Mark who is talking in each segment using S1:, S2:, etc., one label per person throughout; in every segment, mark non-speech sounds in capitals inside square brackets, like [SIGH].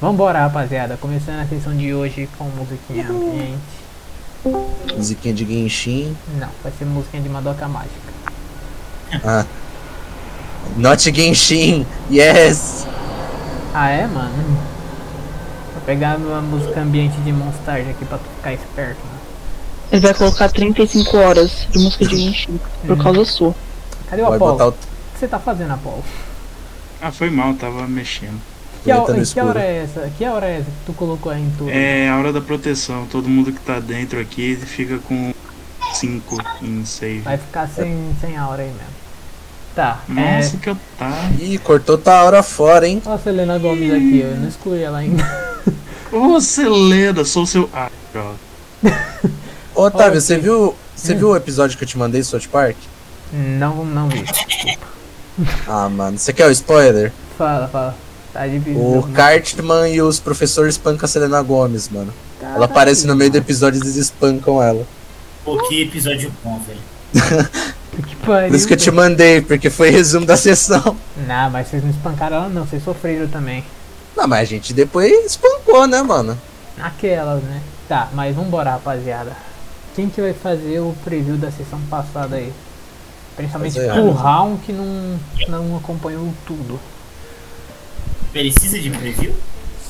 S1: Vambora, rapaziada. Começando a sessão de hoje com musiquinha ambiente.
S2: Musiquinha de Genshin.
S1: Não, vai ser musiquinha de Madoka Mágica.
S2: Ah. Not Genshin. Yes.
S1: Ah, é, mano? Vou pegar uma música ambiente de Monstard aqui pra tu ficar esperto, mano.
S3: Ele vai colocar 35 horas de música de Genshin por
S1: Uhum.
S3: causa sua.
S1: Cadê o
S2: Vai
S1: Apollo?
S2: botar o
S1: O que você tá fazendo, Apollo?
S4: Ah, foi mal, tava mexendo.
S1: Que,
S2: Ele
S1: hora-
S2: tá no
S1: que
S2: escuro.
S1: hora é essa? Que hora é essa que tu colocou aí em tudo?
S4: É a hora da proteção. Todo mundo que tá dentro aqui fica com 5 em save.
S1: Vai ficar sem, sem a hora aí mesmo. Tá,
S4: Nossa,
S1: é.
S4: que otário.
S2: Ih, cortou tua hora fora, hein?
S1: Olha a Selena Gomes aqui, eu não excluí ela ainda. [LAUGHS]
S4: Ô, Celeda, sou seu. Ah, droga.
S2: Ô, Otávio,
S1: Olha
S2: você
S1: aqui. Hum.
S2: viu, você viu o episódio que eu te mandei, South Park?
S1: Não, não vi.
S2: Ah, mano, você quer o spoiler?
S1: Fala, fala. Tá difícil.
S2: O
S1: Não,
S2: Cartman e os professores espancam a Selena Gomes, mano. Ela aparece no meio do episódio e eles espancam ela.
S5: Pô, que episódio bom, velho.
S1: Que pariu.
S2: Por isso que eu te mandei, porque foi resumo da sessão. [LAUGHS]
S1: velho. Não, mas vocês não espancaram ela não, vocês sofreram também.
S2: Não, mas a gente depois espancou, né, mano?
S1: Aquelas, né? Tá, mas vambora, rapaziada. Quem que vai fazer o preview da sessão passada aí? Principalmente
S2: Fazer né?
S1: o
S2: ela.
S1: Raon que não, não acompanhou tudo.
S5: Precisa de preview?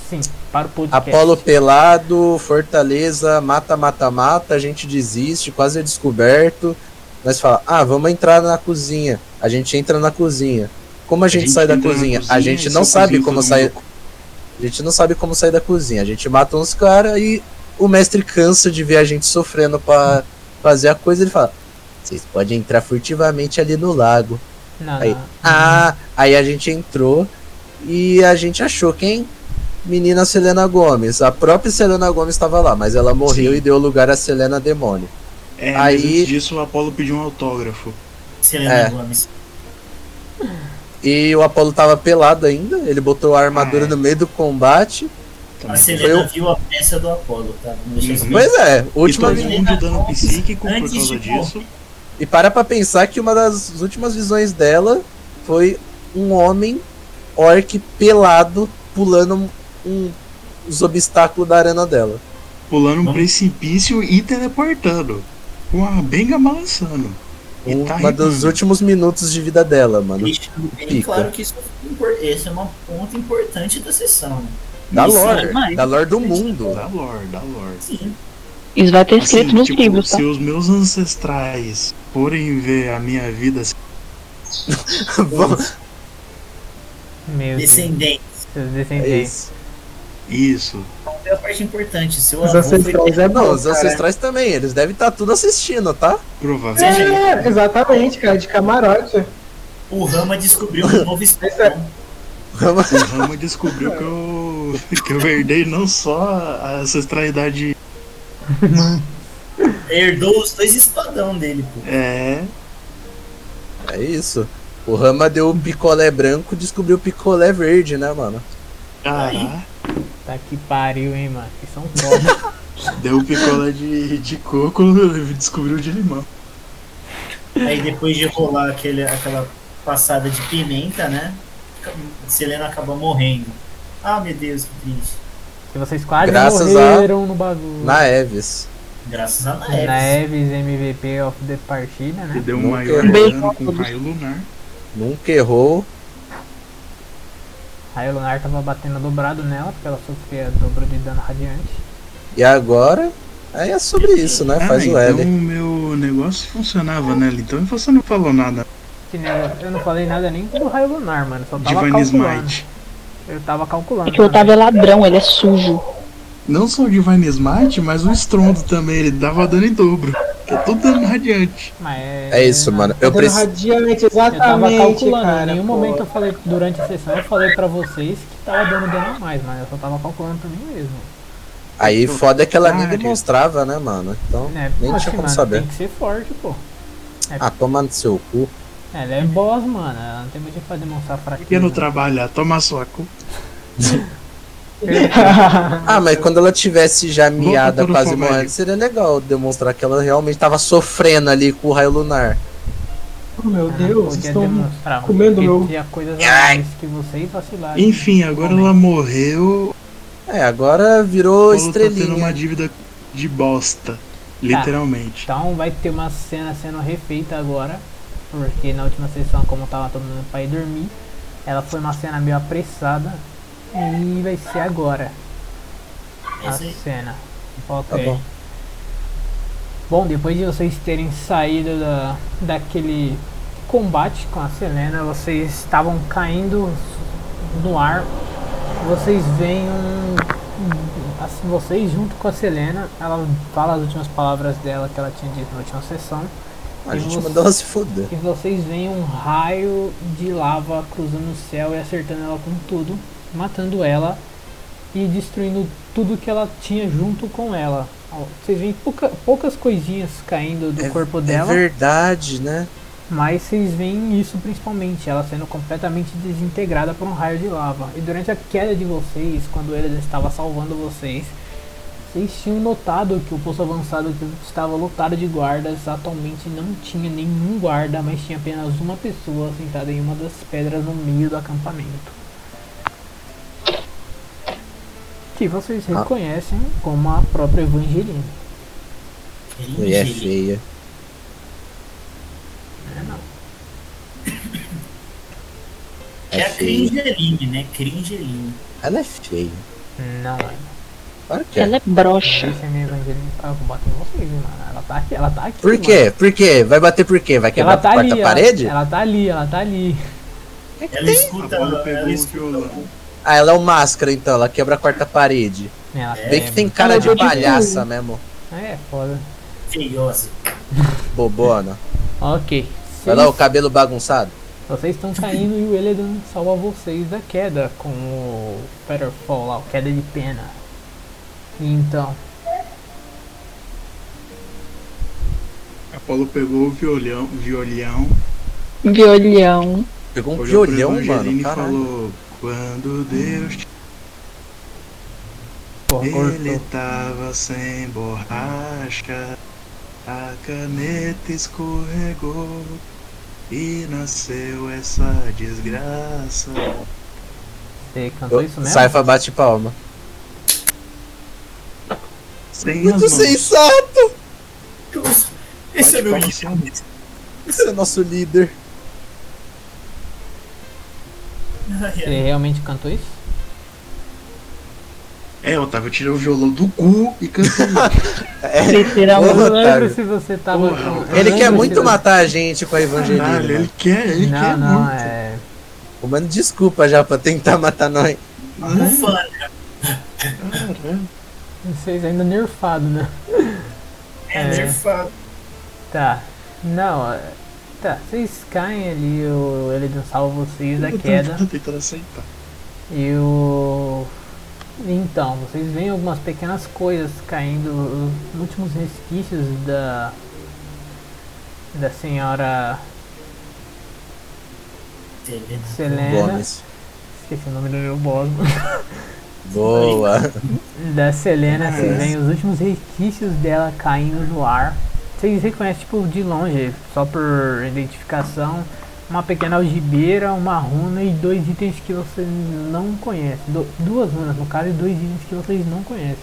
S1: Sim, para o podcast.
S2: Apolo pelado, Fortaleza, mata, mata, mata, a gente desiste, quase é descoberto. Nós fala, ah, vamos entrar na cozinha. A gente entra na cozinha. Como a gente, sai da
S4: entra na
S2: cozinha? A gente não
S4: só
S2: sabe
S4: cozinha é
S2: como
S4: todo
S2: sair.
S4: mundo.
S2: A gente não sabe como sair da cozinha. A gente mata uns caras e o mestre cansa de ver a gente sofrendo pra fazer a coisa. Ele fala, vocês podem entrar furtivamente ali no lago.
S1: Não,
S2: Aí,
S1: não.
S2: ah, aí a gente entrou e a gente achou quem? Menina Selena Gomes. A própria Selena Gomes estava lá, mas ela morreu e deu lugar a Selena Demônio. Aí-
S4: É, mas antes disso, o Apolo pediu um autógrafo.
S5: Selena
S2: É.
S5: Gomes.
S2: E o Apolo tava pelado ainda, ele botou a armadura
S4: Ah, é.
S2: no meio do combate.
S5: A
S2: Foi
S5: Selena
S2: eu.
S5: viu a peça do Apolo, tá? Não deixa isso.
S2: Pois é,
S4: E
S2: última
S4: todo
S2: vi-
S4: mundo dando psíquico por
S5: Antes
S4: causa
S5: de
S4: disso.
S2: E para pra pensar que uma das últimas visões dela foi um homem orc pelado pulando um- um- os obstáculos da arena dela.
S4: Pulando um
S5: Vamos.
S4: precipício e teleportando. Com a benga balançando. E
S2: Um,
S4: tá
S2: uma dos
S4: rimando.
S2: últimos minutos de vida dela, mano.
S5: Deixando bem
S2: Pica.
S5: claro que isso é, impor- esse é uma ponto importante da sessão. né?
S2: Da
S5: Isso
S2: lore,
S5: é mais.
S2: da lore do mundo.
S4: Da lore, da lore.
S5: Sim.
S3: Isso vai ter escrito
S4: Assim,
S3: nos
S4: tipo,
S3: livros, tá?
S4: Se os meus ancestrais forem ver a minha vida
S2: [LAUGHS] Vamos-
S1: Meu Deus,
S5: Descendentes.
S1: seus
S2: é
S1: descendentes.
S2: isso.
S4: Isso.
S5: É a parte importante. Seu
S6: Os
S5: avô foi-
S6: ancestrais é
S2: Não,
S6: bom,
S2: os
S6: cara.
S2: ancestrais também, eles devem estar tudo assistindo, tá?
S4: Provavelmente.
S6: É, exatamente, cara, de camarote.
S5: O Rama descobriu um novo
S2: é-
S5: espadão.
S4: O Rama descobriu que eu, [LAUGHS] que eu herdei não só a ancestralidade.
S5: Herdou os dois espadão dele, pô.
S4: É.
S2: É isso. O Rama deu o picolé branco, descobriu o picolé verde, né, mano?
S4: Cará,
S1: Tá que pariu, hein, mano. Que são foda.
S4: deu picolé de, de coco [LAUGHS] e descobriu de limão.
S5: Aí depois de rolar aquele, aquela passada de pimenta, né? Selena acaba morrendo. Ah, meu Deus, que triste.
S1: E vocês quase
S2: Graças
S1: morreram no bagulho.
S2: Na Eves.
S5: Graças a Naeves.
S1: Neves, MVP of the partida,
S4: E
S1: né?
S4: deu um
S2: Nunca
S4: maior
S2: errou.
S4: dano com raio lunar.
S2: Nunca errou.
S1: Aí o Lunar tava batendo dobrado nela, porque ela sofria dobro de dano radiante.
S2: E agora. Aí é sobre isso, né? Faz
S4: ah,
S2: o
S4: então
S2: L.
S4: o meu negócio funcionava nela, então você não falou nada.
S1: Que nem eu- eu não falei nada nem do raio lunar, mano. Só tava
S4: Divine
S1: calculando.
S4: Smite.
S1: Tipo, Eu tava calculando. né?
S3: É que o
S1: também.
S3: Otávio é ladrão, ele é sujo.
S4: Não só o Divine Smite, mas o estrondo também, ele dava dano em dobro. Que é tudo dano radiante.
S1: Mas
S2: É isso, mano. Eu
S6: Dando
S2: preciso.
S6: radiante,
S1: Eu tava
S6: exatamente,
S1: calculando,
S6: cara.
S1: em nenhum
S6: pô.
S1: momento eu falei, durante a sessão eu falei pra vocês que tava dando dano a mais, mas eu só tava calculando pra mim mesmo.
S2: Aí foda é que ela nem
S4: Caralho.
S2: demonstrava, né, mano? Então,
S1: Né?
S2: nem
S1: Poxa,
S2: tinha como
S1: mano,
S2: saber.
S1: Tem que ser forte, pô.
S2: Ah, toma no seu cu.
S1: Ela é boss, mano. Ela não tem muito pra demonstrar
S4: Porque
S1: fraqueza.
S4: não trabalhar, toma sua cu.
S2: Ah, mas quando ela tivesse já miada
S4: pro
S2: quase
S4: Fomélio.
S2: morrendo, seria legal demonstrar que ela realmente tava sofrendo ali com o raio lunar.
S6: Oh, Meu
S1: Ela
S6: Deus,
S1: podia
S6: estão
S1: demonstrar, mano,
S6: comendo
S1: porque
S6: meu-
S1: tinha coisas a mais que vocês vacilaram.
S4: Enfim, agora ela morreu.
S2: É, agora virou
S7: Paulo tá tendo uma
S2: estrelinha.
S7: dívida de bosta.
S2: Tá.
S7: Literalmente.
S1: Então vai ter uma cena sendo refeita agora, porque na última sessão, como tava todo mundo pra ir dormir, ela foi uma cena meio apressada. E vai ser agora
S5: É
S1: a
S5: isso aí.
S1: cena.
S2: Tá
S1: Ok.
S2: bom.
S1: Bom, depois de vocês terem saído da, daquele combate com a Selena, vocês estavam caindo no ar. Vocês veem um. um- assim, Vocês, junto com a Selena, ela fala as últimas palavras dela que ela tinha dito na última sessão.
S2: A
S1: E
S2: gente
S1: você-
S2: mandou ela se foder.
S1: E vocês veem um raio de lava cruzando o céu e acertando ela com tudo, matando ela e destruindo tudo que ela tinha junto com ela. Ó, Vocês veem pouca- poucas coisinhas caindo do
S2: É-
S1: corpo
S2: É
S1: dela,
S2: verdade, né?
S1: mas vocês veem isso principalmente, ela sendo completamente desintegrada por um raio de lava. E durante a queda de vocês, quando ele estava salvando vocês, vocês tinham notado que o posto avançado que estava lotado de guardas atualmente não tinha nenhum guarda, mas tinha apenas uma pessoa sentada em uma das pedras no meio do acampamento. Que vocês
S2: Ah.
S1: reconhecem como a própria Evangeline. né?
S2: E é
S5: Entendi.
S2: feia.
S5: É
S2: É
S5: a
S2: feia.
S5: Cringeline, né? Cringeline.
S2: Ela é feia.
S1: Não é.
S2: Claro que é.
S3: Ela é broxa.
S1: Essa é minha Evangeline tá batendo em vocês, mano. Ela tá aqui, ela tá aqui.
S2: Por
S1: mano.
S2: quê? Por quê? Vai bater por quê? Vai
S1: Porque ela
S2: quebrar
S1: tá
S2: a
S1: ali.
S2: quarta
S1: Ela,
S2: parede?
S1: ela tá ali, ela tá ali.
S5: Ela escuta,
S7: A Paula
S5: ela,
S7: pegou o
S5: escuta
S7: violão.
S5: o-
S2: Ah, ela é o máscara então, ela quebra a quarta parede.
S1: Né, Ela
S5: É,
S2: Bem que tem cara
S3: Ela
S2: de
S3: é de
S2: palhaça mesmo,
S1: É, foda.
S5: feiosa.
S2: bobona.
S1: Ok.
S2: Vai lá, o cabelo bagunçado.
S1: Vocês estão caindo e o Eledan salva vocês da queda com o Featherfall lá, o queda de pena. E Então,
S7: A Paulo pegou o violão, violão
S3: Violhão.
S2: Pegou um
S7: olhou pra
S2: violhão,
S7: Evangeline
S2: mano.
S7: e
S2: Caralho.
S7: falou: Quando Deus te
S2: Hum,
S1: porra,
S7: Ele
S1: cortou.
S7: tava sem borracha, a caneta escorregou e nasceu essa desgraça.
S1: Você cantou isso mesmo?
S2: Saifa bate palma.
S7: Sem as
S2: Muito
S7: mãos.
S2: sensato!
S5: Nossa, Esse é meu
S7: Bate palma
S5: lixo.
S7: sem a mão.
S2: Esse é nosso líder.
S1: Você realmente cantou isso?
S7: É, Otávio, eu tirei o violão do cu e cantei. [LAUGHS]
S4: um
S2: Ô,
S1: Eu
S3: Literalmente.
S1: não
S2: Otávio.
S1: lembro se você tava.
S7: Porra,
S1: eu
S2: Ele
S1: lembro
S2: quer
S1: se
S2: muito
S1: você-
S2: matar a gente com a Evangelina.
S7: Caralho, ele
S2: mano.
S7: quer, ele quer
S1: Não, não,
S7: muito.
S1: é.
S2: Ô, Mano, desculpa já pra tentar [LAUGHS] matar nós.
S4: Ah, é?
S5: Bufana.
S1: Vocês ainda nerfado, né?
S5: É,
S1: É.
S5: nerfado.
S1: Tá. Não, é- tá. Vocês caem ali, o Elidan salva vocês da
S7: Eu tô
S1: queda.
S7: tentando- tentando aceitar.
S1: E o. Então, vocês veem algumas pequenas coisas caindo, os últimos resquícios da. da senhora
S7: Hum,
S5: né?
S1: Selena.
S2: Gomes.
S1: Esqueci o nome do meu boss.
S2: Boa.
S1: Da Selena, vocês
S7: Nossa.
S1: veem os últimos resquícios dela caindo no ar. Vocês reconhecem, tipo, de longe, só por identificação, uma pequena algibeira, uma runa e dois itens que vocês não conhecem. Du- duas runas, no caso, e dois itens que vocês não conhecem.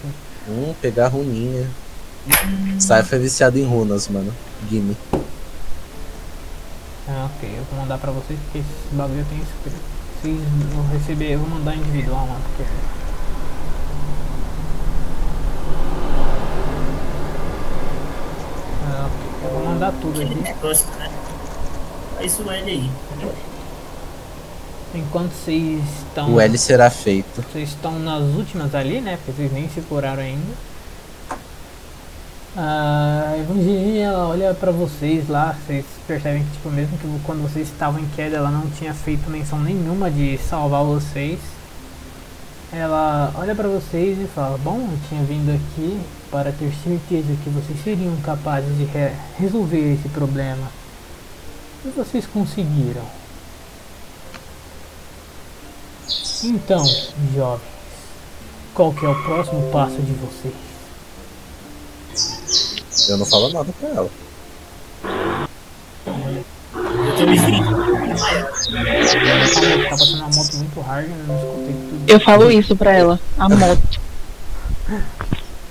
S2: Hum, pegar runinha. Saifa é viciado em runas, mano. Gimme.
S1: Ah, ok, eu vou mandar pra vocês porque esse bagulho tem escrito. Vocês vão receber, eu vou mandar individual lá, porque. Ah, ok, eu vou mandar tudo
S5: Aquele
S1: aqui.
S5: negócio, né? Faz Isso L aí.
S1: Enquanto vocês estão.
S2: O L será feito.
S1: Vocês estão nas últimas ali, né? Porque vocês nem se curaram ainda. Ah, A Evangeline, ela olha pra vocês lá, vocês percebem que, tipo, mesmo que quando vocês estavam em queda, ela não tinha feito menção nenhuma de salvar vocês. Ela olha pra vocês e fala: Bom, eu tinha vindo aqui para ter certeza que vocês seriam capazes de re- resolver esse problema. E vocês conseguiram. Então, jovens, qual que é o próximo passo de vocês?
S2: Eu não falo nada pra ela.
S5: Eu tô me vendo.
S1: Calma, tá passando uma moto muito hard, né? eu não escutei tudo.
S3: Eu falo isso pra ela, a moto.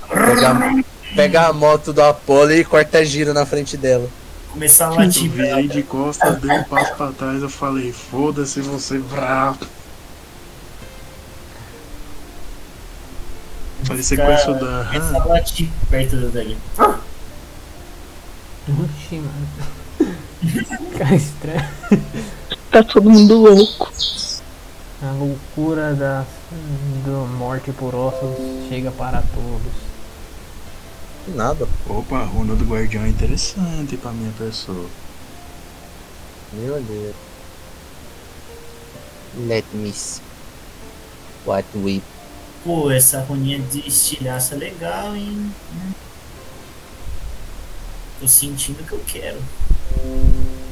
S2: Pega, pega a moto do Apollo e corta giro na frente dela.
S5: Começar a
S4: Eu
S5: latir pra ela.
S4: virei de costas, dei um passo pra trás, eu falei, foda-se você, brá. Falei sequência da
S5: Começar
S4: Han.
S5: a latir perto dali.
S1: Oxi, mano. Cara estranho.
S3: Tá todo mundo louco.
S1: A loucura da do morte por ossos chega para todos.
S2: Nada.
S4: Ah, Opa, a runa do guardião é interessante pra minha pessoa.
S2: Meu Deus. Let me see. What we.
S5: Pô, essa runinha de estilhaço é legal, hein? Hum. Tô sentindo o que eu quero.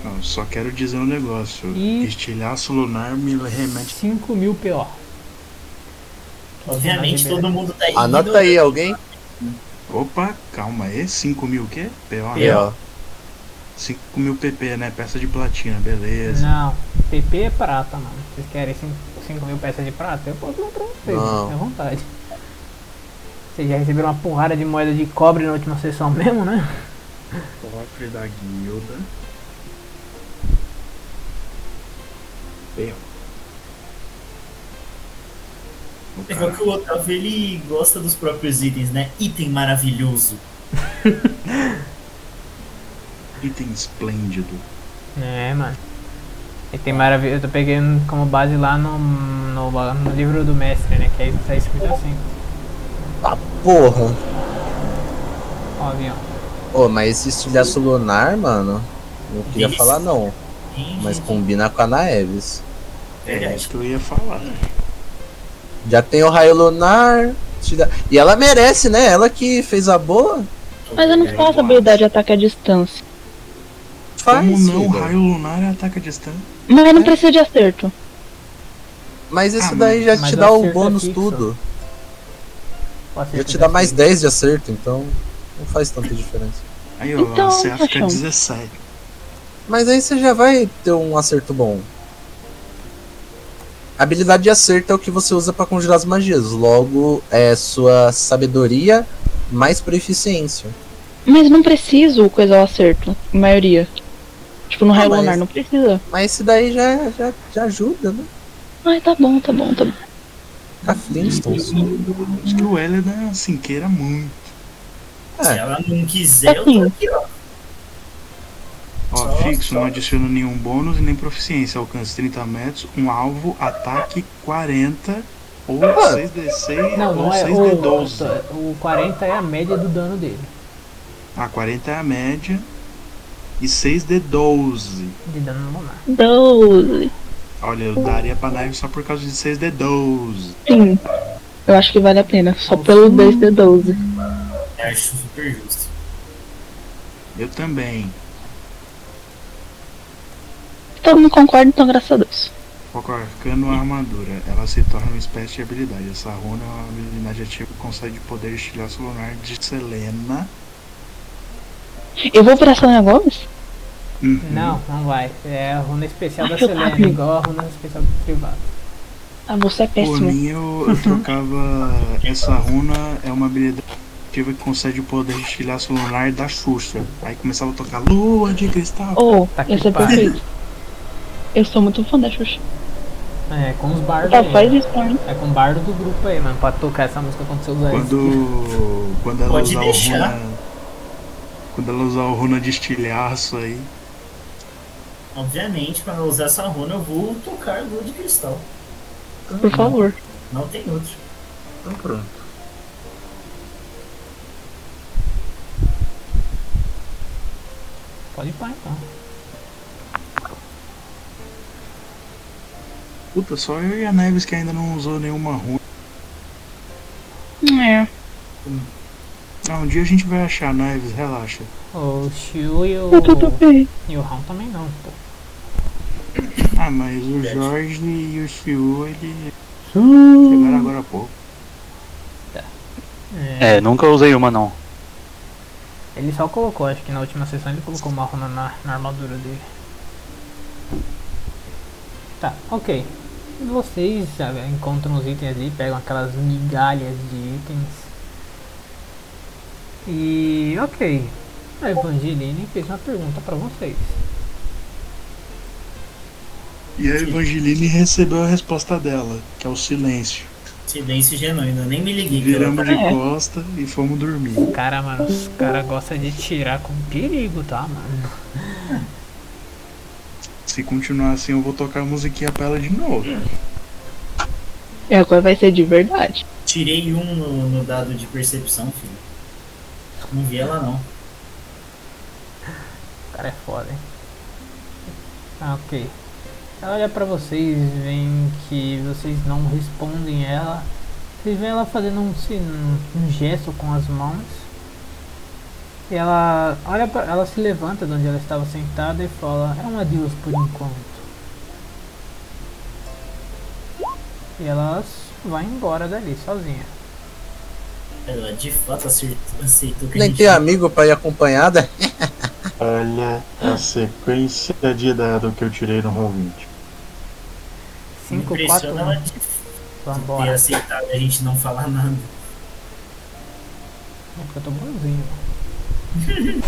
S4: Não, só quero dizer um negócio.
S1: E-
S4: Estilhaço lunar me remete.
S1: 5 mil PO.
S5: Obviamente
S1: Personagem
S5: todo mundo tá indo.
S2: Anota aí alguém.
S4: Opa, calma aí. 5 mil o quê? P.O.
S2: E
S4: né?
S2: ó.
S4: 5 mil PP, né? Peça de platina, beleza.
S1: Não, PP é prata, mano. Vocês querem 5 mil peças de prata? Eu posso dar pra vocês,
S2: Não.
S1: fiquem à vontade. Vocês já receberam uma porrada de moeda de cobre na última sessão mesmo, né?
S4: Cofre da guilda. Bem, ó. O
S5: É igual
S4: cara-
S5: que o Otávio ele gosta dos próprios itens, né? Item maravilhoso.
S4: Item esplêndido.
S1: É, mano. E tem maravilha. Eu tô pegando como base lá no, no, no livro do mestre, né? Que aí tá escrito assim.
S2: Porra.
S1: Ó, o avião.
S2: Ô, mas esse estilhaço lunar, mano. Não queria
S5: Isso.
S2: falar não.
S5: Hein,
S2: Mas
S5: gente?
S2: combina com a Naeves.
S4: É isso que eu ia falar.
S2: Já tem o raio lunar. estilha- E ela merece, né? Ela que fez a boa.
S3: Mas eu
S5: É,
S3: não faço habilidade de ataque à distância.
S2: Faz.
S4: Como não?
S2: filho.
S4: Raio lunar e ataque à distância.
S3: Mas não precisa de acerto.
S2: Mas isso
S4: Ah,
S2: daí já
S1: mas
S2: te dá o
S1: acerto é
S2: bônus
S1: fixo.
S2: tudo.
S1: Pode ser
S2: Já te
S1: que
S2: dá
S1: dê
S2: mais
S1: certo.
S2: 10 de acerto, então não faz tanta diferença.
S4: Aí, ó,
S3: Então,
S4: você fica
S3: paixão.
S4: 17.
S2: Mas aí você já vai ter um acerto bom. A habilidade de acerto é o que você usa pra conjurar as magias. Logo, é sua sabedoria mais proficiência.
S3: Mas não preciso coisar o acerto, na maioria. Tipo, no raio
S2: mas-
S3: lunar, não precisa.
S2: Mas isso daí já, já, já ajuda, né?
S3: Ai, tá bom, tá bom, tá bom.
S2: A Flintstones.
S4: Acho que o Helena assim queira muito.
S5: Se
S2: É,
S5: ela não quiser, eu
S3: Assim.
S5: tô aqui, ó.
S4: Ó,
S5: Só-
S4: fixo,
S5: só-
S4: não adiciona nenhum bônus e nem proficiência. Alcance 30 metros, um alvo, ataque 40 ou 6d6
S1: Ah. Não,
S4: ou
S1: não é.
S4: 6d12.
S1: O, o 40 é a média do dano dele.
S4: Ah, 40 é a média. E 6D12.
S1: De dano lunar.
S3: Doze.
S4: Olha, eu daria pra Naive só por causa de 6D12.
S3: Sim. Eu acho que vale a pena, só pelo 2D12.
S5: Eu acho super justo.
S4: Eu também.
S3: Se todo mundo concorda, então graças a Deus.
S4: Foco arcano a armadura. Ela se torna uma espécie de habilidade. Essa runa é uma habilidade ativa que concede poder estilhaço lunar de Selena.
S3: Eu vou pra Selena Gomes?
S4: Uhum.
S1: Não, não vai. É a runa especial da
S3: Ai, que
S1: Selena,
S3: otário.
S1: igual a runa especial do privado.
S3: Ah, você é
S4: Por
S3: péssimo. Uhum.
S4: mim, eu, eu trocava. Essa runa é uma habilidade ativa que concede o poder de estilhaço lunar da Xuxa. Aí começava a tocar lua de cristal.
S3: Oh,
S1: Tá que
S3: esse é
S1: pariu.
S3: perfeito. Eu sou muito fã da Xuxa.
S1: É, com os bardos.
S3: Tá,
S1: aí,
S3: faz
S1: né?
S3: isso pra mim.
S1: É com o bardo do grupo aí, mano, pra tocar essa música quando você usar isso.
S4: Quando, quando ela
S5: Pode
S4: usar
S5: deixar.
S4: o runa. Quando ela usar o runa de estilhaço aí.
S5: Obviamente, quando eu usar essa runa, eu vou tocar lua de cristal.
S1: Uhum.
S3: Por favor.
S5: Não tem outro.
S4: Então pronto.
S1: Pode ir pá, então.
S4: Puta, só eu e a Neves que ainda não usou nenhuma runa.
S3: É.
S4: Ah, um dia a gente vai achar, Neves, relaxa.
S1: O Shiu e o.
S3: Tá tudo bem.
S1: E o Raon também não, pô.
S4: Ah, mas o Jorge e o Shiu, ele chegaram
S1: Hum.
S4: agora há pouco.
S1: É,
S8: É, nunca usei uma não.
S1: ele só colocou, acho que na última sessão ele colocou uma runa na, na armadura dele. Tá, ok. Vocês já encontram os itens ali, pegam aquelas migalhas de itens. E ok. A Evangeline fez uma pergunta pra vocês.
S4: E a Evangeline recebeu a resposta dela, que é o silêncio.
S5: Silêncio genuíno, eu nem me liguei. que ela
S4: Viramos de
S1: É.
S4: costa e fomos dormir.
S1: Cara, mano, os caras gostam de tirar com perigo, tá, mano?
S4: Se continuar assim, eu vou tocar a musiquinha pra ela de novo.
S3: E agora vai ser de verdade.
S5: Tirei um no, no dado de percepção, filho. Não vi ela não.
S1: O cara é foda, hein? Ah, ok. Ela olha pra vocês, veem que vocês não respondem ela. Vocês veem ela fazendo um, sin- um gesto com as mãos. E ela olha pra, ela se levanta de onde ela estava sentada e fala, é um adeus por enquanto. E ela s- vai embora dali sozinha.
S5: Ela de fato acer- aceitou que a
S2: Nem
S5: gente-
S2: tem amigo pra ir é, acompanhada.
S9: Olha a sequência de dado que eu tirei no Roll20.
S5: Me
S1: 5, 4,
S5: impressiona ela
S2: né?
S5: de ter
S1: vambora.
S5: aceitado a gente não falar nada.
S1: Eu tô bonzinho.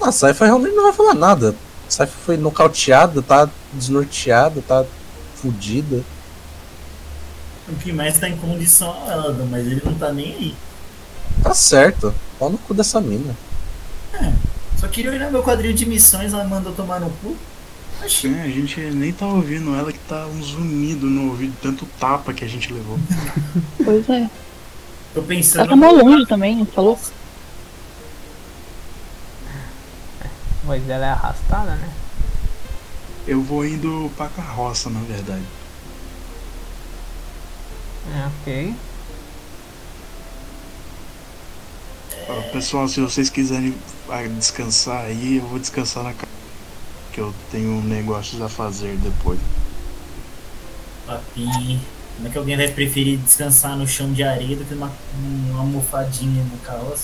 S2: Ah, Saifa realmente não vai falar nada. Saifa foi nocauteada, tá desnorteada, tá fudida.
S5: O que mais tá em condição é ela, Dan, mas ele não tá nem aí.
S2: Tá certo. Pau no cu dessa mina.
S5: Só queria olhar meu quadril de missões, ela mandou tomar no cu. Achei.
S4: É, a gente nem tá ouvindo ela que tá um zunido no ouvido, tanto tapa que a gente levou.
S3: Pois é.
S5: Tô
S3: Ela
S5: pensando.
S3: tá mó longe também, tá louco?
S1: A voz dela é arrastada, né?
S4: Eu vou indo pra carroça, na verdade.
S1: É, ok.
S4: Ó, pessoal, se vocês quiserem ah, descansar aí, eu vou descansar na casa. Que eu tenho negócios a fazer depois.
S5: Papinho. Como é que alguém vai preferir descansar no chão de areia do que uma, uma almofadinha no caos?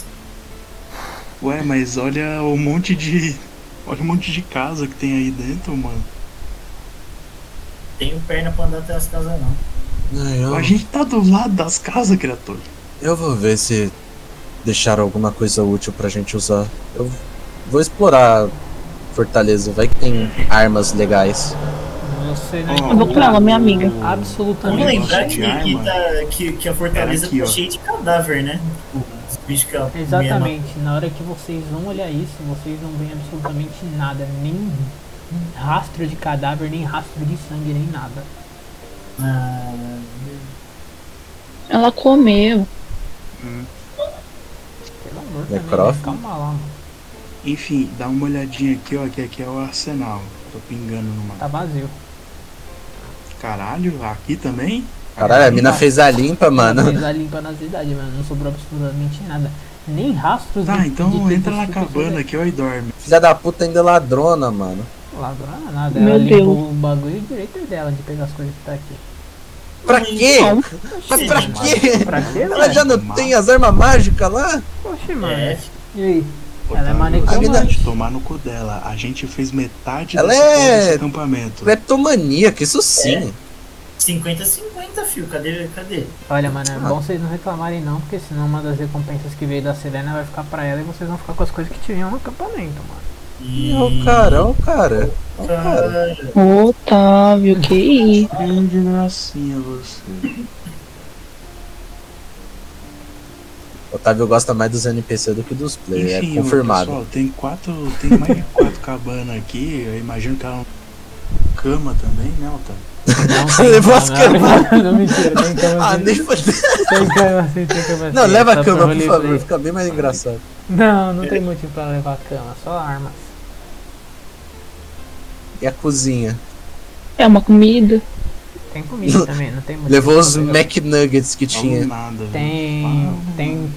S4: Ué, mas olha o monte de. Olha o monte de casa que tem aí dentro, mano.
S5: Tenho perna pra andar até as casas, não.
S2: É, Eu,
S1: Ah.
S4: A gente tá do lado das casas, criatura.
S2: eu vou ver se deixaram alguma coisa útil pra gente usar. Eu vou explorar Fortaleza, vai que tem armas legais.
S1: Você não
S4: Ó,
S3: Eu vou pra ela, minha amiga.
S4: o-
S5: Vamos
S4: Olha,
S1: absolutamente.
S5: lembrar
S4: nossa,
S5: que,
S4: de
S5: que,
S4: arma.
S5: tá- que- que a
S4: Era
S5: fortaleza
S4: aqui,
S5: tá
S4: ó.
S5: cheia de cadáver, né? Tipo, Os bichos que ela comia lá.
S1: Exatamente. Na hora que vocês vão olhar isso, vocês não veem absolutamente nada. Nem rastro de cadáver, nem rastro de sangue, nem nada.
S5: Ah,
S3: Ela comeu.
S1: Pelo
S3: É
S1: amor de Deus.
S2: Necrófago?
S1: Calma lá, mano.
S4: Enfim, dá uma olhadinha aqui, ó, que aqui é o arsenal. Tô pingando no mapa.
S1: Tá vazio.
S4: Caralho, aqui também?
S2: Caralho, a mina fez a limpa, mano.
S1: Vocês a limpa na cidade, mano. Não sobrou absolutamente nada. Nem rastros
S4: Tá,
S1: de- de
S4: então
S1: tempos
S4: entra na
S1: superiores.
S4: cabana aqui, ó, e dorme.
S2: Filha da puta ainda é ladrona, mano.
S1: Ladrona nada.
S3: Meu
S1: Ela limpou
S3: Deus.
S1: o bagulho direito dela de pegar as coisas que tá aqui.
S2: Pra quê?
S3: Não.
S2: Mas
S5: é,
S2: pra quê?
S1: Pra quê,
S2: Ela
S1: velho?
S2: já não tem as armas mágicas lá?
S1: Poxa,
S5: é,
S1: mano. E aí?
S4: Pô,
S1: Ela é
S4: tá,
S1: uma
S4: meu, você
S1: necromante.
S4: pode Tomar no cu dela. A gente fez metade
S2: Ela
S4: dessa porra
S2: é-
S4: desse acampamento.
S2: Cleptomaníaca, isso sim.
S5: 50-50, fio. Cadê? Cadê?
S1: Olha, mano, é
S2: Ah.
S1: bom vocês não reclamarem não, porque senão uma das recompensas que veio da Selena vai ficar pra ela e vocês vão ficar com as coisas que tinham no acampamento, mano.
S5: E...
S2: Ih, Ô, É cara, ô, cara. Ô, cara.
S3: Otávio, que isso?
S4: Grande gracinha você.
S2: Otávio gosta mais dos NPC do que dos players,
S4: Enfim,
S2: é confirmado.
S4: Pessoal, tem quatro. Tem mais de quatro [LAUGHS] cabanas aqui. Eu imagino que ela não- cama também, né, Otávio?
S1: Não
S2: tem [LAUGHS] Levou as cama,
S1: Não, mentira, tem cama
S2: [LAUGHS] ah,
S1: sim.
S2: nem fodeu.
S1: Tem cama sim, tem cama
S2: [LAUGHS] Não,
S1: sim,
S2: leva
S1: só
S2: a cama,
S1: pra
S2: por
S1: roleplay.
S2: favor, fica bem mais engraçado.
S1: Não, não tem motivo pra levar a cama, só armas.
S2: E a cozinha?
S3: É uma comida.
S1: Tem
S2: [LAUGHS]
S1: comida também, não tem motivo.
S2: Levou
S1: pra
S2: os
S1: levar.
S2: McNuggets que
S4: Falou
S2: tinha.
S4: nada. velho.
S1: Tem. tem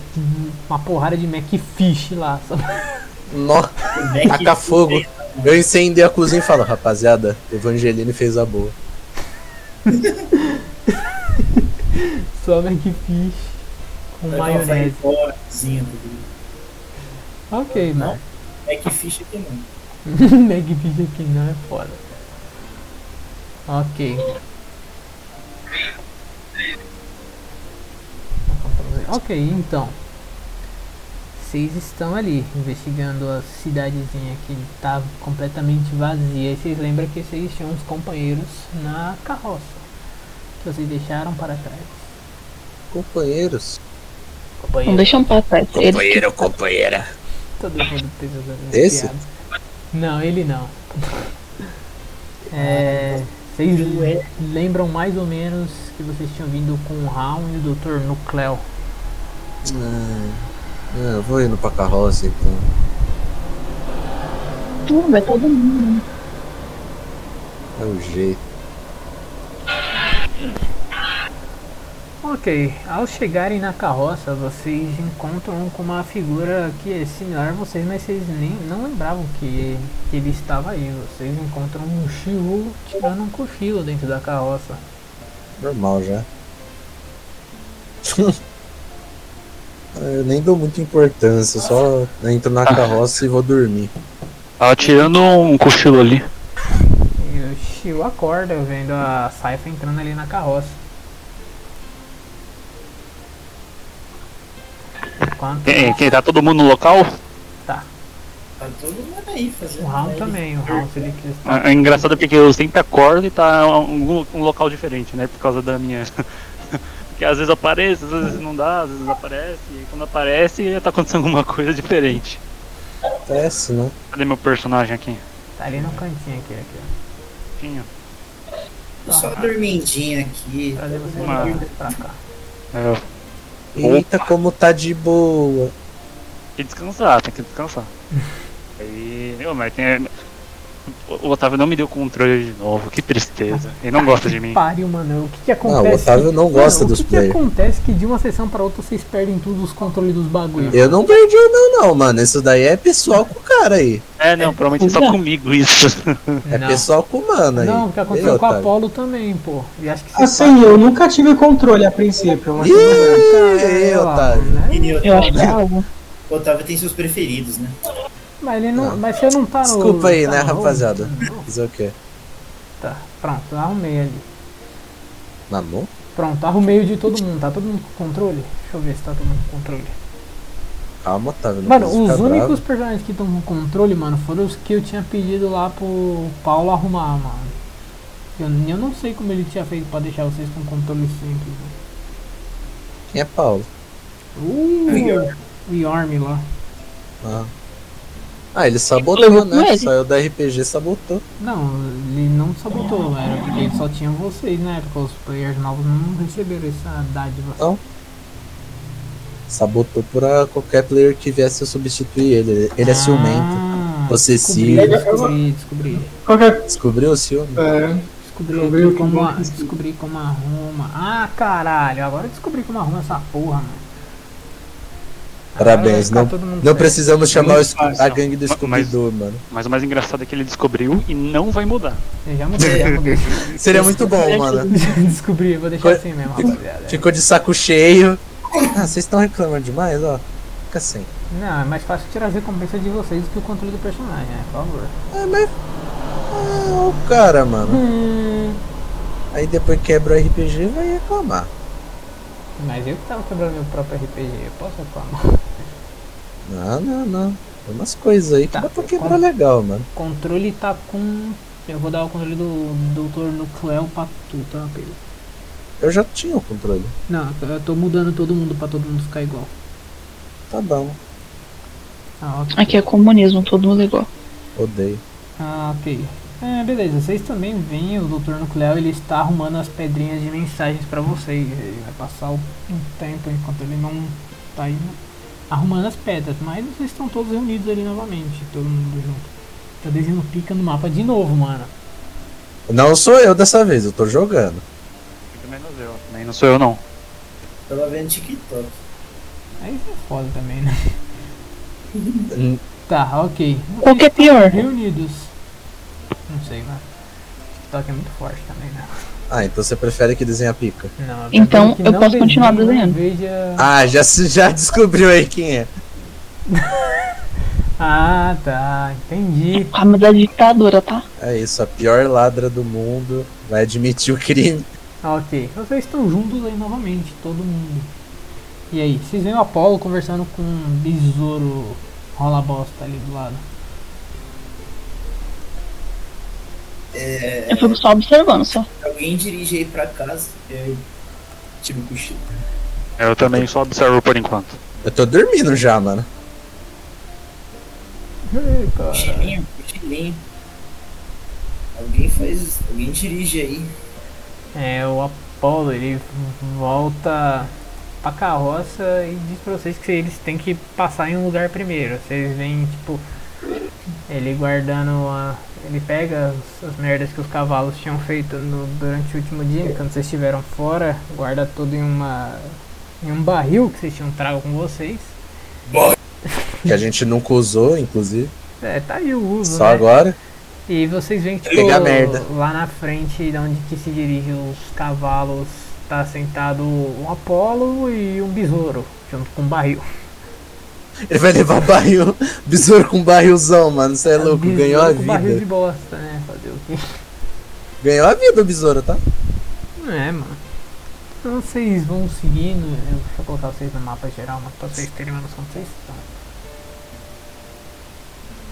S1: uma porrada de Macfish lá, [LAUGHS] só
S2: Nó, taca fogo. Eu incendei a cozinha e falo, rapaziada, Evangeline fez a boa.
S1: só Macfish
S5: É,
S1: com maionese. Ok,
S5: Não?
S1: mano. [LAUGHS]
S5: É que ficha que não.
S1: Magfish aqui não é foda. Ok. Ok, então. Vocês estão ali investigando a cidadezinha que tá completamente vazia. E vocês lembram que vocês tinham uns companheiros na carroça que vocês deixaram para trás.
S2: Companheiros.
S3: Não um
S1: Companheiros,
S3: deixam pra trás. Eles que
S2: companheira.
S1: todo mundo precisa de
S2: Esse?
S1: Não, ele não. É, vocês lembram mais ou menos que vocês tinham vindo com o Raul e o Dr. Nucleo.
S2: Ah, ah, eu vou indo pra carroça então.
S3: tudo, vai todo mundo.
S2: É o jeito.
S1: Ok, ao chegarem na carroça, vocês encontram com uma figura que é similar a vocês, mas vocês nem não lembravam que, que ele estava aí. Vocês encontram um Shiu tirando um cochilo dentro da carroça.
S2: Normal já. [LAUGHS] eu nem dou muita importância, só entro na carroça e vou dormir.
S10: Tava tirando um cochilo ali.
S1: E o Shiu acorda vendo a Saifa entrando ali na carroça. Enquanto
S10: Quem, quem tá todo mundo no local?
S5: Tá todo mundo aí fazendo.
S1: o Raul
S5: aí.
S1: também, o Raul ele que está
S10: É é engraçado porque eu sempre acordo e tá em algum um local diferente, né? Por causa da minha. [LAUGHS] Porque às vezes aparece, às vezes não dá, às vezes aparece, e aí quando aparece já tá acontecendo alguma coisa diferente.
S2: Acontece, né?
S10: Cadê meu personagem aqui?
S1: tá ali no cantinho aqui. aqui.
S10: Tinha.
S5: Tô só dormindinho aqui.
S1: Trazer vocês
S10: Uma-
S1: pra cá.
S10: É,
S2: Eita, como tá de boa.
S10: tem que descansar, tem que descansar. [LAUGHS] Aí. Meu, mas tem. O o Otávio não me deu controle de novo, que tristeza. Ele não gosta de
S1: [LAUGHS]
S10: mim.
S1: Pariu, mano. O que que
S2: Não,
S1: acontece?
S2: Ah, o Otávio não gosta
S1: Mano,
S2: dos
S1: o que, que
S2: players.
S1: acontece que de uma sessão pra outra vocês perdem todos os controles dos bagulhos?
S2: Eu não perdi o meu não, mano. Isso daí é pessoal com o cara aí.
S10: É, não, provavelmente é só comigo isso. [LAUGHS]
S2: É
S1: não.
S2: pessoal com o mano aí.
S1: Não, o que aconteceu
S2: Ei, Ah,
S1: com a
S2: otário.
S1: Apollo também, pô. E acho que você
S11: Assim, eu nunca tive controle a princípio. Mas tudo bem.
S2: Ih,
S1: Sei lá,
S2: otário.
S1: né?
S5: E o
S3: Eu acho que é algo.
S5: Otávio tem seus preferidos, né?
S1: Mas, ele não,
S2: Não.
S1: mas você não tá no.
S2: Desculpa aí,
S1: tá
S2: né,
S1: no-
S2: rapaziada? Fazer o quê?
S1: Tá, pronto, arrumei ali.
S2: Na mão?
S1: Pronto, arrumei o de todo mundo. Tá todo mundo com controle? Deixa eu ver se tá todo mundo com controle.
S2: Calma, Otávio. Não
S1: Mano,
S2: precisa
S1: os
S2: ficar
S1: únicos
S2: bravo.
S1: personagens que estão com controle, mano, foram os que eu tinha pedido lá pro Paulo arrumar, mano. Eu, eu não sei como ele tinha feito pra deixar vocês com controle sempre. né? mano.
S2: Quem é Paulo?
S1: Uh, o Yorm lá.
S2: Ah, ah ele sabotou,
S3: levou com
S2: né?
S3: ele.
S2: Saiu da RPG sabotou.
S1: Não, ele não sabotou, era porque ele só tinha vocês na época. Os players novos não receberam essa dádiva.
S2: Sabotou pra qualquer player que viesse eu substituir ele. Ele é ciumento.
S1: Ah,
S2: possessivo.
S1: Descobri, descobri, descobri.
S11: Qualquer
S2: Descobriu o ciúme?
S11: é,
S1: Descobri,
S11: Descobri
S1: aqui
S11: o que
S1: como,
S11: não
S1: a-
S11: quis.
S1: descobri como arruma. Ah, caralho, agora eu descobri como arruma essa porra, mano. Agora vai
S2: Parabéns,
S1: ficar
S2: não,
S1: todo mundo
S2: não
S1: sério.
S2: precisamos chamar o
S7: Muito
S2: Sco-
S7: fácil.
S2: a gangue do
S10: Mas-
S2: Scooby-Doo, mano.
S10: Mas o mais engraçado é que ele descobriu e não vai mudar.
S1: Eu já mudei, já mudei.
S2: [LAUGHS] Seria muito bom,
S1: [LAUGHS]
S2: mano.
S1: descobri, vou deixar
S2: Foi-
S1: assim mesmo, rapaziada.
S2: Ficou de saco cheio. Ah, vocês estão reclamando demais, ó. Fica sem.
S1: Não, é mais fácil tirar as recompensas de vocês do que o controle do personagem, né? Por favor.
S2: É, mas. Ah, o cara, mano.
S1: Hum,
S2: Aí depois quebra o RPG e vai reclamar.
S1: mas eu que tava quebrando meu próprio RPG, eu posso reclamar.
S2: Não, não, não. Tem umas coisas aí que
S1: Tá,
S2: dá pra
S1: eu
S2: quebrar
S1: compro.
S2: legal, mano.
S1: O controle tá com. Eu vou dar o controle do Doutor Nucleo pra tu, tá, Pedro?
S2: Eu já tinha o controle.
S1: Não, eu tô mudando todo mundo pra todo mundo ficar igual.
S2: Tá bom.
S1: Ah, ok.
S3: Aqui é comunismo, todo mundo é igual.
S2: Odeio.
S1: Ah, ok. É, beleza, vocês também veem o Doutor Nucleo, ele está arrumando as pedrinhas de mensagens pra vocês. Ele vai passar o- um tempo enquanto ele não tá aí né, arrumando as pedras, mas vocês estão todos reunidos ali novamente, todo mundo junto. Tá desenhando pica no mapa de novo, mano.
S2: Não sou eu dessa vez, eu tô jogando.
S10: Muito menos eu. Também não sou eu, não.
S5: Tava vendo TikTok.
S1: Aí é foda também, né?
S2: Hum.
S1: tá, ok.
S3: Qual que é pior?
S1: Reunidos. Não sei, mano. TikTok é muito forte também, né?
S2: Ah, então você prefere que desenhe a pica?
S1: Não,
S3: Então,
S1: que
S3: eu
S1: não é
S3: posso continuar
S1: desenhe, não
S2: [LAUGHS]
S3: desenhando?
S1: Veja...
S2: Ah, já, se- já descobriu aí quem é.
S1: Ah, tá. Entendi.
S3: Ah, mas é ditadura, tá?
S2: É isso, a pior ladra do mundo vai admitir o crime.
S1: Ah, ok. Vocês estão juntos aí novamente, todo mundo. E aí, vocês veem o Apolo conversando com um besouro rola bosta ali do lado.
S3: Eu fico só observando, só.
S5: Alguém dirige aí tipo, pra casa, eu tiro o cochilo.
S10: Eu também só observo por enquanto.
S2: Eu tô dormindo já, mano.
S1: Ih, cara.
S5: Cochilinho, cochilinho. Alguém faz. Alguém dirige aí.
S1: É, o Apolo ele volta pra carroça e diz pra vocês que eles têm que passar em um lugar primeiro. Vocês veem, tipo, ele guardando a. Ele pega as- as merdas que os cavalos tinham feito no- durante o último dia, quando vocês estiveram fora, guarda tudo em uma. em um barril que vocês tinham trago com vocês.
S2: Que a gente nunca usou, inclusive.
S1: É, tá aí o uso,
S2: Só
S1: né?
S2: agora.
S1: E vocês veem que
S2: Pegar
S1: o-
S2: merda.
S1: lá na frente, de onde que se dirige os cavalos, tá sentado um Apolo e um besouro, junto com um barril.
S2: Ele vai levar barril. Besouro com barrilzão, mano. Você é louco.
S1: Besouro
S2: Ganhou a
S1: com barril de
S2: vida.
S1: bosta, né? Fazer o quê?
S2: Ganhou a vida o besouro, tá?
S1: É, mano. Então vocês vão seguindo, eu, deixa eu colocar vocês no mapa geral, mas pra vocês terem uma noção de vocês Tá. estão.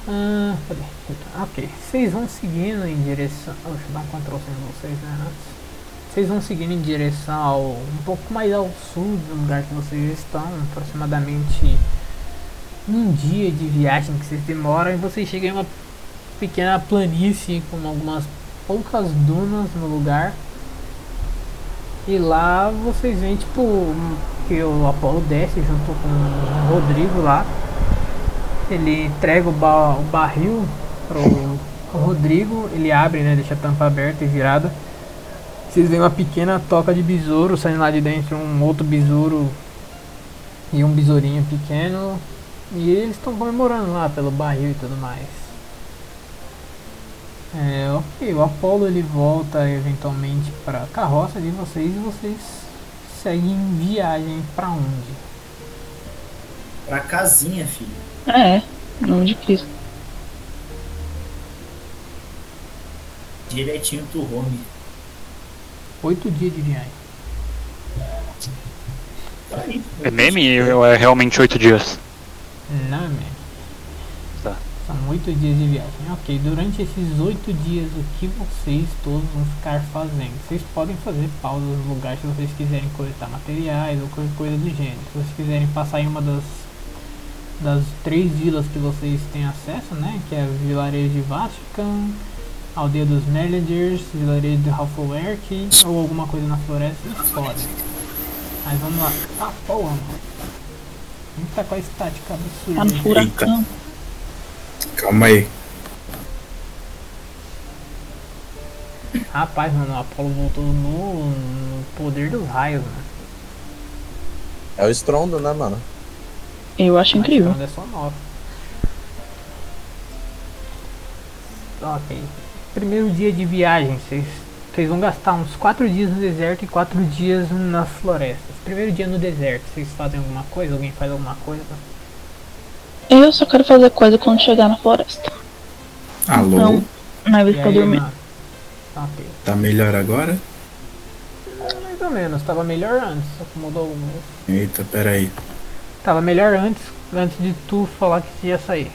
S1: Ah, cadê? Ah, Ok, vocês vão seguindo em direção. oh, Deixa eu dar um control sem vocês, né? Antes. Vocês vão seguindo em direção ao, um pouco mais ao sul do lugar que vocês estão, aproximadamente um dia de viagem que vocês demoram e vocês chegam em uma pequena planície com algumas poucas dunas no lugar. E lá vocês veem, tipo, um- que o Apolo desce junto com o Rodrigo lá. Ele entrega o, ba- o barril pro pro Rodrigo, ele abre, né? Deixa a tampa aberta e virada. Vocês veem uma pequena toca de besouro saindo lá de dentro, um outro besouro e um besourinho pequeno. E eles estão comemorando lá pelo barril e tudo mais. É, ok, o Apollo ele volta eventualmente pra carroça de vocês e vocês seguem em viagem pra onde?
S5: Pra casinha, filho.
S3: É, em nome de Cristo.
S5: Direitinho pro home.
S1: Oito dias de viagem.
S5: Tá aí.
S10: É meme ou é realmente oito dias?
S1: Não é mesmo?
S10: Tá.
S1: São oito dias de viagem. Ok, durante esses oito dias, o que vocês todos vão ficar fazendo? Vocês podem fazer pausas no lugar se vocês quiserem coletar materiais ou qualquer coisa do gênero. Se vocês quiserem passar em uma das, das três vilas que vocês têm acesso, né? Que é o vilarejo de Vatican, aldeia dos Merlingers, vilarejo de Halfwerk ou alguma coisa na floresta, vocês podem. Mas vamos lá. Ah, porra, mano. Tá com a estática
S3: Tá
S1: absurda.
S3: no furacão.
S12: Calma aí.
S1: Rapaz, mano, o Apolo voltou no, no poder dos raios, mano.
S2: É o estrondo, né, mano?
S3: Eu acho incrível.
S1: Mas é só nove. Ok. Primeiro dia de viagem, vocês vocês vão gastar uns 4 dias no deserto e 4 dias nas florestas. Primeiro dia no deserto, vocês fazem alguma coisa? Alguém faz alguma coisa?
S3: Eu só quero fazer coisa quando chegar na floresta.
S12: Alô?
S3: Não. Na vez
S1: E
S3: que eu
S1: aí,
S3: dormir.
S1: na- Ok. Ah,
S12: Tá melhor agora?
S1: Mais ou menos, tava melhor antes, só que mudou algumas.
S12: Eita, peraí.
S1: Tava melhor antes, antes de tu falar que tu ia sair.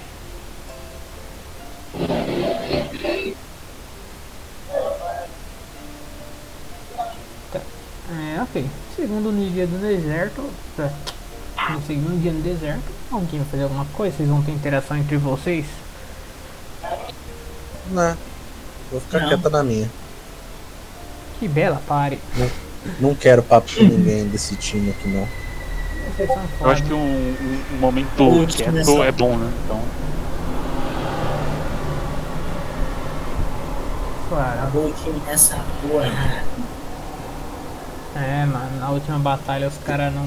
S1: Tá. É, ok. Segundo no dia do deserto. tá. No segundo dia no deserto, alguém vai fazer alguma coisa? Vocês vão ter interação entre vocês?
S2: Não. é. Vou ficar
S5: Não.
S2: quieta na minha.
S1: Que bela pare.
S2: Não quero papo
S1: [LAUGHS]
S2: com ninguém desse time aqui, não.
S1: Vocês são
S10: Eu
S1: foda.
S10: acho que um, um- um momento
S5: Putz,
S10: quieto
S5: começou.
S10: é bom, né? Então,
S1: Claro.
S5: Acabou aqui nessa porra.
S1: É, mano, na última batalha os caras não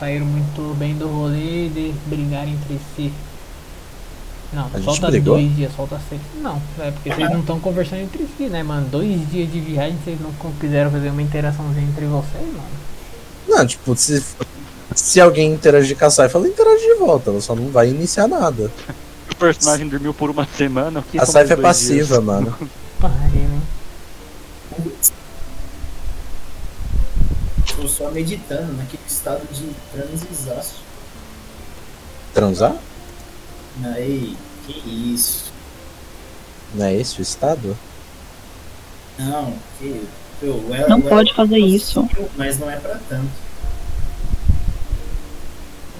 S1: saíram muito bem do rolê de brigar entre si. Não,
S2: gente
S1: solta
S2: brigou?
S1: dois dias, solta seis. Não, é porque vocês não estão conversando entre si, né, mano? Dois dias de viagem vocês não con- quiseram fazer uma interaçãozinha entre vocês, mano.
S2: Não, tipo, se, se alguém interagir com a Saifra, ela interage de volta. Ela só não vai iniciar nada.
S10: o personagem dormiu por uma semana, o que
S2: A
S10: são mais
S2: Saif é
S10: dois dias?
S2: passiva, mano.
S1: Pariu, hein?
S5: Tô só meditando naquele estado de transizaço.
S2: Transar?
S5: Aí, que isso.
S2: Não é esse o estado?
S5: Não, que. Eu, eu,
S3: Não
S5: eu-
S3: pode fazer isso.
S5: Mas não é pra tanto.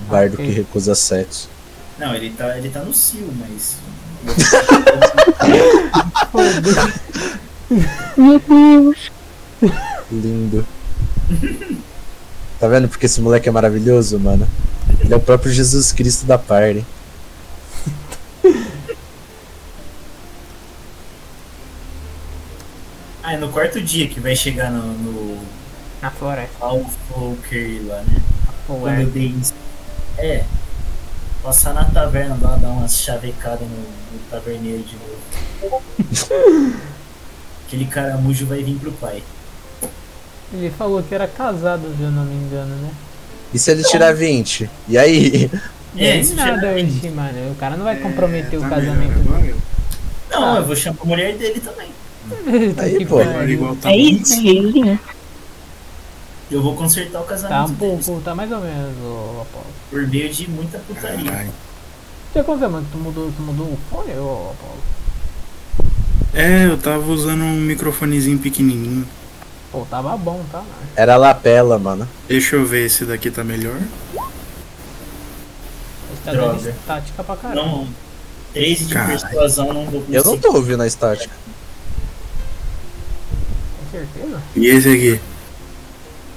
S2: Bardo
S1: Ok.
S2: que recusa sexo.
S5: Não, ele tá, ele tá no cio, mas.
S3: Meu Deus.
S2: Lindo. tá vendo porque esse moleque é maravilhoso, mano? Ele é o próprio Jesus Cristo da party.
S5: Ah, é no quarto dia que vai chegar no, no
S1: Na floresta.
S5: Alfoker lá, né?
S1: Ou
S5: Quando
S1: é.
S5: eu dei isso. É. Passar na taverna lá, dar umas chavecadas no, no taverneiro de [LAUGHS] novo. Aquele caramujo vai vir pro pai.
S1: Ele falou que era casado, se eu não me engano, né?
S2: E se ele tirar 20? E aí? [LAUGHS]
S5: É,
S1: Nem
S5: isso já-
S1: nada hoje, mano. O cara não vai
S7: É,
S1: comprometer o
S7: tá
S4: é
S1: casamento
S7: melhor
S1: dele. [LAUGHS]
S7: agora?
S5: Não, eu vou chamar a mulher dele também.
S2: Aí,
S1: Tá Que
S2: pô.
S1: pariu.
S7: Igual tá
S3: É isso, é reizinho.
S5: Eu vou consertar o
S1: Tá
S5: casamento
S1: um
S5: deles
S1: pouco, tá mais ou menos, ô Apolo.
S5: por meio de muita putaria.
S12: Caralho.
S1: O que aconteceu, mano? Tu mudou, tu mudou o fone, ô Apolo?
S12: É, eu tava usando um microfonezinho pequenininho.
S1: Pô, tava bom, tá, mano?
S2: Era a lapela, mano.
S12: Deixa eu ver se daqui tá melhor.
S1: Você tá
S5: Droga.
S1: dando estática pra caramba.
S5: Não, 13 de
S12: Caralho.
S5: persuasão não vou
S2: Eu não
S5: conseguir.
S2: tô ouvindo a estática.
S1: Com certeza?
S12: E esse aqui?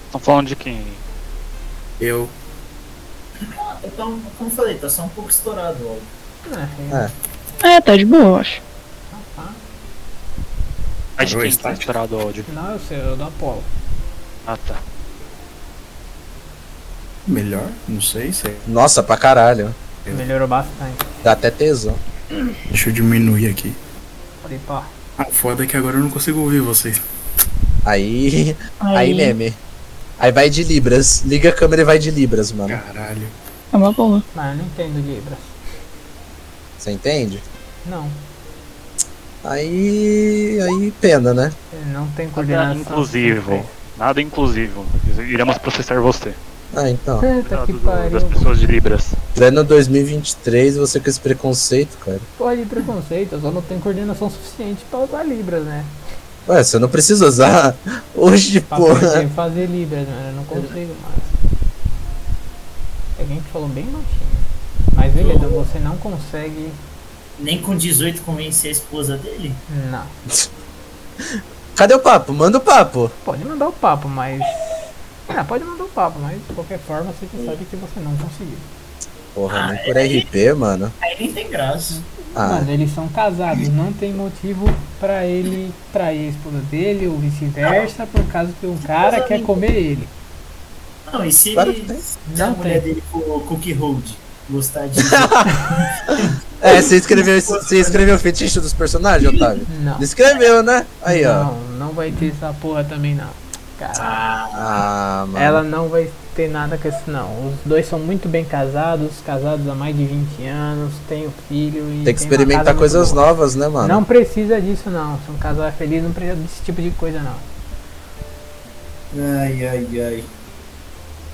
S10: Estão falando de quem?
S12: Eu.
S5: Então, como eu falei, tá só um pouco estourado ó.
S1: É,
S3: É, tá de boa, eu acho.
S10: Mas de
S12: Oi,
S10: quem que tá
S12: estática.
S10: estourado o áudio?
S1: Não, eu sei, eu dou Apolo.
S10: Ah tá.
S12: Melhor? Não sei, sei.
S2: Nossa, pra caralho.
S1: Melhorou bastante.
S2: Dá até tesão.
S12: Deixa eu diminuir aqui.
S1: Falei, pá.
S12: Ah, foda que agora eu não consigo ouvir vocês.
S2: Aí. [LAUGHS] Aí né? meme. Aí vai de Libras. Liga a câmera e vai de Libras, mano.
S12: Caralho.
S3: É uma boa.
S1: Mas eu não entendo Libras.
S2: Você entende?
S1: Não.
S2: Aí. Aí pena, né?
S1: Ele não tem
S10: Nada
S1: coordenação.
S10: Tá inclusivo. Nada inclusivo. Iremos processar você.
S2: Ah, então.
S1: Puta que
S10: Cuidado do- das
S1: pariu.
S10: pessoas de Libras.
S2: Pleno 2023, você com esse preconceito, cara.
S1: Porra de preconceito, eu só não tenho coordenação suficiente pra usar Libras, né?
S2: Ué, você não precisa usar [LAUGHS] hoje,
S1: Pra
S2: porra.
S1: poder fazer Libras, mano. Eu não consigo mais. Alguém que falou bem baixinho. Mas beleza, você não consegue.
S5: Nem com 18 convencer a esposa dele?
S1: Não.
S2: Cadê o papo? Manda o papo.
S1: Pode mandar o papo, mas. Ah, pode mandar o papo, mas de qualquer forma você já sabe que você não conseguiu.
S2: Porra, nem por RP, mano.
S5: Aí nem tem graça.
S2: Ah,
S1: Mano, eles são casados, não tem motivo pra ele trair a esposa dele ou vice-versa, por causa que um cara quer comer ele.
S5: Não, e se,
S2: Claro que
S5: ele,
S2: tem.
S5: se a
S1: Não tem.
S5: mulher dele for cookie hold? Gostar de.
S2: é, você escreveu, você escreveu o fetiche dos personagens, Otávio?
S1: Não.
S2: Não escreveu, né? Aí, ó.
S1: Não, não vai ter essa porra também não. Caralho.
S5: ah,
S2: Ah, mano.
S1: Ela não vai ter nada com isso não. Os dois são muito bem casados, casados há mais de 20 anos, tem um filho e.
S2: Tem que
S1: uma casa
S2: experimentar
S1: muito
S2: coisas
S1: boa.
S2: novas, né, mano?
S1: Não precisa disso não. Se um casal é feliz, não precisa desse tipo de coisa não.
S5: ai, ai, ai.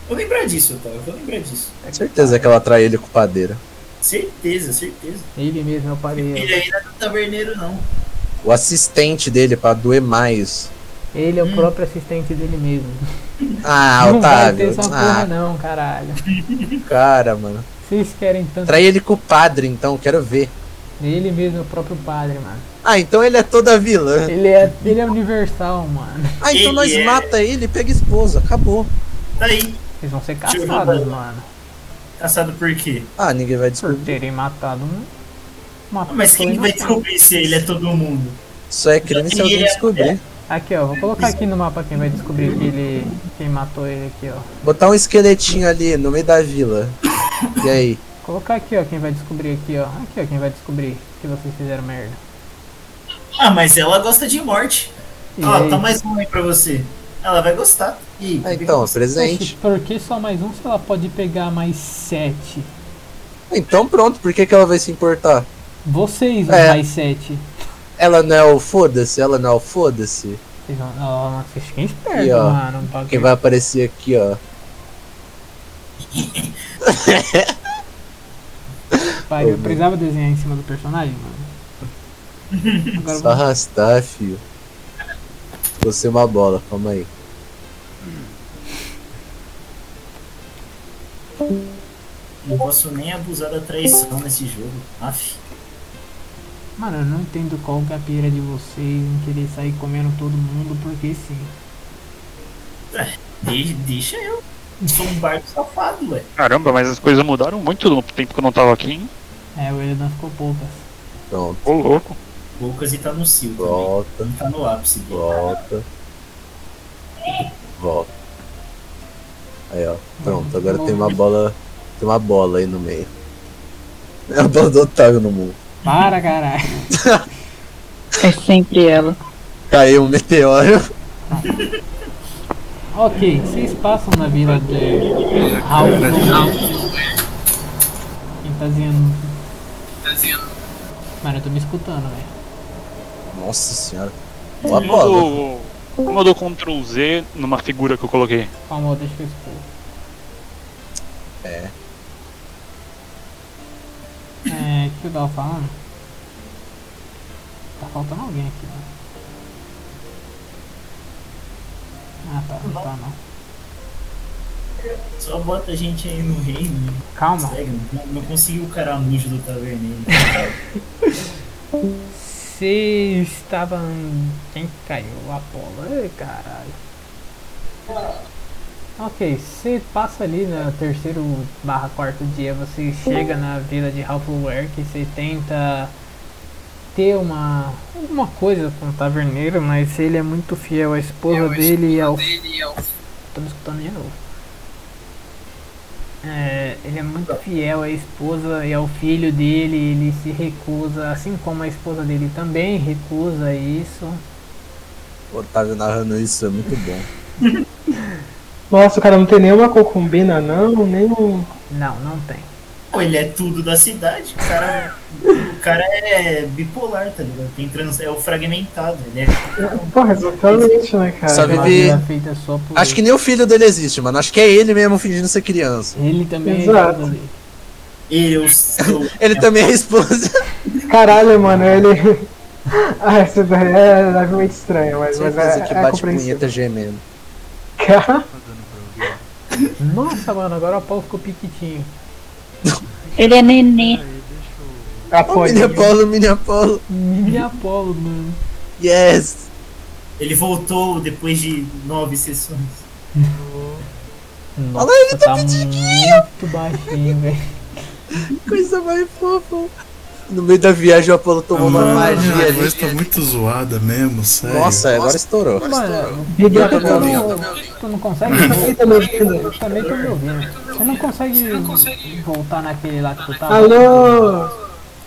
S5: Vou lembrar disso, Otávio. Vou lembrar disso.
S2: Com certeza que ela trai ele com padeira.
S5: Certeza, certeza.
S1: Ele mesmo, eu parei.
S5: Ele ainda não é taverneiro, não.
S2: O assistente dele pra doer mais.
S1: Ele é o próprio assistente dele mesmo.
S2: Ah,
S1: não
S2: Otávio.
S1: vai ter essa porra
S2: Ah,
S1: não, caralho.
S2: cara, mano.
S1: Vocês querem tanto
S2: Trai ele com o padre, então, quero ver.
S1: ele mesmo, é o próprio padre, mano.
S2: Ah, então ele é toda vilã.
S1: Ele é, ele é universal, mano.
S2: Ah, então
S5: Ele
S2: nós
S5: é.
S2: mata ele e pega esposa. Acabou.
S5: Tá aí.
S1: Eles vão ser
S5: Deixa eu
S1: caçados,
S5: jogar.
S1: mano.
S5: Caçado por quê?
S2: Ah, ninguém vai
S1: Por
S2: descobrir.
S1: terem matado um. Uma
S5: Ah, mas
S1: pessoa
S5: quem vai
S1: inocente.
S5: descobrir se ele é todo mundo?
S2: Só é crime se alguém descobrir.
S1: Aqui, ó. Vou colocar aqui no mapa quem vai descobrir que ele, quem matou ele aqui, ó.
S2: Botar um esqueletinho ali no meio da vila. E aí?
S1: Colocar aqui, ó, quem vai descobrir aqui, ó. Aqui, ó, quem vai descobrir que vocês fizeram merda.
S5: Ah, mas ela gosta de morte.
S1: E
S5: Ó,
S1: aí?
S5: tá mais um aí pra você. Ela vai gostar. E
S2: Ah, então,
S1: Oxe,
S2: presente.
S1: por que só mais um se ela pode pegar mais sete?
S2: Ah, Então pronto, por que, que ela vai se importar?
S1: Vocês, um
S2: É.
S1: mais 7.
S2: Ela não é o foda-se, ela não é o foda-se.
S1: Vocês vão- ó, vocês fiquem espertos,
S2: E, ó,
S1: mano. um bagulho.
S2: Quem vai aparecer aqui, ó.
S1: Pai, eu precisava desenhar em cima do personagem,
S2: [LAUGHS]
S1: mano. Agora
S2: Só arrastar, fio. Você é uma bola, calma aí.
S5: Não posso nem abusar da traição nesse jogo. Aff.
S1: Mano, eu não entendo qual que é a pira de vocês em querer sair comendo todo mundo, porque sim.
S5: De- deixa eu. Sou um barco safado, ué.
S10: Caramba, mas as coisas mudaram muito no tempo que eu não tava aqui, hein?
S1: É, o Elidan ficou poucas.
S2: Pronto,
S10: Ô louco.
S5: Lucas e tá no cio também.
S2: volta,
S5: Tá no ápice dele.
S2: volta. Volta. Aí, ó. Pronto, agora tem uma bola. Tem uma bola aí no meio. É a bola do Otávio no mundo.
S1: Para, caralho. [LAUGHS]
S3: É sempre ela.
S2: Caiu um meteoro.
S1: Ok, vocês passam na vila de Hawthorne. Quem tá dizendo? Mano, eu tô me escutando, velho.
S2: Nossa senhora. Ó a
S10: Uhum.
S2: bola.
S10: Como eu dou Ctrl Z numa figura que eu coloquei?
S1: Calma, deixa eu expor.
S2: É.
S1: É, o que eu tava falando? Tá faltando alguém aqui, né? Ah, tá, não tá não.
S5: Só bota a gente aí no reino. né?
S1: Calma.
S5: Segue, não, não conseguiu o caramujo do taverneiro.
S1: Você estava. Quem caiu? A bola. Ei, caralho. Ok, você passa ali no terceiro barra quarto dia, você chega na vila de Halfware que você tenta ter uma alguma coisa com o taverneiro, mas ele é muito fiel à esposa dele e ao. Tô me escutando de novo. É, ele é muito fiel à esposa e ao filho dele, ele se recusa, assim como a esposa dele também recusa isso.
S2: O Otávio narrando isso é muito bom.
S11: Nossa, o cara não tem nenhuma concumbina, não, nem um.
S1: Não, não tem.
S5: Pô, ele é tudo da cidade. O cara, o cara é bipolar, tá ligado? Tem trans, é o fragmentado. Ele é
S11: Porra, exatamente, né, cara?
S2: Só
S1: Uma
S2: vive-
S1: vila é feita só por
S2: Acho que nem o filho dele existe, mano. Acho que é ele mesmo fingindo ser criança.
S1: ele também é
S11: Exato.
S1: recusa dele.
S5: eu sou.
S2: Ele também é esposa.
S11: Caralho, mano, ele. [LAUGHS] ah, isso daí é levemente estranho, mas, mas
S2: Certeza
S11: é,
S2: que
S11: é
S2: bate
S11: compreensível.
S2: punheta gemendo.
S11: [LAUGHS]
S1: Nossa, mano, agora o pau ficou piquitinho.
S3: Ele é nenê.
S2: Ô,
S11: Apoio.
S2: mini Apolo, mini Apolo.
S1: Mini Apolo, mano.
S2: Yes!
S5: Ele voltou depois de nove sessões.
S1: Nossa, ele tá, muito baixinho, [LAUGHS] velho.
S2: Coisa mais fofa. No meio da viagem o Apolo tomou uma
S12: Mano,
S2: magia
S12: minha
S2: ali.
S12: voz tá muito zoada mesmo, sério.
S2: Nossa, é. agora estourou.
S1: Mano,
S11: Miguel,
S1: tu
S2: tô me
S1: não, tu não consegue?
S11: Ele tá me ouvindo?
S1: Eu também tô me ouvindo. Você não consegue voltar naquele lá que tu tava?
S11: Alô?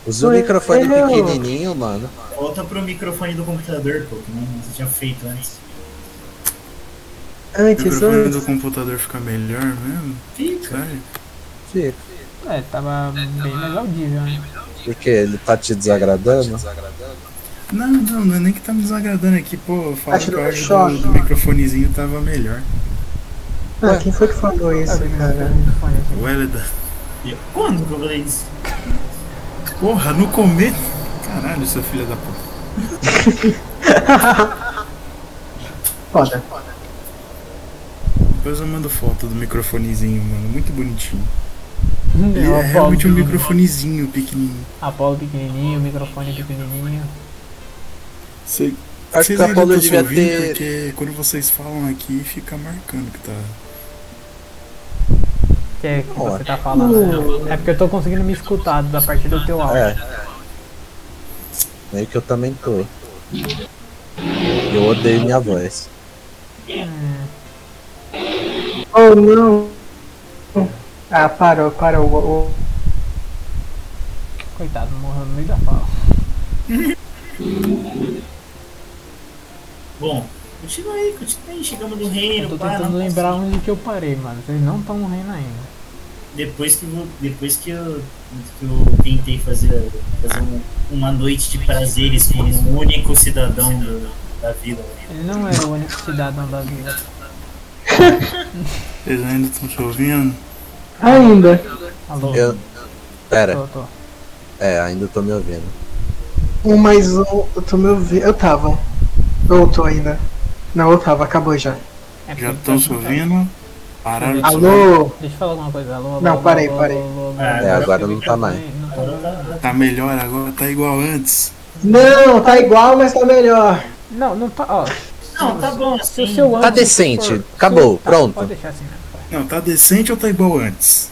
S2: Usa o microfone
S11: Eu-
S2: pequenininho, mano.
S5: Volta pro microfone do computador, pô, que nem você tinha feito antes.
S12: O
S11: Antes,
S12: microfone do
S11: antes.
S12: computador fica melhor mesmo,
S5: Fica.
S12: sério?
S2: Fica.
S1: É, tava bem mais audível, né?
S2: Porque ele tá te desagradando.
S12: Não, não, não é nem que tá me desagradando aqui, pô. Falaram
S11: Acho
S12: que a
S11: que
S12: áudio
S11: choque.
S12: do, do microfonezinho tava melhor.
S11: Ah, quem foi que falou isso, cara?
S12: O Elida.
S5: E eu, Quando que eu falei isso?
S12: Porra, no começo. Caralho, seu filho da puta.
S11: [LAUGHS] Foda.
S12: Depois eu mando foto do microfonezinho, mano. Muito bonitinho. Ele
S1: Não,
S12: é
S1: Apolo,
S12: realmente um microfonezinho pequenininho.
S1: Apolo pequenininho, microfone pequenininho.
S12: Cê- tá vocês
S2: Acho que o
S12: ainda
S2: Apolo
S12: tão se
S2: devia
S12: ouvindo,
S2: ter.
S12: Porque quando vocês falam aqui, fica marcando que tá.
S1: Que é que
S2: Ó.
S1: você tá falando. né? É porque eu tô conseguindo me escutar a partir do teu áudio.
S2: É. Meio que eu também tô. Eu odeio minha voz.
S1: Hum,
S11: Oh, não. Ah, parou, parou. O- o-
S1: Coitado, morreu no meio da fala.
S5: Bom, continua aí, continua aí. Chegamos no
S1: Eu
S5: reino,
S1: tô
S5: pá,
S1: tentando
S5: não
S1: lembrar
S5: consigo.
S1: onde que eu parei, mano. Vocês não estão morrendo ainda.
S5: depois que, vo- depois que, eu, que eu tentei fazer, fazer um- uma noite de prazeres com um único cidadão do- da vila.
S1: Ele não é o único cidadão da vila.
S4: Vocês ainda estão se ouvindo?
S11: Ainda.
S1: Alô?
S2: Eu... Pera,
S1: Tô, tô.
S2: é, ainda tô me ouvindo.
S11: Um mais um. Eu tô me ouvindo. Eu tava. Eu tô ainda. Não, eu tava, acabou já.
S1: É
S4: Já
S1: porque-
S4: estão se ouvindo? Pararam de se ouvir?
S11: Alô?
S1: Deixa eu falar alguma coisa. Alô, alô,
S11: Não,
S1: alô,
S11: parei,
S1: alô,
S11: parei.
S1: alô, alô, alô.
S5: Ah,
S2: É, agora não tá mais.
S1: Não tá
S5: Agora
S1: mais.
S5: tá-
S4: Tá melhor agora, tá igual antes.
S11: Não, tá igual, mas tá melhor.
S1: Não, não tá. Ó,
S5: Não, tá bom
S1: se o
S5: assim.
S1: seu ângulo
S2: Tá decente,
S1: for-
S2: acabou,
S1: Tá,
S2: pronto.
S1: Pode deixar assim mesmo.
S4: Não, tá decente ou tá igual antes?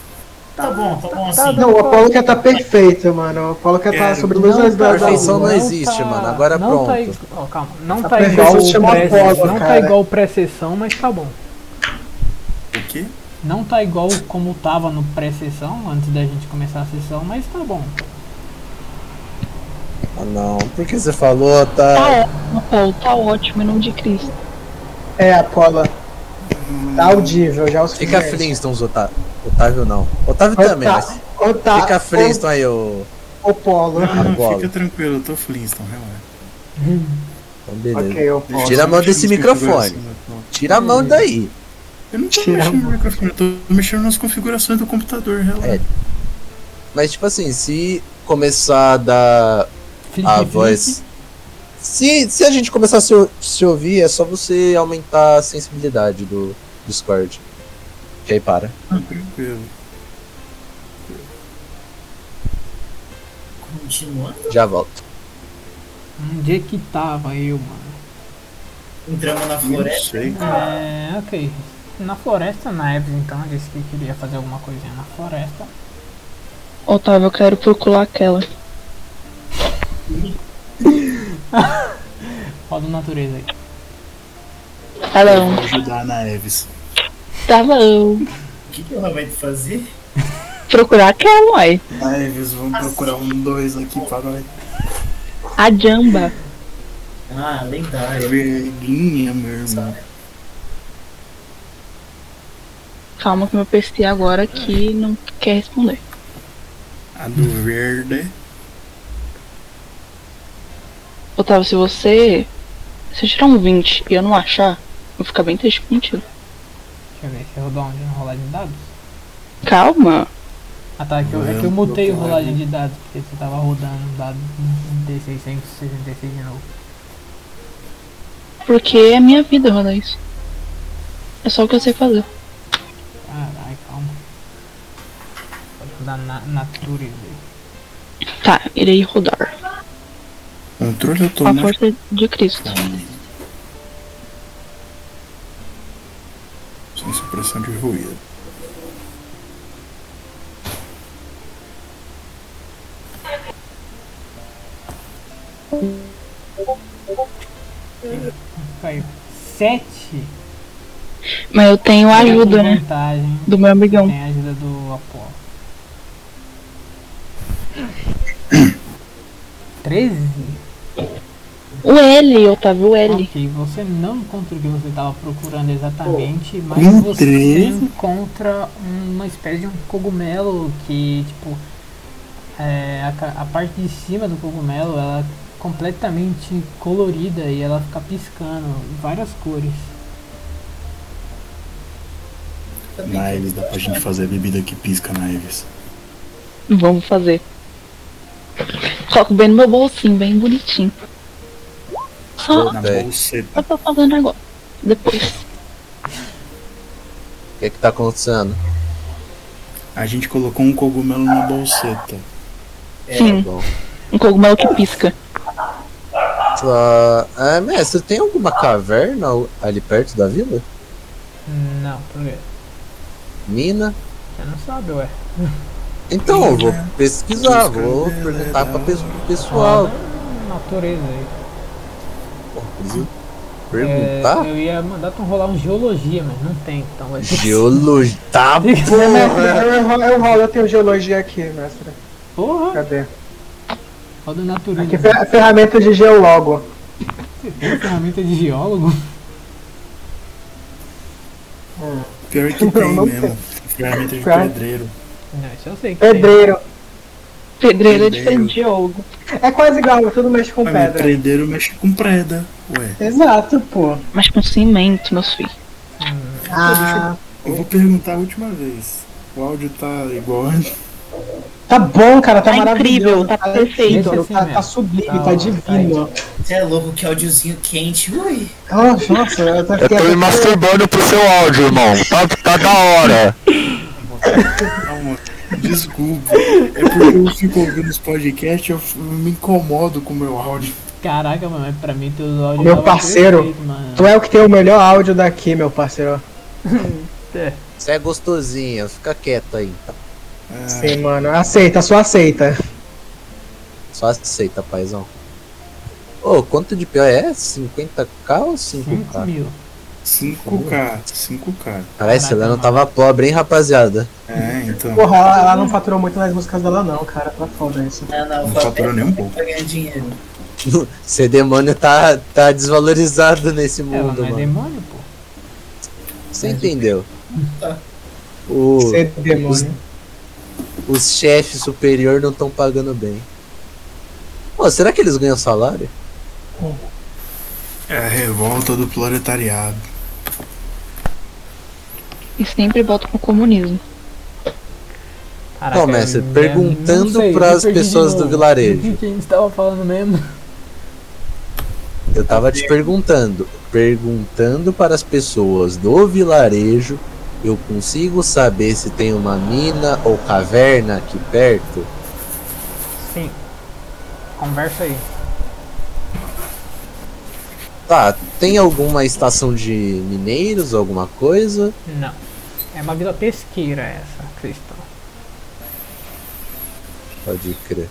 S5: Tá bom, tá bom
S1: tá
S5: assim.
S11: Não, o Apolo quer tá perfeito, mano. O Apolo quer tá
S4: Quero.
S11: sobre luz da, da, da
S2: É, perfeição
S11: lua.
S2: não existe, mano, agora
S1: não
S2: pronto.
S1: Tá, ig- ó, calma, não
S11: Essa
S1: tá igual
S11: perfeição se
S1: o
S11: chama
S1: pré
S11: Apolo,
S1: não tá
S11: cara.
S1: igual o pré-sessão, mas tá bom.
S4: O quê?
S1: Não tá igual como tava no pré-sessão, antes da gente começar a sessão, mas tá bom.
S2: Ah, não, porque você falou,
S3: Tá
S2: tá.
S3: ótimo, Paulo, tá ótimo, em nome de Cristo.
S11: É, Apolo. Tá
S4: Ah,
S11: audível, já os
S2: Fica Flintstones, Otávio. Otávio não. Otávio também, mas.
S11: Ota,
S2: Fica então. Ah, Flintstone aí, ô.
S11: O Polo.
S4: Não, não,
S2: Agora.
S4: fica tranquilo, eu tô Flintstone, relaxa.
S2: Então, beleza.
S11: Ok, o Polo.
S2: Tira a mão
S4: Nossa,
S2: desse
S4: eu não tinha
S2: microfone.
S4: configuração.
S2: Tira a mão daí.
S4: Eu não tô
S11: Tira a
S4: mexendo no microfone, eu tô mexendo nas configurações do computador, relaxa.
S2: É. Mas, tipo assim, se começar a dar
S1: Felipe,
S2: a
S1: Felipe,
S2: voz. Se, se a gente começar a se, ou- se ouvir, é só você aumentar a sensibilidade do Discord. Que aí para.
S4: Tranquilo.
S5: Continuando,
S2: Já volto.
S1: Onde é que tava eu, mano?
S5: entramos na
S4: Não
S5: floresta.
S4: sei.
S1: É, ok. Na floresta, na Eves, então, disse que queria fazer alguma coisinha na floresta.
S3: Otávio, eu quero procurar aquela.
S1: Roda natureza aí.
S3: Ela é um.
S4: Vou ajudar na Eves.
S3: Tava eu.
S5: O que, que ela vai fazer?
S3: Procurar aquela, uai.
S4: Na Eves, vamos procurar um dois aqui pra nós.
S3: A Jamba.
S5: Ah, lendário.
S4: Verguinha, meu irmão.
S3: Calma que meu PC agora aqui não quer responder.
S4: A do verde.
S3: Otávio, se você. Se eu tirar um 20 e eu não achar, eu vou ficar bem triste contigo.
S1: Deixa eu ver se rodou onde no rolar de dados.
S3: Calma.
S1: Ah tá, é que eu, é que eu mutei o rolagem de dados, porque você tava rodando um dado de 666 de novo.
S3: Porque é minha vida rodar isso. É só o que eu sei fazer.
S1: Caralho, calma. Pode rodar na natureza aí.
S3: Tá, irei rodar.
S4: Controle
S3: Com a
S4: automático.
S3: força de Cristo.
S4: Sem
S12: é
S4: supressão de ruído.
S1: Caiu. 7
S3: Mas eu tenho a ajuda, né?
S1: vantagem.
S3: Do meu amigão.
S1: Tem a ajuda do Apolo. [COUGHS] 13?
S3: O L, Otávio, o L.
S1: Ok, você não encontra o que você estava procurando exatamente, mas
S4: com
S1: você
S4: treze?
S1: encontra uma espécie de um cogumelo que, tipo, é, a, ca- a parte de cima do cogumelo ela é completamente colorida e ela fica piscando várias cores.
S4: Na Eves dá pra gente fazer a bebida que pisca na Eves.
S3: Vamos fazer. Coloco bem no meu bolsinho, bem bonitinho.
S11: Ah.
S3: Só
S4: Na
S2: Sei.
S4: bolseta.
S3: eu tô falando agora. Depois.
S2: O que, é que tá acontecendo?
S4: A gente colocou um cogumelo na bolseta.
S3: Sim,
S2: Bom.
S3: um cogumelo que pisca.
S2: Ah, é, mestre, tem alguma caverna ali perto da vila?
S1: Não, por quê?
S2: Mina?
S1: Você não sabe, ué.
S2: Então, eu vou pesquisar,
S4: Busca
S2: vou
S4: dela,
S2: perguntar pra
S4: dela.
S2: pes- pessoal.
S1: é Natureza aí.
S2: Pô, preciso
S1: É,
S2: Perguntar?
S1: eu ia mandar tu rolar um geologia, mas não tem, então vai ter que-
S2: Geologia. Tá,
S11: Não, mestre, é, eu, rolo, eu rolo, eu tenho geologia aqui, mestre.
S1: [LAUGHS] Porra!
S11: Cadê?
S1: Roda natureza.
S11: Aqui, é- fer- ferramenta de geologo.
S1: Tem ferramenta de geólogo?
S4: Pior que tem
S11: não
S4: mesmo. Ferramenta de
S11: Cara.
S4: pedreiro.
S1: Não, isso eu sei
S2: É
S1: que tem.
S11: Pedreiro.
S3: Pedreiro é
S12: Pedreiro.
S3: diferente de algo.
S11: É quase igual, tudo mexe com
S2: Tá
S12: Ah, meu
S11: pedra.
S12: predeiro mexe com preda. Ué,
S11: Exato, pô.
S3: Mas com cimento, meus filhos.
S11: Ah,
S12: eu vou perguntar a última vez. O áudio tá igual.
S11: tá bom, cara, tá,
S3: Tá
S11: maravilhoso.
S3: incrível, tá perfeito.
S11: incrível,
S1: Esse
S11: Tá,
S1: assim
S11: tá
S1: mesmo.
S11: sublime,
S1: Tá
S11: tá,
S1: ótimo, tá
S11: divino.
S5: Você é louco, que áudiozinho quente. Ui.
S11: Nossa, nossa, eu até
S13: Eu tô me masturbando pro seu áudio, irmão. Tá, tá da hora.
S12: Calma, desculpa. É porque eu fico ouvindo os podcasts, eu f- me incomodo com o meu áudio.
S1: Caraca, mano, mas pra mim teus áudios.
S11: Meu
S1: tava
S11: parceiro.
S1: perfeito, mano.
S11: Tu é o que tem o melhor áudio daqui, meu parceiro.
S2: Você é gostosinha, fica quieto aí.
S12: É,
S11: Sim, mano. Aceita, só aceita.
S2: Só aceita, paizão. Ô, quanto de pior é? 50k ou
S1: 5
S2: 5k?
S1: mil.
S12: 5K, 5K.
S2: Caralho,
S1: Caraca,
S2: Selena
S1: mano.
S2: tava pobre, hein, rapaziada?
S12: É, então.
S11: Porra, ela, ela não faturou muito nas músicas dela, não, cara. Tá foda isso.
S5: Não, não,
S12: Não
S5: vou
S12: faturou nem um pouco.
S5: pra ganhar dinheiro.
S2: Ser demônio tá, tá desvalorizado nesse
S1: Ela
S2: mundo,
S1: não é
S2: mano.
S1: demônio, pô.
S2: Você entendeu?
S5: Tá.
S2: O,
S11: Ser é demônio.
S2: os chefes superior não estão pagando bem. Pô, será que eles ganham salário?
S12: É a revolta do proletariado.
S3: E sempre botam com o comunismo.
S1: Caraca,
S2: Não, mestre,
S1: eu já
S2: perguntando
S1: não sei, eu
S2: pras
S1: perdi de
S2: pessoas
S1: novo.
S2: do vilarejo.
S1: O que a gente tava falando mesmo?
S2: Eu tava te perguntando. Perguntando para as pessoas do vilarejo, eu consigo saber se tem uma mina ou caverna aqui perto?
S1: Sim. Conversa aí.
S2: Tá, tem alguma estação de mineiros, alguma coisa?
S1: Não. É uma vila pesqueira essa, Cristão.
S2: Pode crer.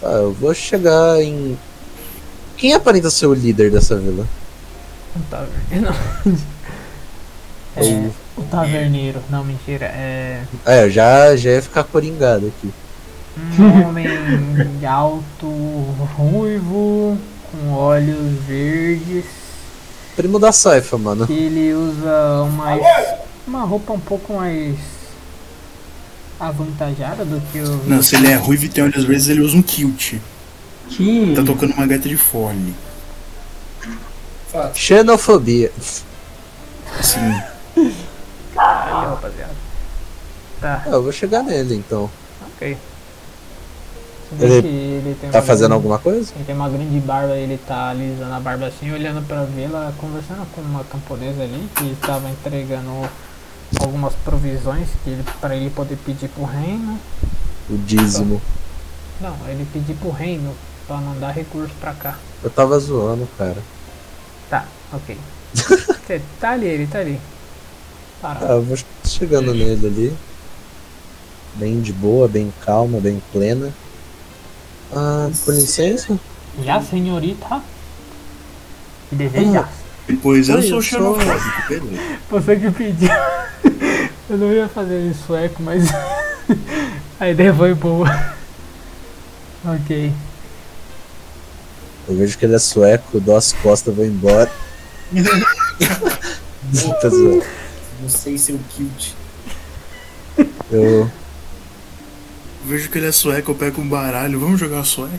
S2: Tá, eu vou chegar em. Quem aparenta ser o líder dessa vila?
S1: Um taverneiro. Não. É, o taverneiro. Não, mentira. É
S2: É, eu já, já ia ficar coringado aqui.
S1: um
S2: [LAUGHS]
S1: homem alto, ruivo, com olhos verdes.
S2: Primo da Saifa, mano.
S1: que ele usa uma, uma roupa um pouco mais avantajada do que o.
S2: Hum.
S12: Não, se ele é ruivo e tem olhos verdes, ele usa um kilt.
S1: Que.
S12: Tá tocando uma gaita de forne.
S2: Xenofobia.
S12: Assim,
S1: Aí, rapaziada. Tá,
S2: Ah, eu vou chegar nele então.
S1: ok. Se bem
S2: Ele
S1: que ele tem
S2: Tá
S1: uma
S2: fazendo
S1: grande-
S2: alguma coisa?
S1: Ele tem uma grande barba, ele tá alisando a barba assim, olhando pra vila, conversando com uma camponesa ali que tava entregando algumas provisões que ele, pra ele poder pedir pro reino.
S2: O dízimo.
S1: Não, ele pedir pro reino pra mandar recursos pra cá.
S2: Eu tava zoando, cara.
S1: Tá,
S2: [LAUGHS]
S1: ok. Cê tá ali, ele tá ali. Parado.
S2: Ah, eu vou chegando nele ali. Bem de boa, bem calma, bem plena. Ah, com licença?
S1: Já, senhorita? Que deseja?
S12: depois eu
S2: Oi,
S12: sou
S2: eu sou-
S12: xenofóbico, beleza.
S1: Você que pediu. [LAUGHS] Eu não ia fazer isso sueco, mas. [LAUGHS] A ideia foi boa. Ok.
S2: Eu vejo que ele é sueco, dou as costas, vou embora. tá zoando.
S5: Não sei se é o Kilt.
S2: Eu.
S12: Vejo que ele é sueco, eu pego um baralho, vamos jogar sueco?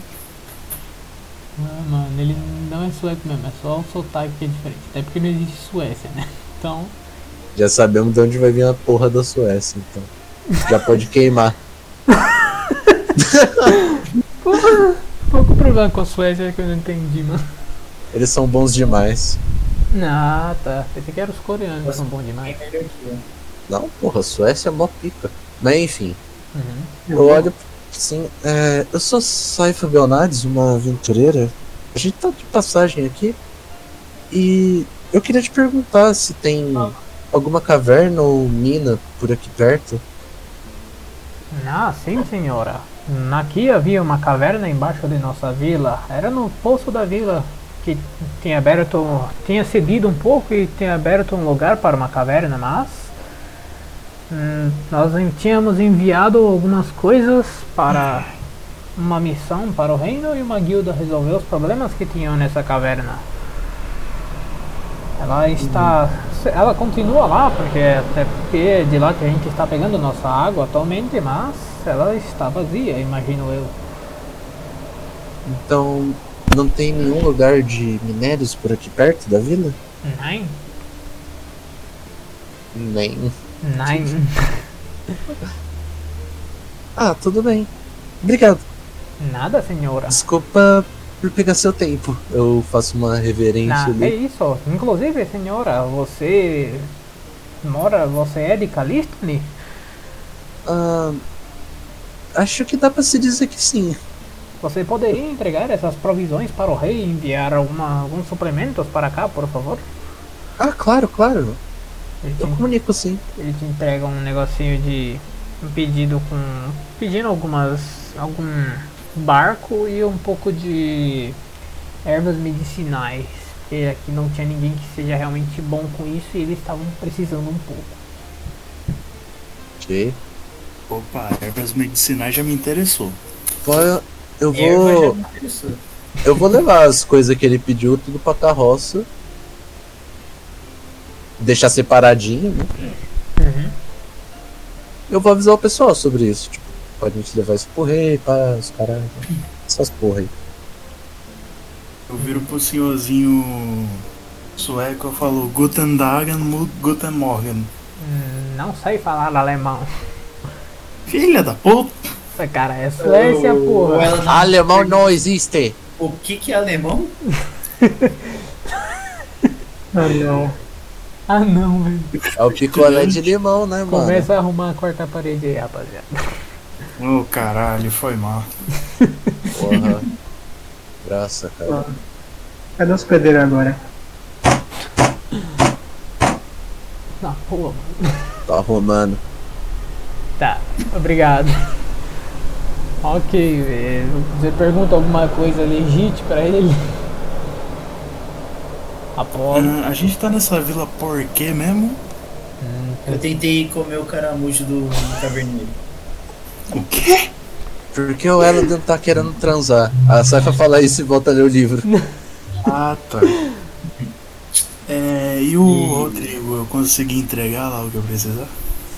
S1: Ah, mano, ele não é sueco mesmo, é só o sotaque que é diferente. Até porque não existe Suécia, né? Então.
S2: Já sabemos de onde vai vir a porra da Suécia, então. Já pode queimar.
S1: Qual que é o problema com a Suécia que eu não entendi, mano?
S2: Eles são bons demais.
S1: Ah, tá. Pensei que eram os coreanos que são bons
S5: É
S1: demais.
S5: melhor que eu.
S2: Não, porra, a Suécia é mó pica. Mas enfim,
S1: Uhum.
S2: eu olho. Sim, é, eu sou Saifa Belnades, uma aventureira. A gente tá de passagem aqui. E eu queria te perguntar se tem alguma caverna ou mina por aqui perto.
S1: Ah, sim, senhora. Hum, Aqui havia uma caverna embaixo de nossa vila. Era no poço da vila que tinha aberto, tinha cedido um pouco e tinha aberto um lugar para uma caverna, mas hum, nós en- tínhamos enviado algumas coisas para uma missão para o reino e uma guilda resolveu os problemas que tinham nessa caverna. Ela está. Ela continua lá, porque até porque é de lá que a gente está pegando nossa água atualmente, mas ela está vazia, imagino eu.
S2: Então, não tem nenhum lugar de minérios por aqui perto da vila?
S1: Nein.
S2: Nem.
S1: Nein.
S2: Ah, tudo bem. Obrigado.
S1: Nada, senhora.
S2: Desculpa por pegar seu tempo. Eu faço uma reverência
S1: Na, é
S2: ali.
S1: isso. Inclusive, senhora, você mora, você é de Calistone?
S2: Ah, acho que dá pra se dizer que sim.
S1: Você poderia entregar essas provisões para o rei e enviar alguma, alguns suplementos para cá, por favor?
S2: Ah, claro, claro.
S1: Ele te,
S2: Eu comunico sim.
S1: ele te entrega um negocinho de um pedido com pedindo algumas algum barco e um pouco de ervas medicinais. E aqui não tinha ninguém que seja realmente bom com isso e eles estavam precisando um pouco.
S2: Ok.
S4: Opa, ervas medicinais já me interessou.
S2: Então, eu
S5: Erva já
S2: vou.
S5: me interessou.
S2: Eu vou levar as coisas que ele pediu tudo pra carroça. Deixar separadinho, né? Eu vou avisar o pessoal sobre isso. Tipo, pode a gente levar isso pro rei, pá, os caras. Essas porra aí.
S4: Eu viro pro senhorzinho sueco e falo Guten Dagen, Mu- Guten Morgen.
S1: Hum, Não sei falar alemão.
S4: Filha da puta!
S1: Essa Cara, é Suécia,
S5: Ou- ou
S1: porra.
S5: ela não-
S2: Alemão não existe!
S5: O que que é alemão?
S11: Ah, não.
S1: Ah não, velho.
S2: É o picolé de limão, né, mano?
S1: Começa a arrumar a quarta parede aí, rapaziada.
S4: Ô caralho, foi mal.
S2: Porra. Graça, cara.
S11: Cadê os pedreiros agora?
S1: Na porra, mano.
S2: Tá arrumando.
S1: Tá, obrigado. Ok, eh, você pergunta alguma coisa legítima pra ele? [LAUGHS] Apolo.
S4: Ah, a gente tá nessa vila por quê mesmo?
S5: Eu tentei comer o caramujo do, do caverneiro.
S4: O quê?
S2: Porque o Eladan tá querendo transar. Ah, A Saifa fala isso e volta a ler o livro.
S4: Ah, tá. É, e o Rodrigo, eu consegui entregar lá o que eu precisava?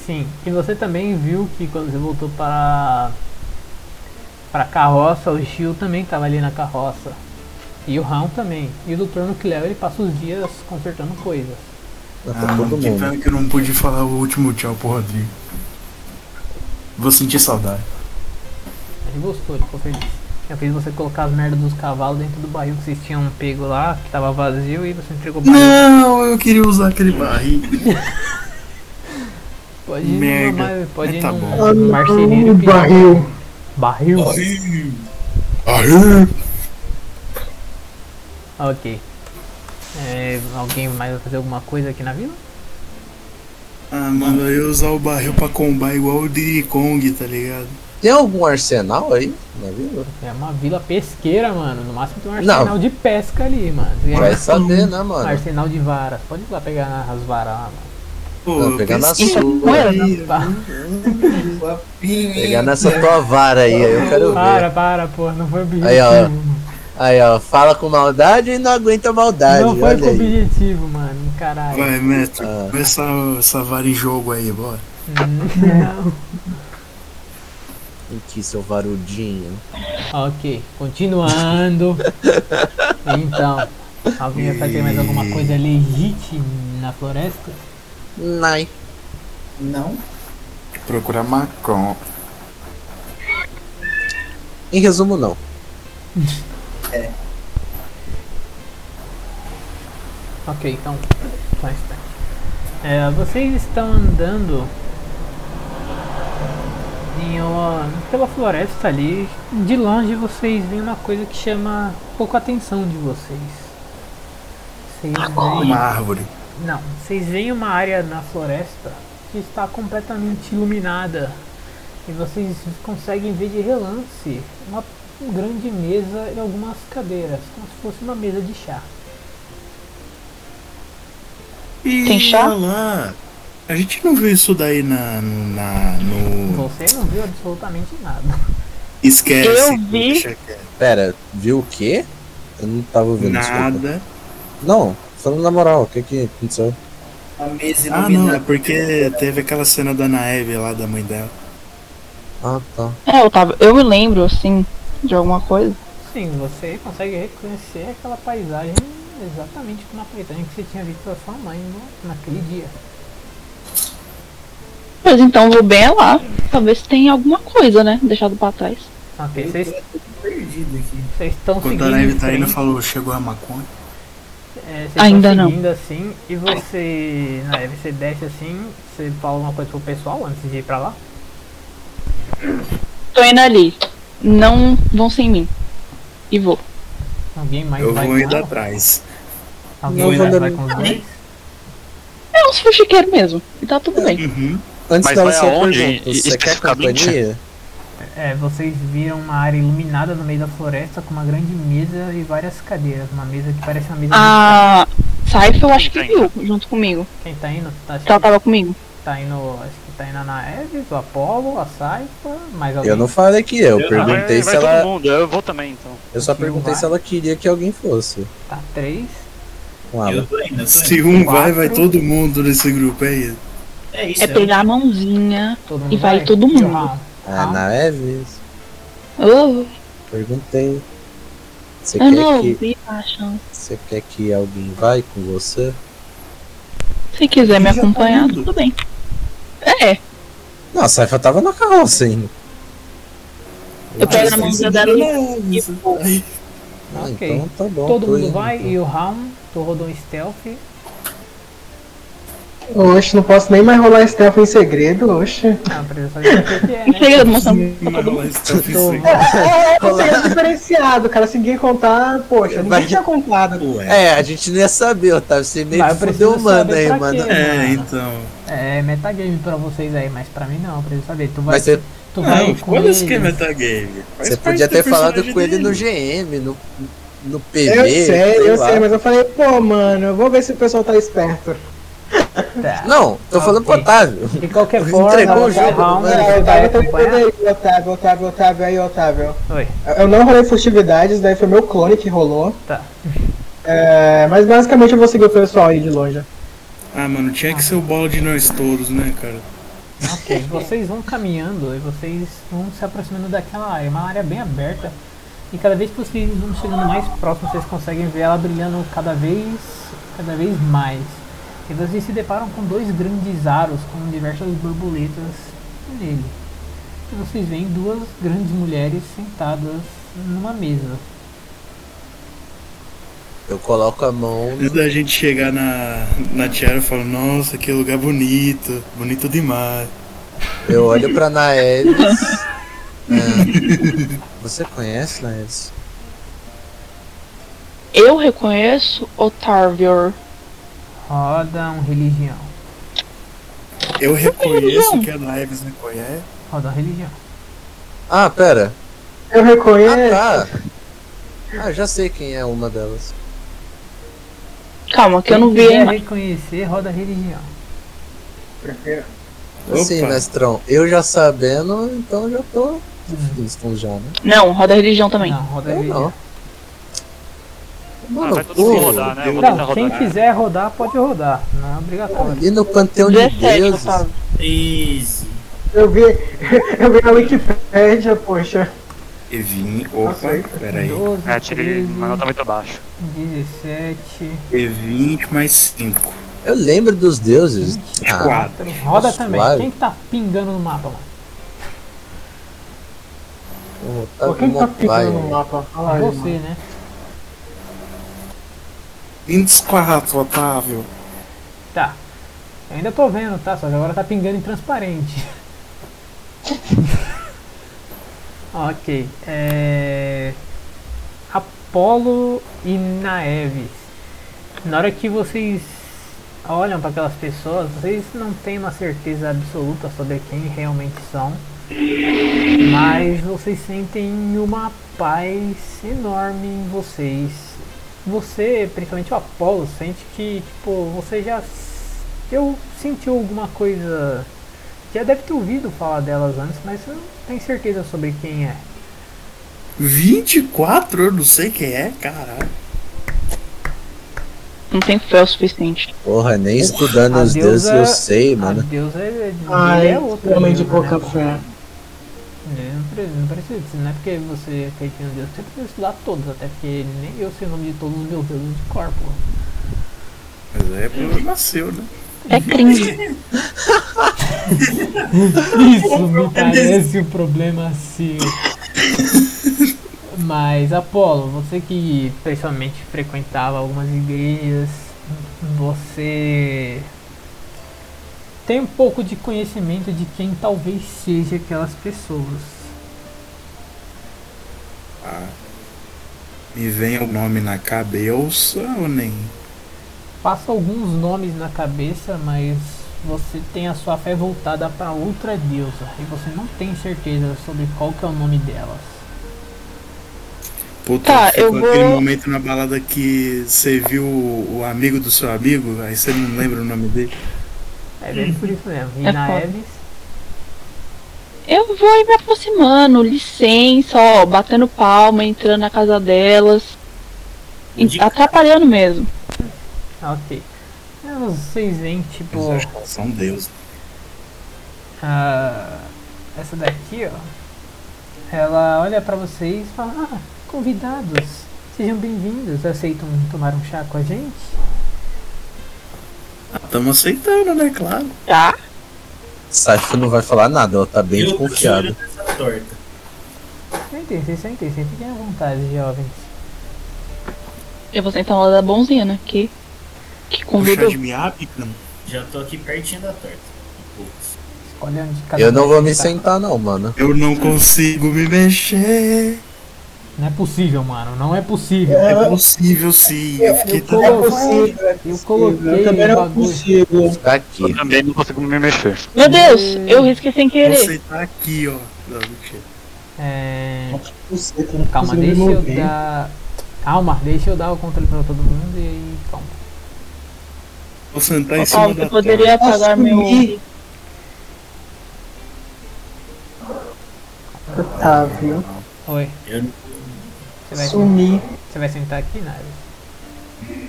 S1: Sim, e você também viu que quando você voltou para para carroça, o Gil também tava ali na carroça. E o Raon também. E o Dr. Nucleo, ele passa os dias consertando coisas.
S2: Tá todo
S4: Ah, que
S2: mundo.
S4: pena que eu não pude falar o último tchau pro Rodrigo. Vou sentir saudade.
S1: Ele gostou, ele ficou feliz. Eu fiz você colocar as merdas dos cavalos dentro do barril que vocês tinham pego lá, que tava vazio, e você entregou o barril.
S4: Não, eu queria usar aquele barril.
S1: Pode ir
S4: Merda.
S1: numa, mais- pode ir
S4: Tá
S1: num
S4: bom.
S1: num marceneiro que-
S11: barril.
S1: barril.
S14: Aê!
S1: Ok. É, alguém mais vai fazer alguma coisa aqui na vila?
S4: Ah, mano, eu ia usar o barril pra combar igual o Diddy Kong, tá ligado?
S2: Tem algum arsenal aí na vila?
S1: É uma vila pesqueira, mano. No máximo tem um
S2: Não.
S1: arsenal de pesca ali, mano. E
S2: Vai
S1: aí,
S2: saber, né,
S1: um
S2: mano?
S1: arsenal de varas. Pode ir lá pegar as varas lá, mano.
S4: Pô, né?
S2: Não, pegar na né?
S4: pesquei-
S2: Tá sua. Pegar nessa tua vara aí, aí eu quero ver.
S1: Para, para, porra. Não foi objetivo.
S2: Aí, ó,
S1: mano.
S2: Aí, ó, fala com maldade e não aguenta maldade.
S1: não foi
S2: olha
S1: com
S2: aí.
S1: objetivo, mano. Caralho.
S4: Vai, mestre,
S2: Ah.
S4: começa essa vara em jogo aí, bora.
S1: [LAUGHS] Não.
S2: Aqui, seu varudinho.
S1: ok. Continuando. então. Alguém vai fazer mais alguma coisa legítima na floresta?
S2: Nai.
S5: Não?
S14: Procura Macron.
S2: Em resumo, não.
S1: Ok, então. só um instante. É, vocês estão andando em uma- pela floresta ali. De longe vocês veem uma coisa que chama pouco a atenção de vocês. Vocês veem,
S4: Uma árvore.
S1: não, vocês veem uma área na floresta que está completamente iluminada. E vocês conseguem ver de relance uma grande mesa e algumas cadeiras, como se fosse uma mesa de chá.
S4: E
S3: Tem chá?
S4: olha lá. A gente não viu isso daí na. na no.
S1: Você não viu absolutamente nada.
S4: Esquece.
S3: Eu vi.
S4: deixa quieto.
S2: Pera, viu o quê? Eu não tava ouvindo, desculpa.
S4: Nada.
S2: Não, Falando na moral, o que que aconteceu?
S5: A mesa
S7: Ah, não, é porque teve aquela cena da Naeve lá, da mãe dela.
S2: Ah, tá.
S3: É, Otávio, eu me lembro, assim, de alguma coisa.
S1: Sim, você consegue reconhecer aquela paisagem exatamente como a paisagem que você tinha visto da sua mãe no- naquele dia.
S3: Mas então vou bem lá. Talvez tenha alguma coisa, né? Deixado pra trás.
S1: Ok, vocês.
S5: perdido aqui.
S1: Vocês estão
S7: Quando
S1: seguindo.
S7: a Naeve
S1: em
S7: tá indo,
S1: frente.
S7: falou, chegou a maconha.
S1: É, vocês
S3: Ainda
S1: vão
S3: não.
S1: seguindo assim e você. Na Eve, você desce assim, você fala alguma coisa pro pessoal antes de ir pra lá?
S3: Tô indo ali. Não vão sem mim. E vou.
S1: Alguém mais
S7: Eu
S1: vai
S7: vou
S1: com
S7: indo
S1: ela?
S7: atrás.
S1: Alguém
S2: Não
S1: mais
S2: vou
S1: vai,
S2: dar nem-
S1: com os dois?
S3: É uns fuxiqueiros mesmo. E tá tudo bem.
S7: Uhum.
S2: Antes
S10: Mas
S2: dela
S10: vai
S2: ser a
S10: aonde,
S2: pergunta, você quer
S10: especificamente?
S2: companhia?
S1: É, vocês viram uma área iluminada no meio da floresta com uma grande mesa e várias cadeiras. Uma mesa que parece uma mesa
S3: A Saifa eu acho que
S10: Quem tá
S3: viu junto comigo.
S1: de. Quem tá indo? Tá, acho
S3: Que ela
S1: que
S3: tava comigo.
S1: tá indo. Acho que tá indo a Naeves, o Apollo, a Saifa, mais alguém.
S2: Eu não falei que eu,
S15: Eu-
S2: perguntei
S10: Ah, vai, vai
S2: se
S10: todo
S2: ela.
S10: mundo, eu vou também então.
S2: Eu só
S1: Todo mundo
S2: perguntei
S1: vai.
S2: se ela queria que alguém fosse
S1: Tá, três.
S2: com ela.
S5: Eu tô indo, eu tô indo.
S7: Se um vai,
S1: Quatro.
S7: vai todo mundo nesse grupo, é isso.
S5: É isso.
S3: É
S5: eu-
S3: pegar a mãozinha.
S1: Todo mundo
S3: E vai todo
S1: E o
S3: mundo.
S1: Raul?
S2: Ah,
S1: Raul?
S2: na Eves,
S3: Oh,
S2: perguntei. Você
S3: eu
S2: quer
S3: não
S2: que.
S3: vi a chance.
S2: Você quer que alguém vai com você?
S3: Se quiser me
S7: Ele já tá
S3: acompanhar,
S7: indo.
S3: tudo bem. É,
S2: Não, a Saifa tava na carroça ainda.
S3: eu pego na mãozinha dela e e vou.
S2: Ah,
S1: Ok.
S2: então tá bom.
S1: Todo
S2: tô
S1: mundo
S2: indo,
S1: vai
S2: então.
S1: e o Raum, tu rodou um stealth.
S11: Oxe, não posso nem mais rolar stealth em segredo, oxe.
S1: Ah, precisa saber o que que é,
S3: Não
S1: né?
S3: chega, mostrando.
S7: tá Mas
S11: É, é um segredo diferenciado, cara. Se ninguém contar, poxa,
S2: Vai-
S11: ninguém tá tinha contado.
S7: Ué.
S2: É, a gente não ia saber, Otávio. Você meio
S1: Mas
S2: que
S1: eu preciso
S2: fudeu o mano
S1: saber
S2: aí,
S1: pra
S2: mano.
S1: quê?
S7: É, então.
S1: É metagame pra vocês aí, mas pra mim não, eu preciso saber. Tu vai,
S2: Mas é- você,
S1: tu vai
S7: Não,
S1: com
S7: foda-se que é
S1: eles.
S7: metagame. Faz
S2: você
S7: parte
S2: podia
S7: do
S2: ter falado
S7: personagem
S2: com ele no
S7: dele.
S2: GM, no, no PV.
S11: Eu sei, eu
S2: lá.
S11: sei, mas eu falei, pô, mano, eu vou ver se o pessoal tá esperto.
S1: Tá.
S2: Não, tô
S1: Ah,
S2: falando pro
S1: ok.
S2: Otávio.
S1: De qualquer
S2: Entregou
S1: forma,
S2: o
S1: o
S2: jogo,
S1: Raul
S2: mano.
S1: você vai
S11: Otávio, também
S1: acompanhar.
S11: aí, Otávio, Otávio, Otávio, aí, Otávio.
S1: Oi,
S11: Eu- Eu não rolei furtividades, daí foi meu clone que rolou.
S1: tá.
S11: É, mas basicamente eu vou seguir o pessoal aí de longe.
S7: Ah, mano, tinha que ser o bola de nós todos, né, cara?
S1: Ok, vocês vão caminhando e vocês vão se aproximando daquela área, É uma área bem aberta. E cada vez que vocês vão chegando mais próximo, vocês conseguem ver ela brilhando cada vez, cada vez mais. E vocês se deparam com dois grandes aros com diversas borboletas nele. E vocês veem duas grandes mulheres sentadas numa mesa.
S2: Eu coloco a mão.
S7: Antes da gente chegar na, na tiara, eu falo, nossa, que lugar bonito, bonito demais.
S2: Eu olho
S1: [LAUGHS]
S2: pra Naeves. Ah, você conhece, Naeves?
S3: Eu reconheço Otávio.
S1: Roda um religião.
S7: Eu reconheço
S3: João.
S7: que é a Naeves me conhece.
S1: Roda um religião.
S2: Ah, pera.
S11: Eu
S1: É.
S11: reconheço.
S2: Ah, tá. Ah, já sei quem é uma delas.
S3: Calma, que eu não vi a
S1: Quem quiser
S3: imagem.
S1: reconhecer, roda religião.
S2: Assim,
S7: Opa.
S2: mestrão, eu já sabendo, então já tô. Estão já, né?
S3: Não, roda religião também.
S1: Não, roda
S2: Eu
S1: religião.
S2: não.
S10: Ah,
S2: Mano,
S10: vai todo mundo
S2: pô,
S10: rodar, né? Eu vou tentar
S1: Não, quem
S10: rodar.
S1: quiser rodar, pode rodar. Não é
S10: né?
S1: obrigatório.
S2: ali no panteão um de
S3: 17,
S2: deuses.
S3: Otávio.
S5: Easy.
S11: Eu vi, [LAUGHS] eu vi na Wikipédia, poxa.
S7: E vim, opa, peraí.
S1: 12,
S10: É, tirei,
S1: 13,
S10: mas ela tá muito abaixo.
S1: 17,
S7: E 20 mais 5.
S2: Eu lembro dos deuses. Ah,
S7: 4.
S1: roda
S2: suave.
S1: também. Quem que tá pingando no mapa, mano?
S2: o
S11: Pô,
S2: Otávio
S11: quem tá
S2: Montoya.
S11: pintando no mapa? Fala aí, mano.
S1: Você, né?
S7: 24, Otávio.
S1: Tá. Eu ainda tô vendo, tá? Só que agora tá pingando em transparente. [LAUGHS] ok. É... Apolo e Naeves. Na hora que vocês olham para aquelas pessoas, vocês não têm uma certeza absoluta sobre quem realmente são. Mas vocês sentem uma paz enorme em vocês você, principalmente o Apollo, sente que, tipo, você já s- eu sentiu alguma coisa. Já deve ter ouvido falar delas antes, mas você não tem certeza sobre quem é.
S7: 24? Eu não sei quem é, caralho.
S3: Não tem fé o suficiente.
S2: Porra, nem estudando
S1: a
S2: os deuses
S1: deusa-
S2: eu sei, mano.
S1: Deus é,
S11: Ah,
S1: ele
S11: é
S1: é outro.
S11: homem de
S1: Deus,
S11: pouca
S1: né?
S11: fé.
S1: Ele não precisa, não precisa disso, não é porque você acredita em Deus, você precisa estudar todos, até porque nem eu sei o nome de todos os meus deuses de corpo.
S4: Mas é porque ele nasceu, né?
S2: Uhum.
S3: É cringe.
S1: Isso me parece um problema seu. Mas, Apolo, você que pessoalmente frequentava algumas igrejas, você tem um pouco de conhecimento de quem talvez seja aquelas pessoas.
S4: Ah, me vem o nome na cabeça ou nem?
S1: Passa alguns nomes na cabeça, mas você tem a sua fé voltada para outra deusa e você não tem certeza sobre qual que é o nome delas.
S4: Puta,
S3: Tá,
S4: ficou
S3: eu vou-
S4: aquele momento na balada que você viu o o amigo do seu amigo, aí você não lembra o nome dele.
S1: É bem por isso mesmo. E
S3: É
S1: na
S3: foda.
S1: Eves,
S3: Eu vou ir me aproximando, licença, ó, batendo palma, entrando na casa delas. E
S1: Então,
S3: Atrapalhando mesmo.
S1: Ah, ok. Ah, Vocês veem, tipo.
S4: Mas eu acho que elas são deuses.
S1: ah, essa daqui, ó. Ela olha pra vocês e fala: Ah, convidados, sejam bem-vindos. Aceitam tomar um chá com a gente?
S4: Estamos aceitando, né? Claro.
S3: Tá?
S2: Saifa não vai falar nada, ela tá bem
S5: Eu tô de olho
S2: desconfiada.
S5: nessa torta.
S1: Sentem, vocês sentem, sentem, fiquem à vontade, jovens.
S3: Eu vou sentar lá da bonzinha, né? Que, que
S4: Puxar
S3: convidou.
S4: de miape, cara.
S5: Já tô aqui pertinho da torta. Um pouco.
S1: Escolhe onde cada
S2: Eu não
S1: um
S2: vou
S1: vai
S2: me sentar não, mano.
S4: Eu não consigo me mexer.
S1: Não é possível, mano, não é possível.
S4: É possível sim.
S3: É
S4: Eu fiquei
S1: Eu
S11: É
S4: tão
S1: coloquei, é eu coloquei
S11: também
S1: o
S11: não
S1: bagulho.
S11: consigo.
S2: Tá aqui.
S10: Eu também não consigo me mexer.
S3: Meu Deus, eu risquei sem querer.
S4: Você tá aqui, ó. Não, mentira.
S1: É...
S11: Você que não
S1: Calma,
S11: consegue me
S1: deixa eu
S11: mover.
S1: dar. Calma, deixa eu dar o controle pra todo mundo e aí, calma.
S4: Vou sentar tá em cima
S3: Ó, você
S4: da
S3: poderia
S11: Posso
S3: apagar meu.
S11: ir? Otávio,
S1: Oi.
S5: Eu não-
S1: Tá, Você vai,
S11: sumi.
S1: você vai sentar aqui, Nari?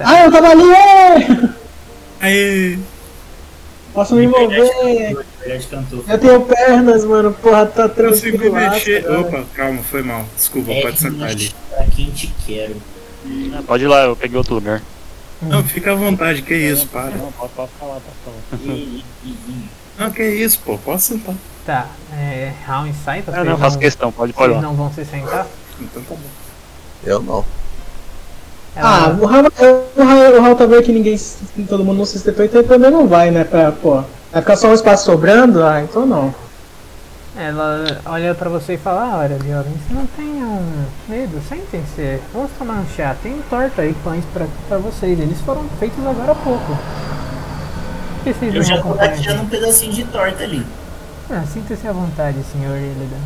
S11: Ah, eu tava ali! é!
S4: Aê!
S11: Posso me mover!
S5: Na verdade, cantou.
S11: Eu tenho pernas, mano. Porra, tá
S4: Eu consigo me
S11: tranquilo.
S4: mexer.
S3: né?
S4: Opa, calma, foi mal. Desculpa,
S5: É
S4: pode
S5: que
S4: sentar ali.
S5: pra quem te quero.
S10: Ah, Pode ir lá, eu peguei outro lugar.
S4: Não, fica à vontade, que isso, para.
S10: Não, pode, pode falar, pode falar.
S5: E- e- e-
S4: Não, que isso, pô, pode sentar.
S1: Tá, é. Raul Insight, vocês,
S10: Eu não faço questão, pode, pode
S1: vocês
S10: lá.
S1: não vão se sentar?
S4: Então tá bom.
S2: Eu não.
S11: Ah,
S1: Ela-
S11: o Raul, o Raul, o Raul tá vendo que ninguém, se- todo mundo não se sustentou, então ele também não vai, né? Pra, pô, vai ficar só um espaço sobrando? Ah, então não.
S1: ela olha pra você e fala: ah, olha, jovens, não tenham medo, sentem-se. Vamos tomar um chá. Tem torta e pães pra, pra vocês. Eles foram feitos agora há pouco. Por que vocês
S5: Eu
S1: não
S5: já tô
S1: acompanham?
S5: gatinhando um pedacinho de torta ali.
S1: Ah, sinta-se à vontade, senhor Illidan.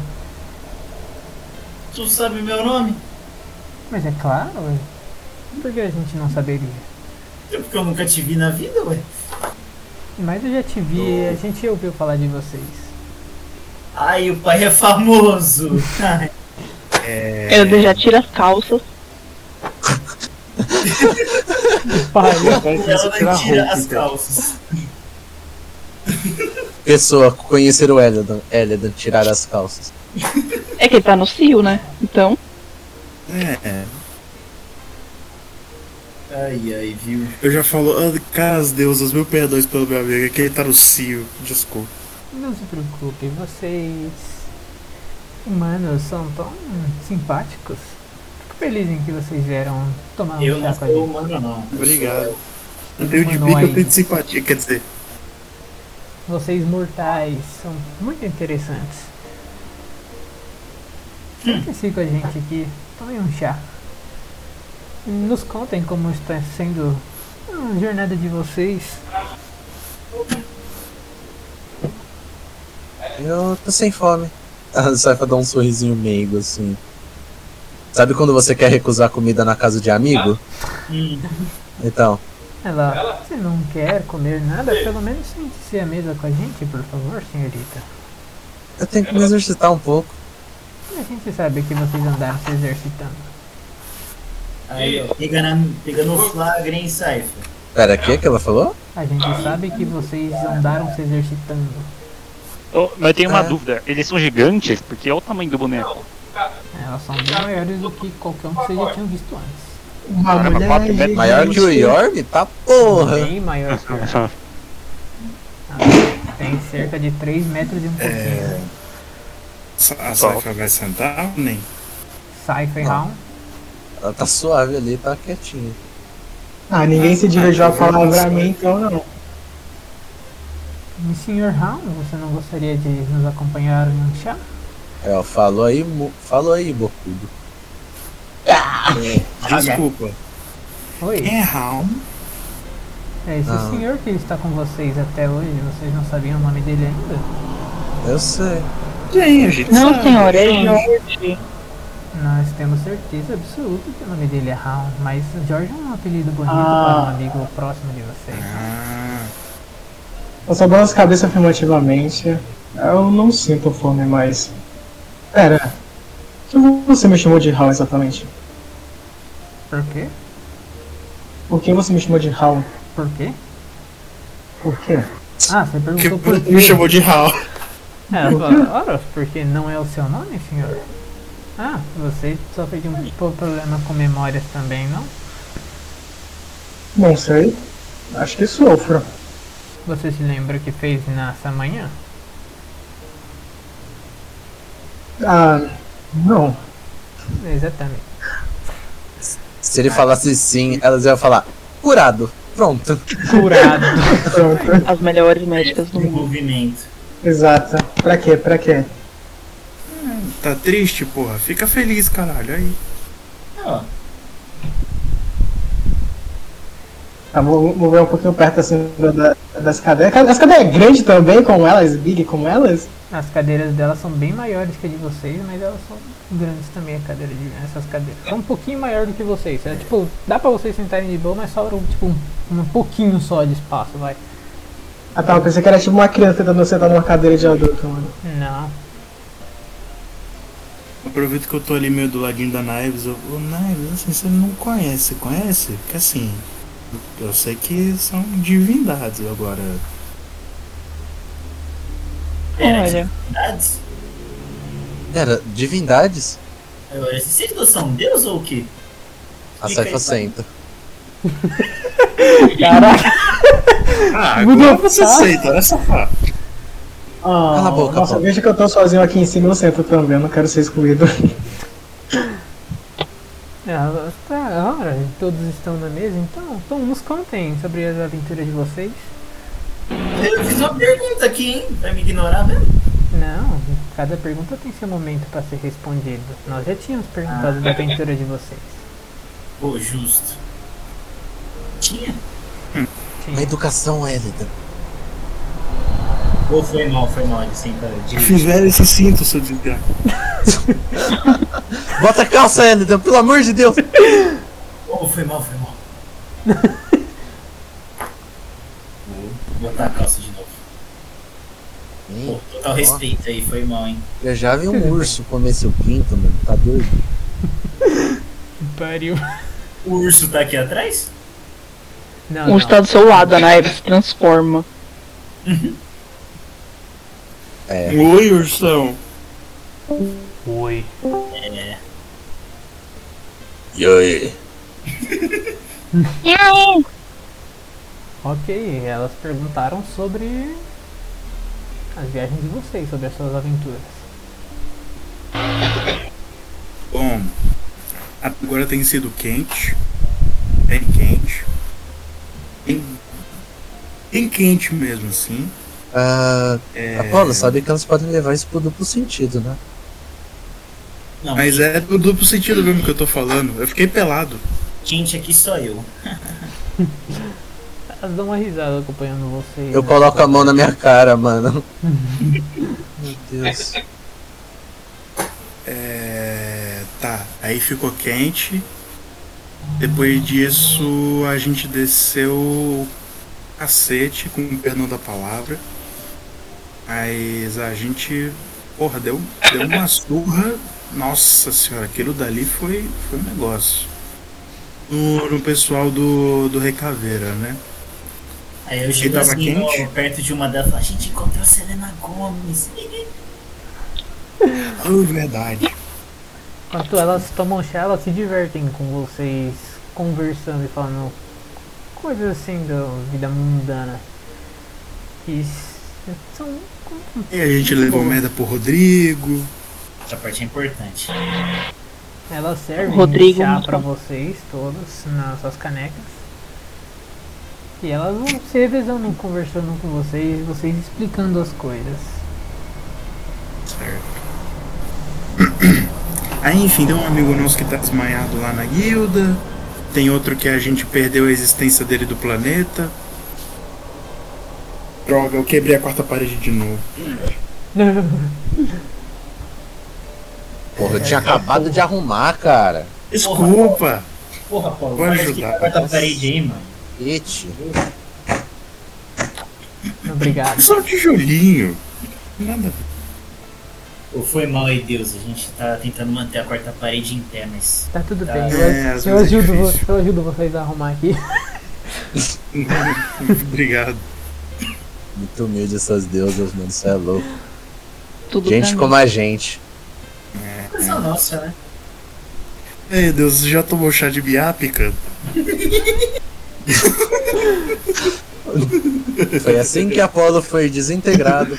S5: Tu sabe meu nome?
S1: Mas é claro, ué. por que a gente não saberia?
S5: É porque eu nunca te vi na vida, ué.
S1: Mas eu já te vi, a gente ouviu falar de vocês.
S5: Ai, o pai
S1: [LAUGHS]
S5: é famoso. Ai,
S4: É.
S3: Eu já tiro as calças.
S1: Pai,
S5: ela não tira as
S1: então.
S5: calças.
S2: Pessoa, conhecer o Elidan, Elidan tirar as calças.
S3: É que ele tá no cio, né? Então,
S4: É,
S5: Ai, ai, viu?
S4: eu já falo, ah, cara, as deusas, mil perdões pelo meu amigo, é que ele tá no cio, desculpa.
S1: não se preocupe, vocês humanos são tão simpáticos. Fico feliz em que vocês vieram tomar
S5: Eu
S1: um
S5: não
S1: chá com a
S5: sou
S1: gente.
S5: humano, não.
S4: Obrigado. Eu tenho de
S1: Mandou
S4: bico,
S1: aí.
S4: eu tenho de simpatia, quer dizer,
S1: Vocês mortais são muito interessantes.
S5: Hum.
S1: Sentem-se com a gente aqui, tomem um chá. Nos contem como está sendo a jornada de vocês.
S2: Eu tô sem [LAUGHS] fome. A Saifa dá um sorrisinho meigo, assim. Sabe quando você quer recusar comida na casa de amigo?
S5: Hum.
S2: Então,
S1: Ela, você não quer comer nada? Pelo menos sente-se à mesa com a gente, por favor, senhorita.
S2: eu tenho que me exercitar um pouco.
S1: A gente sabe que vocês andaram se exercitando.
S5: Aí, ó, pega, na, pega no flagra, hein, Saifa?
S2: Pera, o que que ela falou?
S1: A gente sabe que vocês andaram se exercitando. né?
S10: Ô, mas eu tenho
S1: É.
S10: uma dúvida, eles são gigantes? Porque olha o tamanho do [LAUGHS] boneco.
S1: Elas são bem maiores do que qualquer um que vocês já tinham visto antes.
S11: Uma
S10: Caramba,
S11: mulher
S10: quatro metros.
S11: é um gigante.
S2: Maior que o Yorb? Tá porra!
S1: Bem maior que eu. Tem cerca de 3 metros e um pouquinho.
S4: É. Sa- A Saifa vai sentar ou nem?
S1: Sai, Ferrão.
S2: Ela tá suave ali, tá quietinha.
S11: Ah, ninguém se dirigiu a falar pra mim, então não.
S1: E Sr. Round, você não gostaria de nos acompanhar em um chá?
S2: Aí, ó, falou aí, mo- falou aí, Bocudo.
S4: Desculpa.
S1: Oi.
S4: Quem é Raul?
S1: É esse
S4: Ah.
S2: Não.
S1: senhor que está com vocês até hoje, vocês não sabiam o nome dele ainda?
S2: Eu sei.
S4: Sim, a gente
S3: Não,
S4: sabe.
S3: senhor, é Jorge.
S1: Nós temos certeza absoluta que o nome dele é Round, mas o George é um apelido bonito
S11: Ah.
S1: para um amigo próximo de vocês.
S11: Eu só balanço a cabeça afirmativamente. Eu não sinto fome, mas. Pera. Por que você me chamou de Hal exatamente?
S1: Por quê?
S11: Por que você me chamou de Hal?
S1: Por quê?
S11: Por quê?
S1: Ah, você perguntou por quê?
S4: Me chamou de Raul. [LAUGHS]
S1: É, eu falo, ora, porque não é o seu nome, senhor? Ah, você sofre de um po- problema com memórias também, não?
S11: Não sei. Acho que sofro.
S1: Você se lembra o que fez nessa manhã?
S11: Ah, não.
S1: Exatamente.
S2: Se ele falasse sim, elas iam falar, curado. Pronto.
S1: Curado.
S11: Pronto.
S3: As melhores médicas do
S10: Um
S5: No
S3: mundo.
S5: movimento.
S11: [LAUGHS] Exato. Pra quê? Pra quê?
S4: Tá triste, porra? Fica feliz, caralho. Aí.
S5: Ó,
S11: Tá, vou mover um pouquinho perto assim da- da- das cadeiras. As cadeiras é grande também, como elas, big como elas?
S1: As cadeiras delas são bem maiores que a de vocês, mas elas são grandes também, a cadeira de, essas cadeiras. São um pouquinho maior do que vocês. É tipo, dá pra vocês sentarem de boa, mas sobra tipo, um, um pouquinho só de espaço, vai.
S11: Ah tá, eu pensei que era tipo uma criança tentando sentar numa cadeira de adulto, mano.
S1: Não.
S4: Aproveito que eu tô ali meio do ladinho da Knives. Eu, ô Knives, assim, você não conhece, conhece? Porque assim, eu sei que são divindades agora. É.
S5: pera,
S3: Olha.
S5: divindades?
S2: Era, divindades?
S5: Eu- Vocês dois são deus ou o quê?
S2: A
S5: Fica
S2: Saifa
S5: aí, vai.
S2: senta.
S11: Caraca,
S4: Ah,
S11: Mudou
S4: agora você
S11: tá?
S4: aceita, né, safado?
S11: Ah,
S2: Cala a boca,
S11: nossa,
S2: Paulo.
S11: veja que eu tô sozinho aqui em cima, eu sento também, eu não quero ser excluído.
S1: Ah, tá, ora, todos estão na mesa, então, então nos contem sobre as aventuras de vocês.
S5: Eu fiz uma pergunta aqui, hein? Vai me ignorar mesmo?
S1: Não, cada pergunta tem seu momento pra ser respondido. Nós já tínhamos perguntado da aventura de vocês.
S5: Pô, justo. Tinha?
S2: Na educação, Hélida.
S5: Ou foi mal, foi mal, ele senta de
S4: Fizeram esse cinto, seu desgraça.
S2: Bota a calça, Hélida, pelo amor de Deus.
S5: Ou foi mal,
S4: [LAUGHS]
S5: foi mal. Vou botar a calça de novo. Pô,
S2: Hum,
S5: total respeito aí, foi mal, hein?
S2: Eu já vi um urso comer seu pinto, mano. Tá doido?
S1: Pariu.
S5: O urso tá aqui atrás?
S1: Não,
S3: Um
S1: não.
S3: está do seu lado, a Naive se transforma.
S2: É.
S4: Oi, ursão.
S10: Oi.
S5: É.
S2: E aí?
S1: Ok, elas perguntaram sobre as viagens de vocês, sobre as suas aventuras.
S4: Bom, agora tem sido quente. Bem quente. Bem, bem quente mesmo, assim.
S2: Ah,
S4: É,
S2: Apolo, sabe que elas podem levar isso pro duplo sentido, né?
S5: Não,
S4: Mas é do duplo sentido mesmo que eu tô falando. Eu fiquei pelado.
S5: quente aqui só eu.
S1: Elas dão uma risada acompanhando vocês.
S2: Eu
S1: né?
S2: coloco a mão na minha cara, mano. Meu Deus.
S4: É, tá, aí ficou quente. Depois disso, a gente desceu o cacete, com o perdão da palavra. Mas a gente, porra, deu, deu uma surra. Nossa senhora, aquilo dali foi, foi um negócio. no, no pessoal do, do Recaveira, né?
S5: Aí eu chego assim, ó, perto de uma delas e falo, a gente encontrou a Selena Gomes.
S4: Oh, verdade.
S1: Enquanto elas tomam chá, elas se divertem com vocês conversando e falando coisas assim da vida mundana. E são.
S4: E a gente levou merda pro Rodrigo.
S5: Essa parte é importante.
S1: Elas servem
S3: Rodrigo,
S1: chá
S3: muito
S1: pra
S3: bom.
S1: vocês todos nas suas canecas. E elas vão se revezando, conversando com vocês, vocês explicando as [LAUGHS] coisas.
S4: Certo. [CLEARS THROAT] Aí, enfim, tem um amigo nosso que tá desmaiado lá na guilda. Tem outro que a gente perdeu a existência dele do planeta.
S12: Droga, eu quebrei a quarta parede de novo.
S2: Porra, eu tinha acabado de arrumar, cara.
S4: Desculpa!
S5: Porra, Paulo,
S4: Vou
S5: para de
S4: ajudar.
S5: quebrar a parede aí, mano.
S2: Ete.
S1: Obrigado.
S4: Só um tijolinho. Nada.
S5: Ou foi mal aí, Deus. A gente tá tentando manter a quarta parede em pé, mas.
S1: Tá tudo
S5: Tá.
S1: bem, eu,
S5: É, às
S1: eu
S5: vezes é
S1: ajudo, vo-
S5: difícil.
S1: eu ajudo vocês a arrumar aqui.
S4: [LAUGHS] Obrigado.
S2: Muito humilde essas deusas, mano. Isso é louco.
S3: Tudo pra
S2: gente
S3: mim.
S2: como a gente.
S4: É.
S5: Coisa nossa, né?
S4: Meu Deus, você já tomou chá de biápica? [LAUGHS]
S2: Foi assim que Apolo foi desintegrado.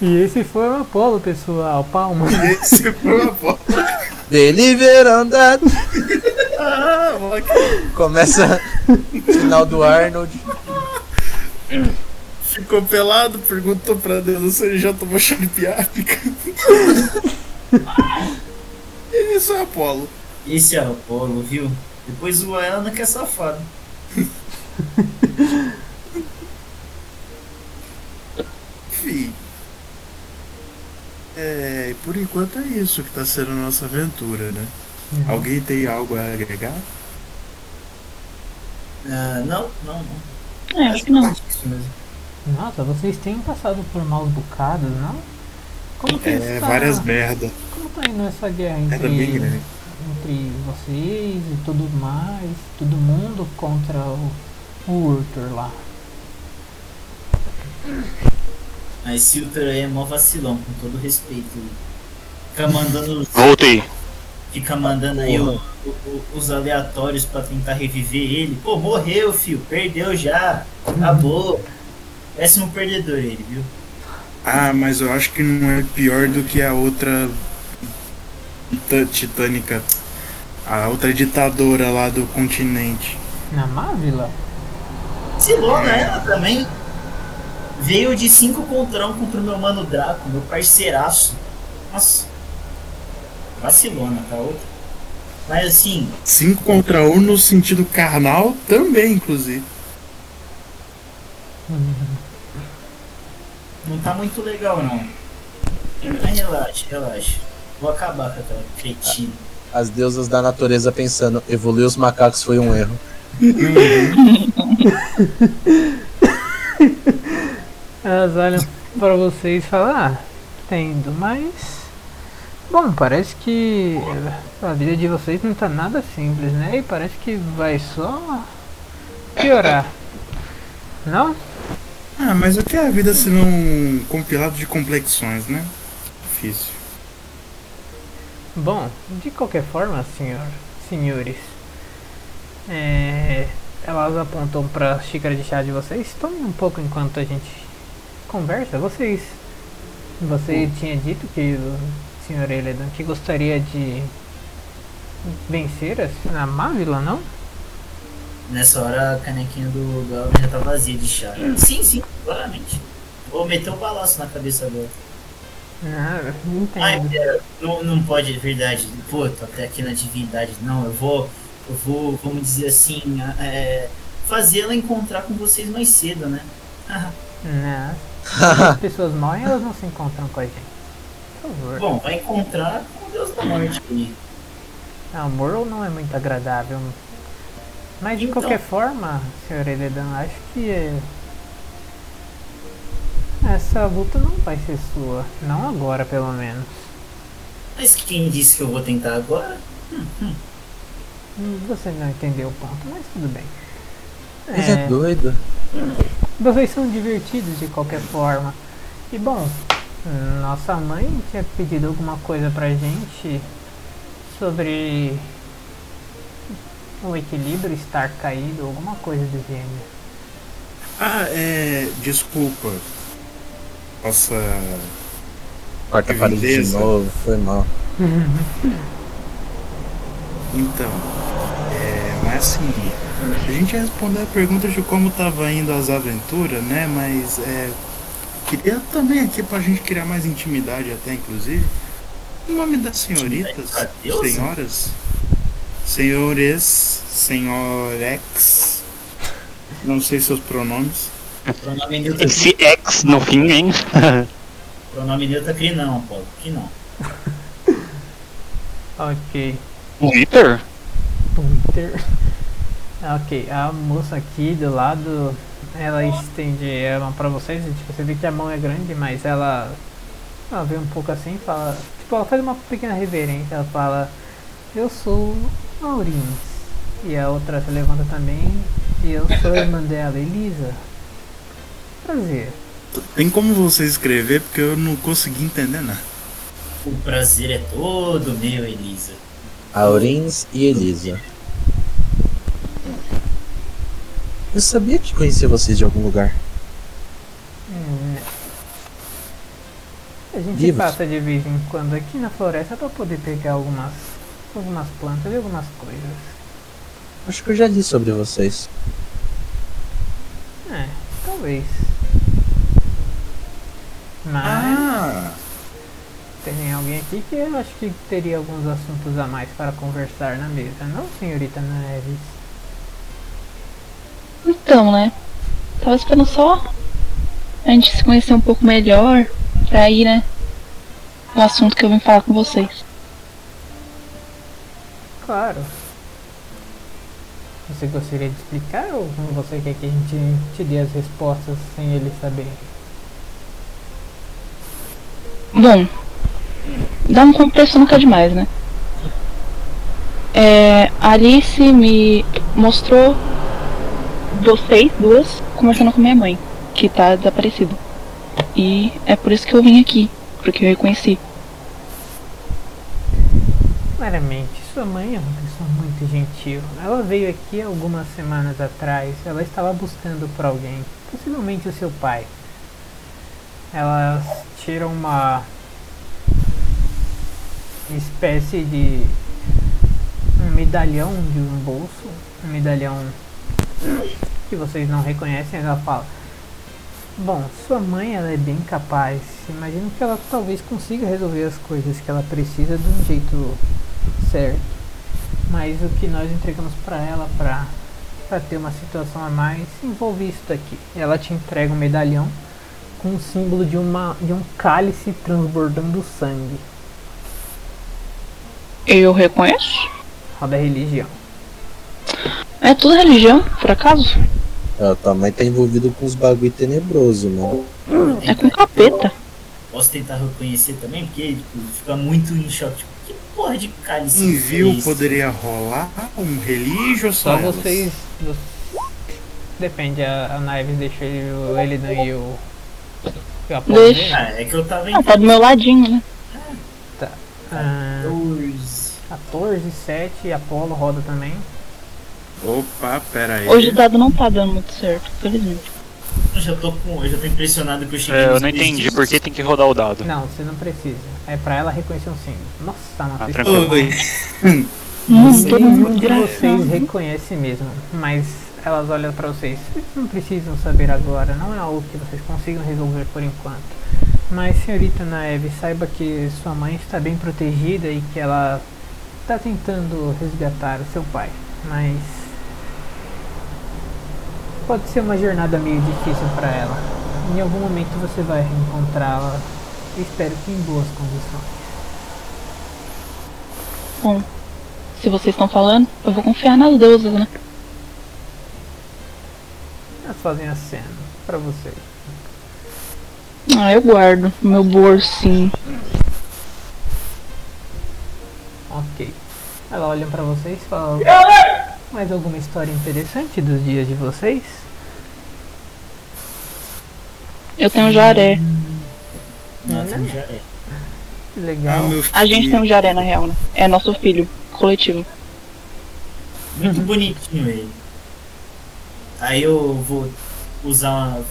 S1: E esse foi o Apolo, pessoal.
S5: [LAUGHS]
S1: Palma.
S4: Esse foi o [LAUGHS] Apolo.
S2: Deliverando.
S4: Ah,
S2: Começa final do Arnold.
S4: Ficou pelado, perguntou pra Deus se ele já tomou chá de biápica. [LAUGHS] Isso é Apolo.
S5: Esse é o Apolo, viu? Depois o Ana que é safado.
S4: Enfim. É, e por enquanto é isso que tá sendo a nossa aventura, né?
S1: Uhum.
S4: Alguém tem algo a agregar?
S5: Ah, não, não, não.
S3: É, acho que não.
S5: Isso mesmo.
S1: Nossa, vocês têm passado por maus bocados, não? Como que
S4: É,
S1: está-
S4: várias merda.
S1: Como tá indo né? essa guerra
S4: Merda
S1: entre,
S4: bem grande.
S1: entre vocês e tudo mais, todo mundo contra o, o Urtor lá?
S5: Mas Silter aí é mó vacilão, com todo respeito. Fica mandando.
S13: Voltei.
S5: Fica mandando aí o- o- o- os aleatórios pra tentar reviver ele. Pô, morreu, fio. Perdeu já. Acabou. Péssimo perdedor ele, viu?
S4: Ah, mas eu acho que não é pior do que a outra tita- titânica. A outra ditadora lá do continente.
S1: Na Mávila?
S5: Silona né? ela também. Veio de 5 contra 1 contra o meu mano Draco, meu parceiraço. Nossa. Vacilona, tá outra. Mas assim,
S4: 5 contra 1 um no sentido carnal também, inclusive.
S5: não tá muito legal não. Mas relaxa, relaxa. Vou acabar com aquela cretina.
S2: As deusas da natureza pensando, evoluir os macacos foi um erro.
S1: Elas olham pra vocês e falam, ah, tendo, mas. Bom, parece que a vida de vocês não tá nada simples, né? E parece que vai só piorar. Não?
S4: Ah, mas o que é a vida se não um compilado de complexões, né? Difícil.
S1: Bom, de qualquer forma, senhor, senhores, é, elas apontam para xícara de chá de vocês. Tomem um pouco enquanto a gente conversa. Vocês, você tinha dito que o senhor Eledon que gostaria de vencer a- na Mávila, não?
S5: Nessa hora a canequinha do Glauber já tá vazia de chá. Sim, sim, claramente. Vou meter um balaço na cabeça dela.
S1: Ah, não tem.
S5: Ai, pera, não, não pode, é verdade. Pô, tô até aqui na divindade. Não, eu vou, eu vou, vamos dizer assim, é, fazer ela encontrar com vocês mais cedo, né? Ah,
S1: Não. Quando as pessoas morrem, elas não se encontram com a gente. Por favor.
S5: bom, vai encontrar com o Deus da Morte.
S1: Amor ou não é muito agradável. Mas de
S5: Então.
S1: qualquer forma, senhor Eledon, acho que é... essa luta não vai ser sua. Não agora, pelo menos.
S5: Mas quem disse que eu vou tentar agora?
S1: Hum, Você não entendeu o ponto, mas tudo bem.
S2: Mas é doido.
S1: Vocês são divertidos de qualquer forma. E bom, nossa mãe tinha pedido alguma coisa pra gente sobre o equilíbrio estar caído, alguma coisa do gênero.
S4: Ah, é. Desculpa. Nossa.
S2: Corta a parede de
S4: Lindeza.
S2: novo, foi mal.
S4: Então. É. Mas assim. A gente ia responder a pergunta de como tava indo as aventuras, né? Mas é. Queria também aqui pra gente criar mais intimidade até, inclusive. O nome das senhoritas?
S5: Deus, né?
S4: senhoras? Senhores. Senhorex. Não sei seus pronomes.
S5: Pronome tá neutro
S10: Esse X no
S1: [LAUGHS]
S10: fim, hein?
S5: Pronome neutro aqui não, Paulo. Aqui não.
S1: ok.
S10: Um Twitter?
S1: Twitter. [LAUGHS] Ok, a moça aqui do lado, ela estende a mão pra vocês, gente, você vê que a mão é grande, mas ela, ela vem um pouco assim, fala, tipo, ela faz uma pequena reverência, ela fala, eu sou Maurins, e a outra se levanta também, e eu sou a irmã dela, Elisa. Prazer.
S4: Tem como você escrever porque eu não consegui entender nada.
S5: O prazer é todo meu, Elisa.
S2: Aurins e Elisa. Eu sabia que conhecia vocês de algum lugar.
S1: Hum. A gente
S2: Vivos.
S1: passa de vez em quando aqui na floresta pra poder pegar algumas, algumas plantas e algumas coisas.
S2: Acho que eu já li sobre vocês.
S1: É, talvez. Mas
S4: Ah!
S1: tem alguém aqui que eu acho que teria alguns assuntos a mais para conversar na mesa, não, senhorita Neves?
S3: Então, né? Tava esperando só a gente se conhecer um pouco melhor pra ir, né? O assunto que eu vim falar com vocês.
S1: Claro. Você gostaria de explicar ou você quer que a gente te dê as respostas sem ele saber?
S3: Bom, dá um contexto nunca é demais, né? É, a Alice me mostrou vocês duas conversando com minha mãe, que tá desaparecida. E é por isso que eu vim aqui, porque eu reconheci.
S1: Claramente, sua mãe é uma pessoa muito gentil. Ela veio aqui algumas semanas atrás. Ela estava buscando por alguém, possivelmente o seu pai. Elas tiram uma espécie de um medalhão de um bolso, um medalhão que vocês não reconhecem. Ela fala: Bom, sua mãe ela é bem capaz. Imagino que ela talvez consiga resolver as coisas que ela precisa de um jeito certo. Mas o que nós entregamos para ela para para ter uma situação a mais envolve isso daqui. Ela te entrega um medalhão com o símbolo de uma de um cálice transbordando sangue.
S3: Eu reconheço?
S1: Roda a religião.
S3: É tudo religião, por acaso?
S2: Ah, tua mãe tá envolvida com uns bagulho tenebroso, né? mano.
S3: É com capeta.
S5: Posso tentar reconhecer também, porque tipo, fica muito em choque. Tipo, que porra de cálice
S4: Envio
S5: foi esse?
S4: poderia rolar um relígio ou
S1: Só
S4: só elas?
S1: vocês. vo- Depende, a, a Knives deixou ele, o- ele no, e o. E o Apolo
S3: Deixa.
S1: dele?
S5: Ah, é que eu tava em
S3: Ah, tá do meu ladinho, né?
S1: Ah,
S5: 14.
S1: 14, 7, Apolo roda também.
S4: Opa, pera aí.
S3: Hoje o dado não tá dando muito certo, felizmente.
S5: Eu já tô com. Eu já tô impressionado que eu cheguei
S10: É, eu
S5: nos
S10: não
S5: três
S10: entendi
S5: dígitos.
S10: por que tem que rodar o dado.
S1: Não, você não precisa. É pra ela reconhecer um símbolo. Nossa, uma
S10: Ah,
S1: pessoa-
S10: tranquilo.
S4: Oi.
S3: Hum, todo
S1: Nenhum
S3: mundo
S1: de vocês
S3: engraçado.
S1: reconhece mesmo, mas elas olham pra vocês. Vocês não precisam saber agora, não é algo que vocês consigam resolver por enquanto. Mas, senhorita Naeve, saiba que sua mãe está bem protegida e que ela está tentando resgatar o seu pai. Mas. Pode ser uma jornada meio difícil para ela. Em algum momento você vai reencontrá-la. Espero que em boas condições.
S3: Bom, se vocês estão falando, eu vou confiar nas deusas, né?
S1: Elas fazem a cena para vocês.
S3: Ah, eu guardo no meu bolsinho.
S1: Ok. Ela olha pra vocês e fala. Mais alguma história interessante dos dias de vocês?
S3: Eu tenho um jaré.
S5: Não, tem um jaré.
S1: Que
S12: tá Ah,
S4: Ah,
S1: legal.
S3: A gente tem um jaré, na real, né? É nosso filho, coletivo.
S5: Muito
S10: Uhum.
S5: bonitinho ele. Aí eu vou usar uma,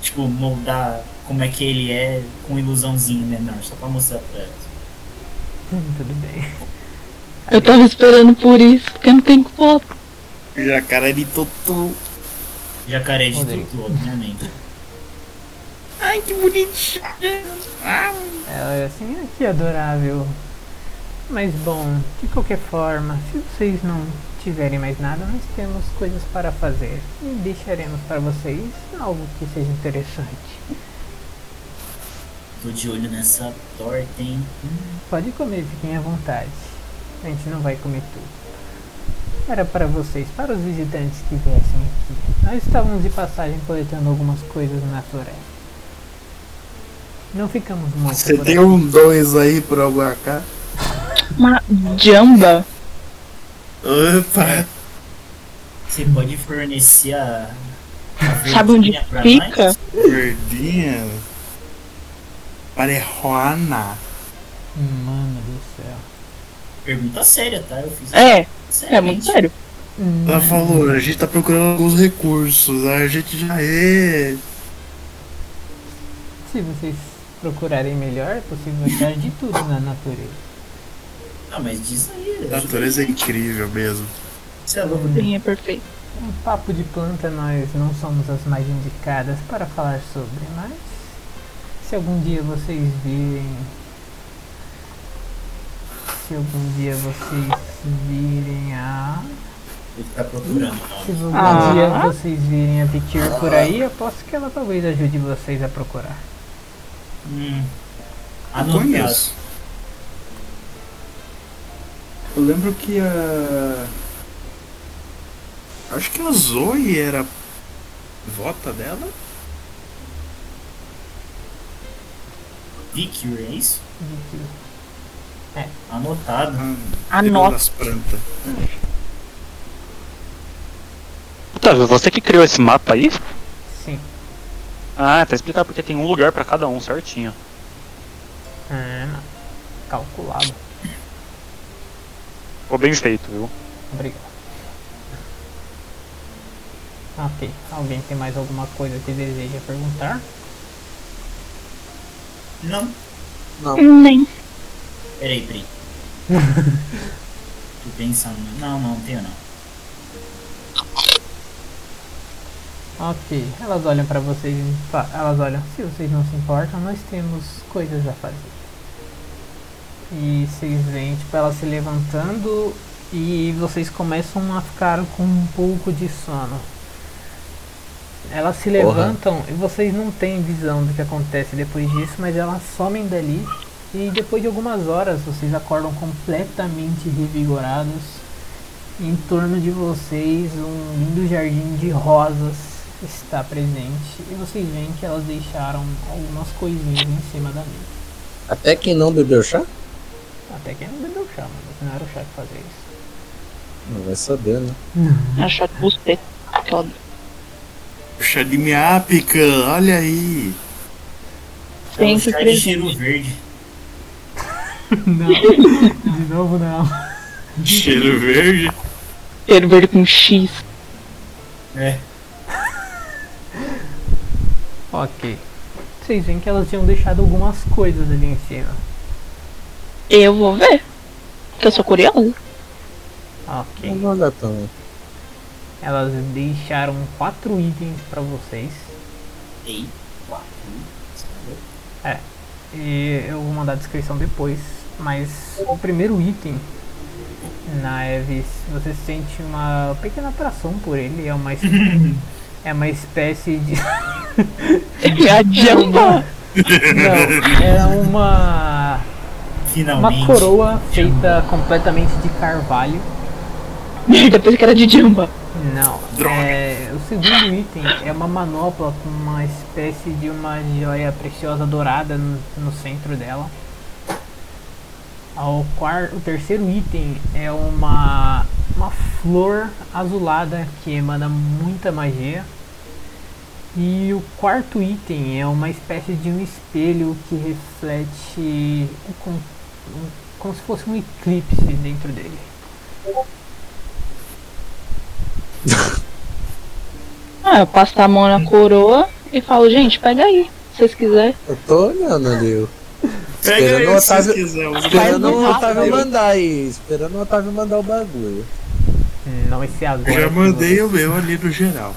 S5: Tipo, moldar como é que ele é com um ilusãozinho menor, só pra mostrar pra ela.
S1: Hum, [LAUGHS] Tudo bem.
S3: Eu tava esperando por isso, porque não tem foto. um-
S12: é
S5: Jacaré de tutu. Jacaré de tutu, obviamente. Ai, que bonitinho.
S1: Ela é assim, ah, que adorável. Mas bom, de qualquer forma, se vocês não tiverem mais nada, nós temos coisas para fazer. E deixaremos para vocês algo que seja interessante.
S5: Tô de olho nessa torta, hein?
S1: Pode comer, fiquem à vontade. A gente não vai comer tudo. Era para vocês, para os visitantes que viessem aqui. Nós estávamos de passagem coletando algumas coisas na floresta. Não ficamos muito
S12: Você
S1: por
S12: tem
S1: aqui.
S12: um dois aí por algum acaso?
S3: Uma jamba.
S12: Opa!
S5: Você pode fornecer a. a
S3: Sabe onde
S5: verdinha pra
S3: fica?
S5: nós?
S12: Verdinha. Marihuana. um-
S1: Mano do céu.
S5: Pergunta séria, tá? Eu fiz.
S3: É, é
S5: Seriamente.
S3: muito sério.
S12: Ela falou, a gente tá procurando alguns recursos, a gente já é.
S1: Se vocês procurarem melhor, é possível achar de tudo na natureza.
S5: Ah, mas diz aí.
S4: Tá
S12: A natureza é incrível mesmo.
S5: Você é louco.
S3: Sim, é perfeito.
S1: Um papo de planta nós não somos as mais indicadas para falar sobre, mas se algum dia vocês virem. Se algum dia vocês virem a.
S5: Ele tá procurando.
S1: Se algum
S3: Ah.
S1: dia vocês virem a Vitir por aí, aposto que ela talvez ajude vocês a procurar.
S5: Hum.
S12: Eu
S5: Anotado.
S12: conheço. Eu lembro que a. Acho que a Zoe era. Vota dela?
S5: Vicky, é isso?
S1: Vitir.
S5: Anotado.
S12: Pegou
S3: Anota.
S12: das plantas.
S10: Otávio, você que criou esse mapa aí?
S1: Sim.
S10: Ah, tá explicado porque tem um lugar pra cada um certinho.
S1: Ah, não. Calculado.
S10: Ficou bem feito, viu?
S1: Obrigado. Ok. Alguém tem mais alguma coisa que deseja perguntar?
S5: Não.
S3: Hum, Nem.
S5: Peraí,
S12: [LAUGHS]
S5: peraí. Tô pensando. Não, não, tenho não.
S1: Ok, elas olham pra vocês e fa- elas olham, se vocês não se importam, nós temos coisas a fazer. E vocês veem, tipo, ela se levantando e vocês começam a ficar com um pouco de sono. Elas se
S2: Porra.
S1: levantam e vocês não têm visão do que acontece depois disso, mas elas somem dali e depois de algumas horas vocês acordam completamente revigorados em torno de vocês um lindo jardim de rosas está presente e vocês veem que elas deixaram algumas coisinhas em cima da mesa.
S2: Até quem não bebeu chá?
S1: Até quem não bebeu chá, mas não era o chá que fazia isso.
S2: Não vai saber, né?
S3: Achar que você. é Aquela-
S12: Puxa de miápica, olha aí.
S5: É
S3: Sempre
S5: um chá de
S3: presente.
S5: cheiro verde.
S1: [LAUGHS] não, de novo não.
S12: Cheiro verde.
S3: Cheiro verde com X.
S5: É.
S1: Ok. Vocês veem que elas tinham deixado algumas coisas ali em cima.
S3: Eu vou ver. Porque eu sou curiosa.
S1: Ok.
S2: Vamos olhar também.
S1: Elas deixaram quatro itens pra vocês.
S5: Ei. Uau.
S1: E eu vou mandar a descrição depois. Mas o primeiro item na Eves, você sente uma pequena atração por ele. É uma, [LAUGHS] es- é uma espécie de.
S3: [LAUGHS]
S1: [LAUGHS]
S3: É a jamba.
S1: Não, é uma.
S5: Finalmente.
S1: Uma coroa feita completamente de carvalho.
S3: [LAUGHS] Merda, pensei que era de jamba.
S1: Não. É, o segundo item é uma manopla com uma espécie de uma joia preciosa dourada no, no centro dela. Ao quarto, o terceiro item é uma, uma flor azulada que emana muita magia. E o quarto item é uma espécie de um espelho que reflete o con- um- como se fosse um eclipse dentro dele.
S3: Ah, eu passo a mão na coroa e falo, gente, pega aí, se vocês quiserem.
S2: Eu tô olhando ali. eu-
S3: Pega
S2: Esperando
S3: aí,
S2: o
S3: se vocês
S2: Otávio,
S3: quiserem.
S2: esperando o
S3: Vai no
S2: Otávio
S3: Otávio.
S2: mandar aí. Esperando o Otávio mandar o bagulho.
S1: Não, esse é agora.
S4: Já mandei o meu ali no geral.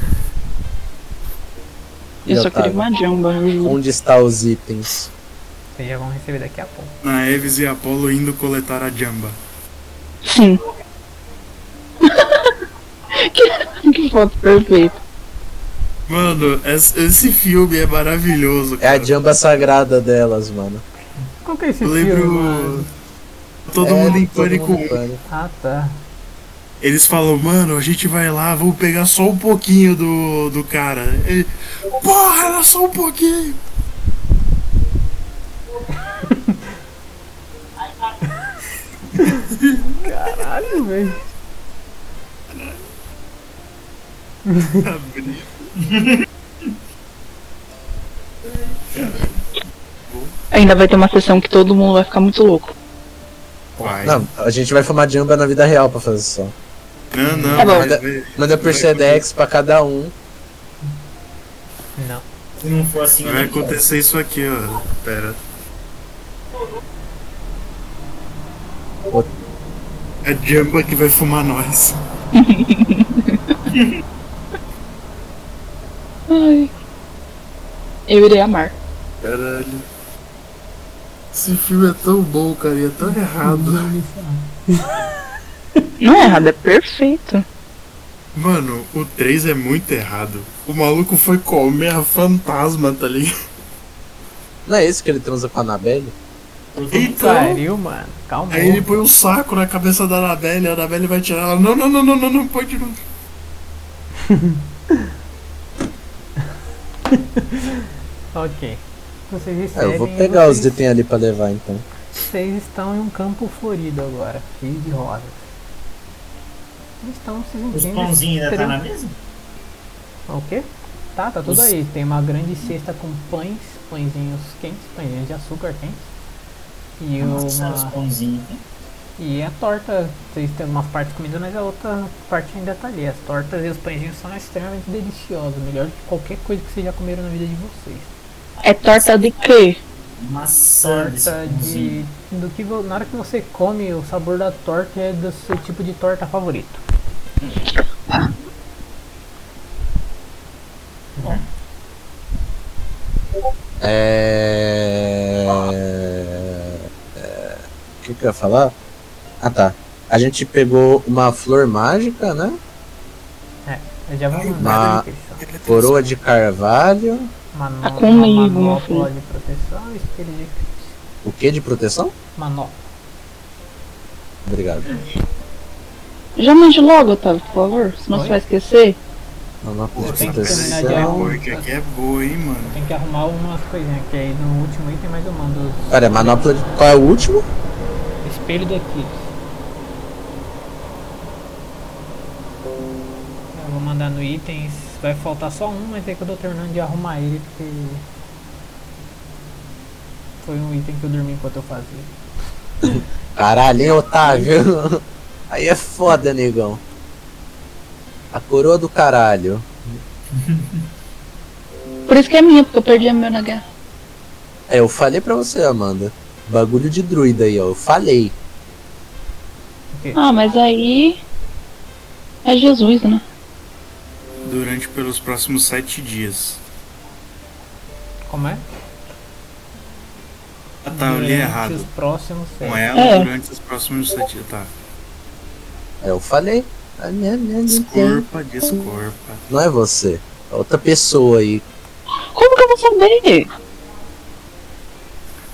S3: Eu só queria uma jamba.
S2: Onde está os itens?
S1: Vocês já vão receber daqui a pouco.
S4: Na Eves e Apolo indo coletar a jamba.
S3: Sim. [LAUGHS] que, que foto perfeita.
S4: Mano, es- esse filme é maravilhoso.
S2: É a jamba sagrada delas, mano.
S1: Qual que é esse
S4: Eu lembro. Todo
S2: É,
S4: mundo em
S2: Todo
S4: pânico.
S2: Mundo em
S4: um.
S2: Pânico.
S1: Ah, tá.
S4: Eles falam, mano, a gente vai lá, vamos pegar só um pouquinho do, do cara. Ele, Porra, era só um pouquinho!
S1: Caralho, velho.
S3: Ainda vai ter uma sessão que todo mundo vai ficar muito louco.
S2: Não, a gente vai formar jamba na vida real pra fazer só.
S4: Não, não,
S3: Tá bom.
S2: Manda, manda é por Sedex pra cada um.
S1: Não.
S5: Se não for assim, eu
S4: Vai
S5: não quero.
S4: acontecer isso aqui, ó. Pera. É a Jamba que vai fumar nós.
S3: Ai. Eu irei amar.
S4: Caralho.
S16: Esse filme é tão bom, cara, e é tão errado.
S3: Não é errado, é perfeito.
S4: Mano, o 3 é muito errado. O maluco foi comer a fantasma, tá ligado?
S2: Não é esse que ele transa com a Anabelle?
S4: Então,
S1: Pariu, mano. Calma
S4: aí ele põe um saco na cabeça da Anabelle, a Anabelle vai tirar ela. Não, não, não, não, não, não pode não.
S1: Ok. Vocês
S2: Ah,
S1: recebem.
S2: eu vou pegar os
S1: vocês,
S2: itens ali pra levar então.
S1: vocês estão em um campo florido agora, cheio de rosas. Estão se
S5: Os pãozinhos ainda tá na
S1: mesa?
S5: mesa?
S1: O quê? Tá, tá tudo
S5: Os-
S1: aí. Tem uma grande cesta com pães, pãezinhos quentes, pãezinhos de açúcar quentes. E
S5: Nossa, os
S1: uma.
S5: pãozinhos.
S1: E a torta. Vocês têm uma parte comida, mas a outra parte ainda tá ali. As tortas e os pãezinhos são extremamente deliciosos. Melhor que qualquer coisa que vocês já comeram na vida de vocês.
S3: É torta de quê?
S5: Maçã desse
S1: torta de
S5: pãozinho.
S1: do que vo- na hora que você come o sabor da torta é do seu tipo de torta favorito
S2: É. é, O que, que eu ia falar? Ah tá. A gente pegou uma flor mágica, né?
S1: é eu já vou
S2: Uma
S1: mandar ele aqui,
S2: coroa de carvalho.
S1: só. Mano-
S3: Tá comigo,
S1: uma
S3: meu
S1: manopla
S3: filho.
S1: de proteção e espelho de
S2: O que de proteção?
S1: manopla
S2: Obrigado.
S3: Já mande logo, Otávio, por favor. Senão
S1: Oi?
S3: você vai esquecer.
S2: Manopla de
S1: tem que terminar de
S2: proteção.
S1: arrumar.
S4: Porque aqui é boa, hein, mano.
S1: tem que arrumar algumas coisinhas que aí no último item mais eu mando os-
S2: Pera, manopla de. Qual é o último?
S1: espelho de eclipse eu vou mandar no itens vai faltar só um mas é que eu tô terminando de arrumar ele porque foi um item que eu dormi enquanto eu fazia
S2: Caralho, hein, Otávio? [LAUGHS] Aí é foda, negão. A coroa do caralho.
S3: Por isso que é minha, porque eu perdi a minha na guerra.
S2: É, eu falei pra você, Amanda. Bagulho de druida aí, ó. Eu falei.
S3: Ah, mas aí. É Jesus, né?
S4: Durante pelos próximos sete dias.
S1: Como é?
S4: Ah tá, eu li
S1: Durante
S4: errado.
S1: Os próximos
S4: Com
S1: é.
S4: ela
S3: É.
S4: durante os próximos sete dias. Tá.
S2: É, eu falei. Ah, né, né, né, né.
S4: Desculpa, desculpa.
S2: Não é você. É outra pessoa aí.
S3: Como que eu vou saber?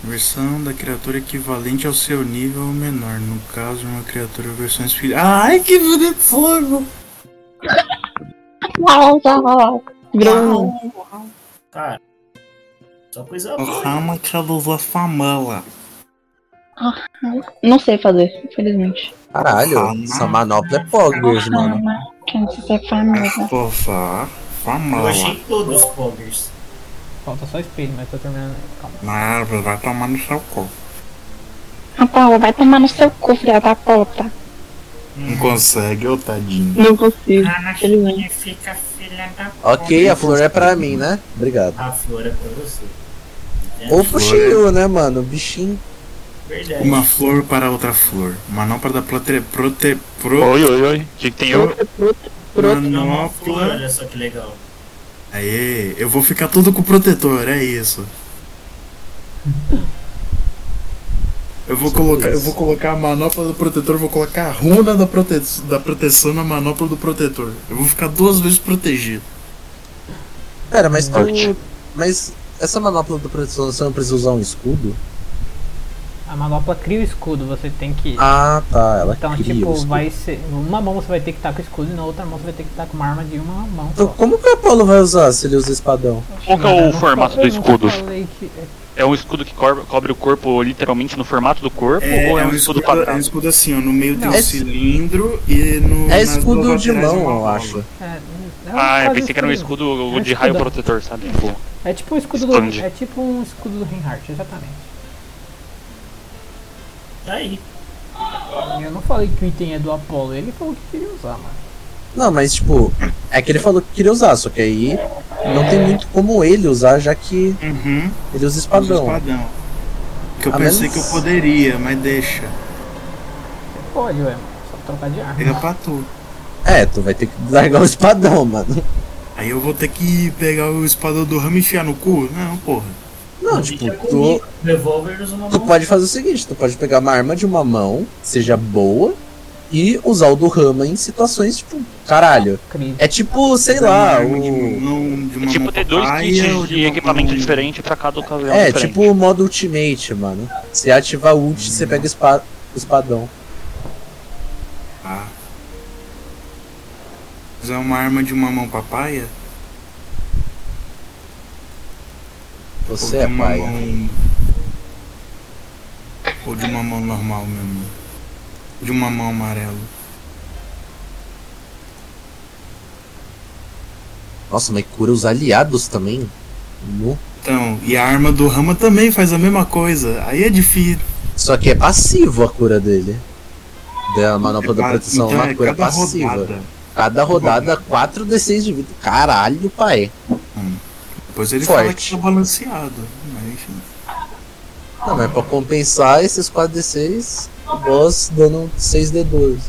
S4: Versão da criatura equivalente ao seu nível ou menor. No caso, uma criatura versão espírita. Ai, que vida de fogo!
S3: Uau, uau, uau. Virou um-
S4: Oh.
S5: Cara, só coisa boa.
S4: Rama Kraluva Famala.
S3: Não sei fazer, infelizmente.
S2: Caralho, essa manopla é poggers, mano.
S3: Quem se quer famosa.
S4: Fofá.
S5: Eu
S4: Famosa.
S5: achei todos os poggers.
S1: Falta só espelho, mas tô terminando. Calma.
S4: Não, vai tomar no seu corpo.
S3: A Paula Ah, tá, vai tomar no seu cu, filha da puta.
S4: Não consegue, ô tadinho.
S3: Não consigo.
S5: Ele Ah, fica filha da
S2: Ok, a flor é pra mim, né? Obrigado.
S5: A flor é pra você. Entende?
S2: Ou
S1: é.
S2: pro Shiryu, né, mano? O bichinho.
S5: Verdade.
S4: Uma flor para outra flor. Manopla da prote... prote... pro...
S10: Oi, oi, oi. O que, que tem eu?
S5: Flor,
S4: Manopla.
S5: olha só que legal.
S4: Aê, eu vou ficar todo com protetor, é isso. Eu vou colocar, eu vou colocar a manopla do protetor, eu vou colocar a runa da, prote... da proteção na manopla do protetor. Eu vou ficar duas vezes protegido.
S2: Pera, mas tu.
S4: Forte.
S2: Mas essa manopla do proteção você não precisa usar um escudo?
S1: A manopla cria o escudo, você tem que.
S2: Ah, tá. Ela
S1: Então,
S2: cria o
S1: tipo,
S2: escudo.
S1: vai ser. Uma mão você vai ter que estar com o escudo e na outra mão você vai ter que estar com uma arma de uma mão.
S2: Então, como que o Apolo vai usar se ele usa espadão?
S10: Qual que é o formato do
S1: Eu nunca
S10: escudo?
S1: falei que-
S10: É um escudo que cobre, cobre o corpo literalmente no formato do corpo ou é, um escudo,
S4: é um
S10: quadrado?
S4: escudo assim, ó, no meio tem um
S2: Não.
S4: cilindro e no.
S2: É
S4: nas
S2: escudo
S4: duas
S2: de
S4: laterais
S2: mão,
S4: uma
S2: eu
S4: bola.
S2: acho.
S1: É, não é
S10: Ah, eu
S1: quase
S10: pensei que era um
S13: assim.
S10: escudo
S1: É
S10: de raio
S1: escudão.
S10: protetor, sabe? Tipo,
S1: É tipo o escudo
S10: Stand.
S1: do. É tipo um escudo do Reinhardt, exatamente.
S5: Tá aí.
S1: Eu não falei que o item é do Apollo, ele falou que queria usar, mano.
S2: Não, mas tipo, é que ele falou que queria usar, só que aí não tem muito como ele usar, já que
S4: Uhum,
S2: ele usa
S4: usa
S2: espadão.
S4: espadão. Que eu
S2: Ah, A
S4: pensei
S2: menos-
S4: que eu poderia, mas deixa.
S1: Pode, ué, só trocar de arma.
S4: Pega pra tu.
S2: É, tu vai ter que largar o espadão, mano.
S4: Aí eu vou ter que pegar o espadão do ramo e enfiar no cu? Não, porra.
S2: Não, tipo, tu,
S5: Revólver uma
S2: tu
S5: mão.
S2: pode fazer o seguinte, tu pode pegar uma arma de uma mão, seja boa, e usar o do Rama em situações, tipo, caralho.
S1: Cris.
S2: É tipo, sei lá,
S4: Uma arma de
S2: o.
S4: mão, de uma
S10: é tipo
S4: mão
S10: ter dois
S4: papai
S10: kits
S4: ou
S10: de
S4: uma
S10: equipamento
S4: mão-
S10: diferente pra cada ocasião
S2: É,
S10: diferente.
S2: tipo o modo ultimate, mano. Você ativa a ult, você pega espa- o espadão.
S4: Ah. Usar uma arma de uma mão papaya?
S2: Você
S4: ou de
S2: é
S4: uma
S2: pai.
S4: mão. Ou de uma mão normal mesmo. De uma mão amarela.
S2: Nossa, mas cura os aliados também? No-
S4: Então, e a arma do Rama também faz a mesma coisa. Aí é difícil.
S2: Só que é passivo a cura dele. Da manopla da
S4: Cada-
S2: proteção,
S4: então
S2: uma
S4: é
S2: cura
S4: cada
S2: passiva.
S4: rodada.
S2: Cada rodada, 4d6 de vida. Caralho, pai.
S4: Depois ele
S2: Forte.
S4: fala que tá balanceado. Mas enfim.
S2: Não, mas pra compensar esses 4d6, o boss dando 6d12.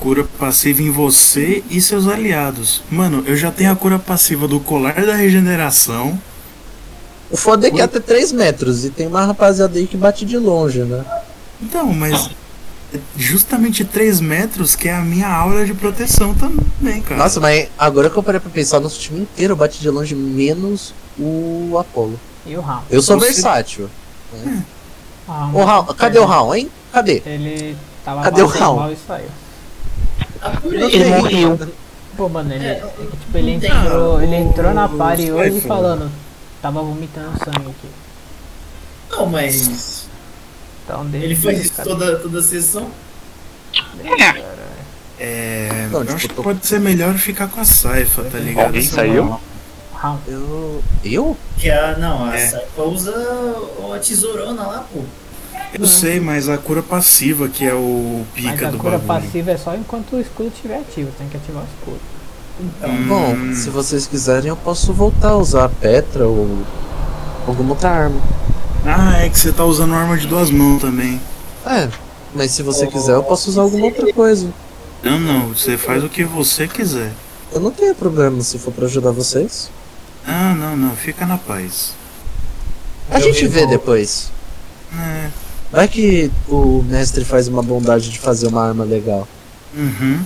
S4: Cura passiva em você e seus aliados. Mano, eu já tenho a cura passiva do colar da regeneração.
S2: O foda é que é até 3 metros e tem uma rapaziada aí que bate de longe, né?
S4: Então, mas é justamente 3 metros que é a minha aura de proteção também, cara.
S2: Nossa, mas agora que eu parei pra pensar, nosso time inteiro bate de longe menos o Apollo.
S1: E o Raul.
S2: Eu sou
S4: Você-
S2: versátil.
S1: O Raul-
S2: O Raul, cadê o Raul, hein? Cadê?
S1: Ele tava
S2: Cadê o
S1: passando
S2: Raul?
S1: mal e saiu.
S2: Ele morreu.
S1: Pô, mano, ele, é que, tipo, ele
S5: Não tem.
S1: entrou, ele entrou na party
S4: Sai
S1: hoje
S4: fora.
S1: falando, tava vomitando sangue aqui.
S5: Não, mas.
S1: Então deixa
S5: Ele faz
S1: ele,
S5: isso
S1: cara.
S5: toda, toda a sessão.
S4: É.
S2: Não,
S4: eu
S2: tipo,
S4: acho que
S2: tô-
S4: pode ser melhor ficar com a Saifa, tá ligado?
S10: Alguém
S4: Essa
S10: saiu?
S4: mão.
S1: Raul.
S2: Eu. Eu?
S5: Que a, não, a
S4: É.
S5: Saifa usa a tesourona lá, pô.
S4: Eu sei, mas a cura passiva que é o
S1: Mas
S4: pica
S1: a
S4: do
S1: cura
S4: bagulho.
S1: passiva é só enquanto o escudo estiver ativo, tem que ativar o escudo.
S4: Hum.
S2: Bom, se vocês quiserem, eu posso voltar a usar a Petra ou alguma outra arma.
S4: Ah, é que você tá usando arma de duas mãos também.
S2: É, mas se você quiser, eu posso usar alguma outra coisa.
S4: Não, não, você faz o que você quiser.
S2: Eu não tenho problema se for pra ajudar vocês.
S4: Não, não, não, fica na paz.
S2: A
S5: Eu
S2: gente vê
S5: resolvo.
S2: depois.
S4: É.
S2: Vai que o mestre faz uma bondade de fazer uma arma legal.
S4: Uhum.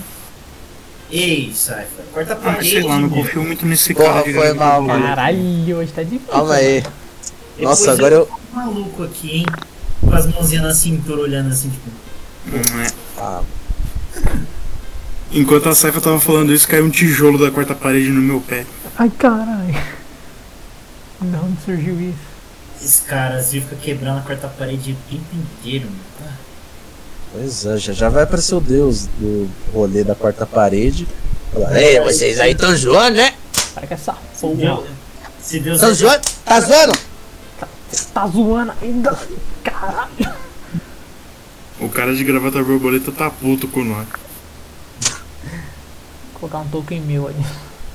S5: Ei, Saifa, corta a
S4: Ah,
S5: parede.
S4: sei lá, não
S5: meu.
S4: confio muito nesse
S2: Porra,
S4: cara.
S2: foi
S4: digamos,
S2: mal,
S4: do-
S2: mano.
S1: Caralho, hoje tá difícil.
S2: Calma aí.
S5: Depois
S2: Nossa, agora eu.
S5: tô maluco aqui, hein? Com as mãozinhas na cintura olhando assim, tipo.
S4: Hum, é.
S2: Ah,
S4: Enquanto a Saifa tava falando isso, caiu um tijolo da quarta parede no meu pé.
S1: Ai, caralho. De onde surgiu isso?
S5: Esses caras viram fica quebrando a quarta parede o tempo inteiro, mano. Ah,
S2: Pois é, já, já vai aparecer o deus do rolê da quarta parede. Fala, Ei, vocês aí tão zoando, né?
S1: Para com essa
S5: Se Deus,
S1: porra.
S5: se Deus
S2: Tão zoando? Tá zoando?
S1: Você tá zoando ainda? Caralho.
S4: O cara de gravata borboleta tá puto com nós.
S1: Vou colocar um token meu aí.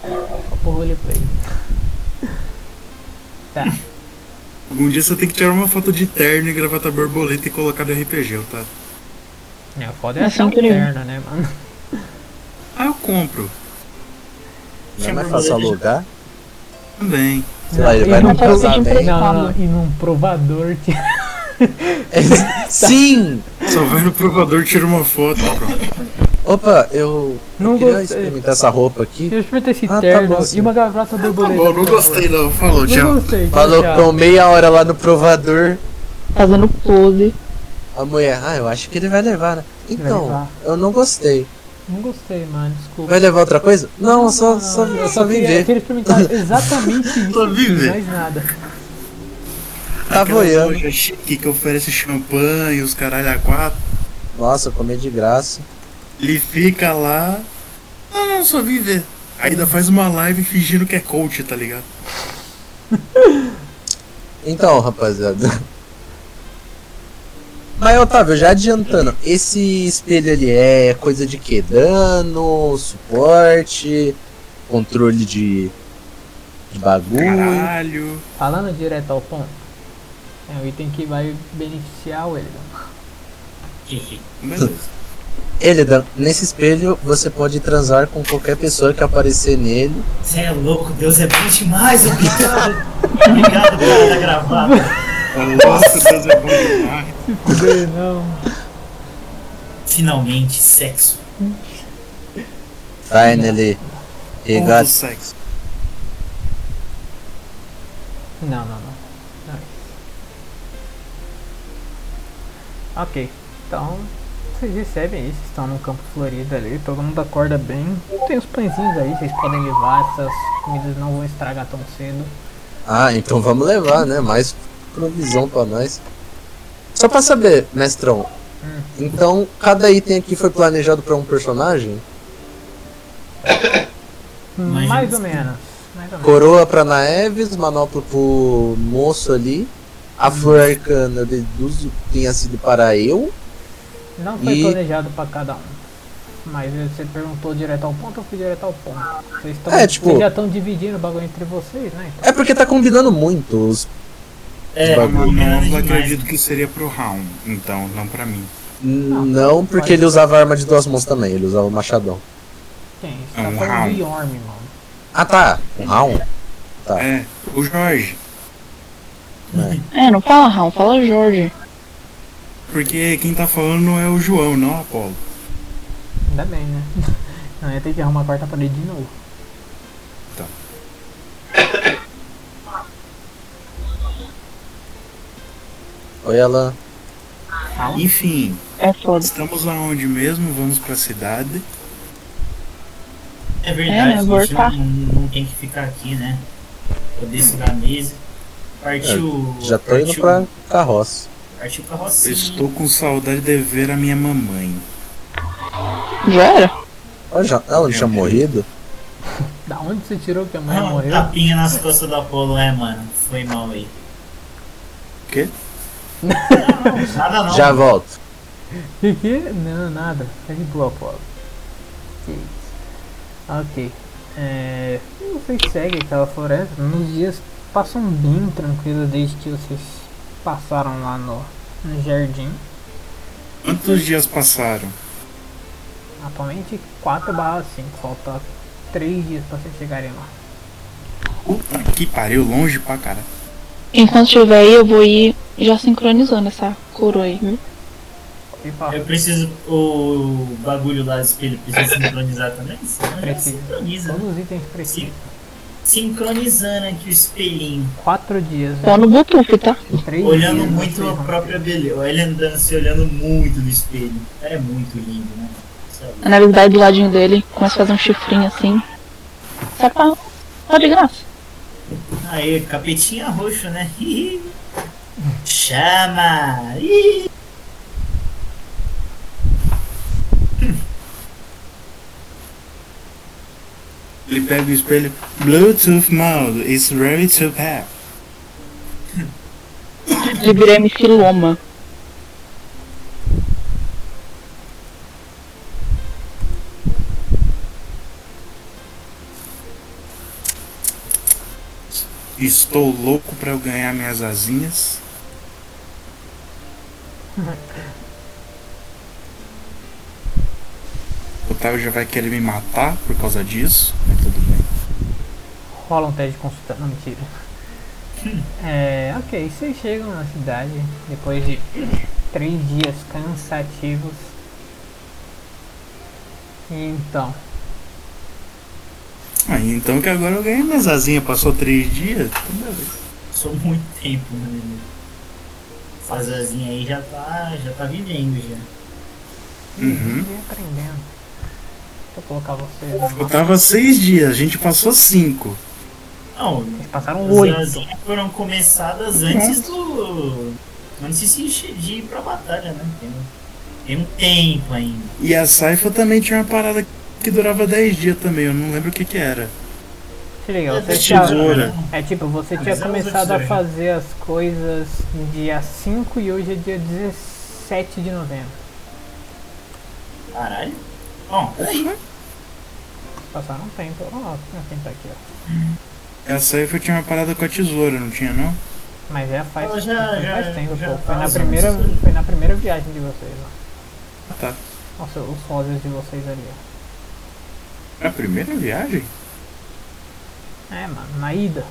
S1: Só por rolê pra ele. Tá.
S4: Algum dia você tem que tirar uma foto de terno e gravata borboleta e colocar no RPG, tá?
S1: É, foda é
S3: Não
S1: achar um
S3: queria.
S1: terno, né, mano?
S4: Ah, eu compro.
S2: Não é mais fácil alugar?
S4: Também.
S2: Sei lá, ele vai
S3: não
S2: num
S3: pode ser de
S2: casamento.
S1: Não, não,
S3: Calma.
S1: e num provador que.
S2: Sim!
S4: Só vai no provador, tira uma foto, pronto.
S2: Opa, eu
S1: Não
S2: queria
S1: gostei.
S2: experimentar essa roupa aqui.
S1: Deixa eu experimentar esse
S2: Ah, tá
S1: terno
S2: bom, sim.
S1: e uma gravata borboleta.
S4: Bom, não
S1: por favor.
S4: gostei não.
S1: Não
S4: Falou, tchau.
S1: gostei. tá
S2: Falou,
S1: tchau.
S2: ficou meia hora lá no provador.
S3: Fazendo pose.
S2: A mulher, ah, eu acho que ele vai levar, né? Então,
S1: levar.
S2: eu não gostei.
S1: Não gostei, mano, desculpa.
S2: Vai levar outra coisa? Não, eu só,
S1: Não,
S2: só, eu
S1: eu
S2: só vim
S1: queria- Eu
S2: ver.
S1: queria
S2: [LAUGHS]
S1: experimentar exatamente isso.
S4: Só vim ver.
S1: Mais nada.
S2: Tá voando.
S4: loja chique que oferece champanhe, os caralho a quatro.
S2: Nossa, eu comi de graça.
S4: Ele fica lá. Não, não, só vim ver. Ainda faz uma live fingindo que é coach, tá ligado?
S2: Então, rapaziada. Mas, Otávio, já adiantando, esse espelho ali é coisa de que? Dano, suporte, controle de, de bagulho.
S4: Caralho.
S1: Falando direto ao ponto, é um item que vai beneficiar o Elida.
S4: Beleza.
S2: [LAUGHS] Ele, Dan, nesse espelho você pode transar com qualquer pessoa que aparecer nele.
S5: Você é louco, Deus é bom demais, obrigado. [LAUGHS] obrigado, cara da gravata.
S4: Nossa, Deus é bom demais.
S1: Não.
S5: Finalmente, sexo.
S2: Finally, he
S4: Ponto
S2: got
S4: sexo.
S1: Não, não, não. Não é isso. Ok. Então, vocês recebem isso, estão no campo florido ali, todo mundo acorda bem. Tem os pãezinhos aí, vocês podem levar, essas comidas não vão estragar tão cedo.
S2: Ah, então vamos levar, né? Mais provisão pra nós. Só pra saber, mestrão.
S1: Hum.
S2: Então, cada item aqui foi planejado pra um personagem?
S5: Mas-
S1: Mais ou menos. Mais ou menos.
S2: Coroa pra Naeves, manopla pro moço ali.
S4: Uhum.
S2: A flor arcana, eu deduzo que tenha sido para eu.
S1: Não foi
S2: E-
S1: planejado pra cada um. Mas você perguntou direto ao ponto, eu fui direto ao ponto. Vocês, tão,
S2: É, tipo-
S1: vocês já estão dividindo o bagulho entre vocês, né?
S2: É porque tá combinando muito os
S5: É,
S4: A
S2: bagulho.
S4: manopla acredito que seria pro round, então, não pra mim.
S2: Não, porque ele usava arma de duas mãos também, ele usava o machadão.
S1: Quem? Você
S4: É
S1: tá
S4: um
S1: falando
S4: round.
S1: de Yorm, mano.
S2: Ah tá, um round? Tá.
S4: É, o Jorge.
S3: É, não fala Raul, fala Jorge.
S4: Porque quem tá falando não é o João, não o Apolo.
S1: Ainda bem, né? [LAUGHS] Não ia ter que arrumar a quarta parede de novo.
S4: Tá.
S2: Oi, Alan.
S1: Fala.
S4: Enfim,
S3: É foda.
S4: estamos aonde mesmo? Vamos pra cidade.
S5: É verdade,
S3: É,
S5: a gente
S3: voltar.
S5: não, não tem que ficar aqui, né? Eu desço da mesa. Partiu.
S2: Hum. É, Já tô indo
S5: partiu,
S2: pra carroça.
S5: Partiu
S4: Eu
S5: carrocinha.
S4: estou com saudade de ver a minha mamãe.
S3: Já era?
S2: Ela já, ela não tinha morrido?
S1: Da onde você tirou que a mulher
S5: Ah, um
S1: morreu? [LAUGHS]
S5: tapinha nas costas da Polo, é, mano. Foi mal aí.
S4: Quê?
S5: Não, não, nada não.
S2: Já volto.
S1: Que que? Não, nada. Tá de boa, Paulo. Que isso. Ok. É, e vocês seguem aquela floresta. Nos dias passam bem tranquilos desde que vocês passaram lá no, no jardim.
S4: Quantos dias passaram?
S1: Atualmente 4 barra 5. Falta 3 dias pra vocês chegarem lá.
S4: Puta que pariu, longe pra cara.
S3: Enquanto estiver aí, eu vou ir já sincronizando essa coroa aí, viu?
S1: E fala,
S5: Eu preciso. O bagulho lá do espelho precisa sincronizar também? Senão já
S1: Precisa. assim?
S5: Sincroniza.
S1: todos os itens precisam.
S5: Sim. Sincronizando aqui o espelhinho.
S1: 4 dias.
S3: Só no Bluetooth, tá?
S1: 3
S5: Olhando
S1: dias,
S5: muito
S1: vocês
S5: a
S1: vão
S5: própria beleza. Ele andando, se olhando muito no espelho. O cara é muito lindo, né? Sabe?
S3: A nave vai do ladinho dele, começa a fazer um chifrinho assim. Sai pra. Só de graça.
S5: Aê, capetinha roxo, né? Hihi. Chama! Ih!
S4: Ele pega o espelho. Bluetooth mode is ready to pack.
S3: Ele vira MC Loma.
S4: Estou louco pra eu ganhar minhas asinhas. [LAUGHS] O Otávio já vai querer me matar por causa disso, mas tudo bem.
S1: Rola um teste de consulta. Não,
S5: [LAUGHS]
S1: mentira. É, ok, vocês chegam na cidade depois de três dias cansativos. E então,
S4: Ah, então que agora eu ganhei minhas asinhas, passou três dias. tudo bem.
S5: Passou muito tempo, né? Fazazinha aí já tá, já tá vivendo já.
S4: Uhum.
S1: vem aprendendo. Deixa eu colocar vocês no mapa.
S4: Faltava seis dias, a gente passou cinco.
S5: Não,
S1: Vocês passaram
S5: as
S1: oito.
S5: asinhas foram começadas antes do. Antes de se enche- de ir pra batalha, né? Tem, tem um tempo ainda.
S4: E a Saifa também tinha uma parada que durava dez dias também, eu não lembro o que que era.
S1: Se liga,
S5: É
S1: vocês
S4: tesoura.
S1: tinham- É tipo, você
S5: Ah,
S1: tinha
S5: mas é uma
S1: começado a
S5: tesoura.
S1: fazer as coisas dia 5 e hoje é dia 17 de novembro.
S5: Caralho. Bom, peraí.
S1: Passaram um tempo. Ó, tem um tempo aqui, ó.
S4: E A Saifa tinha uma parada com a tesoura, não tinha não?
S1: Mas já faz,
S5: Ela já-
S1: já faz
S5: já-
S1: tempo,
S5: já
S1: pô.
S5: tá
S1: Foi na,
S5: usando
S1: primeira,
S5: isso aí.
S1: foi na primeira viagem de vocês, ó.
S4: Tá.
S1: Nossa, os rosas de vocês ali, ó.
S4: Na primeira viagem?
S1: É, mano, na ida.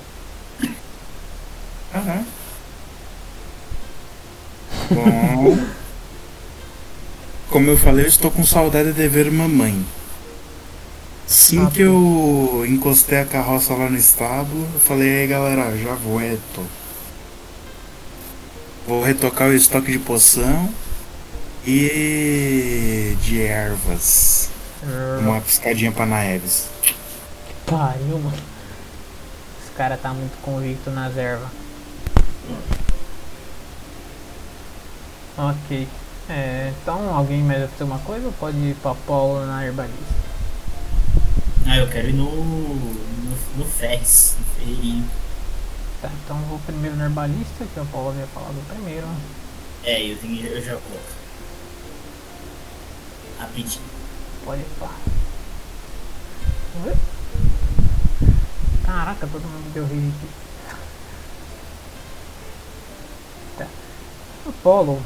S4: Aham. Bom. Como eu falei, eu estou com saudade de ver mamãe. Assim que eu encostei a carroça lá no estábulo, eu falei, aí galera, já volto. Vou retocar o estoque de poção e de ervas. Uma piscadinha pra Naeves.
S1: Pariu, mano. Esse cara tá muito convicto nas ervas. Ok. É, então, alguém mais vai fazer alguma coisa ou pode ir pra Paula na herbalista?
S5: Ah, eu quero ir no. no, no Ferris, no Ferreirinho.
S1: Tá, então eu vou primeiro na herbalista, que a Paula havia falado primeiro. né?
S5: É, eu tenho eu já coloco. Rapidinho.
S1: Pode ir pá. Vamos ver? Caraca, todo mundo deu rage aqui. Tá. Apollo,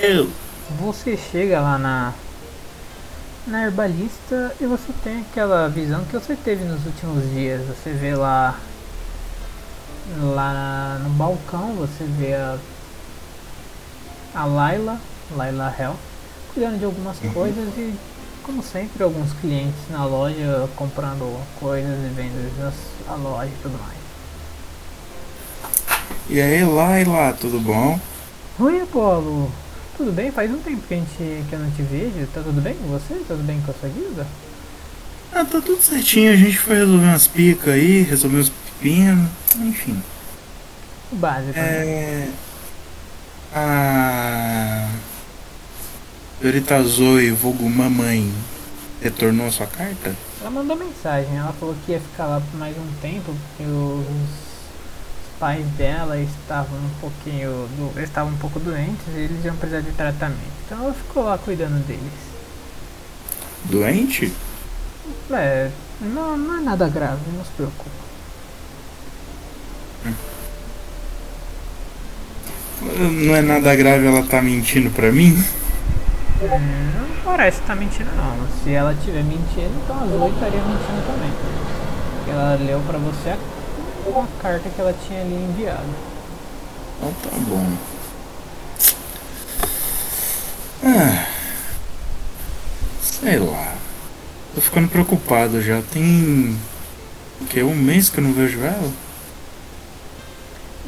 S4: Eu.
S1: Você chega lá na na herbalista e você tem aquela visão que você teve nos últimos dias. Você vê lá lá no balcão, você vê a a Laila, Laila Hell, cuidando de algumas coisas e como sempre alguns clientes na loja comprando coisas e vendo as- a loja e tudo mais.
S4: E aí, lá e lá, tudo bom?
S1: Oi Apolo, tudo bem? Faz um tempo que, a gente, que eu não te vejo, tá tudo bem com você? Tudo bem com a sua vida?
S4: Ah, tá tudo certinho, a gente foi resolver umas picas aí, resolver uns pepinos, enfim.
S1: O básico, né?
S4: É. A. Senhorita Zoe, vulgo mamãe, retornou a sua carta?
S1: Ela mandou mensagem, ela falou que ia ficar lá por mais um tempo, porque os, os pais dela estavam um pouquinho. do- estavam um pouco doentes e eles iam precisar de tratamento. Então ela ficou lá cuidando deles.
S4: Doente?
S1: É, não, não é nada grave, não se preocupe.
S4: Não é nada grave ela tá mentindo pra mim?
S1: Não parece que tá mentindo não. Se ela tiver mentindo, então a Zoe estaria mentindo também. Porque Ela leu pra você a, uma carta que ela tinha ali enviado.
S4: Então tá bom. Ah. Sei lá. Tô ficando preocupado já. Tem. O que? Um mês que eu não vejo ela?
S1: Não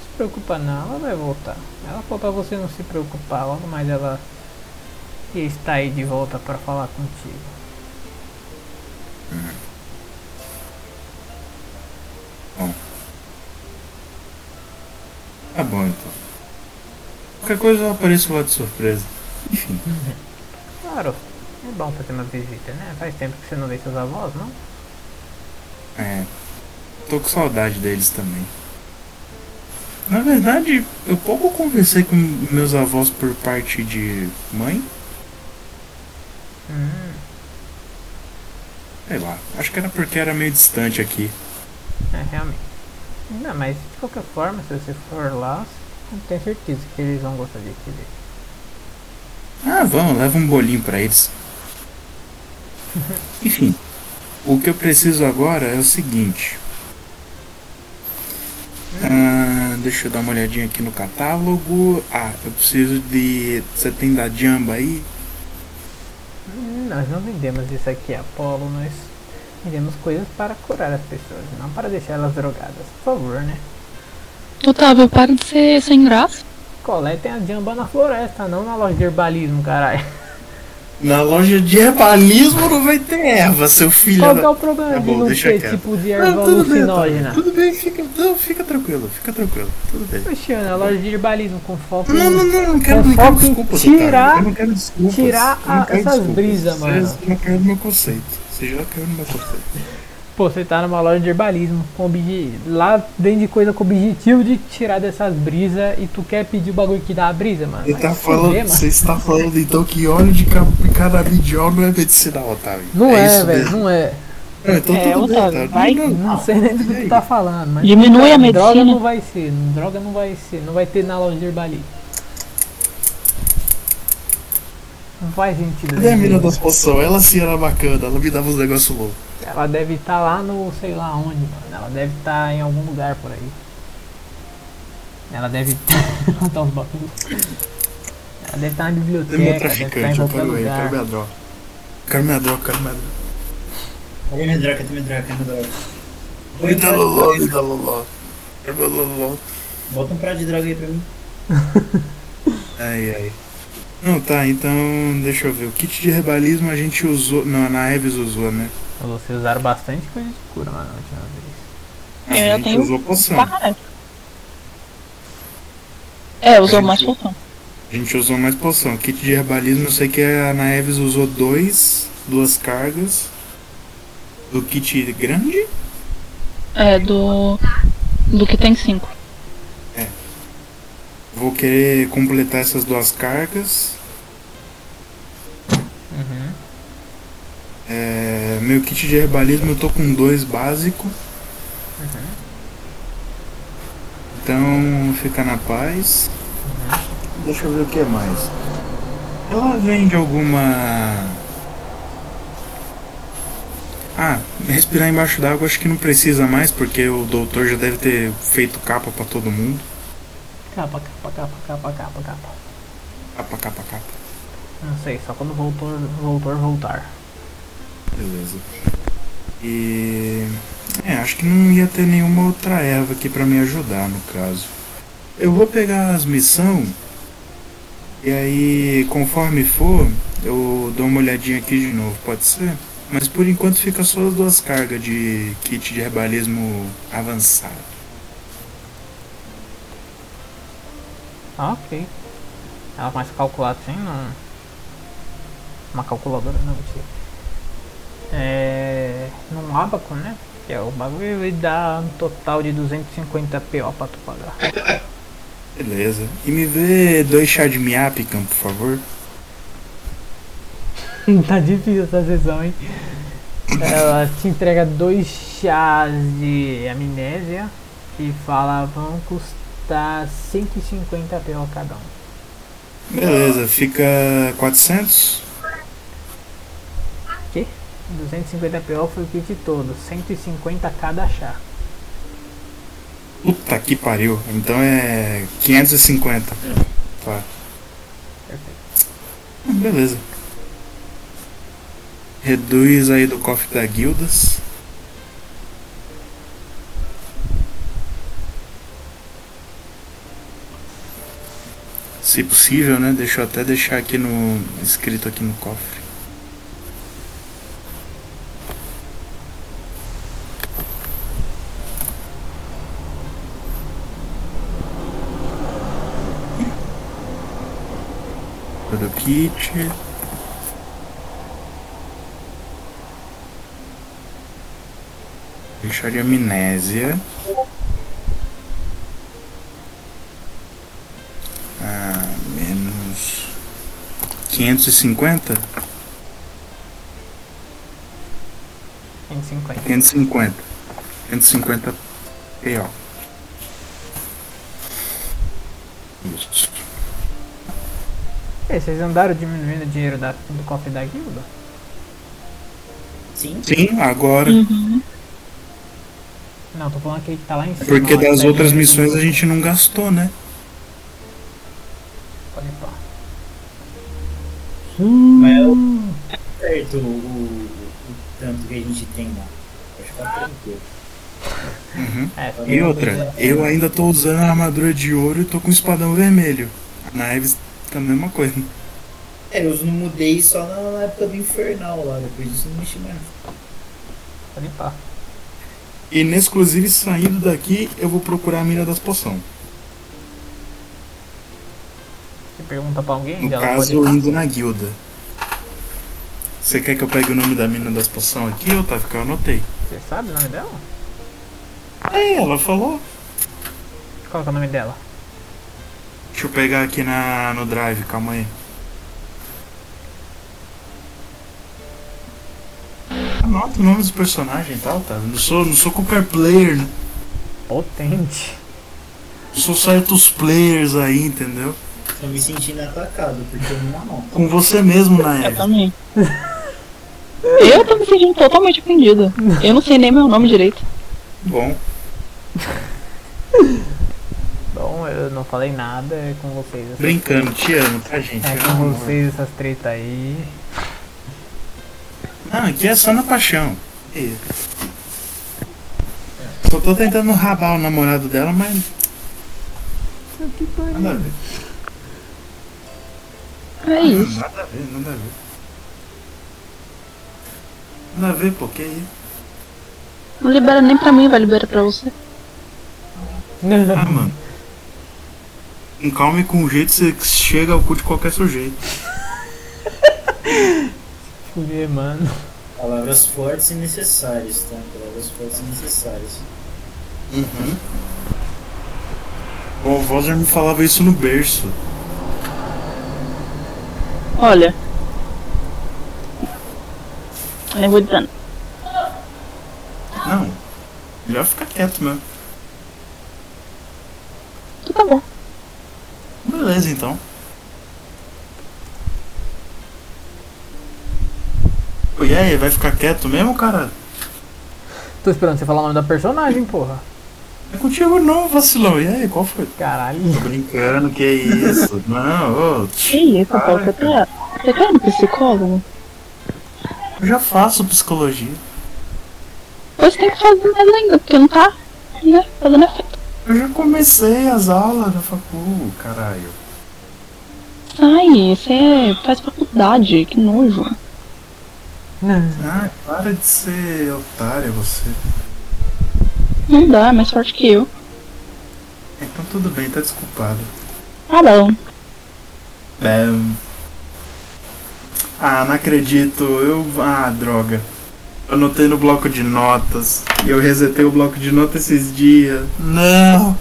S1: se preocupa não, ela vai voltar. Ela falou pra você não se preocupar logo, mas ela ia estar aí de volta pra falar contigo.
S4: Tá bom então. Qualquer coisa eu apareço lá de surpresa. Enfim.
S1: Claro, é bom fazer uma visita, né? Faz tempo que você não vê seus avós, não?
S4: É. Tô com saudade deles também. Na verdade, eu pouco conversei com meus avós por parte de mãe.
S1: Hum,
S4: Sei lá. Acho que era porque era meio distante aqui.
S1: é realmente. Não, mas de qualquer forma, se você for lá, eu tenho certeza que eles vão gostar de te ver.
S4: Ah, vão, leva um bolinho
S1: [LAUGHS]
S4: pra eles. Enfim, o que eu preciso agora é o seguinte. Ah, deixa eu dar uma olhadinha aqui no catálogo. Ah, eu preciso de. Você tem da Jamba aí?
S1: Hum, Nós não vendemos isso aqui, Apolo, nós vendemos coisas para curar as pessoas, não para deixar elas drogadas. Por favor, né?
S3: Otávio, para de ser sem graça.
S1: Coletem a jamba na floresta, não na loja de herbalismo, caralho.
S4: Na loja de herbalismo não vai ter erva, seu filho.
S1: Qual
S4: da-
S1: que é o problema
S4: Tá
S1: de
S4: bom,
S1: não
S4: deixa
S1: ter
S4: quieto.
S1: tipo de
S4: Não,
S1: erva
S4: Ah, tudo bem, tá.
S1: alucinógena?
S4: Tudo bem, fica, não, fica tranquilo, fica tranquilo, tudo bem.
S1: Cristiano, a é loja de herbalismo com foco
S4: Não, não, não, não quero,
S1: com
S4: não quero
S1: É foco em
S4: desculpas,
S1: tirar,
S4: Otávio, Eu não quero desculpas.
S1: tirar
S4: eu não
S1: a-
S4: quero
S1: essas
S4: desculpas.
S1: brisas, mano.
S4: Você já caiu no meu conceito. Você já caiu no meu conceito.
S1: Pô, você tá numa loja de herbalismo, com obje- lá dentro de coisa com o objetivo de tirar dessas brisas e tu quer pedir o bagulho que dá a brisa, mano.
S4: Ele
S1: Vai
S4: tá
S1: se
S4: falando,
S1: fuder, mano.
S4: você está falando então que óleo de ca- canabidiol não é medicina, Otávio.
S1: Não é,
S4: isso
S1: velho,
S4: mesmo.
S1: não é.
S4: Não, então
S3: É,
S4: tudo bem,
S3: Otávio,
S4: Otávio.
S3: vai.
S4: Não, não.
S1: Não sei nem do que tu tá falando, mas. tipo, é,
S3: Diminui a
S1: Droga
S3: medicina.
S1: não vai ser, droga não vai ser, não vai ter na loja de herbalismo. Não faz sentido.
S4: Cadê é a
S1: né?
S4: mina das poções? Ela sim era bacana, ela me dava uns negócios loucos.
S1: Ela deve estar lá no sei lá onde, mano. Ela deve estar em algum lugar por aí. Ela deve [LAUGHS] tá uns bagulho. Ela deve estar na
S4: Cadê meu
S1: biblioteca, deve estar É, tá em
S4: É traficante? Eu
S1: qualquer
S4: quero tá ele, eu quero
S1: lugar.
S4: minha droga. Eu Quero minha droga, eu quero minha droga.
S5: Cadê minha droga? Cadê minha droga? Cadê minha droga?
S4: Me dá loló, me dá loló. Quero meu loló.
S5: Bota um prato de droga aí pra mim.
S4: Ai, ai. Não, tá, então deixa eu ver. O kit de herbalismo a gente usou. Não, na Eves usou, né?
S1: Vocês usaram bastante coisa de cura, mano, na última vez.
S4: A
S3: É, Eu já
S4: gente
S3: tenho
S4: usou poção.
S3: Para. É, usou mais
S4: Entendi.
S3: poção.
S4: A gente usou mais poção. Kit de herbalismo, eu sei que a Naeves usou dois, duas cargas. Do kit grande?
S3: É, do. Do que tem cinco.
S4: Vou querer completar essas duas cargas.
S1: Uhum.
S4: É, meu kit de herbalismo eu tô com dois básico. Então fica na paz. Deixa eu ver o que mais. Ela vende alguma. Ah, respirar embaixo d'água acho que não precisa mais, porque o doutor já deve ter feito capa pra todo mundo.
S1: Capa, capa, capa, capa, capa, capa.
S4: Capa, capa, capa.
S1: Não sei, só quando voltou, voltou, voltar.
S4: Beleza. E. É, acho que não ia ter nenhuma outra erva aqui pra me ajudar, no caso. Eu vou pegar as missão. E aí, conforme for, eu dou uma olhadinha aqui de novo, pode ser? Mas por enquanto fica só as duas cargas de kit de herbalismo avançado.
S1: Ah, ok. Ela mais calculada assim, não. Uma calculadora, né, não, mentira. É. Num abaco, né? Que é o bagulho vai dar um total de 250 PO pra tu pagar. [LAUGHS]
S4: Beleza. E me vê dois chá de miapican, por favor.
S1: tá difícil essa sessão, hein? Ela te entrega dois chás de amnésia e fala vão custar 150 PO cada um.
S4: Beleza, fica 400?
S1: Que? 250 PO foi o kit todo, 150 cada chá.
S4: Puta que pariu. Então é 550. Tá. Ah,
S1: Perfeito.
S4: Beleza. Reduz aí do cofre da guildas. Se possível, né? Deixa eu até deixar aqui no. escrito aqui no cofre. do kit. Deixar de amnésia. Ah, menos 550?
S1: 150.
S4: 550. 150 PO. Isso.
S1: É, vocês andaram diminuindo o dinheiro da, do cofre da guilda?
S5: Sim.
S4: Sim, agora.
S1: Não, tô falando que tá lá em
S4: É
S1: cima.
S4: Porque
S1: lá que
S4: das
S1: tá
S4: outras
S1: diminuindo.
S4: missões a gente não gastou, né?
S1: Pode pá.
S5: Mas é certo o, o- o tanto que a gente tem lá. Pode ficar tranquilo.
S4: Uhum.
S1: É,
S4: E outra, eu ainda tô usando a armadura de ouro e tô com o espadão vermelho. A Knives tá a mesma coisa.
S5: É, eu não mudei só na, na época do infernal lá, depois disso eu não mexi mais.
S1: Pode pá.
S4: E exclusive saindo daqui, eu vou procurar a mira das poções.
S1: Você pergunta pra alguém?
S4: No
S1: ela
S4: caso,
S1: pode-
S4: indo na guilda. Você quer que eu pegue o nome da mina das poções aqui, Otávio? Que eu anotei.
S1: Você sabe o nome dela?
S4: É, ela falou.
S1: Qual que é o nome dela?
S4: Deixa eu pegar aqui na, no drive, calma aí. Anota o nome dos personagens e tal, tá? Não sou, não sou qualquer player, né?
S1: Potente.
S4: Sou certos players aí, entendeu?
S5: Tô me sentindo atacado, porque eu não anoto.
S4: Com você mesmo, na
S3: Eu também. [LAUGHS] Eu tô me sentindo totalmente ofendida. Eu não sei nem meu nome direito.
S4: Bom.
S1: Bom, eu não falei nada é com vocês. essas-
S4: Brincando, te amo, tá, gente?
S1: É
S4: Ah,
S1: com vocês essas treta aí.
S4: Não, aqui é só na paixão. E- É. Só tô tentando rabar o namorado dela, mas. Nada a ver.
S3: É isso.
S4: Nada a ver, nada a ver. Nada a ver, pô, que aí?
S3: Não libera nem pra mim, vai liberar pra você.
S4: Ah, mano. Com calma e com jeito você chega ao cu de qualquer sujeito.
S1: Fuder, mano.
S5: Palavras fortes e necessárias, tá? Palavras fortes e necessárias.
S4: Uhum. O avó já me falava isso no berço.
S3: Olha. Eu vou dizendo.
S4: Não. Melhor ficar quieto mesmo.
S3: Tu tá bom.
S4: Beleza então. Pô, E aí, vai ficar quieto mesmo, cara?
S1: Tô esperando você falar o nome da personagem, porra.
S4: É contigo não, vacilão. E aí, qual foi?
S1: Caralho. [LAUGHS]
S4: Tô brincando, que isso? [LAUGHS] Não, ô.
S3: Que isso, Paulo? Você tá. Você quer um psicólogo?
S4: Eu já faço psicologia.
S3: Você tem que fazer mais ainda, porque não tá. Né? Fazendo efeito.
S4: Eu já comecei as aulas da facul, caralho.
S3: Ai, você é, faz faculdade, que nojo.
S4: Ah, para de ser otária você.
S3: Não dá, é mais forte que eu.
S4: Então tudo bem, tá desculpado.
S3: Tá bom.
S4: É... Ah, não acredito. Eu. Ah, droga. Eu anotei no bloco de notas. E eu resetei o bloco de notas esses dias. Não!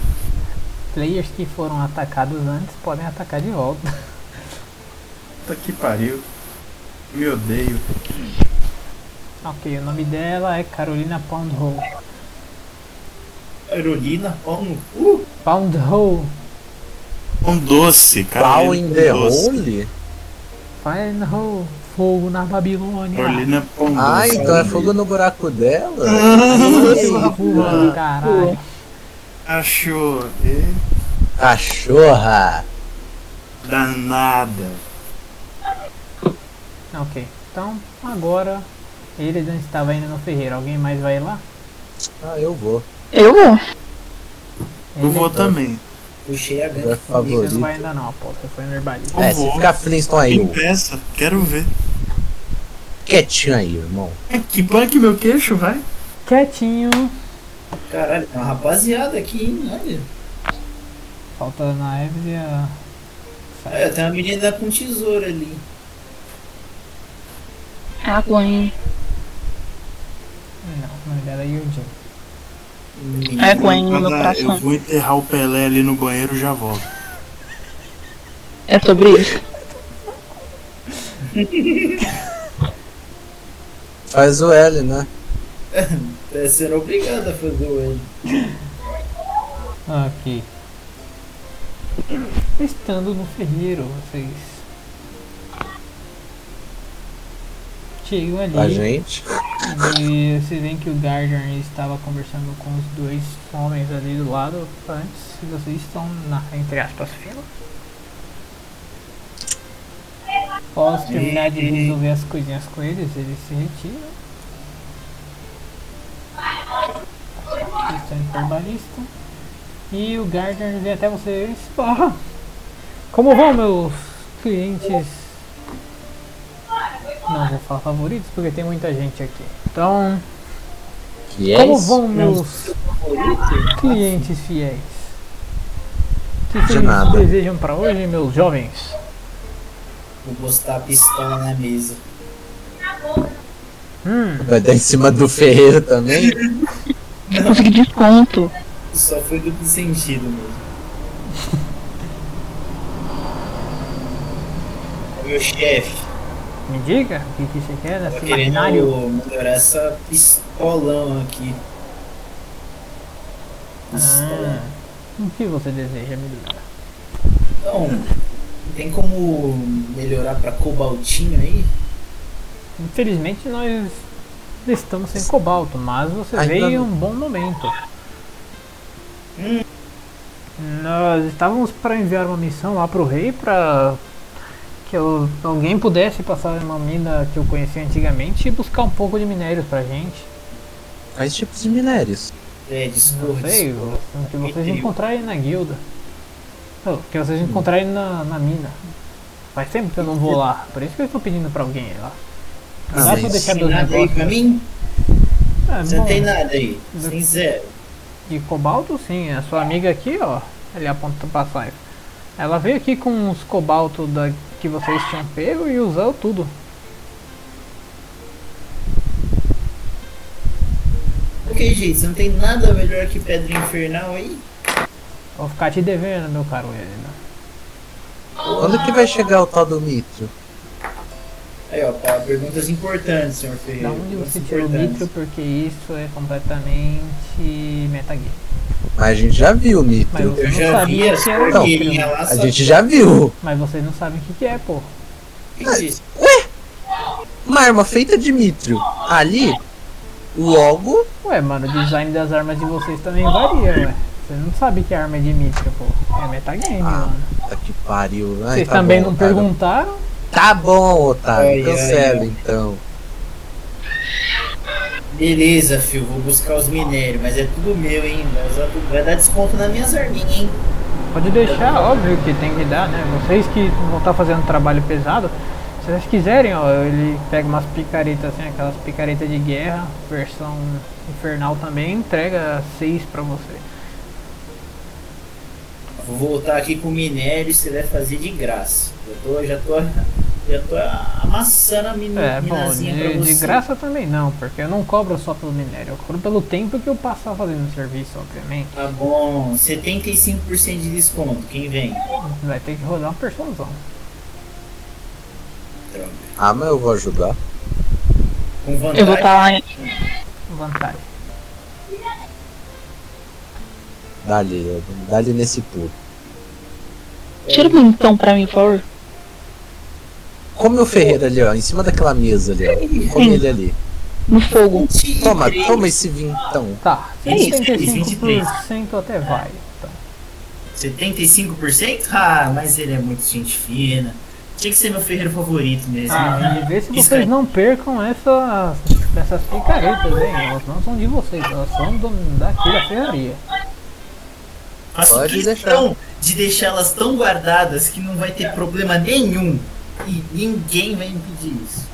S1: Players que foram atacados antes podem atacar de volta.
S4: Puta que pariu. Me odeio.
S1: ok, o nome dela é Carolina Poundhole.
S5: Carolina, pau no cu?
S1: Poundhole.
S4: Um doce, cara. é
S2: Pau in the hole?
S1: Poundhole. Fogo na Babilônia.
S4: Carolina Pão
S2: Ah,
S4: doce.
S2: então é fogo no buraco dela?
S4: [LAUGHS]
S1: Porra,
S2: Eita.
S1: Caralho.
S4: Achou. É.
S2: Cachorra!
S4: Danada.
S1: Ok, então agora ele não estava indo no ferreiro. Alguém mais vai lá?
S2: Ah, eu vou.
S3: Eu vou.
S4: Eu vou também.
S5: Puxei a
S2: Meu
S5: grande
S1: Você não
S2: favorito.
S1: vai ainda não, aposto. Você foi no herbalista.
S2: É,
S4: Eu vou.
S2: se ficar Flintstone aí,
S4: Me [LAUGHS]
S2: eu-
S4: peça, quero ver.
S2: quietinho aí, irmão.
S4: É, que banque meu queixo, vai.
S1: Quietinho.
S5: Caralho, tem uma rapaziada aqui, hein? Olha.
S1: Falta na Eves e a
S5: É, tem uma menina com tesoura ali.
S3: Água, hein?
S1: Não, o nome dela é Yudin.
S3: É, com a N no
S4: Mas, ah,
S3: coração.
S4: Eu vou enterrar o Pelé ali no banheiro e já volto.
S3: [COUGHS] É sobre isso.
S2: Faz o L, né?
S5: É ser obrigado a fazer o L.
S1: Ok. Estando no ferreiro, vocês. Chegam ali.
S2: A gente.
S1: E vocês veem que o Gardner estava conversando com os dois homens ali do lado antes. E vocês estão na, entre aspas, fila. Após terminar de resolver as coisinhas com eles, eles se retiram. Aqui está o herbalista. E o Gardner vem até vocês. Porra! Como vão meus clientes? Não vou falar favoritos porque tem muita gente aqui. Então,
S2: É
S1: como vão meus clientes fiéis? O que
S2: De
S1: vocês
S2: nada.
S1: desejam para hoje, meus jovens?
S5: Vou postar a pistola na mesa.
S1: Hum,
S2: Vai dar em cima do ferreiro
S1: [LAUGHS]
S2: também.
S3: Eu consegui desconto.
S5: Só foi duplo sentido mesmo. Ô, Meu chefe,
S1: me diga o que, que você quer
S5: tô
S1: desse maquinário?
S5: querendo melhorar essa pistolão aqui. Pistolão.
S1: Ah, o que você deseja melhorar?
S5: Então, tem como melhorar pra cobaltinho aí?
S1: Infelizmente nós estamos sem cobalto, mas você
S5: Ainda
S1: veio em
S5: não.
S1: um bom momento. Nós estávamos para enviar uma missão lá pro rei para que eu- alguém pudesse passar em uma mina que eu conhecia antigamente e buscar um pouco de minérios pra gente.
S2: Quais tipos de minérios?
S5: É, discurso.
S1: Não sei, o o que vocês encontrarem na guilda. Não, O que vocês encontrarem na, na mina. Faz tempo que eu não vou lá, por isso que eu estou pedindo pra alguém ir lá.
S5: Ah,
S1: Não é
S5: mas
S1: pra deixar
S5: tem
S1: meus
S5: nada aí
S1: negócios.
S5: pra mim?
S1: Ah,
S5: Você não
S1: bom.
S5: tem nada aí. Sem zero.
S1: De cobalto, sim. A sua amiga aqui, ó. Ele aponta pra Saifa. Ela veio aqui com os cobalto da, que vocês tinham pego e usou tudo.
S5: Ok, gente, você não tem nada melhor que pedra infernal aí?
S1: Vou ficar te devendo, meu caro Helena.
S2: Quando que vai chegar o tal do Mitro?
S5: Aí, ó, pá, perguntas importantes, senhor
S1: Da
S5: Ferreira.
S1: onde
S5: Perguntas
S1: você tirou o
S5: importantes.
S1: mitro? Porque isso é completamente metagame.
S2: Mas a gente já viu o Mitro.
S1: Mas vocês
S5: já
S1: não sabem
S5: vi
S1: o
S5: as
S1: que era
S2: Não,
S1: mitro, né?
S2: a gente já viu.
S1: Mas vocês não sabem o que, que é, pô.
S2: é Uma arma feita de Mitro. Ali, logo,
S1: Ué, mano, o design das armas de vocês também varia, ué. Vocês não sabem que arma é de mitro, pô. É metagame, mano.
S2: Puta que pariu. Ai,
S1: Vocês
S2: Ah, tá
S1: também
S2: bom,
S1: não
S2: otário.
S1: perguntaram?
S2: Tá bom, Otário.
S5: Ai, ai,
S2: cancela
S5: ai.
S2: então.
S5: Beleza, fio, vou buscar os minérios, mas é tudo meu, hein? Vai, usar tudo- vai dar desconto nas minhas arminhas, hein?
S1: Pode deixar, óbvio que tem que dar, né? Vocês que vão estar fazendo trabalho pesado, se vocês quiserem, ó, ele pega umas picaretas assim, aquelas picaretas de guerra, versão infernal também, entrega seis pra você.
S5: Vou voltar aqui com o minério e você vai fazer de graça. Já tô, já tô, já tô amassando a min
S1: É, bom,
S5: minazinha pra
S1: de,
S5: você.
S1: de graça também não, porque eu não cobro só pelo minério, eu cobro pelo tempo que eu passar fazendo o serviço, obviamente.
S5: Tá bom, 75% de desconto, quem vem?
S1: Vai ter que rodar uma persuasão.
S2: Ah, mas eu vou ajudar.
S5: Com vantagem.
S3: Eu vou
S1: tá-
S3: estar lá. em-
S1: Vantagem.
S2: Dá-lhe, Edwin, dá-lhe nesse pulo.
S3: Tira um então pra mim, por favor.
S2: Come o Ferreira ali, ó, em cima daquela mesa ali, ó. Come ele ali.
S3: No fogo.
S2: Toma, toma esse vintão.
S1: Tá,
S5: É isso, 75%.
S1: 75% até vai.
S5: 75%? Ah, mas ele é muito gente fina. Tinha que ser meu ferreiro favorito mesmo.
S1: Ah, e vê se vocês não percam essas, essas picaretas, hein? Elas não são de vocês, elas são do, daqui da ferraria.
S5: Faço
S1: Pode
S5: questão de deixá-las tão guardadas que não vai ter problema nenhum. E ninguém vai impedir isso.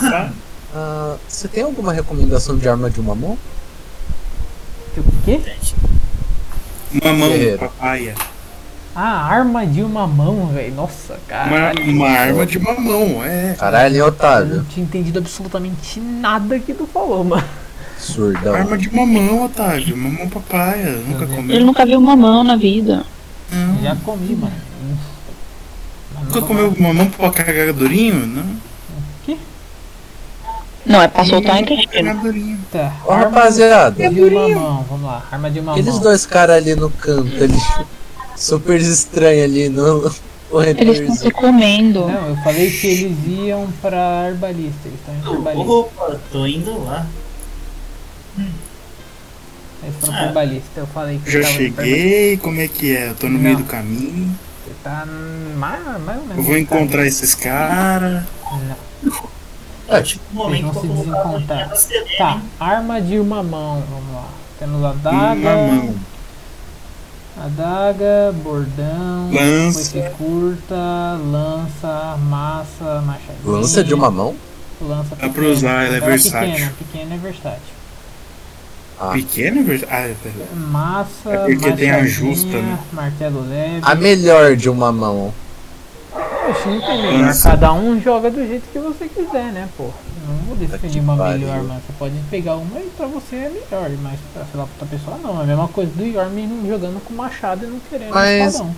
S4: Tá?
S2: Ah, você tem alguma recomendação de arma de uma mão?
S1: Tipo, O quê?
S4: Mamão,
S2: Ferreiro.
S4: papaya.
S1: Ah, arma de uma mão, velho. Nossa, cara.
S4: Uma, uma arma de uma mão, é.
S2: Caralho,
S1: Não
S2: otário.
S1: tinha entendido absolutamente nada que tu falou, mano.
S2: Surdão.
S4: Arma de mamão, Otávio. Mamão papaya. Nunca comeu.
S3: Ele nunca viu uma mão na vida.
S1: Já comi, mano.
S4: Nunca comeu mamão pra cagadorinho? Não.
S3: Não, é pra soltar a intestino.
S4: Cagadorinho.
S1: Tá.
S2: Ó,
S1: arma
S2: rapaziada.
S1: de uma mão, vamos lá. Arma de uma
S2: Aqueles
S1: mão.
S2: dois caras ali no canto, eles super estranhos ali no [LAUGHS]
S3: Eles estão se
S2: corredorzinho.
S3: comendo.
S1: Não, eu falei que eles iam pra arbalista. Eles estão indo pra arbalista.
S5: Opa, tô indo lá.
S1: Eles foram pra arbalista. Eu falei que
S4: Ah. Já
S1: tava indo pra
S4: cheguei, como é que é? Eu tô no
S1: Não.
S4: meio do caminho.
S1: arbalista. Você tá mais, mais ou menos. tá.
S4: Eu vou
S1: no
S4: encontrar esses caras.
S1: caminho. Não.
S5: É, tipo, um
S1: Eles vão
S5: momento pra
S1: se
S5: colocar a mãozinha
S1: desencontrar.
S5: na CD,
S1: Tá,
S5: hein?
S1: arma de uma mão, vamos lá. Temos a daga,
S4: Mamão.
S1: a daga, bordão,
S4: Lança.
S1: foice curta, lança, massa, machadinha.
S2: Lança de uma mão?
S1: Lança
S4: Dá pra
S1: pequena.
S4: usar, ela é versátil.
S1: Pequena, pequena é versátil.
S2: Ah.
S4: Pequeno? é verdade? Ah, é verdade.
S1: Massa,
S4: É porque tem a
S1: machadinha,
S4: justa, né?
S1: martelo leve.
S2: A melhor de uma mão.
S1: Poxa, não tem melhor.
S4: Lança.
S1: Cada um joga do jeito que você quiser, né, pô? Não vou
S2: que
S1: definir uma
S2: pariu.
S1: melhor, mano. Você pode pegar uma e pra você é melhor, mas pra, sei lá, pra outra pessoa não. É a mesma coisa do Yorm não jogando com machado e não querendo
S2: Mas-
S1: espadão.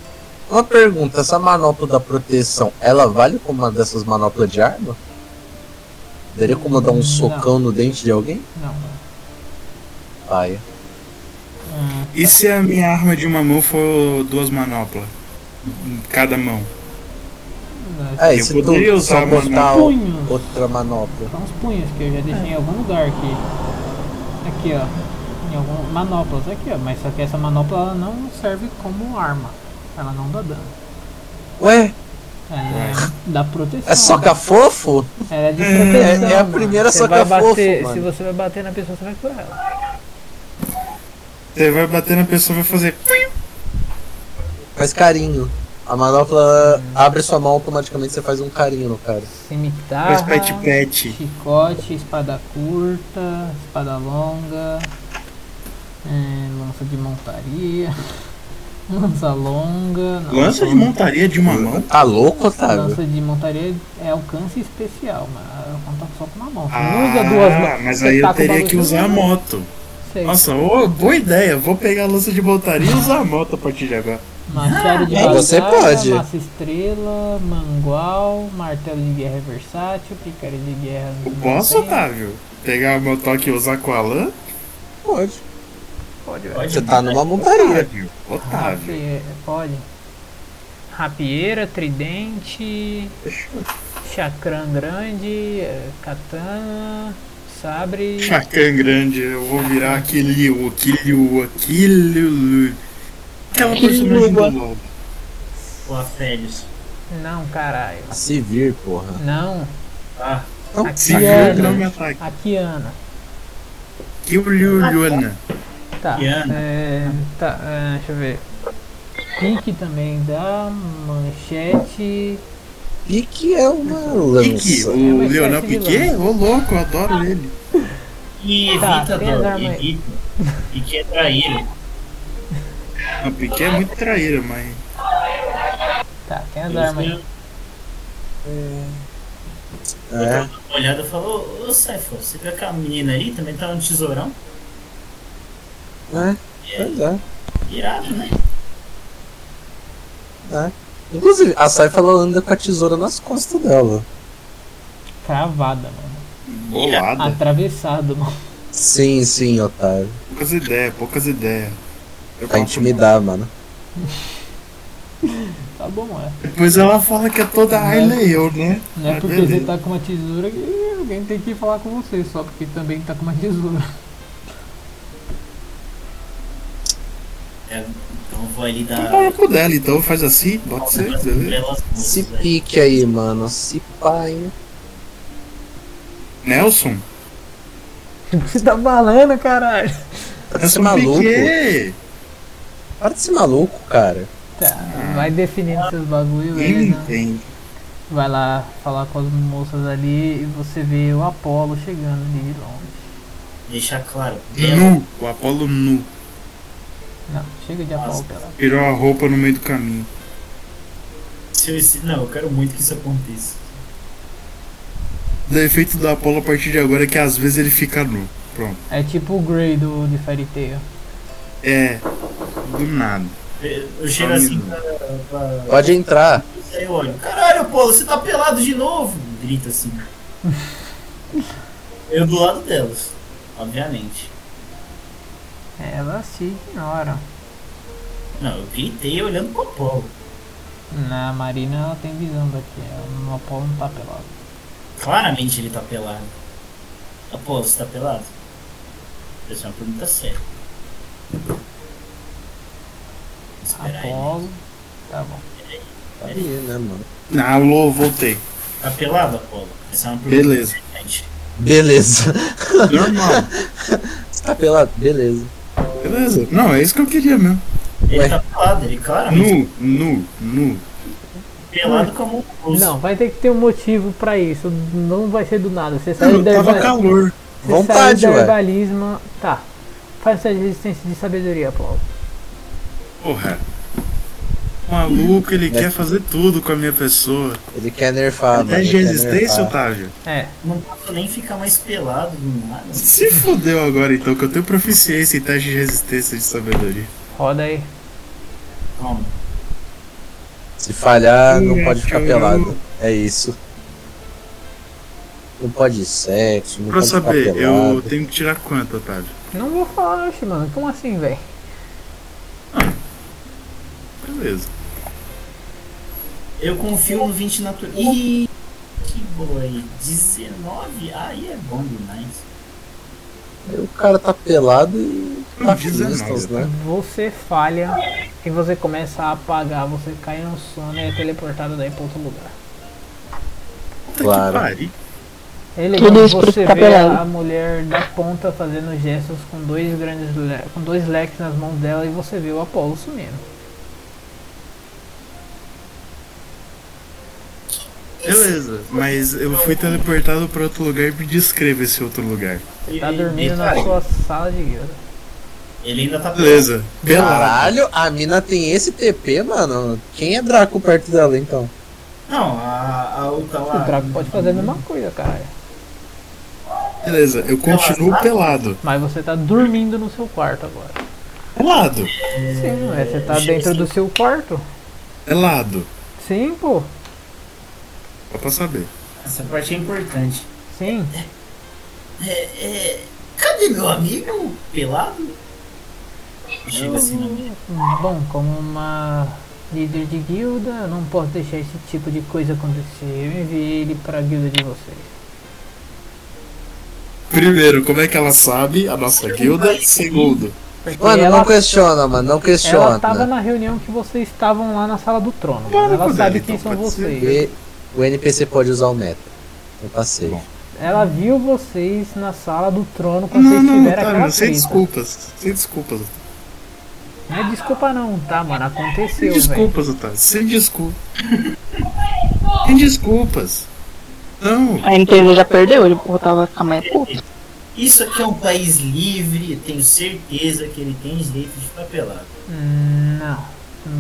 S2: Uma pergunta, essa manopla da proteção, ela vale como uma dessas manoplas de arma? Daria como dar um
S1: Não.
S2: socão no dente de alguém?
S1: Não, mano.
S2: Paia.
S1: Hum,
S4: E se a minha arma de uma mão for duas manoplas? Em Cada mão.
S1: não,
S2: É, e
S4: Eu
S2: se tu
S4: poderia usar
S2: só
S4: uma
S2: botar
S1: manopla.
S2: É, o-
S1: Punhos.
S2: outra manopla?
S1: São uns punhos que eu já deixei em algum lugar aqui. Aqui, ó. Em algum manoplas aqui, ó. Mas só que essa manopla ela não serve como arma. Ela não dá dano.
S2: Ué,
S1: É, dá proteção.
S2: é soca fofo?
S1: Ela é de
S2: É,
S1: proteção.
S2: é a
S1: mano.
S2: primeira
S1: Você
S2: soca
S1: vai bater,
S2: fofo, mano.
S1: Se você vai bater na pessoa, você vai curar ela.
S4: Você vai bater na pessoa e vai fazer.
S2: Faz carinho. A manopla abre sua mão, automaticamente você faz um carinho no cara.
S4: Faz
S1: Cimitarra,
S4: pet-pet.
S1: chicote, espada curta, espada longa, é, lança de montaria, [LAUGHS] lança longa. não,
S4: Lança de
S1: longa-
S4: montaria de uma mão?
S2: Tá louco, Otávio?
S1: Lança de montaria é alcance especial, mano. Conta só com uma mão. Você não usa duas
S4: Ah,
S1: mãos.
S4: mas
S1: Você
S4: aí
S1: tá
S4: eu
S1: com o
S4: teria
S1: bagulho
S4: que
S1: na
S4: usar a
S1: mão.
S4: moto.
S1: Sei.
S4: Nossa, ô, boa ideia. Vou pegar a lança de montaria e usar a moto a partir de agora.
S1: Machado de
S2: Ah,
S1: batalha,
S2: você pode.
S1: massa estrela, mangual, martelo de guerra versátil, picareta de guerra.
S4: Eu
S1: não
S4: posso,
S1: tem.
S4: Otávio? Pegar a motoca e usar com a lã?
S2: Pode.
S1: Pode, velho.
S5: Pode
S2: Você tá numa montaria.
S4: Otávio. Otávio.
S1: Rapi- Pode. Rapieira, tridente, chacrã grande, eh, katana, sabre.
S4: Chacan grande, eu vou virar aquele o aquele o aquele aquela personagem do LoL.
S5: Pô, Félix.
S1: Não, caralho.
S2: A se vir, porra.
S1: Não,
S5: Ah,
S2: Não,
S4: Se
S1: Kiana.
S4: não me ataque.
S1: Akiana.
S4: Que o Liuliana.
S1: Tá.
S5: Kiana.
S1: É, tá, é, deixa eu ver. Pique também dá, manchete.
S2: pique é uma
S4: Pique,
S2: lança.
S4: o
S1: uma
S4: Leonel
S1: espécie de
S4: Piquet? Ô louco, eu adoro ele.
S5: E
S1: Tá,
S5: evita,
S1: tem as
S5: Dor,
S1: armas aí.
S5: evita. E que
S1: [LAUGHS]
S5: é traíra.
S4: O Piquet é muito traíra, mas.
S1: Tá, tem as
S5: Eu
S1: armas aí.
S5: sei,
S2: É.
S5: uma olhada e falou, ô ô, Saifo, você viu aquela menina ali? Também tá no tesourão?
S2: É, pois é.
S5: Irado, né?
S2: Inclusive, a Saifa ela anda com a tesoura nas costas dela.
S1: Cravada, mano.
S4: Bolada.
S1: Atravessado, mano.
S2: Sim, sim, Otávio.
S4: Poucas ideias, poucas ideias.
S2: Pra
S4: Eu posso-
S2: intimidar, mano.
S1: Tá bom, é.
S4: Depois ela fala que é toda Harley eu, né?
S1: Não é
S4: Ah,
S1: porque
S4: beleza.
S1: você tá com uma tesoura que alguém tem que falar com você, só porque também tá com uma tesoura.
S5: É, então eu vou ali dar...
S4: Então fala com dela, então faz assim, pode ser,
S5: Belas
S4: beleza?
S5: moças,
S2: Se
S5: velho.
S2: pique aí, mano. Se pá, hein?
S4: Nelson?
S1: Você tá balando, caralho.
S2: Para de
S4: um
S2: ser Tá maluco.
S4: Piquet!
S2: Para de ser maluco, cara.
S1: Tá, vai definindo seus bagulho,
S4: Ele
S1: beleza?
S4: entende.
S1: Vai lá falar com as moças ali e você vê o Apolo chegando ali de longe.
S5: Deixar claro. Bela,
S4: Nu, o Apolo nu.
S1: Não, chega de apalpela.
S4: Tirou a roupa no meio do caminho.
S5: Se eu- se- não, eu quero muito que isso aconteça.
S4: O efeito da Apollo a partir de agora é que às vezes ele fica nu. Pronto.
S1: É tipo o Grey do de Fairy Tail.
S4: É. Do nada.
S5: Eu chego assim pra, pra-
S2: Pode entrar.
S5: Aí eu olho, caralho, Paulo, você tá pelado de novo? Grita
S4: [LAUGHS]
S5: assim. eu do lado delas, obviamente.
S1: Ela se ignora.
S5: Não, eu gritei olhando pro Apolo.
S1: Na Marina ela tem visão daqui, ela no Apolo não tá pelado.
S5: Claramente ele tá pelado. Apolo, você tá pelado? Essa é uma pergunta séria. né?
S1: Apolo. Tá bom.
S2: Aí, né, mano?
S4: Alô, Ah, voltei.
S5: Tá pelado, Apolo? Essa é uma pergunta
S4: Beleza.
S5: séria.
S2: Beleza.
S4: Normal.
S2: Você tá pelado? Beleza.
S4: Beleza. Não, é isso que eu queria mesmo.
S5: Ele tá pelado, ele claramente
S4: Nu, nu, nu.
S5: pelado como um osso.
S1: Não, vai ter que ter um motivo pra isso. Não vai ser do nada. Você saiu
S4: Não,
S1: da
S4: tava
S1: erva-
S4: calor.
S1: você
S2: Vontade,
S1: saiu da
S2: ué.
S1: herbalisma. Tá. Faz essa resistência de sabedoria, Paulo.
S4: Porra. Maluco, ele quer fazer tudo com a minha pessoa.
S2: Ele quer nerfar, mano.
S4: Até
S2: ele
S4: de
S2: quer
S4: Tá
S2: nerfar.
S4: resistência, Otávio.
S1: É.
S5: Não posso nem ficar mais pelado do nada.
S4: Se fodeu agora então, que eu tenho proficiência em teste de resistência de sabedoria.
S1: Roda aí.
S5: Calma.
S2: Se falhar, não
S4: Hum,
S2: pode ficar
S4: eu-
S2: pelado. É isso. Não pode sexo, não
S4: Pra
S2: pode
S4: saber,
S2: ficar
S4: eu
S2: pelado.
S4: tenho que tirar quanto, Otávio?
S1: Não vou falar, oxe, mano. Como assim, velho?
S4: Beleza.
S5: Eu confio no 20 natural. Ih, que boa aí. 19? Aí é bom demais.
S2: Aí O cara tá pelado e tá
S4: dezenove,
S2: cristas, né?
S1: Você falha e você começa a apagar. Você cai no sono e é teleportado daí pra outro lugar.
S4: Puta
S2: Claro.
S4: que pariu.
S1: É legal
S3: Tudo isso pra
S1: você
S3: ficar
S1: vê
S3: pelado.
S1: a mulher da ponta fazendo gestos com dois grandes le- com dois leques nas mãos dela e você vê o Apolo sumindo.
S4: Beleza, mas eu fui teleportado pra outro lugar e me descreva esse outro lugar.
S5: E-
S1: Tá
S5: e-
S1: dormindo na
S5: detalhe,
S1: sua sala de guilda.
S5: Ele ainda tá pelado.
S4: Beleza. Pelado.
S2: Caralho, a mina tem esse TP, mano. Quem é Draco perto dela, então?
S5: Não, a, a outra
S1: O
S5: lá.
S1: Draco pode fazer a mesma coisa, caralho.
S4: Beleza, eu continuo pelado.
S1: Mas você tá dormindo no seu quarto agora.
S4: Pelado.
S1: Sim, ué, você tá dentro do seu quarto.
S4: Pelado.
S1: Sim, pô.
S4: Só pra saber.
S5: Essa parte é importante.
S1: Sim.
S5: É, é, cadê meu amigo pelado? Chega assim na minha.
S1: Bom, como uma líder de guilda, eu não posso deixar esse tipo de coisa acontecer. Eu enviei ele pra guilda de vocês.
S4: Primeiro, como é que ela sabe a nossa guilda? Segundo,
S1: Porque
S2: Mano,
S1: ela
S2: não questiona, mano. Não
S1: Ela
S2: questiona.
S1: tava na reunião que vocês estavam lá na sala do trono.
S4: Para
S1: ela
S4: com
S1: sabe
S4: ele,
S1: quem
S4: então,
S1: são
S4: pode ser.
S1: vocês.
S2: E o NPC pode usar o meta. Eu passei.
S4: Bom.
S1: Ela viu vocês na sala do trono quando
S4: Não,
S1: vocês
S4: não,
S1: tiveram aquela
S4: Otávio, sem
S1: treta.
S4: desculpas. Sem desculpas.
S1: Não é desculpa não, tá, mano?
S4: Sem
S1: Aconteceu, velho.
S4: desculpas, Otávio. Sem desculpas. Sem desculpas. Não,
S3: A empresa já perdeu, ele voltava a ficar mais puto.
S5: Isso aqui é um país livre, eu tenho certeza que ele tem direito de ficar pelado.
S1: Hum, Não.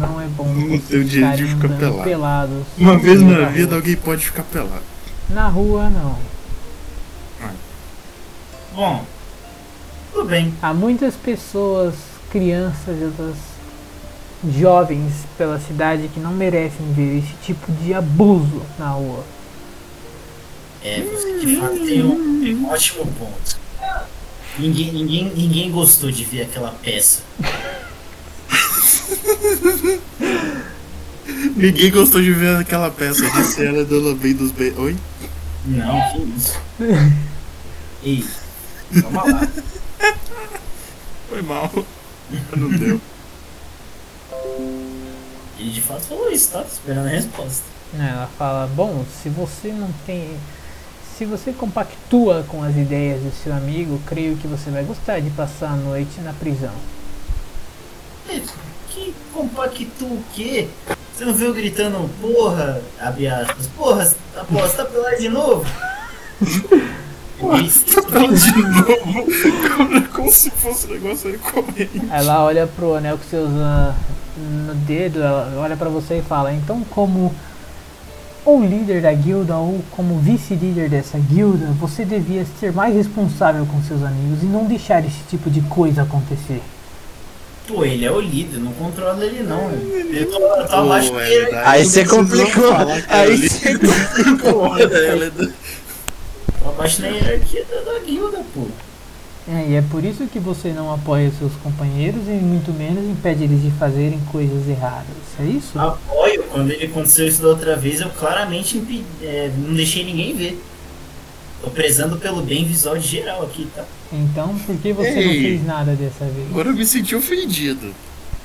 S1: Não é bom
S4: Não
S1: vocês
S4: tem direito de
S1: ficarem
S4: ficar
S1: andando
S4: pelado.
S1: pelados.
S4: uma vez na
S1: rua.
S4: vida alguém pode ficar pelado.
S1: Na rua, não.
S5: Bom, tudo bem.
S1: Há muitas pessoas, crianças e outras jovens pela cidade que não merecem ver esse tipo de abuso na rua.
S5: É, você de fato tem um, tem um ótimo ponto. Ninguém, ninguém, ninguém gostou de ver aquela peça.
S4: Ninguém gostou de ver aquela peça. Disse ela dando bem dos bem. Oi?
S5: Não, que isso. Ei, calma lá.
S4: Foi mal. Não deu. [LAUGHS]
S5: Ele de fato falou isso, tá? Tô esperando a resposta.
S1: né, Ela fala, bom, se você não tem. Se você compactua com as ideias do seu amigo, creio que você vai gostar de passar a noite na prisão.
S5: Que compactu o quê? Você não viu gritando, porra, abre aspas, porra, aposta, tá pelado de novo?
S4: de novo. Como, como se fosse um negócio aí corrente.
S1: Ela olha pro anel que você usa no dedo, ela olha pra você e fala: Então, como ou líder da guilda ou como vice-líder dessa guilda, você devia ser mais responsável com seus amigos e não deixar esse tipo de coisa acontecer.
S5: Pô, ele é o líder, não controla ele não. Ele tá, tá
S4: é
S5: abaixo dele.
S2: Aí você complicou. Aí você complicou.
S4: né,
S5: Tá abaixo da hierarquia da, da guilda, pô.
S1: É, e é por isso que você não apoia seus companheiros e muito menos impede eles de fazerem coisas erradas, é isso?
S5: Apoio, quando ele aconteceu isso da outra vez, eu claramente impi- é, não deixei ninguém ver. Tô prezando pelo bem visual de geral aqui, tá?
S1: Então, por que você não
S5: Ei.
S1: fez nada dessa vez?
S5: Agora eu me senti ofendido.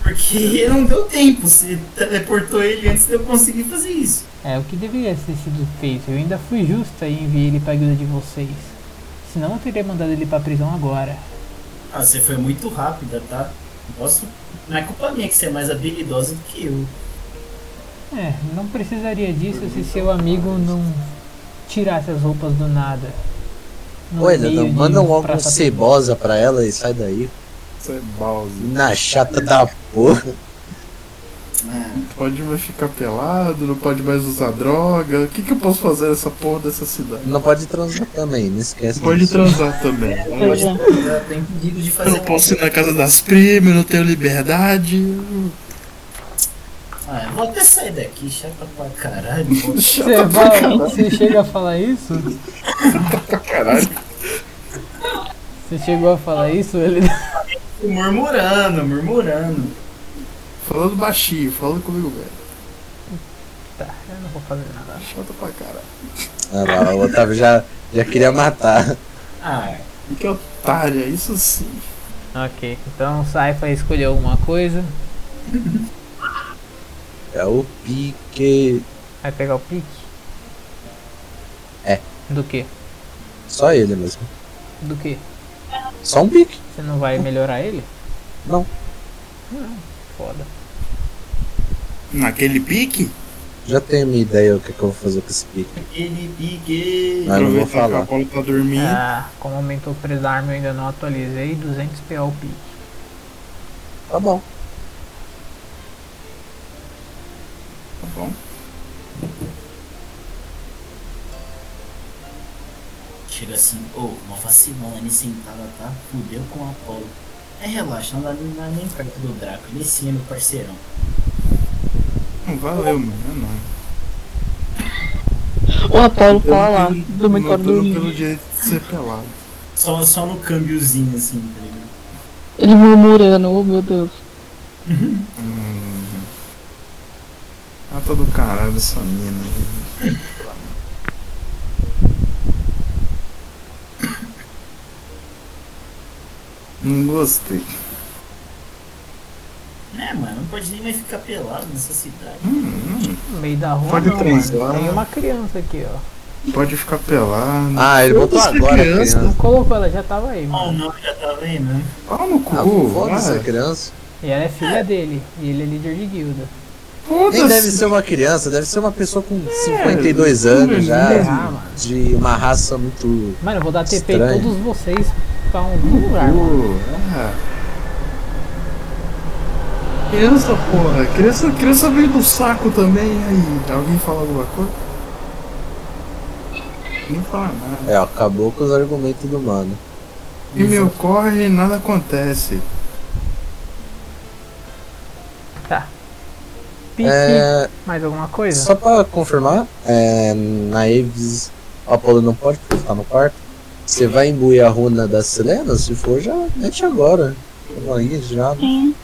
S5: Porque [LAUGHS] não deu tempo, você teleportou ele antes de eu conseguir fazer isso.
S1: É, o que deveria ter sido feito? Eu ainda fui justa e enviei ele pra guilda de vocês. Senão eu teria mandado ele pra prisão agora.
S5: Ah, você foi muito rápida, tá? Não Posso... Não é culpa minha que você é mais habilidosa do que eu.
S1: É, não precisaria disso se seu amigo não tirasse as roupas do nada. No
S2: Olha,
S1: meio
S2: não,
S1: de
S2: manda logo um
S1: praça
S2: cebosa pra ela e sai daí.
S4: é
S15: Cebosa.
S2: Na chata da porra.
S15: Não Pode mais ficar pelado, não pode mais usar droga. O que, que eu posso fazer nessa porra dessa cidade?
S2: Não pode transar também, não esquece.
S15: Pode
S2: disso.
S15: transar também.
S2: Pois é.
S5: Tem impedido de
S4: Eu
S5: fazer.
S4: não posso ir na casa das primas, eu não tenho liberdade.
S5: Ah, eu vou até sair daqui, chata pra caralho.
S1: [LAUGHS] Você, vai, você chega a falar isso?
S4: Tá Caralho.
S1: Você chegou a falar isso? Ele. [LAUGHS]
S5: Murmurando, murmurando.
S15: Falando baixinho, falando comigo mesmo. Tá
S1: Tá, eu não vou fazer nada.
S15: Chata pra caralho.
S2: Ah lá, o Otávio já, já queria matar.
S5: Ah,
S15: que otária, isso sim.
S1: Ok, então o Saifa escolheu alguma coisa.
S2: É o pique.
S1: Vai pegar o pique?
S2: É.
S1: Do que?
S2: Só ele mesmo.
S1: Do que?
S2: Só um pique.
S1: Você não vai melhorar ele?
S2: Não.
S1: Não, foda.
S4: Naquele pique?
S2: Já tenho minha ideia o que, que eu vou fazer com esse pique.
S5: Ele pique.
S2: Mas não vou falar.
S4: Paulo tá dormindo.
S3: É.
S1: Ah, como aumentou o preço da arma eu ainda não atualizei, 200 PA o pique.
S2: Tá bom.
S4: Tá bom.
S5: Chega assim, ô, uma vacilona ali sentada, tá? Fudeu com o Apolo. É, relaxa, não dá nem, não é nem perto do Draco. Ele sim é meu parceirão.
S4: Não valeu, mano. É nóis.
S3: O Apolo
S4: Eu
S3: fala lá,
S4: não-
S3: do meu
S4: não tô
S3: corno.
S4: pelo direito de ser pelado.
S5: Só, só no câmbiozinho, assim, tá ligado?
S3: Ele murmurando, oh meu Deus.
S4: Hum.
S15: Ah, tá do caralho essa mina. velho. Não gostei.
S5: Né, mano? Não pode nem mais ficar pelado nessa cidade.
S15: Hum,
S1: No meio da rua
S15: Pode
S1: não,
S15: transar.
S1: mano. Tem uma criança aqui, ó.
S15: Pode ficar pelado.
S2: Ah, ele botou
S15: Foda-se a
S2: agora a
S1: Não
S2: criança.
S1: colocou, ela já tava aí, mano.
S5: Ó, o nome já tava aí, né?
S15: Fala no cu,
S2: Ah, foda-se
S15: vai.
S2: a criança.
S1: E ela é filha dele, e ele é líder de guilda.
S2: Nem deve
S15: Foda-se.
S2: ser uma criança, deve ser uma pessoa com 52 anos já.
S1: Ah, mano.
S2: De uma raça muito.
S1: Mano, eu vou dar TP em
S2: Estranho.
S1: todos vocês pra algum lugar, mano.
S15: Ah. É. Criança, porra. Criança, criança veio do saco também. Aí, alguém fala alguma coisa? Nem fala nada.
S2: É, ó, acabou com os argumentos do mano.
S15: E me ocorre e nada acontece.
S1: Pique,
S2: É,
S1: mais alguma coisa?
S2: só pra confirmar, é, na Aves, o Apolo não pode porque tá no quarto. Você vai imbuir a runa da Selena? Se for, já mete agora. Aí, já.
S3: Sim.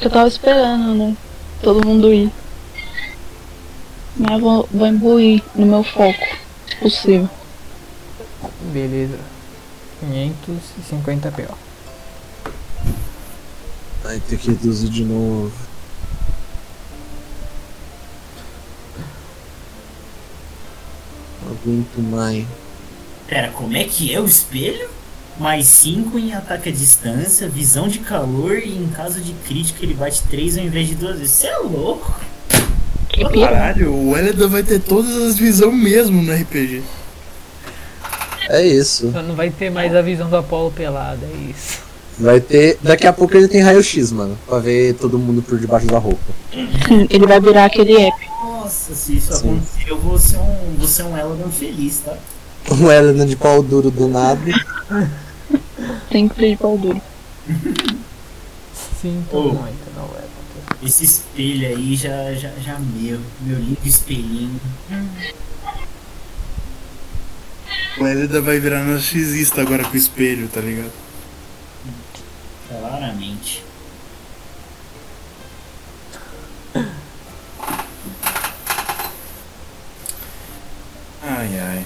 S3: Eu tava esperando, né? Todo mundo ir. Mas eu vou, vou imbuir no meu foco, se possível.
S1: Beleza. 550 PO.
S2: Aí tem que reduzir de novo. Não aguento mais.
S5: Pera, como é que é o espelho? Mais 5 em ataque à distância, visão de calor e em caso de crítica ele bate 3 ao invés de duas vezes. Você é louco?
S3: Que pira.
S4: Caralho, o Elida vai ter todas as visões mesmo no RPG.
S2: É isso.
S1: Então não vai ter mais a visão do Apolo pelado, é isso. [LAUGHS]
S2: Vai ter. Daqui a pouco ele tem raio-x, mano. Pra ver todo mundo por debaixo da roupa.
S3: Sim, ele vai virar aquele app.
S5: Nossa, se isso acontecer, eu vou ser um, vou ser um Eladon feliz, tá?
S2: Um Helena de pau duro do nada.
S3: Sempre de pau duro.
S1: Sinto
S5: Ô.
S1: muito, não é.
S5: Esse espelho aí já, já, já meu. Meu lindo espelhinho.
S4: O Elida vai virar narcisista agora com o espelho, tá ligado?
S5: Claramente.
S4: Ai ai.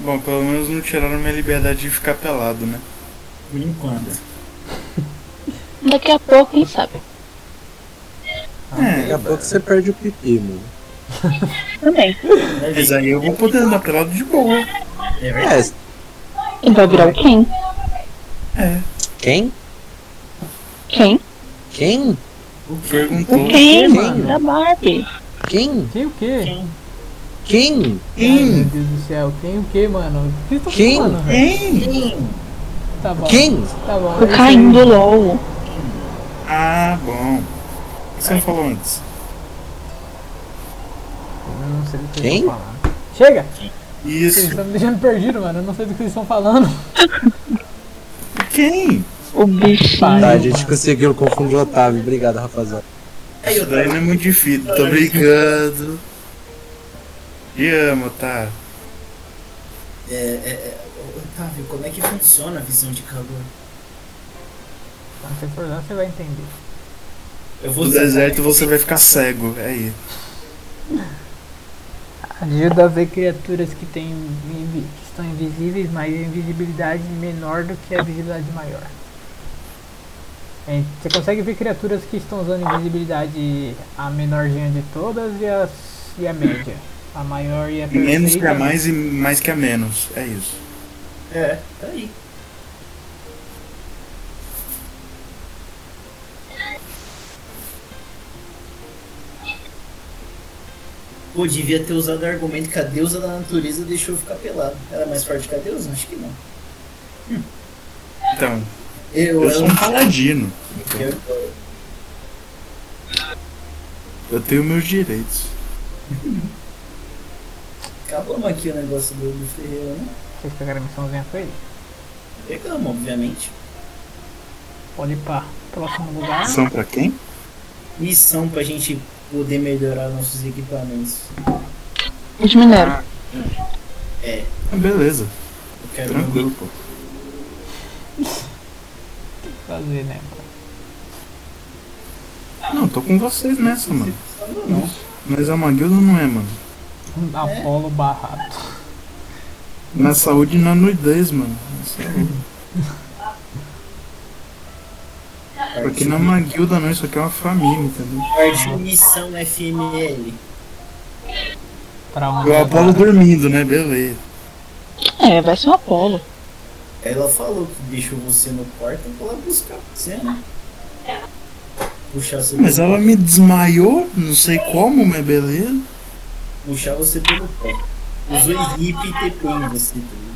S4: Bom, pelo menos não tiraram minha liberdade de ficar pelado, né?
S5: Por enquanto.
S3: Daqui a pouco, quem sabe?
S4: Ah,
S2: Daqui a pouco você perde o pipi, mano.
S3: Também.
S4: Mas aí eu vou poder andar pelado de boa.
S5: É
S2: É,
S3: Ele vai virar o Ken.
S2: quem?
S3: Ken?
S2: Quem?
S4: Perguntou.
S3: O Ken,
S2: mano?
S3: da Barbie.
S2: Quem?
S1: Quem o quê?
S2: Quem?
S1: Ai, meu Deus do céu, quem o quê, mano? O que vocês tão
S2: Quem?
S1: falando, velho?
S4: Hein?
S1: Tá bom.
S2: Quem?
S1: Tá bom.
S3: O Caim do LOL.
S4: Ah, bom. O que você não falou antes?
S1: Eu não sei do que
S2: Quem?
S1: vocês estão falando. Chega! Vocês
S4: Isso.
S1: estão me deixando perdido, mano. Eu não sei do que vocês estão falando.
S4: Quem?
S3: O bichinho.
S2: Tá, a
S1: Ai,
S2: gente
S1: mano.
S2: conseguiu confundir o Otávio. Obrigado, rapaziada.
S4: Isso daí não é muito difícil. Tô brincando. Te amo, tá?
S5: É, é, é, ô, Otávio, como é que funciona a visão de calor?
S1: Quando você for lá, você vai entender.
S5: Eu vou
S4: No deserto você vai ficar cego. É aí.
S1: Ajuda a ver criaturas que, têm invi- que estão invisíveis, mas invisibilidade menor do que a visibilidade maior. É, Você consegue ver criaturas que estão usando invisibilidade a menorzinha de todas e, as, e a média. A maior e a perfeita.
S4: Menos que a mais e mais que a menos. É isso.
S5: É, tá aí. Pô, devia ter usado o argumento que a deusa da natureza deixou eu ficar pelado. Ela é mais forte que a deusa? Acho que não.
S4: Então,
S5: Eu,
S4: eu
S5: eu,
S4: sou um paladino.
S5: eu-
S4: Eu tenho meus direitos.
S5: Acabamos aqui o negócio do, do Ferreira, né?
S1: Vocês pegaram a missãozinha com ele?
S5: Pegamos, obviamente.
S1: Pode ir pra próximo lugar.
S4: São pra quem?
S5: Missão pra gente poder melhorar nossos equipamentos.
S3: O de minério.
S4: Ah, Beleza,
S5: Eu quero
S4: tranquilo, pô.
S1: Fazer, né? pô?
S4: Não, tô com vocês nessa, mano.
S5: Não, não.
S4: Mas é uma guilda não é, mano.
S1: Um Apolo barrado.
S4: Na saúde e na nudez, mano. Isso é- Isso aqui não é uma guilda não, isso aqui é uma família, entendeu?
S5: Parte Missão FML.
S1: Pra um onde
S4: O
S1: eu
S4: Apolo
S1: tava.
S4: dormindo, né? Beleza.
S3: É, vai ser o Apolo.
S5: Ela falou que deixou você no quarto e vou lá buscar você, né? Puxar você,
S4: Mas ela me desmaiou, não sei como, mas beleza.
S5: puxar você pelo pé. Usou hippie e TP em você. tá entendeu?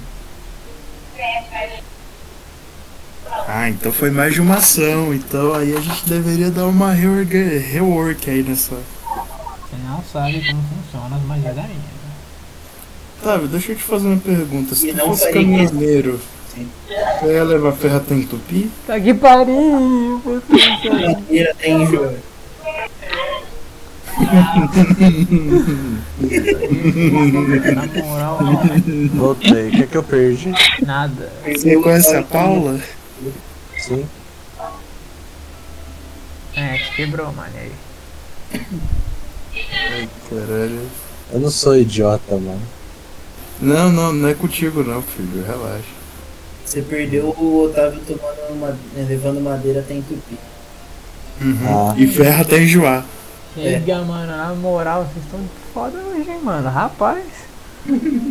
S4: Ah, então foi mais de uma ação. Então aí a gente deveria dar uma reorga- rework aí nessa.
S1: Você não sabe como funciona as magias da minha. né?
S4: Otávio, deixa eu te fazer uma pergunta. Se
S5: E
S4: tu
S5: não
S4: fosse
S5: faria isso.
S4: caminhoneiro, tu ia levar ferro até entupir?
S1: Tá que pariu! meu Deus.
S5: Madeira tem em jogo.
S1: [LAUGHS] Na moral, mano,
S2: Voltei. O que é que eu perdi?
S1: nada.
S4: Você conhece a Paula?
S2: Sim.
S1: É, te quebrou, mano. e aí?
S4: Caralho.
S2: Eu não sou idiota, mano.
S4: Não, não, não é contigo não, filho. Relaxa.
S5: Você perdeu o Otávio tomando uma, né, levando madeira até entupir.
S4: Uhum.
S2: Ah.
S4: E ferro até enjoar.
S1: Chega,
S2: É.
S1: mano, na moral, vocês estão foda hoje, hein, mano. Rapaz,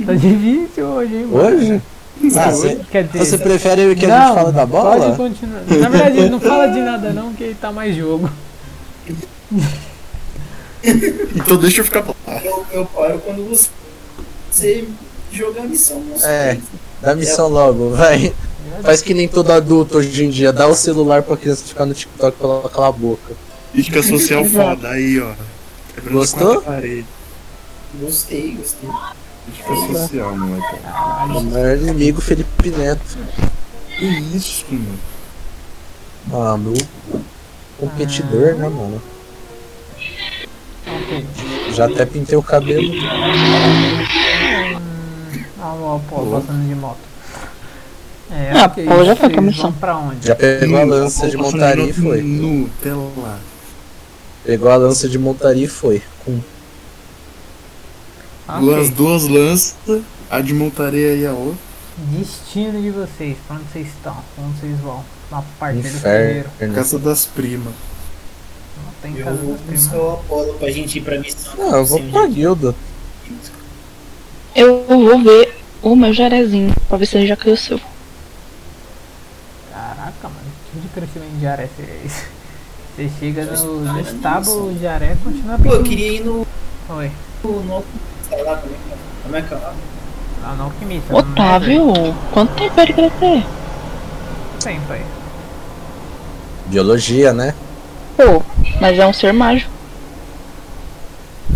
S1: tá difícil hoje, hein, mano. Tá
S2: Hoje? Ah, você,
S1: Quer dizer,
S2: você prefere que a
S1: não,
S2: gente fale da
S1: Pode
S2: bola?
S1: continuar. Na verdade, não fala de nada, não, que tá mais jogo.
S4: Então deixa eu ficar lá.
S5: Eu, eu paro quando você, você jogar a missão né? nos
S2: É.
S5: pés.
S2: Dá missão logo, vai. Faz que nem todo adulto hoje em dia, dá o celular pra criança ficar no TikTok pela cala a boca.
S4: Crítica social foda aí, ó. É Quebrando
S2: Gostou?
S4: a parede.
S5: Gostei, gostei.
S4: Ah, Crítica social, moleque.
S2: O maior inimigo, Felipe Neto.
S4: Que isso, mano?
S2: Ah, meu competidor, né, mano? Já até pintei o cabelo.
S1: Ah, ó, pô,
S2: Boa.
S1: passando de moto. É,
S3: Ah,
S1: ok,
S3: pô, já foi
S1: vocês
S3: começar.
S1: vão pra onde?
S2: Já pegou É a
S4: Nu,
S2: lança de
S4: passando
S2: montaria e
S4: nu-
S2: foi.
S4: Nu, pelo lá.
S2: Pegou a lança de montaria e foi. Com um Ah,
S4: Duas,
S1: Ok.
S4: duas lanças, a de montaria e a outra.
S1: Destino de vocês, pra onde vocês estão? Pra onde vocês vão? Na parte do
S2: inferno.
S1: primeiro.
S4: Caça das primas.
S1: Não tem
S5: Eu
S1: casa
S5: vou
S1: das
S5: buscar
S1: primas.
S5: o Apolo pra gente ir pra missão.
S2: Ah, eu vou
S5: Sem
S2: pra
S5: jeito.
S2: guilda.
S3: Eu vou ver o meu jarezinho, pra ver se ele já cresceu.
S1: Caraca, mano, que tipo de crescimento de aré seria esse? [LAUGHS] Você chega no, no estábulo, o jaré continua
S5: Pô,
S1: pequeno.
S5: eu queria ir no.
S1: Oi,
S5: no, no sei lá, como é que é? Como é que é? lá?
S1: lá no alquimista. não é me
S3: Otávio, quanto tempo ele crescer?
S1: lembro. Tem, pai.
S2: Biologia, né?
S3: Pô, mas é um ser mágico.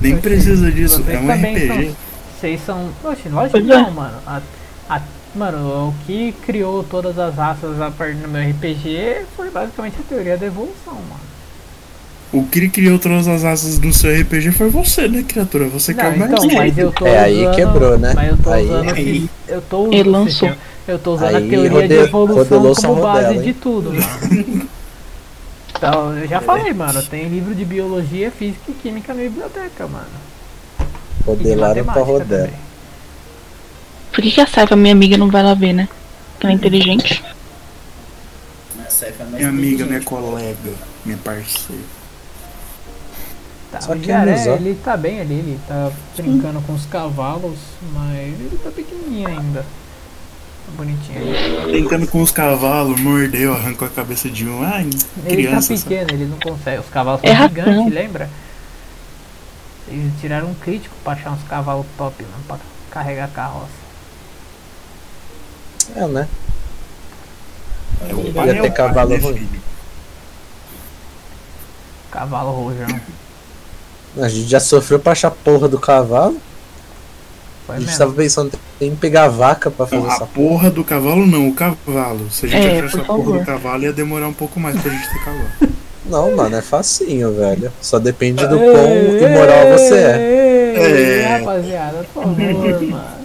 S4: Nem precisa disso,
S1: Vocês
S4: é
S2: tá
S4: um
S1: também
S2: então.
S4: RPG.
S1: são- Vocês são. Oxe, lógico que
S3: Pois é.
S1: não, mano. A- a- mano, o que criou todas as raças a partir do meu RPG foi basicamente a teoria da evolução, mano.
S4: O que criou todas as asas do seu RPG foi você, né, criatura? Você que é
S1: Não,
S4: o mais
S1: então,
S4: jeito.
S1: mas eu tô
S2: É, aí
S1: usando-
S2: quebrou, né?
S1: Mas eu tô
S2: Aí-
S1: usando.
S4: aí-
S1: Eu tô usando.
S3: Ele lançou.
S1: Eu tô usando
S2: Aí
S1: a teoria
S2: rodel-
S1: de evolução
S2: rodelou só
S1: como base
S2: rodela, hein?
S1: de tudo, mano. Então, eu já falei, mano, tem livro de biologia, física e química na biblioteca, mano. E de
S2: Rodelaram é pra
S1: matemática
S2: rodela.
S1: também.
S3: Por que, que a Saifa, minha amiga, não vai lá ver, né? Que ela é inteligente.
S5: Nessa época mais
S4: Minha amiga, minha
S5: inteligente.
S4: colega, minha parceira.
S1: Tá,
S2: Só
S1: o
S2: que
S1: Jaré,
S2: ilusão.
S1: ele tá bem ali, ele tá brincando com os cavalos, mas ele tá pequenininho ainda. Tá Bonitinho.
S4: Tentando com os cavalos, mordeu, arrancou a cabeça de um. Ai,
S1: Ele
S4: criança.
S1: tá
S4: sabe?
S1: pequeno, ele não consegue. Os cavalos
S3: É
S1: são gigantes,
S3: ratão.
S1: lembra? Eles tiraram um crítico pra achar uns cavalos top, mano, pra carregar carroça.
S2: É, né?
S4: É o
S2: Ia
S4: pai, é
S2: ter
S4: o pai,
S2: cavalo
S4: né,
S2: ruim.
S4: filho?
S1: Cavalo rojão.
S2: A gente já sofreu pra achar a porra do cavalo.
S1: Foi
S2: A gente
S1: É mesmo.
S2: tava pensando em pegar a vaca pra fazer
S4: Não, a
S2: essa
S4: porra do cavalo não, o cavalo. Se a gente
S3: É,
S4: achasse
S3: por
S4: a porra
S3: favor.
S4: do cavalo, ia demorar um pouco mais pra gente ter cavalo.
S2: Não, mano, é facinho, velho. Só depende é do quão imoral você é.
S1: Ei,
S4: É.
S1: rapaziada, por
S2: [LAUGHS]
S1: favor, mano.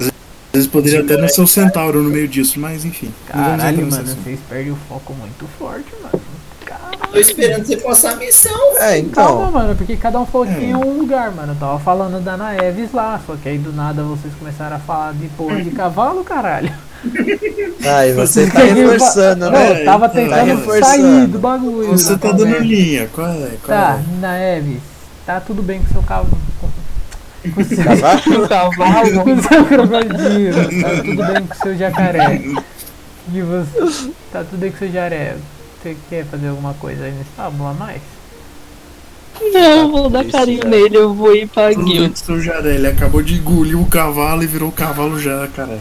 S4: Às vezes poderia até nascer o centauro no meio disso, mas enfim. não vamos entrar
S1: Caralho,
S4: nesse
S1: mano,
S4: assunto.
S1: vocês perdem o foco muito forte, mano. Caralho.
S5: Tô esperando você passar a missão.
S1: Calma,
S2: É, então.
S1: mano, porque cada um falou que tinha
S4: hum.
S1: um lugar, mano. Eu tava falando da Ana Eves lá, só que aí do nada vocês começaram a falar de porra de cavalo, caralho.
S2: Aí você
S1: [LAUGHS]
S2: tá reforçando,
S1: Não,
S2: né?
S1: eu tava
S4: então,
S2: tá
S1: tentando
S2: reforçando.
S1: sair do bagulho.
S4: Você
S1: da
S4: tá dando
S1: conversa.
S4: linha, qual é? Qual
S1: né? Tá,
S4: é?
S1: Ana Eves, tá tudo bem com seu cavalo. Com seu
S2: Cavalo?
S4: [LAUGHS]
S1: cavalo? Com seu crocodilo, tá tudo bem com seu jacaré. E você, tá tudo bem com seu jacaré. Você quer fazer alguma coisa aí nesse tábulo a mais?
S3: Não, eu vou dar
S2: Esse
S3: carinho
S2: é-
S3: nele, eu vou ir pra
S4: Tudo bem
S3: guild.
S4: com seu jaré, ele acabou de engolir o cavalo e virou o cavalo jacaré.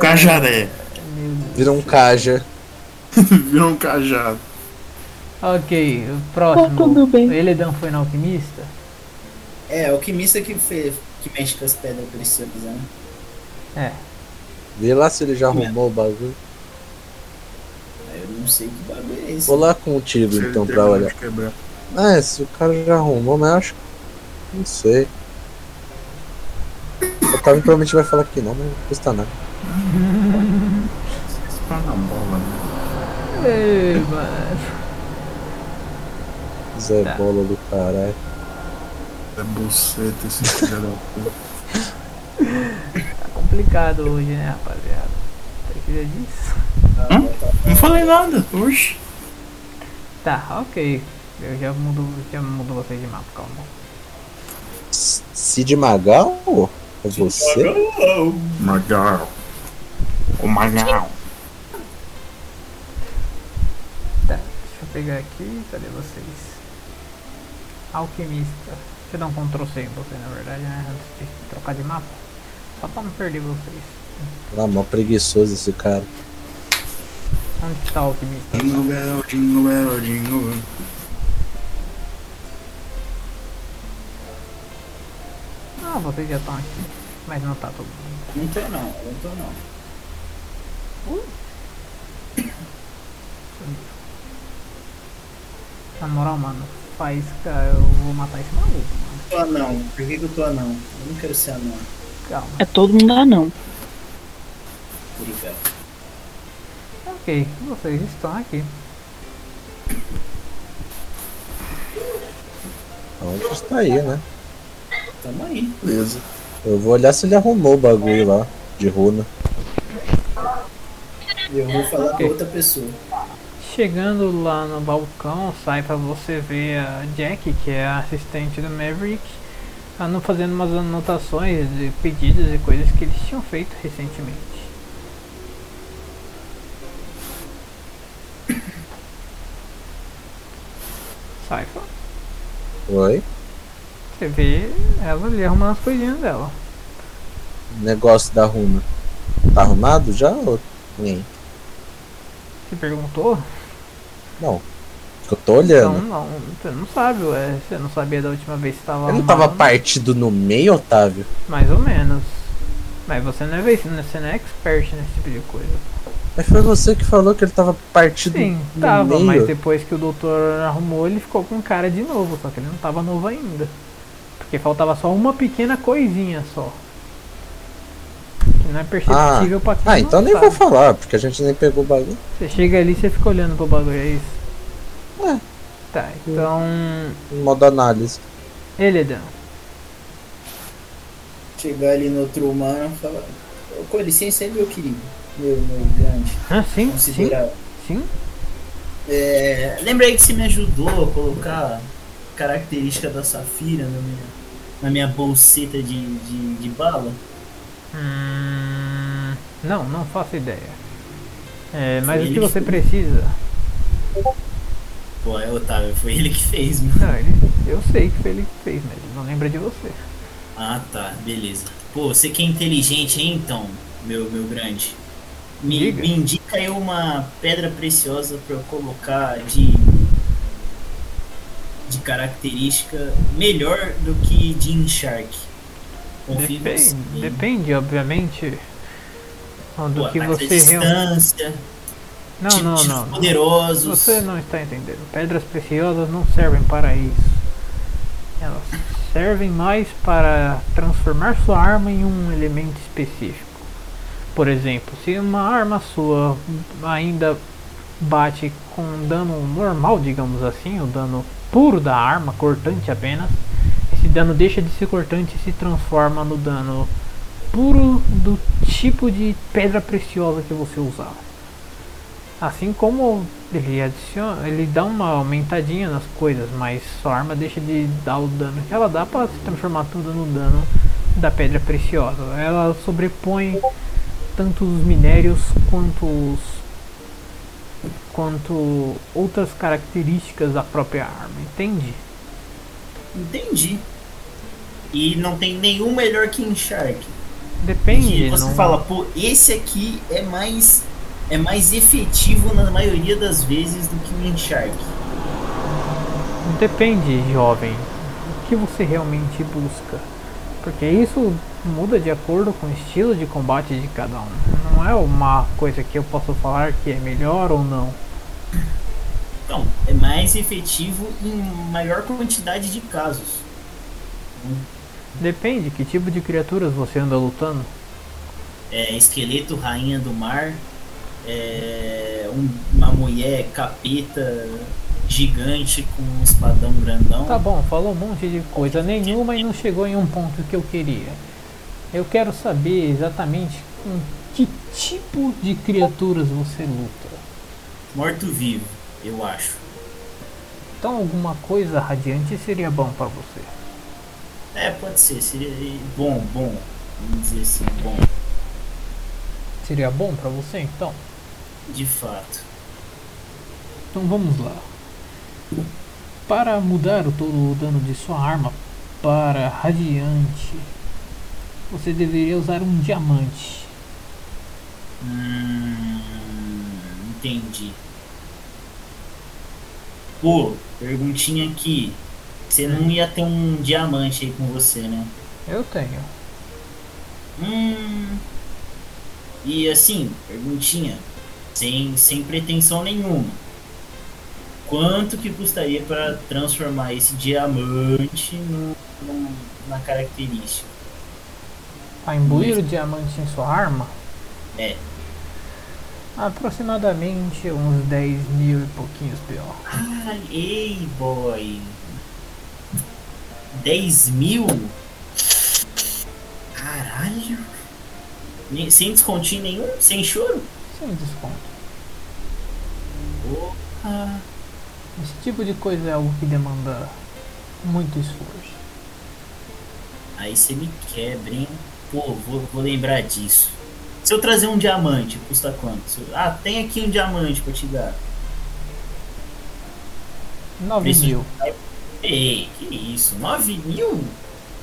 S4: Cajaré,
S1: Meu Deus.
S2: Virou um caja.
S4: virou um cajado.
S1: Ok, o
S3: Tá
S1: próximo.
S3: tudo bem.
S1: Eledan foi na alquimista?
S5: É, alquimista que, fe... que mexe com as pedras preciosas, né?
S2: Vê lá se ele já arrumou o bagulho.
S5: Aí Eu não sei que bagulho é esse.
S2: Vou lá contigo
S4: Se ele
S2: então pra
S4: terminou
S2: olhar.
S4: de quebrar.
S2: É, se o cara já arrumou, mas eu acho que. Não sei. O Otávio provavelmente vai falar que não, mas não custa nada.
S4: Tá na bola, né?
S1: Ei, mano.
S2: Zé
S1: Tá.
S2: Bola do caralho.
S4: É buceta esse filho da puta.
S1: Tá complicado hoje, né, rapaziada? Precisa disso.
S4: Não falei nada, oxe.
S1: Tá, ok. Eu já mudo, já mudo vocês de mapa, calma.
S2: S- Cid Magal? É você?
S4: Magal. O Magal.
S1: Tá, Deixa eu pegar aqui, cadê vocês? Alquimista. Deixa eu dar um Ctrl C em você, na verdade, né? Antes de trocar de mapa. Só pra não perder vocês.
S2: Ah, mó preguiçoso esse cara.
S1: Onde que tá o alquimista?
S4: Jingle bell, jingle bell, jingle bell.
S1: Ah, vocês já estão aqui. Mas não tá todo mundo.
S5: Não tô não, eu não tô não.
S1: Na moral, mano, faísca, eu vou matar esse maluco. mano.
S5: Eu tô anão. Por que, que eu tô anão? Eu não quero ser anão.
S1: Calma.
S3: É todo mundo anão.
S5: Obrigado.
S1: Ok, vocês estão aqui.
S2: Onde está aí, né?
S5: Tamo aí.
S2: Beleza. Eu vou olhar se ele arrumou o bagulho lá, de runa.
S5: Eu
S4: É.
S5: vou falar
S1: Ok.
S5: com outra pessoa.
S1: Chegando lá no balcão, sai pra você ver a Jack, que é a assistente do Maverick, ah, não fazendo umas anotações de pedidos e coisas que eles tinham feito recentemente. Saifa,
S2: Oi?
S1: você vê ela ali arrumando as coisinhas dela.
S2: Negócio da runa. Tá arrumado já ou nem?
S1: Você perguntou?
S2: Não. Eu tô olhando.
S1: Então não, você não sabe, ué. Você não sabia da última vez que estava
S2: Ele não tava partido no meio, Otávio?
S1: Mais ou menos. Mas você não é, ve- você não é expert nesse tipo de coisa.
S2: Mas foi você que falou que ele tava partido
S1: Sim,
S2: Tipo, no
S1: tava,
S2: meio.
S1: mas depois que o doutor arrumou, ele ficou com cara de novo, só que ele não tava novo ainda. Porque faltava só uma pequena coisinha só. Que não é
S2: Ah,
S1: perceptível pra quem
S2: ah
S1: não
S2: então nem
S1: sabe.
S2: vou falar, porque a gente nem pegou o bagulho.
S1: Você chega ali e você fica olhando pro bagulho, é isso?
S2: É.
S1: Tá, então.
S2: Em modo análise.
S1: Ele é
S5: Chegar ali no outro humano e falar. "Ô, Com licença aí, meu querido. Meu, meu grande.
S1: Ah, sim, sim,
S5: Considerar.
S1: sim.
S5: É, lembra aí que você me ajudou a colocar a característica da Safira na minha, na minha bolseta de, de, de bala?
S1: Hum, não, não faço ideia. É, mas
S5: Foi
S1: o que
S5: ele
S1: você
S5: que-
S1: precisa?
S5: Pô, é Otávio, foi ele que fez, mano.
S1: Não, ele, eu sei que foi ele que fez, mas ele não lembra de você.
S5: Ah tá, beleza. Pô, você que é inteligente, hein, então, meu, meu grande. Me,
S1: Diga.
S5: me indica aí uma pedra preciosa pra eu colocar de. de característica melhor do que de Shark. Confio em
S1: Depende,
S5: você.
S1: depende, obviamente. Não, Do
S5: Pô, é
S1: que
S5: ataque à
S1: você realmente.
S5: distância,
S1: Não, não,
S5: tiros
S1: não.
S5: poderosos.
S1: Você não está entendendo. Pedras preciosas não servem para isso. Elas servem mais para transformar sua arma em um elemento específico. Por exemplo, se uma arma sua ainda bate com um dano normal, digamos assim, o dano puro da arma, cortante apenas, esse dano deixa de ser cortante e se transforma no dano puro do tipo de pedra preciosa que você usar. Assim como ele adiciona, ele dá uma aumentadinha nas coisas, mas sua arma deixa de dar o dano que ela dá para se transformar tudo no dano da pedra preciosa. Ela sobrepõe tanto os minérios quanto os, quanto outras características da própria arma, entende?
S5: Entendi. E não tem nenhum melhor que Shark.
S1: Depende,
S5: E você
S1: não
S5: fala, pô, esse aqui é mais é mais efetivo na maioria das vezes do que um o Enchark.
S1: Depende, jovem, o que você realmente busca. Porque isso muda de acordo com o estilo de combate de cada um. Não é uma coisa que eu posso falar que é melhor ou não.
S5: Então, é mais efetivo em maior quantidade de casos.
S1: Depende que tipo de criaturas você anda lutando.
S5: É esqueleto rainha do mar, é um- uma mulher capeta gigante com um espadão grandão.
S1: Tá bom, falou um monte de coisa nenhuma e não chegou em um ponto que eu queria. Eu quero saber exatamente com que tipo de criaturas você luta.
S5: Morto vivo, eu acho.
S1: Então alguma coisa radiante seria bom pra você.
S5: É, pode ser, seria bom, bom. Vamos dizer assim, bom,
S1: Seria bom pra você então?
S5: de fato.
S1: Então vamos lá. Para mudar o todo o dano de sua arma para radiante, você deveria usar um diamante.
S5: Hum, entendi. Pô, perguntinha aqui. Você não ia ter um diamante aí com você, né?
S1: Eu tenho.
S5: Hum. E assim, perguntinha, sem, sem pretensão nenhuma. Quanto que custaria para transformar esse diamante no, no- na característica?
S1: Pra imbuir o diamante em sua arma?
S5: É.
S1: Aproximadamente uns 10 mil e pouquinhos pior.
S5: Ai, ei, boy. 10 mil? Caralho. Nem- Sem descontinho nenhum? Sem choro?
S1: Sem desconto.
S5: Ah,
S1: Esse tipo de coisa é algo que demanda muito esforço.
S5: aí você me quebra, hein? Pô, vou, vou lembrar disso. Se eu trazer um diamante, custa quanto? Se eu- Ah, tem aqui um diamante pra te dar.
S1: 9
S5: Isso.
S1: mil.
S5: Ei, que isso? 9 mil?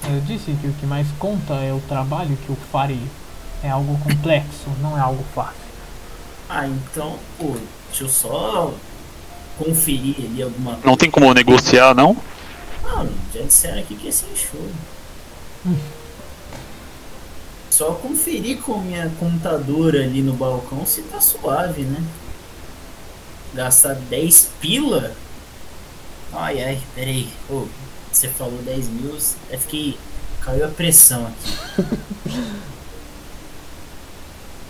S1: Eu disse que o que mais conta é o trabalho que eu farei. É algo complexo, não é algo fácil.
S5: Ah, então, pô, deixa eu só conferir ali alguma coisa.
S13: Não tem como negociar, não?
S5: Não, já disseram aqui que é sem choro. Só conferir com minha computadora ali no balcão se tá suave, né? Gastar 10 pila? Ai ai, peraí. Ô, você falou 10 mil, eu fiquei. caiu a pressão aqui.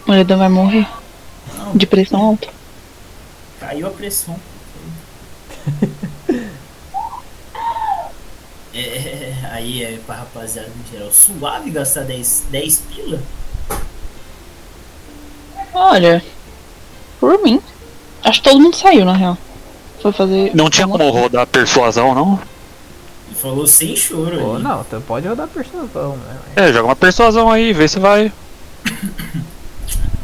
S3: O Moledão vai morrer.
S5: Não.
S3: De pressão alta.
S5: Caiu a pressão. É, aí é pra rapaziada em geral. Suave gastar 10, 10 pila?
S3: Olha, por mim. Acho que todo mundo saiu, na real. Foi fazer.
S13: Não tinha como rodar persuasão, não?
S5: Ele falou sem choro.
S1: Pô, não, tu pode rodar persuasão, né?
S13: É, joga uma persuasão aí, vê se vai.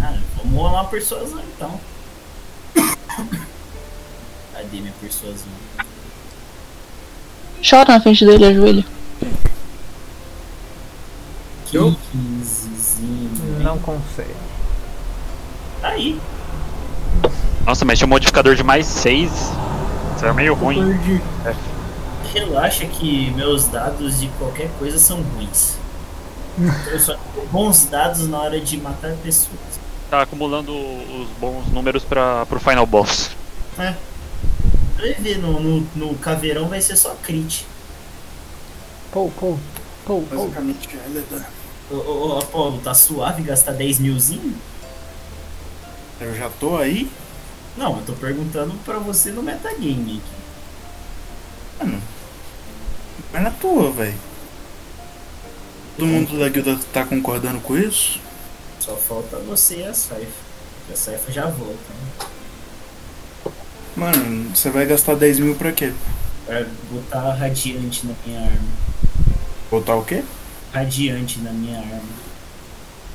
S5: Ah, vamos rolar uma persuasão então. [COUGHS] Cadê minha persuasão?
S3: Chora na frente dele, ajoelha.
S1: Eu?
S5: 15zinho.
S1: Não consegue.
S5: Tá aí.
S13: Nossa, mas tinha um modificador de mais 6. Isso é meio ruim. É.
S5: Relaxa que meus dados de qualquer coisa são ruins. Eu só tenho bons dados na hora de matar pessoas.
S13: Tá acumulando os bons números pra, pro final boss.
S5: É. Vai ver, no, no, no caveirão vai ser só crit.
S1: Pô, pô, pô, pô.
S5: Basicamente,
S4: né,
S5: ela tá. Ô, ô, ô, Apolo, tá suave gastar 10 milzinho?
S4: Eu já tô aí?
S5: Não, eu tô perguntando pra você no metagame aqui.
S4: Mas na tua, velho. Todo mundo da guilda tá concordando com isso?
S5: Só falta você e a Saifa. A Saifa já volta, né?
S4: Mano, você vai gastar 10 mil pra quê?
S5: Pra botar radiante na minha arma.
S4: Botar o quê?
S5: Radiante na minha arma.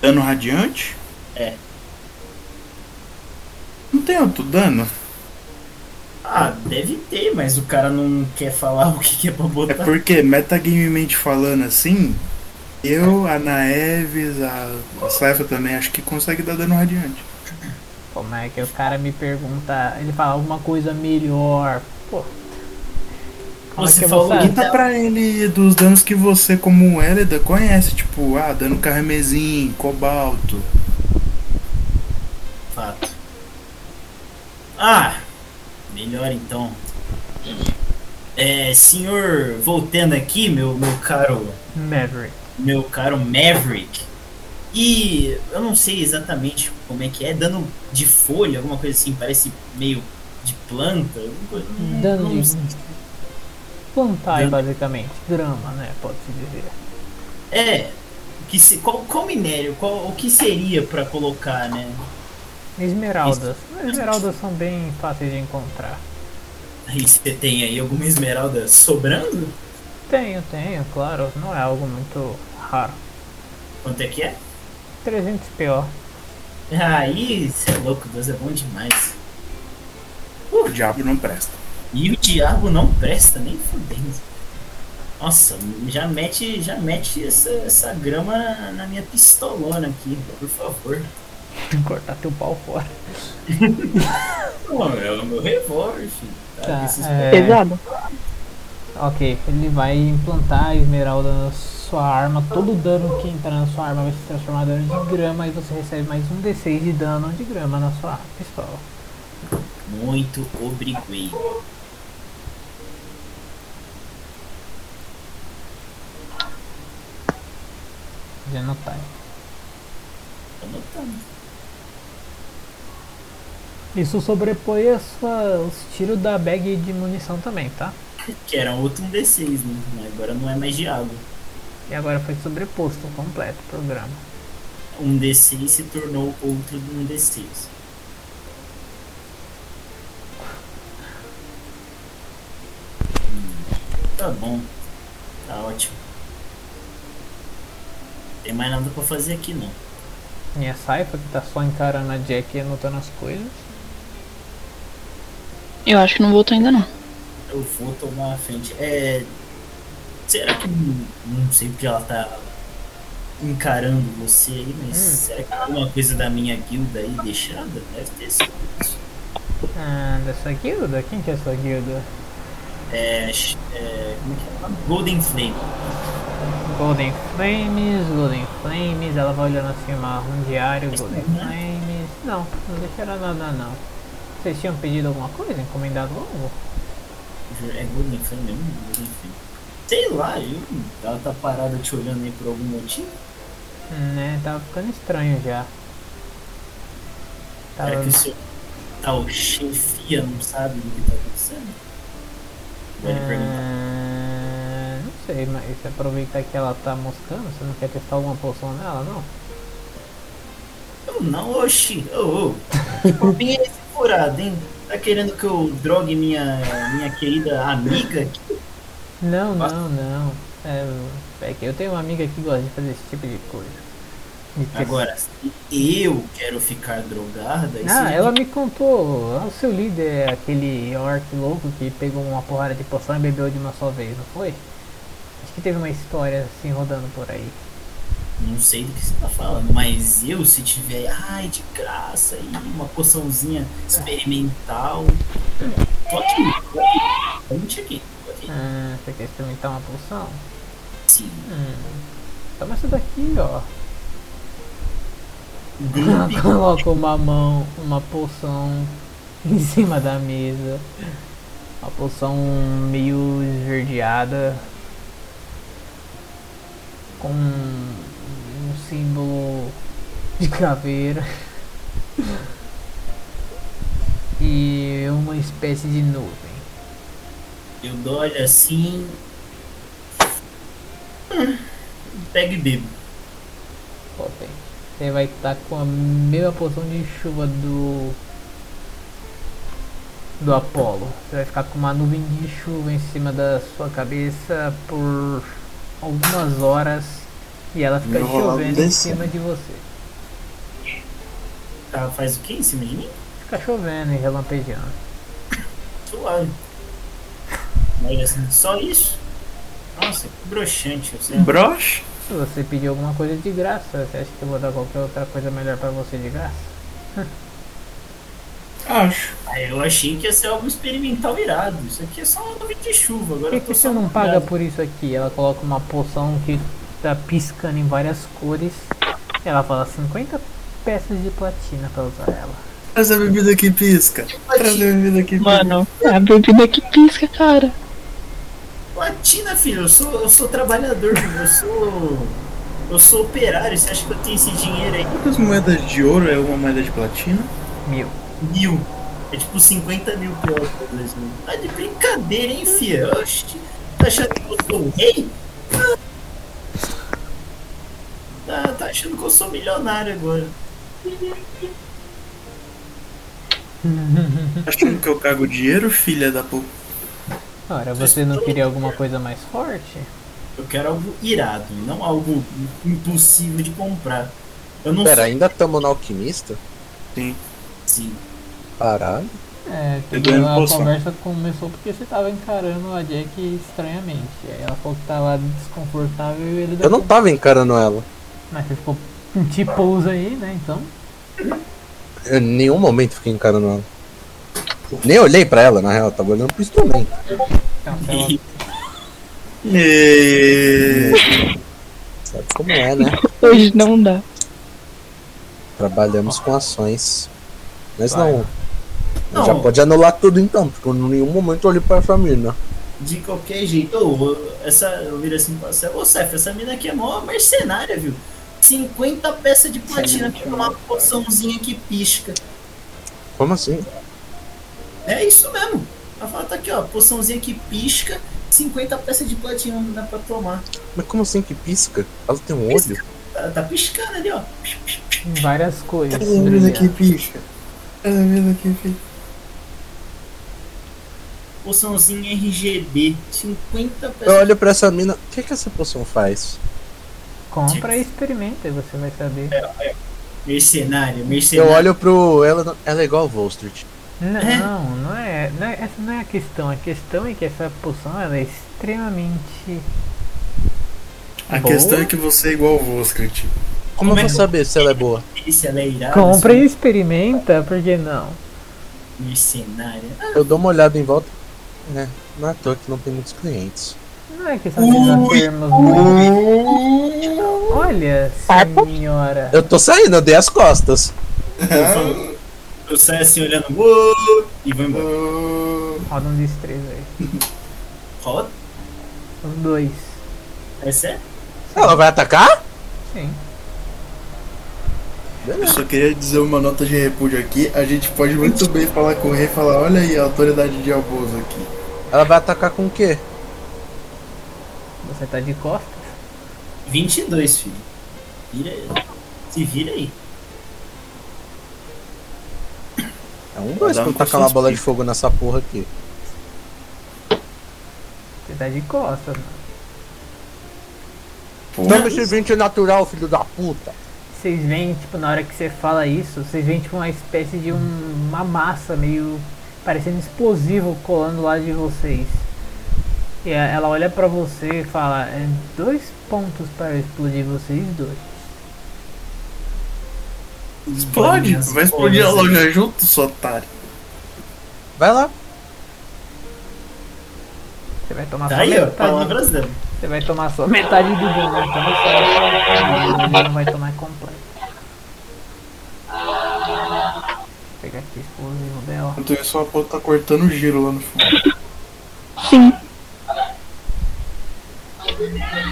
S4: Dano radiante?
S5: É.
S4: Não tem outro dano?
S5: Ah, deve ter, mas o cara não quer falar [LAUGHS] o que, que é pra botar.
S4: É porque, metagamemente falando assim, eu, a Naeves, a, a Saifa também, acho que consegue dar dano radiante.
S1: Como é que o cara me pergunta, ele fala alguma coisa melhor. Pô. Como é
S4: Você
S1: que eu vou
S4: falou
S5: Tá.
S1: saber?
S4: pergunta tá pra ele dos danos que você, como Hélida, conhece. Tipo, ah, dano carmesim, cobalto.
S5: Fato. Ah, melhor então. É, senhor, voltando aqui, meu, meu caro.
S1: Maverick.
S5: Meu caro Maverick. E eu não sei exatamente como é que é, dano de folha, alguma coisa assim, parece meio de planta. alguma coisa- não-
S1: Dano
S5: Hum, não-
S1: de. Plantar,
S5: Dano-
S1: basicamente. Grama, né? Pode-se dizer.
S5: É, o que se, qual, qual minério, qual, o que seria pra colocar, né?
S1: Esmeraldas. Esmeraldas são bem fáceis de encontrar.
S5: Aí você tem aí alguma esmeralda sobrando?
S1: Tenho, tenho, claro. Não é algo muito raro.
S5: Quanto é que é?
S1: 300 PO.
S5: Aí, você é louco, Deus é bom demais. Uh.
S4: O diabo não presta.
S5: E o diabo não presta nem fudendo. Nossa, já mete, já mete essa, essa grama na minha pistolona aqui, por favor.
S1: [LAUGHS] Cortar teu pau fora.
S5: Não, é o meu revólver, filho.
S1: Tá,
S5: esses-
S1: é- Ok, ele vai implantar a esmeralda na sua arma. Todo o dano que entrar na sua arma vai se transformar em dano de grama e você recebe mais um D6 de dano de grama na sua pistola.
S5: Muito obrigado.
S1: Já não tá. Isso sobrepõe a sua- os tiros da bag de munição também, tá?
S5: Que era outro um D6, né? Mas Agora não é mais de água.
S1: E agora foi sobreposto completo o programa.
S5: Um D6 se tornou outro de um D6. Hum, Tá bom. Tá ótimo. Tem mais nada pra fazer aqui não.
S1: E a Saifa que tá só encarando a Jack e anotando as coisas.
S3: Eu acho que não voltou ainda não.
S5: Eu vou tomar a frente. É. Será que. Não, não sei porque ela tá encarando você aí, mas
S1: Hum.
S5: será que tem alguma coisa da minha guilda aí deixada? Deve ter sido isso.
S1: Ah, dessa guilda? Quem que é essa guilda?
S5: É, ch- é, Como é que é o nome? Golden Flame.
S1: Golden Flames, Golden Flames, ela vai olhando assim uma- um diário, Golden
S5: é?
S1: Flames. Não, não deixaram nada não. Vocês tinham pedido alguma coisa? Encomendado algo?
S5: É Golden Flame mesmo? Golden Flame. Sei lá, eu, ela tá parada te olhando aí por algum motivo.
S1: Hum, Né, tava ficando estranho já. Tá Tava...
S5: Será É que o seu tal chefia não sabe do que tá acontecendo? Vai lhe é
S1: É.
S5: perguntar.
S1: Ah, Não sei, mas se aproveitar que ela tá moscando, você não quer testar alguma poção nela, não?
S5: Eu não, oxi, ô, ô. [LAUGHS] Que papinho é esse furado, hein? Tá querendo que eu drogue minha, minha querida amiga aqui?
S1: Não, não, não. É, é que eu tenho uma amiga que gosta de fazer esse tipo de coisa. De testar.
S5: Agora, se eu quero ficar drogada, isso
S1: Ah,
S5: é
S1: ela me contou. ah, O seu líder é aquele orc louco que pegou uma porrada de poção e bebeu de uma só vez, não foi? Acho que teve uma história assim rodando por aí.
S5: Não sei do que você tá falando, mas eu, se tiver, ai, de graça, aí, uma poçãozinha experimental. Tô aqui, tô aqui. Vamos aqui, tô aqui.
S1: Ah, você quer experimentar uma poção?
S5: Sim.
S1: Hum, toma essa daqui, ó. [LAUGHS]
S5: Grupo.
S1: Coloca uma mão, uma poção [LAUGHS] em cima da mesa. Uma poção meio esverdeada. Com um símbolo de caveira. E uma espécie de nuvem.
S5: Eu dou olho assim. hum, Pega e bebo.
S1: Potente. Você vai estar com a mesma poção de chuva do. do Apolo. Você vai ficar com uma nuvem de chuva em cima da sua cabeça por algumas horas e ela fica
S5: Meu
S1: chovendo em
S5: Deus.
S1: cima de você.
S5: Tá, faz o que em cima de mim?
S1: Fica chovendo e relampejando.
S5: Suave. Mas assim, só isso? Nossa, que broxante. Você
S1: Broxa? Se você pedir alguma coisa de graça, você acha que eu vou dar qualquer outra coisa melhor pra você de graça?
S5: Acho. Ah, eu achei que ia ser algo experimental irado. Isso aqui é só uma nuvem de chuva. Agora
S1: Por
S5: eu
S1: que,
S5: tô
S1: que
S5: só
S1: você não
S5: molhado.
S1: paga por isso aqui? Ela coloca uma poção que tá piscando em várias cores. Ela fala 50 peças de platina pra usar ela.
S12: Traz a bebida que pisca. Traz a bebida que pisca.
S3: Mano, é a bebida que pisca, cara.
S5: Platina, filho. Eu sou, eu sou trabalhador, filho. Eu sou. Eu sou operário. Você acha que eu tenho esse dinheiro aí?
S12: Quantas moedas de ouro é uma moeda de platina?
S1: Mil.
S5: Mil. É tipo 50 mil pelas coisas, né? Tá de brincadeira, hein, filho? Oxi. Tá achando que eu sou o rei? Ah. Tá, tá achando que eu sou milionário agora.
S12: Achando que eu cago dinheiro, filha da puta.
S1: Ora, você não queria alguma coisa mais forte?
S5: Eu quero algo irado, não algo impossível de comprar. Eu não
S2: Pera,
S5: sei.
S2: ainda tamo no alquimista?
S12: Sim.
S5: Sim.
S2: Caralho.
S1: É,
S2: Eu
S1: tudo
S2: ganho
S1: a
S2: poção.
S1: conversa começou porque você tava encarando a Jack estranhamente. Aí ela falou que tava desconfortável e ele
S2: Eu não tava encarando ela.
S1: Mas você ficou um tipo aí, né? Então.
S2: Eu em nenhum momento fiquei encarando ela. Nem olhei pra ela, na real, eu tava olhando pro instrumento.
S15: [LAUGHS]
S2: [LAUGHS]
S4: E...
S2: Sabe como é,
S5: [LAUGHS]
S2: né?
S3: Hoje não dá.
S2: Trabalhamos com ações. Mas não.
S5: Não.
S2: Já pode anular tudo então, porque eu em nenhum momento eu olhei pra essa mina.
S5: De qualquer jeito, ô, essa, eu viro assim pra Cef, ô Cef, essa mina aqui é mó mercenária, viu? 50 peças de platina pra tomar uma poçãozinha que pisca.
S2: Como assim?
S5: É isso mesmo. Ela fala, tá aqui, ó, poçãozinha que pisca, 50 peças de platina dá pra tomar.
S2: Mas como assim que pisca? Ela tem um olho?
S5: Tá, tá piscando ali, ó.
S1: Várias
S2: Tá
S1: coisas.
S12: Essa
S2: né,
S12: mina que picha. Essa mina que picha.
S5: Poçãozinha RGB, 50 peças.
S2: Eu olho pra essa mina. O que, que essa poção faz?
S1: Compra e experimenta e você vai saber.
S5: Mercenário,
S2: Eu
S5: mercenário.
S2: olho pro. Ela, ela é igual a Volstrit.
S1: Não, não é, não é. Essa não é a questão. A questão é que essa poção ela é extremamente.
S4: A
S1: boa.
S4: questão é que você é igual o
S15: tipo.
S4: Voskrit.
S2: Como, eu vou saber se ela é boa?
S5: Esse ela é irada.
S1: Compra e experimenta, por que não?
S5: Mercenária.
S2: Eu dou uma olhada em volta. Né? Não é à toa que não tem muitos clientes.
S1: Não é questão de nós termos muito. Olha, senhora.
S2: Eu tô saindo, eu dei as costas.
S5: Eu, falo- eu saio assim olhando "Uou", e vou embora.
S1: Roda um destreza aí.
S5: Roda?
S1: Os dois.
S5: É sério?
S2: Ela vai atacar?
S1: Sim.
S15: Eu só queria dizer uma nota de repúdio aqui. A gente pode muito bem falar com o rei e falar: olha aí a autoridade de Albozo aqui.
S2: Ela vai atacar com o quê?
S1: Você tá de costas?
S5: 22, filho. Vira aí. Se vira aí.
S2: É um, dois,
S5: Dá um
S2: pra eu tacar uma bola de fogo nessa porra aqui.
S1: Você tá de costas, mano.
S2: Toma esse 20 natural, filho da puta.
S1: Vocês veem, tipo, na hora que você fala isso, vocês veem, tipo, uma espécie de um- uma massa meio parecendo explosivo colando lá de vocês. E a- ela olha pra você e fala: é dois pontos para explodir vocês dois.
S15: Explode! Vai explodir a loja junto, seu otário.
S2: Vai lá.
S1: Você vai tomar
S5: Tá
S1: só
S5: aí, ó,
S1: metade.
S5: palavras dela.
S1: Você vai tomar só metade do dano. Então você você não vai tomar completo. Vou pegar aqui o explosivo dela.
S15: Enquanto isso, a ponta tá cortando o giro lá no fundo.
S3: Sim.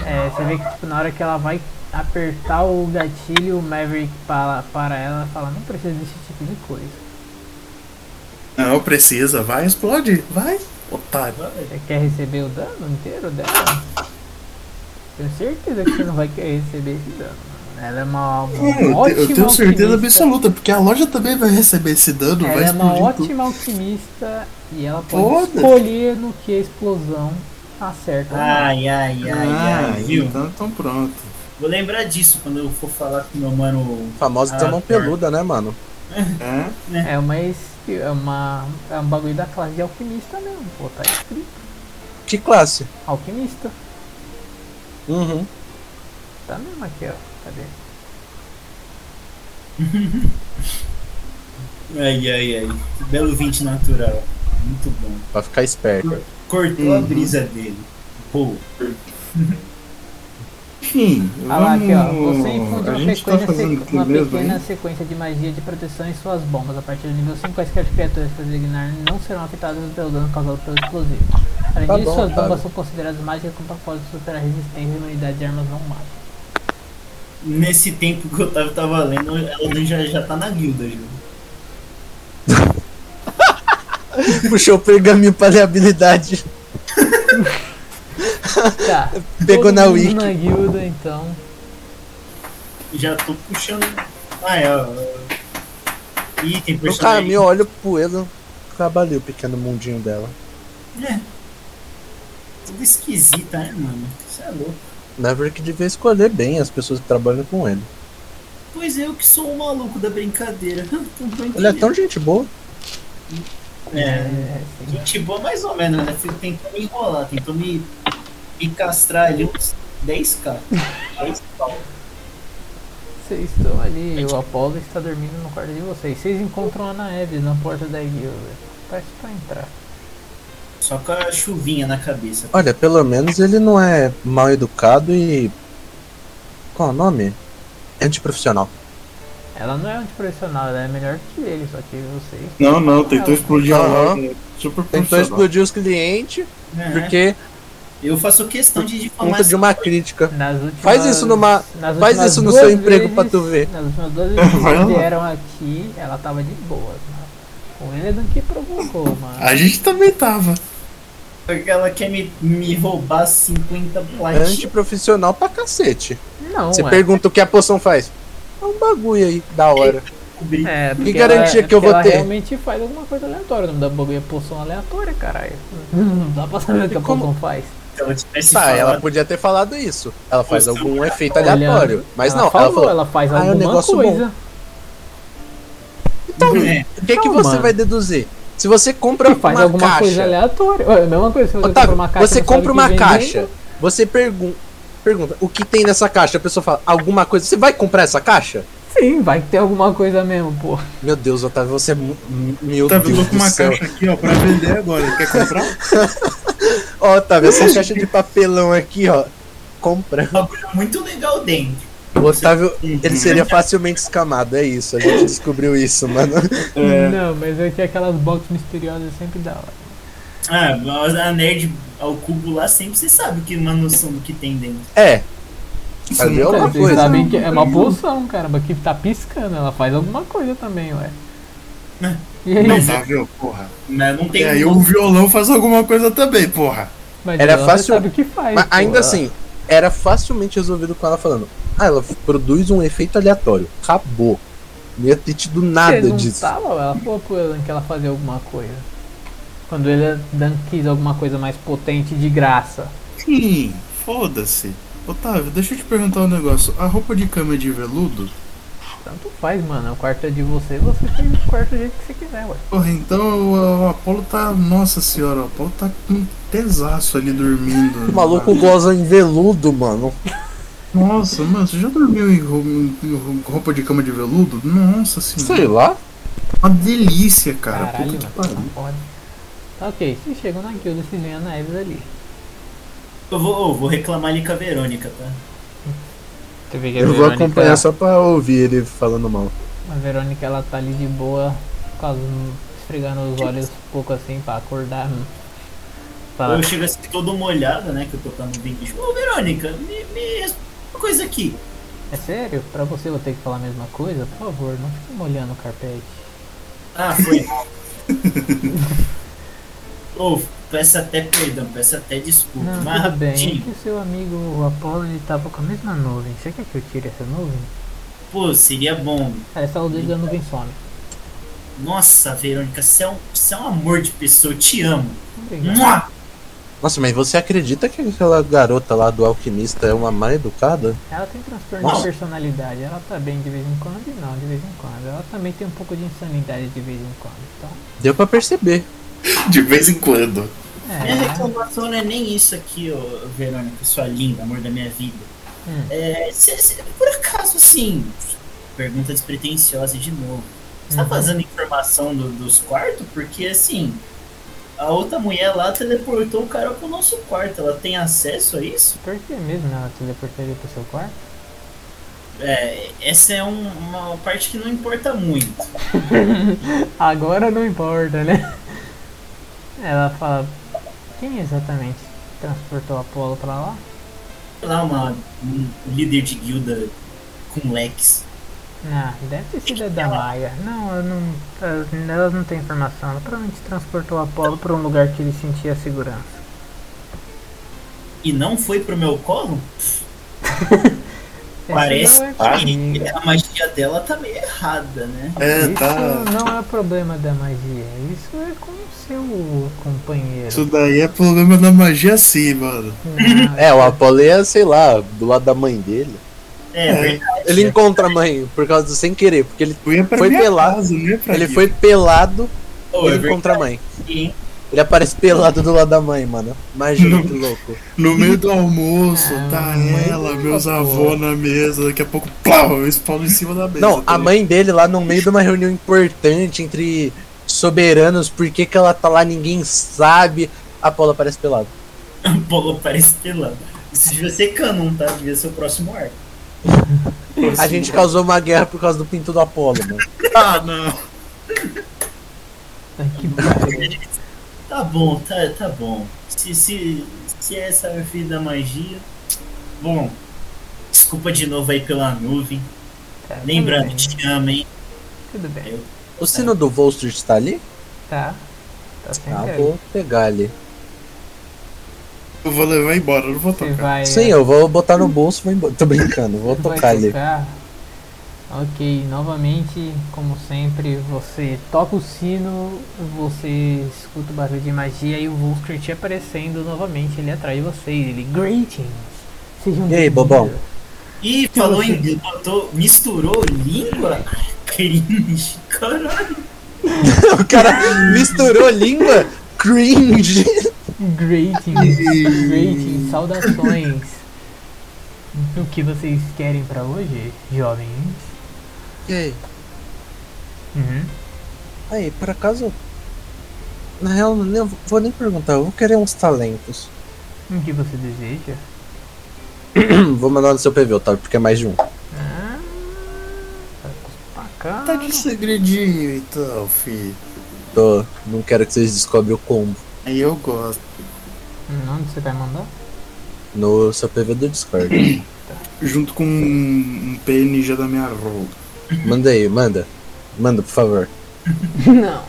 S1: É, você vê que tipo, na hora que ela vai apertar o gatilho, o Maverick para, para ela e fala, não precisa desse tipo de coisa.
S4: Não, precisa, vai, explode, vai, otário.
S1: Você quer receber o dano inteiro dela? Tenho certeza que você não vai querer receber esse dano. mano. Ela é uma, uma
S15: Hum, eu, te-
S1: ótima
S15: eu tenho certeza
S1: alquimista.
S15: absoluta, porque a loja também vai receber esse dano, vai
S1: Ela é uma
S15: explodir tudo.
S1: ótima alquimista e ela pode
S15: Foda-se.
S1: escolher no que a explosão acerta. ou não.
S5: Ai, ai, ai,
S15: Ah,
S5: ai, viu?
S15: então tão pronto.
S5: Vou lembrar disso quando eu for falar com meu mano.
S2: Famosa
S5: Ah,
S2: ah, mão peluda, né, mano?
S15: É.
S1: É uma, es- é uma. É um bagulho da classe de alquimista mesmo, pô, tá escrito.
S2: Que classe?
S1: Alquimista.
S2: Uhum.
S1: Tá mesmo aqui, ó. Cadê?
S5: Ai, ai, ai. Que belo 20 natural. Muito bom.
S2: Pra ficar [LAUGHS] esperto.
S5: Cortou a brisa dele. Pô.
S15: Enfim,
S1: Olha lá, aqui, ó.
S15: vamos-
S1: Você infunde
S15: a
S1: uma
S15: gente
S1: pequena,
S15: tá fazendo
S1: sequ-
S15: aqui
S1: uma
S15: mesmo,
S1: pequena
S15: hein?
S1: sequência de magia de proteção em suas bombas. A partir do nível 5, quaisquer criaturas que designar não serão afetadas pelo dano causado pelo explosivo. Além
S2: Tá
S1: disso,
S2: bom,
S1: suas
S2: cara.
S1: bombas são consideradas mágicas com propósito de superar a resistência e imunidade de armas não mágicas.
S5: Nesse tempo que o Otávio tava lendo, ela já, já tá na guilda, Ju.
S2: Puxou o pergaminho pra ler a habilidade.
S1: Tá.
S2: Pegou
S1: todo
S2: na
S1: mundo
S2: wiki.
S1: na guilda, então.
S5: Já tô puxando. Ah, é. ó. Ih, tem
S2: No
S5: personagem.
S2: caminho, eu olho pro Elo. Acaba ali o pequeno mundinho dela.
S5: É. Tudo esquisita, né, mano? Isso é louco.
S2: Maverick devia escolher bem as pessoas que trabalham com ele.
S5: Pois é, eu que sou o maluco da brincadeira. [LAUGHS] Tô doido.
S2: Ele é tão gente boa.
S5: É,
S1: É, sim.
S5: gente boa mais ou menos, né? Fico- Tentou me enrolar, tentou me, me castrar ali uns 10k. 10 pau.
S1: Vocês estão ali, o Apolo está dormindo no quarto de vocês. Vocês encontram a Anaeb na porta da guilda. Parece pra entrar.
S5: Só com a chuvinha na cabeça.
S2: Olha, pelo menos ele não é mal educado e. Qual é o nome? Antiprofissional.
S1: Ela não é antiprofissional, ela é melhor que ele, só que vocês.
S15: Não, não, tentou
S1: Ela-
S15: explodir a
S2: Aham.
S15: loja. Super
S2: Tentou
S15: profissional.
S2: explodir os clientes,
S5: É.
S2: porque
S5: Eu faço questão de
S1: Ah,
S2: por
S5: difamar
S2: conta de uma crítica. Faz isso numa.
S1: Nas- nas
S2: Faz
S1: últimas
S2: isso no
S1: duas
S2: seu emprego
S1: vezes-
S2: pra tu ver.
S1: Nas últimas duas vezes que
S2: Vai
S1: vocês
S2: lá.
S1: vieram aqui, ela tava de boa. O Willian que provocou, mano.
S2: Ah,
S15: A gente também tava.
S5: porque ela quer me, me roubar 50 platinas.
S2: É. Antiprofissional pra cacete.
S1: Não,
S2: Você
S1: é.
S2: pergunta o que a poção faz. É um bagulho aí, da hora.
S1: É,
S2: que
S1: porque ela-
S2: garantia
S1: é
S2: que eu
S1: porque
S2: vou
S1: ela
S2: ter?
S1: realmente faz alguma coisa aleatória. Não dá bagulho é poção aleatória, caralho. Não
S2: Hum.
S1: dá pra saber o que a poção faz.
S2: Tá, ela podia ter falado isso. Ela faz
S1: Poção
S2: algum efeito
S1: é. Olha,
S2: tá aleatório. Mas
S1: ela
S2: não,
S1: falou,
S2: ela falou.
S1: ela faz
S2: "Ah,
S1: alguma coisa.
S2: Então,
S5: É,
S2: o que, que
S1: Não,
S2: você
S1: mano.
S2: vai deduzir? Se você compra
S1: Faz
S2: uma
S1: alguma
S2: caixa,
S1: coisa aleatória. Olha, a mesma coisa se você compra
S2: Otávio,
S1: uma caixa.
S2: você
S1: não sabe
S2: compra
S1: o que
S2: uma
S1: vem
S2: caixa,
S1: dentro.
S2: você pergun pergunta o que tem nessa caixa, a pessoa fala alguma coisa, você vai comprar essa caixa?
S1: Sim, vai ter alguma coisa mesmo, pô.
S2: Meu Deus, Otávio, você é. mu- Meu
S4: Tá, eu
S2: Deus
S4: tô com
S2: do
S4: uma
S2: céu.
S4: caixa aqui, ó, pra vender agora. Quer comprar?
S2: Ó, Otávio, essa caixa de papelão aqui, ó. Compra.
S5: um Muito legal dentro.
S2: O Otávio,
S4: Uhum.
S2: ele seria facilmente escamado, é isso. A gente descobriu isso, mano.
S1: Não, mas é que aquelas boxes misteriosas sempre dá hora.
S5: Ah, mas a nerd ao cubo lá sempre você sabe que uma noção do que tem dentro.
S2: É.
S5: Você não
S1: Então,
S5: tá-
S1: vocês sabem que é uma poção, caramba, que tá piscando, ela faz alguma coisa também, ué. E aí?
S15: Não tá, viu, porra.
S5: Mas não um
S1: tem
S15: É,
S1: um
S15: E aí
S1: como.
S15: o violão faz alguma coisa também, porra.
S1: Mas
S2: Era
S1: ela
S2: fácil.
S1: sabe o que faz,
S2: Mas
S1: pô,
S2: ainda
S1: ela-
S2: assim, era facilmente resolvido com ela falando. Ah, ela produz um efeito aleatório. Acabou. Não ia ter tido nada
S1: Você não
S2: disso.
S1: Tava, ela falou pro Elan que ela fazia alguma coisa. Quando ele Dan quis alguma coisa mais potente de graça.
S15: Sim, foda-se. Otávio, deixa eu te perguntar um negócio. A roupa de cama é de veludo?
S1: Tanto faz, mano. O quarto é de você, você fez o quarto do jeito que você quiser, ué.
S15: Porra, então o, o Apolo tá. Nossa senhora, o Apolo tá com um tesaço ali dormindo.
S2: O
S1: [LAUGHS]
S2: maluco goza em veludo, mano.
S15: Nossa, mano, você já dormiu em roupa, em roupa de cama de veludo? Nossa senhora.
S2: Sei lá.
S15: Uma delícia, cara.
S1: Caralho,
S15: Puta que
S1: mano,
S15: pariu.
S1: tá foda. Ok, vocês chegam na guilda, vocês veem a Neves ali.
S5: Eu vou, eu vou reclamar ali com a Verônica, tá?
S2: Eu vou acompanhar só pra ouvir ele falando mal.
S1: A Verônica ela tá ali de boa, com as- esfregando os olhos um pouco assim pra acordar. Fala,
S5: Eu chego assim todo molhado, né? Que eu tô tocando bem bicho. Ô, Verônica, me, me responde uma coisa aqui.
S1: é sério? Pra você eu vou ter que falar a mesma coisa? Por favor, não fique molhando o carpete.
S5: Ah, foi mal. Ô, peço até perdão, peço até desculpa.
S1: Não,
S5: mas
S1: tudo bem. É
S5: rapidinho,
S1: que o seu amigo o Apollo ele tava com a mesma nuvem. Você quer que eu tire essa nuvem?
S5: pô, seria bom.
S1: Cara, essa aldeia da nuvem some.
S5: Nossa, Verônica, você é um, você é um amor de pessoa, eu te amo.
S1: Obrigado.
S5: Mua!
S2: Nossa, mas você acredita que aquela garota lá do alquimista é uma má educada?
S1: Ela tem transtorno de
S2: Nossa.
S1: personalidade. Ela tá bem de vez em quando e não de vez em quando. Ela também tem um pouco de insanidade de vez em quando. Então,
S2: Deu pra perceber.
S15: De vez em quando.
S5: Minha [LAUGHS] reclamação não é nem isso aqui, ô, Verônica, sua linda, amor da minha vida.
S1: Hum.
S5: É, cê- cê- por acaso, assim, pergunta despretensiosa de novo. Você tá
S1: Uhum.
S5: vazando informação do- dos quartos? Porque, assim, a outra mulher lá teleportou o cara pro nosso quarto. Ela tem acesso a isso?
S1: por que mesmo ela teleportaria pro seu quarto?
S5: É, essa é um- uma parte que não importa muito.
S1: Agora não importa, né? Ela fala: Quem exatamente transportou Apolo pra lá?
S5: Sei lá, uma, um líder de guilda com Lex.
S1: Ah, deve ter sido a da Maia. Não, ela não, ela- ela não tem informação. Ela provavelmente transportou Apolo pra um lugar que ele sentia segurança.
S5: E não foi pro meu colo?
S1: Essa
S5: Parece
S1: não é
S5: que a magia dela tá meio errada, né?
S1: isso
S4: tá.
S15: tá.
S1: não é problema da magia, isso é com o seu companheiro.
S15: Isso daí é problema da magia sim, mano.
S2: É, o
S1: tá
S2: Apolo é, sei lá, do lado da mãe dele.
S5: É, verdade.
S2: Ele encontra a mãe por causa do sem querer, porque ele
S15: pra
S2: foi
S15: minha
S4: né,
S2: pelado.
S15: casa, não ia pra
S2: ele
S15: minha.
S2: foi pelado
S5: Ô,
S2: ele
S5: é
S2: encontra a mãe.
S5: Sim.
S2: Ele aparece pelado do lado da mãe, mano. Imagina que louco.
S4: No meio do almoço, tá ela, meus avós na mesa, daqui a pouco, pau, eu spawno em cima da mesa.
S2: Não,
S4: tá
S2: a mãe dele lá no meio de uma reunião importante entre soberanos, por que, que ela tá lá, ninguém sabe. A Paula aparece pelado.
S5: Polo parece pelado. Isso devia ser canon, tá? Devia ser o próximo arco.
S2: A gente causou uma guerra por causa do pinto do Apolo, mano.
S5: Ah, não.
S1: Que barulho.
S5: Tá bom, tá, tá bom. Se, se, se essa é a vida da magia. Bom, desculpa de novo aí pela nuvem.
S1: Tá, tudo
S5: Lembrando,
S1: bem,
S5: te amo, hein?
S1: Tudo bem.
S5: Eu-
S2: O sino do Volstr está ali?
S1: Tá. Tá sem
S2: Ah,
S1: greve.
S2: vou pegar ali.
S4: Eu vou levar embora, eu não vou
S1: Você
S4: tocar.
S1: vai.
S2: Sim, eu vou botar no bolso e vou embora. Tô brincando, vou
S1: Vai
S2: tocar ali.
S1: tocar. Ok, novamente, como sempre, você toca o sino, você escuta o barulho de magia e o Vulcan te aparecendo novamente ali atrás de vocês. Ele, greetings! Sejam
S2: E aí,
S1: bem-vindos."
S2: bobão?
S5: Ih, falou em. Botou, misturou língua? [LAUGHS] Cringe, caralho.
S2: O cara misturou língua? Cringe!
S1: Greetings, greetings, saudações. O que vocês querem pra hoje, jovens?
S2: E aí?
S1: Uhum.
S2: Aí, por acaso. Na real, eu nem eu vou nem perguntar, eu vou querer uns talentos.
S1: O que você deseja?
S2: vou mandar no seu PV, Otávio, porque é mais de um.
S1: Ah, pra cá.
S4: Tá de segredinho então, fi.
S2: Tô, não quero que vocês descobrem o combo
S4: Aí eu gosto.
S1: Onde você tá vai mandar?
S2: no seu PV do Discord.
S4: Junto com um, um PNG da minha roupa.
S2: manda aí, manda. Manda, por favor.
S1: Não.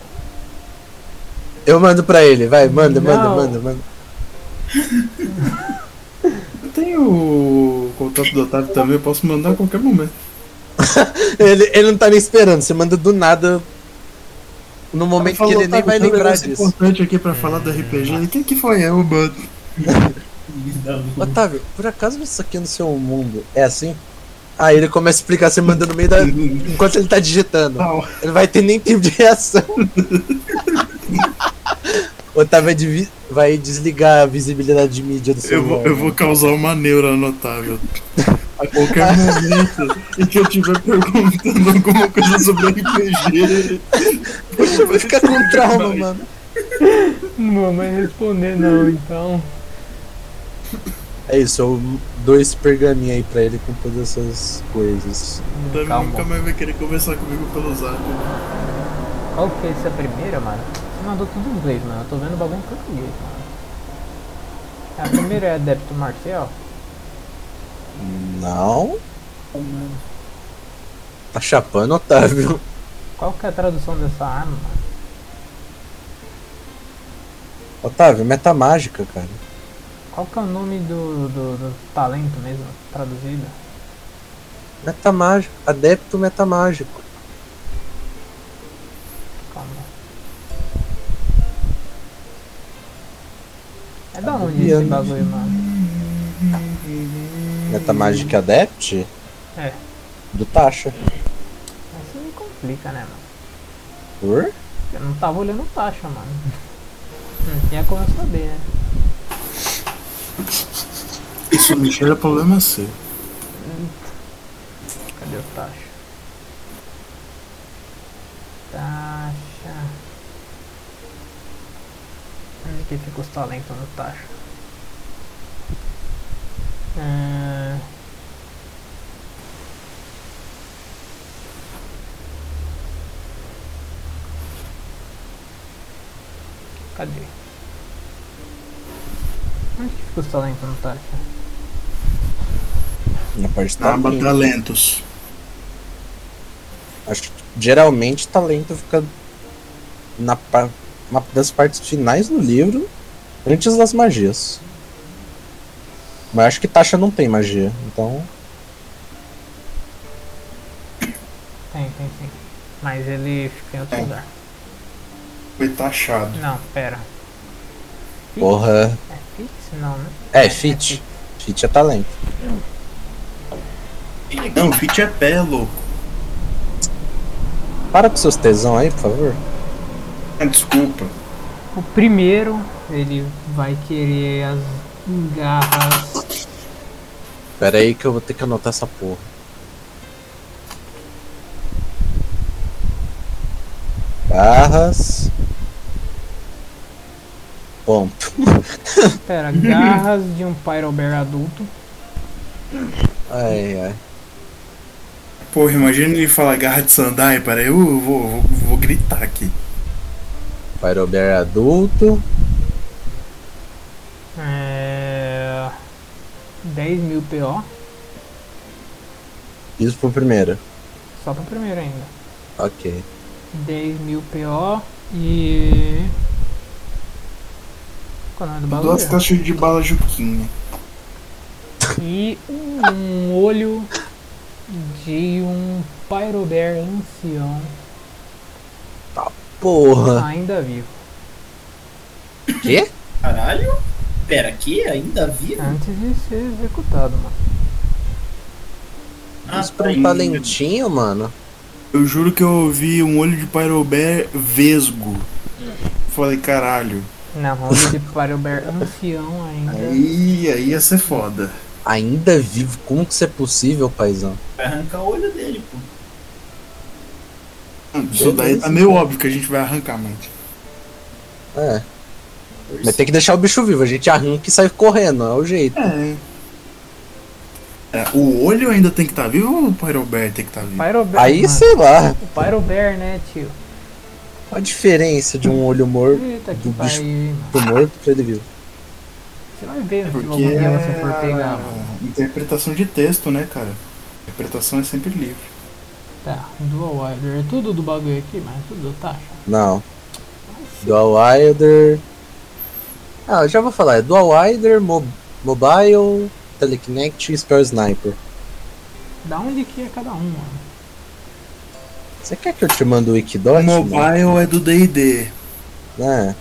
S2: Eu mando pra ele, vai, manda,
S1: Não.
S2: manda, manda, manda.
S4: Eu tenho o contato do Otávio também, eu posso mandar a qualquer momento.
S2: Ele, ele não tá nem esperando, você manda do nada. No momento que ele nem vai lembrar
S4: É
S2: disso.
S4: importante aqui pra falar do RPG. Ele, Quem que foi É eu, mano?
S2: [LAUGHS] Otávio, por acaso isso aqui no seu mundo é assim? Aí ele começa a explicar, você manda no meio da. Enquanto ele tá digitando.
S4: Não.
S2: Ele vai ter nem tempo de reação.
S4: [LAUGHS]
S2: Otávio vai divi- vai desligar a visibilidade de mídia do seu
S4: Eu vou, eu vou causar uma neura no Otávio.
S2: [LAUGHS]
S4: A qualquer momento em que eu estiver perguntando alguma coisa sobre RPG.
S2: Poxa, vai ficar com trauma, mano.
S1: Não, mas responder não, então.
S2: É isso, eu dou esse pergaminho aí pra ele com todas essas coisas.
S4: O Otávio
S1: Calma.
S4: nunca mais vai querer conversar comigo pelo zap.
S1: Qual que foi essa primeira, mano? Você mandou tudo em inglês, mano. Eu tô vendo o bagulho em português, mano. A primeira é adepto marcial?
S2: Não. Tá chapando, Otávio.
S1: Qual que é a tradução dessa arma, mano?
S2: Otávio, meta mágica, cara.
S1: Qual que é o nome do, do, do talento mesmo, traduzido?
S2: Meta mágica. Adepto meta mágico.
S1: Calma. É da onde
S2: bobeando.
S1: esse bagulho, mano?
S2: Meta mágica adept?
S1: É.
S2: Do Tasha.
S1: Mas Isso me complica, né, mano?
S2: Por?
S1: Eu não tava olhando o taxa, mano. Não tinha como eu saber, né?
S4: Isso, Michel, é problema seu.
S1: Cadê o taxa? Taxa. Onde que fica os talentos no taxa? Ah, Cadê? Onde que fica os talentos no taxa?
S2: Na parte do
S4: Aba
S2: talento.
S4: talentos.
S2: Acho que geralmente talento fica na pa- uma das partes finais do livro, antes das magias. Mas acho que Tasha não tem magia, então.
S1: Tem, tem, tem. Mas ele fica em outro lugar.
S4: Foi taxado.
S1: Não, pera. Fitch?
S2: Porra.
S1: É Fitz? Não, né?
S2: É, fit. Fit é talento.
S4: Não, fit é pé, louco.
S2: Para com seus tesão aí, por favor.
S4: Ah, Desculpa.
S1: O primeiro, ele vai querer as garras.
S2: Pera aí que eu vou ter que anotar essa porra. Garras. Ponto.
S1: Pera, garras de um Pyrobear adulto.
S2: Ai ai.
S4: Porra, imagina ele falar garra de sandália, para eu vou, vou, vou gritar aqui.
S2: Pyrobear adulto.
S1: É... 10 mil PO.
S2: Isso pro primeiro.
S1: Só pro primeiro ainda.
S2: Ok.
S1: 10 mil PO e. Qual é o nome do bagulho?
S4: Duas caixas de né? bala Juquinha.
S1: E um olho de um Pyrobear ancião.
S2: Tá porra!
S1: Ainda vivo.
S2: Quê?
S5: Caralho? Pera, que ainda vivo?
S4: Ah,
S1: Antes de ser executado, mano.
S2: Ah, Isso
S5: tá
S2: pra um talentinho, mano.
S4: Eu juro que eu ouvi um olho de Pyrobear vesgo. Falei, caralho.
S1: Na roda
S4: [LAUGHS]
S1: de Pyrobear ancião ainda.
S4: Aí, aí ia ser foda.
S2: Ainda vivo? Como que isso é possível, paizão?
S5: Vai arrancar o olho dele, pô.
S4: Isso daí tá meio óbvio que a gente vai arrancar, mano.
S2: É. Mas tem que deixar o bicho vivo, a gente arranca e sai correndo, é o jeito.
S4: É. É, o olho ainda tem que estar tá vivo ou o Pyrobear tem que estar tá vivo?
S1: Pyrobear,
S2: Aí,
S1: mano.
S2: sei lá.
S1: O Pyrobear, né, tio?
S2: Qual a diferença de um olho morto,
S1: Eita, que
S2: do bicho
S1: pariu.
S2: do morto pra ele vivo?
S1: Você vai ver se algum
S4: Porque
S1: dia você for
S4: é
S1: pegar,
S4: a
S1: mano.
S4: interpretação de texto, né, cara? Interpretação é sempre livre.
S1: Tá, Dual Wilder. É tudo do bagulho aqui, mas tudo tá. achado.
S2: Não. Dual Wilder. Ah, eu já vou falar. É Dual Wilder, Mo- Mobile, Telekinect e Spell Sniper.
S1: Da onde que é cada um, mano?
S2: Você quer que eu te mande o Wikidot?
S4: Mobile é do DD.
S2: Mano? É.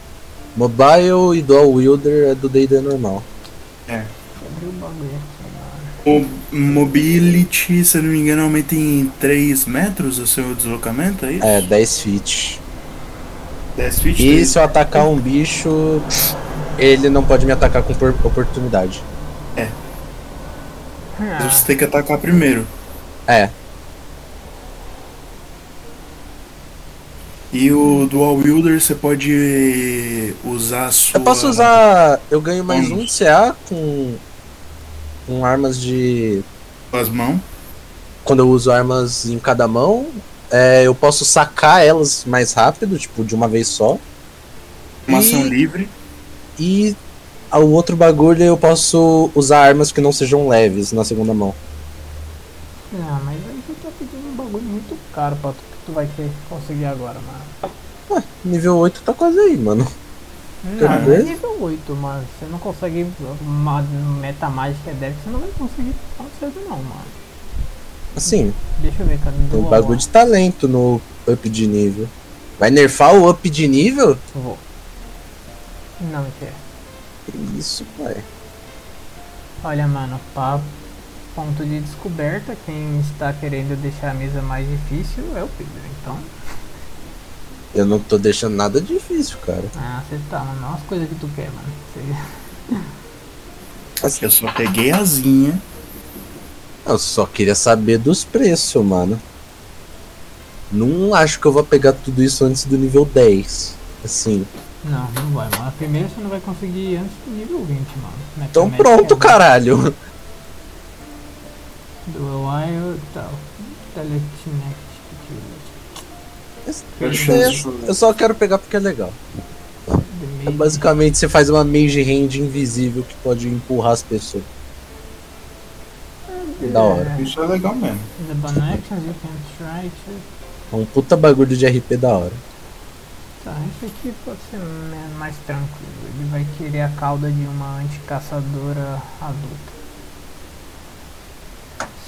S2: Mobile e Dual Wilder é do D&D normal.
S1: Abriu o bagulho aqui, mano.
S4: Mo- Mobility, se eu não me engano, aumenta em 3 metros o seu deslocamento, é isso?
S2: É, 10 feet.
S4: 10 feet?
S2: E se eu atacar um bicho, ele não pode me atacar com por- oportunidade.
S4: Mas
S1: Ah,
S4: Você tem que atacar primeiro.
S2: É,
S4: E o Dual Wielder você pode usar a sua.
S2: Eu posso usar. Eu ganho mais um
S4: Bônus.
S2: CA com. Com armas de.
S4: as mãos.
S2: Quando eu uso armas em cada mão. é, eu posso sacar elas mais rápido, tipo, de uma vez só.
S4: Uma
S2: E-
S4: ação livre.
S2: E o outro bagulho eu posso usar armas que não sejam leves na segunda mão.
S1: não, mas aí tu tá pedindo um bagulho muito caro pra tu que tu vai querer conseguir agora, mano.
S2: Ué, nível 8 tá quase aí, mano.
S1: Não,
S2: Quer
S1: não é
S2: ver?
S1: nível 8, mano. Você não consegue. Uma meta mágica é 10, você não vai conseguir tão cedo, não, mano.
S2: Assim,
S1: Deixa eu ver, cara.
S2: tem um
S1: Dual
S2: bagulho de talento no up de nível. Vai nerfar o up de nível?
S1: Vou. Não, é mentira.
S2: Que Isso, pai.
S1: Olha, mano, pra ponto de descoberta, quem está querendo deixar a mesa mais difícil é o Pedro. Então,
S2: Eu não tô deixando nada difícil, cara.
S1: ah, você tá, mano. Não as coisas que tu quer, mano. Você-
S4: Eu só peguei asinha.
S2: Eu só queria saber dos preços, mano. Não acho que eu vou pegar tudo isso antes do nível 10. Assim.
S1: Não, não vai, mano. Primeiro você não vai conseguir antes do nível 20, mano. Meta
S2: Então
S1: médica
S2: pronto,
S1: é
S2: caralho.
S1: Do Wild tal. tipo, Telekinect.
S4: Eu
S1: Esse-
S4: chamo-
S2: é. Eu só quero pegar porque é legal.
S1: The
S2: É
S1: Mage-
S2: basicamente você faz uma mage hand invisível que pode empurrar as pessoas. Da hora.
S4: Isso é legal mesmo.
S1: The bonus actions you can try to.
S2: É um puta bagulho de RP da hora.
S1: Tá, esse aqui pode ser me- mais tranquilo. Ele vai querer a cauda de uma anticaçadora adulta.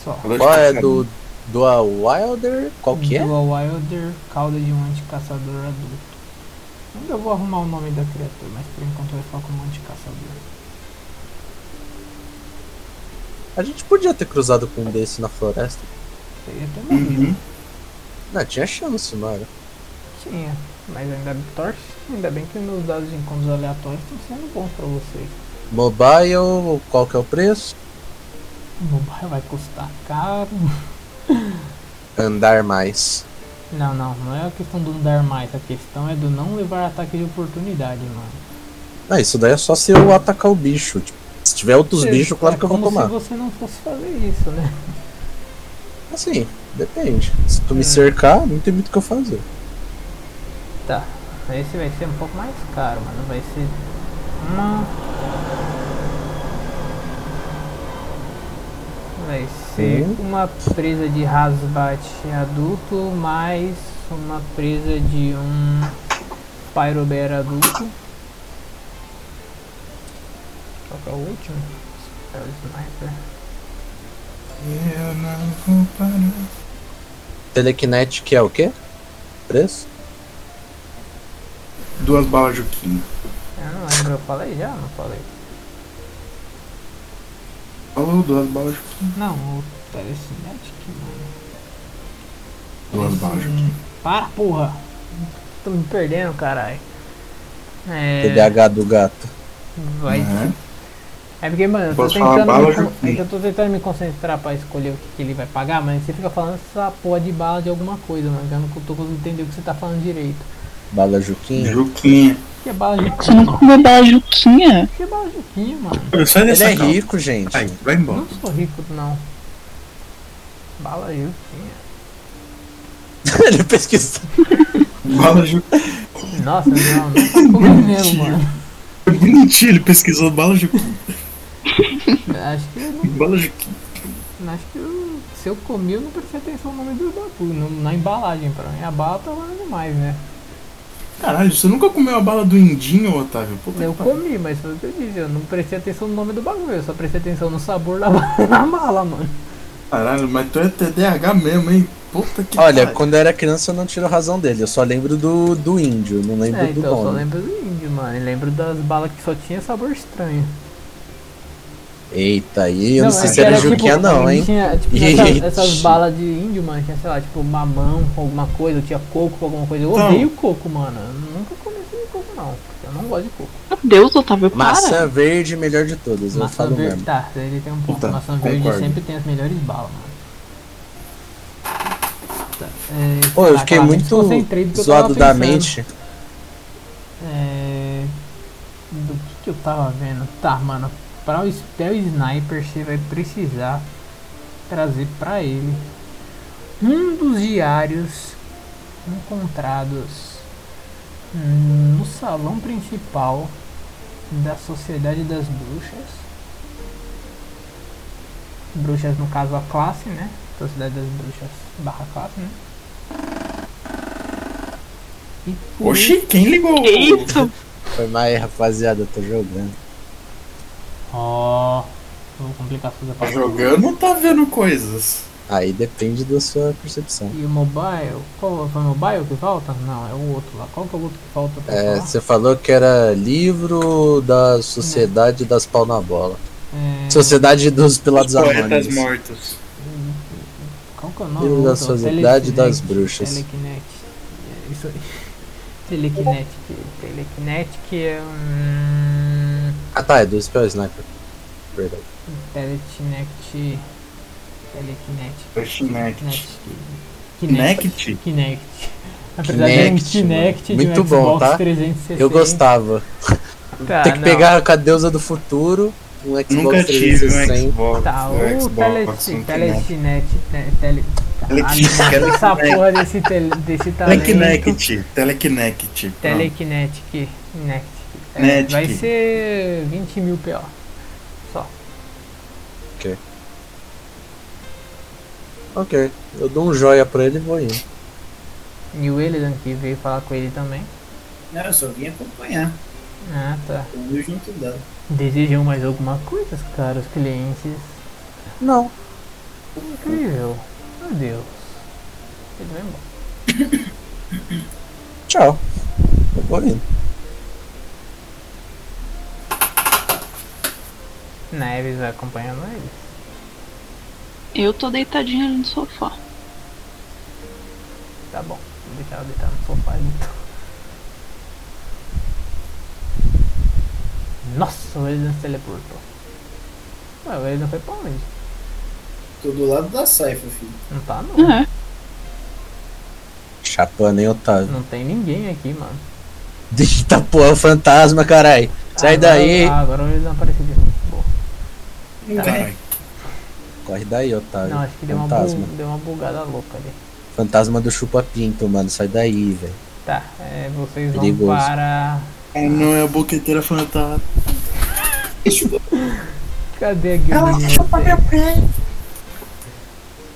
S1: Só.
S2: Qual é do, do a Wilder? Qual que é?
S1: Dual Wilder, cauda de um anticaçador adulto. Ainda vou arrumar o nome da criatura, mas por enquanto vai ficar como anticaçador.
S2: A gente podia ter cruzado com um desse na floresta.
S1: Seria até morrido.
S4: Uhum.
S2: Não, tinha chance, mano.
S1: tinha. Mas ainda, torce, ainda bem que meus dados de encontros aleatórios estão sendo bons pra vocês.
S2: Mobile, qual que é o preço?
S1: Mobile vai custar caro.
S2: Andar mais.
S1: Não, não, não é a questão do andar mais, a questão é do não levar ataque de oportunidade, mano.
S2: Ah, isso daí é só se eu atacar o bicho. Tipo, se tiver outros
S1: Você-
S2: bichos, claro
S1: é
S2: que eu vou
S1: como
S2: tomar.
S1: se você não fosse fazer isso, né?
S2: Assim, depende. Se
S1: É.
S2: tu me cercar, não tem muito o que eu fazer.
S1: Tá, esse vai ser um pouco mais caro, mano. Vai ser uma. Vai ser
S2: Hum.
S1: uma presa de rasbate adulto mais uma presa de um Pyrobear adulto. Qual que é o último? Spell Sniper.
S4: Eu não vou parar.
S2: Telekinetic é o quê? Preço?
S4: Duas balas Juquinha.
S1: Eu Ah, não lembro, eu falei já, não falei.
S4: Falou, duas balas Juquinha.
S1: Não, o Telecinetic, mano.
S4: Duas
S2: Uhum.
S4: balas Juquinha.
S1: Para, porra! Tô me perdendo, caralho. É.
S2: TDH do gato.
S1: Vai.
S4: Ah.
S1: É porque, mano, eu tô,
S2: Posso falar
S1: tentando
S2: bala,
S1: me, con-
S2: Joaquim?
S1: é que eu tô tentando me concentrar pra escolher o que, que ele vai pagar, mas você fica falando essa porra de bala de alguma coisa, mano. que Eu não tô conseguindo entender o que você tá falando direito.
S2: Bala Juquinha.
S4: Juquinha.
S1: Que é bala de
S3: Você nunca comeu bala juquinha?
S1: Que é bala de quinho, mano?
S2: Ele é rico, gente.
S4: Vai, vai embora.
S1: Não sou rico, não. Bala de quinho.
S2: [LAUGHS] Ele pesquisou.
S4: Bala Juquinha. [LAUGHS]
S1: Nossa, não, não tá comendo, mano.
S4: Bonitinho, ele pesquisou bala Juquinha.
S1: Acho que eu não
S4: Bala Juquinha.
S1: Né? Acho que eu- se eu comi, eu não prestei atenção no nome do bagulho, no- na embalagem pra mim. A bala tá valendo demais, né?
S4: Caralho, você nunca comeu a bala do Indinho, Otávio? Puta
S1: Eu
S4: que pariu.
S1: comi, mas foi o que eu disse, eu não prestei atenção no nome do bagulho, eu só prestei atenção no sabor da [LAUGHS] bala, na bala, mano.
S4: Caralho, mas tu é TDAH mesmo, hein? Puta que
S2: Olha,
S4: pariu.
S2: quando eu era criança eu não tiro a razão dele. Eu só lembro do, do índio, não lembro
S1: É,
S2: do
S1: então eu só
S2: nome.
S1: lembro do índio, mano. Eu lembro das balas que só tinha sabor estranho.
S2: Eita, aí eu não,
S1: Não,
S2: sei
S1: é
S2: se
S1: que
S2: era,
S1: era, tipo,
S2: Juquinha não, hein?
S1: Tinha, tipo,
S2: Eita. [LAUGHS]
S1: essas, essas balas de índio, mano, tinha, sei lá, tipo, mamão com alguma coisa, tinha coco com alguma coisa. Eu
S2: Então.
S1: odeio coco, mano. Eu nunca comi esse de coco, não. Eu não gosto de coco.
S3: Meu Deus, Otávio, para.
S2: Maçã verde, melhor de todas, eu
S1: Maçã
S2: falo
S1: verde,
S2: mesmo.
S1: tá, ele tem um ponto.
S2: Tá,
S1: maçã verde
S2: concordo.
S1: sempre tem as melhores balas, mano. Tá, é,
S2: Pô, eu
S1: caraca,
S2: fiquei
S1: ela me
S2: muito
S1: desconcentrei do que eu
S2: zoado
S1: tava
S2: da
S1: pensando.
S2: mente.
S1: É, do que, que eu tava vendo? Tá, mano, pra o Spell Sniper você vai precisar trazer pra ele um dos diários encontrados hum, no salão principal da Sociedade das Bruxas. Bruxas, no caso, a classe, né? Sociedade das Bruxas barra classe, né? E por
S4: Oxi, quem ligou?
S3: Que isso?
S2: Foi mais, rapaziada, eu tô jogando.
S1: Ó, vou complicar as coisas
S4: Tá
S1: pra
S4: jogando ou tá vendo coisas?
S2: Aí depende da sua percepção.
S1: E o mobile? Qual foi o mobile que falta? Não, é o outro lá. Qual que é o outro que falta pra
S2: É,
S1: falar?
S2: você falou que era livro da Sociedade das Pau na Bola.
S1: É,
S2: Sociedade dos Pilados
S4: Os poetas
S2: Anônimos.
S4: mortos.
S1: Qual que é o nome?
S2: Livro da
S1: outro?
S2: Sociedade das
S1: Telekinetic,
S2: Bruxas.
S1: Telekinetic. É isso aí. [LAUGHS] Telekinetic. Telekinetic é um.
S2: Ah tá, é do Spell Sniper. Verdade.
S1: Telekinetic. Telekinetic.
S4: Kinect.
S1: Kinect.
S4: Kinect?
S1: Kinect. Apesar de um Kinect de
S2: Muito
S1: um
S2: bom,
S1: Xbox
S2: tá?
S1: 360.
S2: Eu gostava.
S1: Tá,
S2: Tem que
S1: não.
S2: pegar com a deusa do futuro, um Xbox
S4: Nunca tive um
S2: 360.
S4: Xbox.
S1: Tá,
S4: um
S1: o
S4: Xbox,
S1: Telesti-
S4: um
S1: Telestinet, te- tele...
S4: Telekinect.
S1: Caralho, mano, Ah, essa porra desse, tele, desse talento.
S4: Telekinect. Telekinect. pronto.
S1: Telekinetic. Kinect. É,
S4: Netic.
S1: vai ser 20 mil PO. Só.
S2: Ok. Ok. Eu dou um joia pra ele e vou indo.
S1: E o Elidan que veio falar com ele também.
S5: Não, eu só vim acompanhar.
S1: Ah, tá.
S5: Eu vim junto dela.
S1: Desejam mais alguma coisa, caros clientes?
S2: Não.
S1: Incrível. Meu Deus. Ele vai embora.
S2: Tchau. Eu vou indo.
S1: Neves vai acompanhando ele.
S3: Eu tô deitadinha ali no sofá.
S1: Tá bom. deixar ela deitar no sofá então. Nossa, o Elden se teleportou. Ué, o Elden foi pra onde?
S4: Ah,
S5: Tô do lado da Saifa, filho.
S1: Não tá não.
S3: É.
S2: Chapando, hein, [LAUGHS] Otávio?
S1: Não tem ninguém aqui, mano.
S2: Eita porra, o fantasma, carai. Sai
S1: Agora-
S2: daí.
S1: Ah, agora o Elden apareceu de novo. Boa. Tá.
S2: Carai. Corre daí, Otávio.
S1: Não, acho que deu uma,
S2: fantasma.
S1: bu- deu uma bugada louca ali.
S2: Fantasma do chupa-pinto, mano. Sai daí, velho.
S1: Tá, é, vocês vão
S2: Perigoso.
S1: para.
S4: Ah, não é a boqueteira tá, fantasma.
S1: Cadê a guilda de vocês?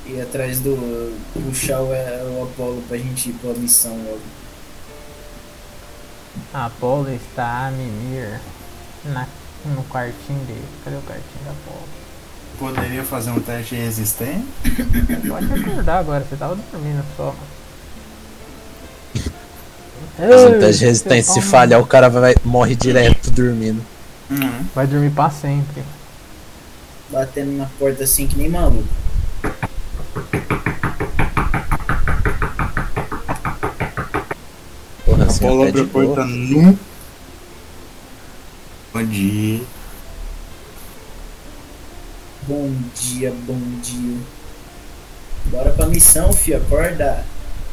S5: E atrás do. puxar o, o Apolo pra gente ir pra missão logo.
S1: A Apolo está a mimir na, no quartinho dele. Cadê o quartinho da Apolo?
S7: Poderia fazer um teste de resistência?
S1: Pode acordar agora, você tava dormindo só. mano.
S2: Fazendo
S1: Ei, um
S2: teste de resistência. Se
S1: seu pau
S2: falhar, o cara vai, morre direto dormindo.
S4: Hum.
S1: no- Vai dormir pra sempre.
S5: Batendo na porta assim que nem maluco.
S2: Porra,
S4: A
S2: assim,
S4: bola
S2: até de
S4: abre a porta
S2: boa.
S4: nu. Bom dia.
S5: Bom dia, bom dia. Bora pra missão, fi, acorda.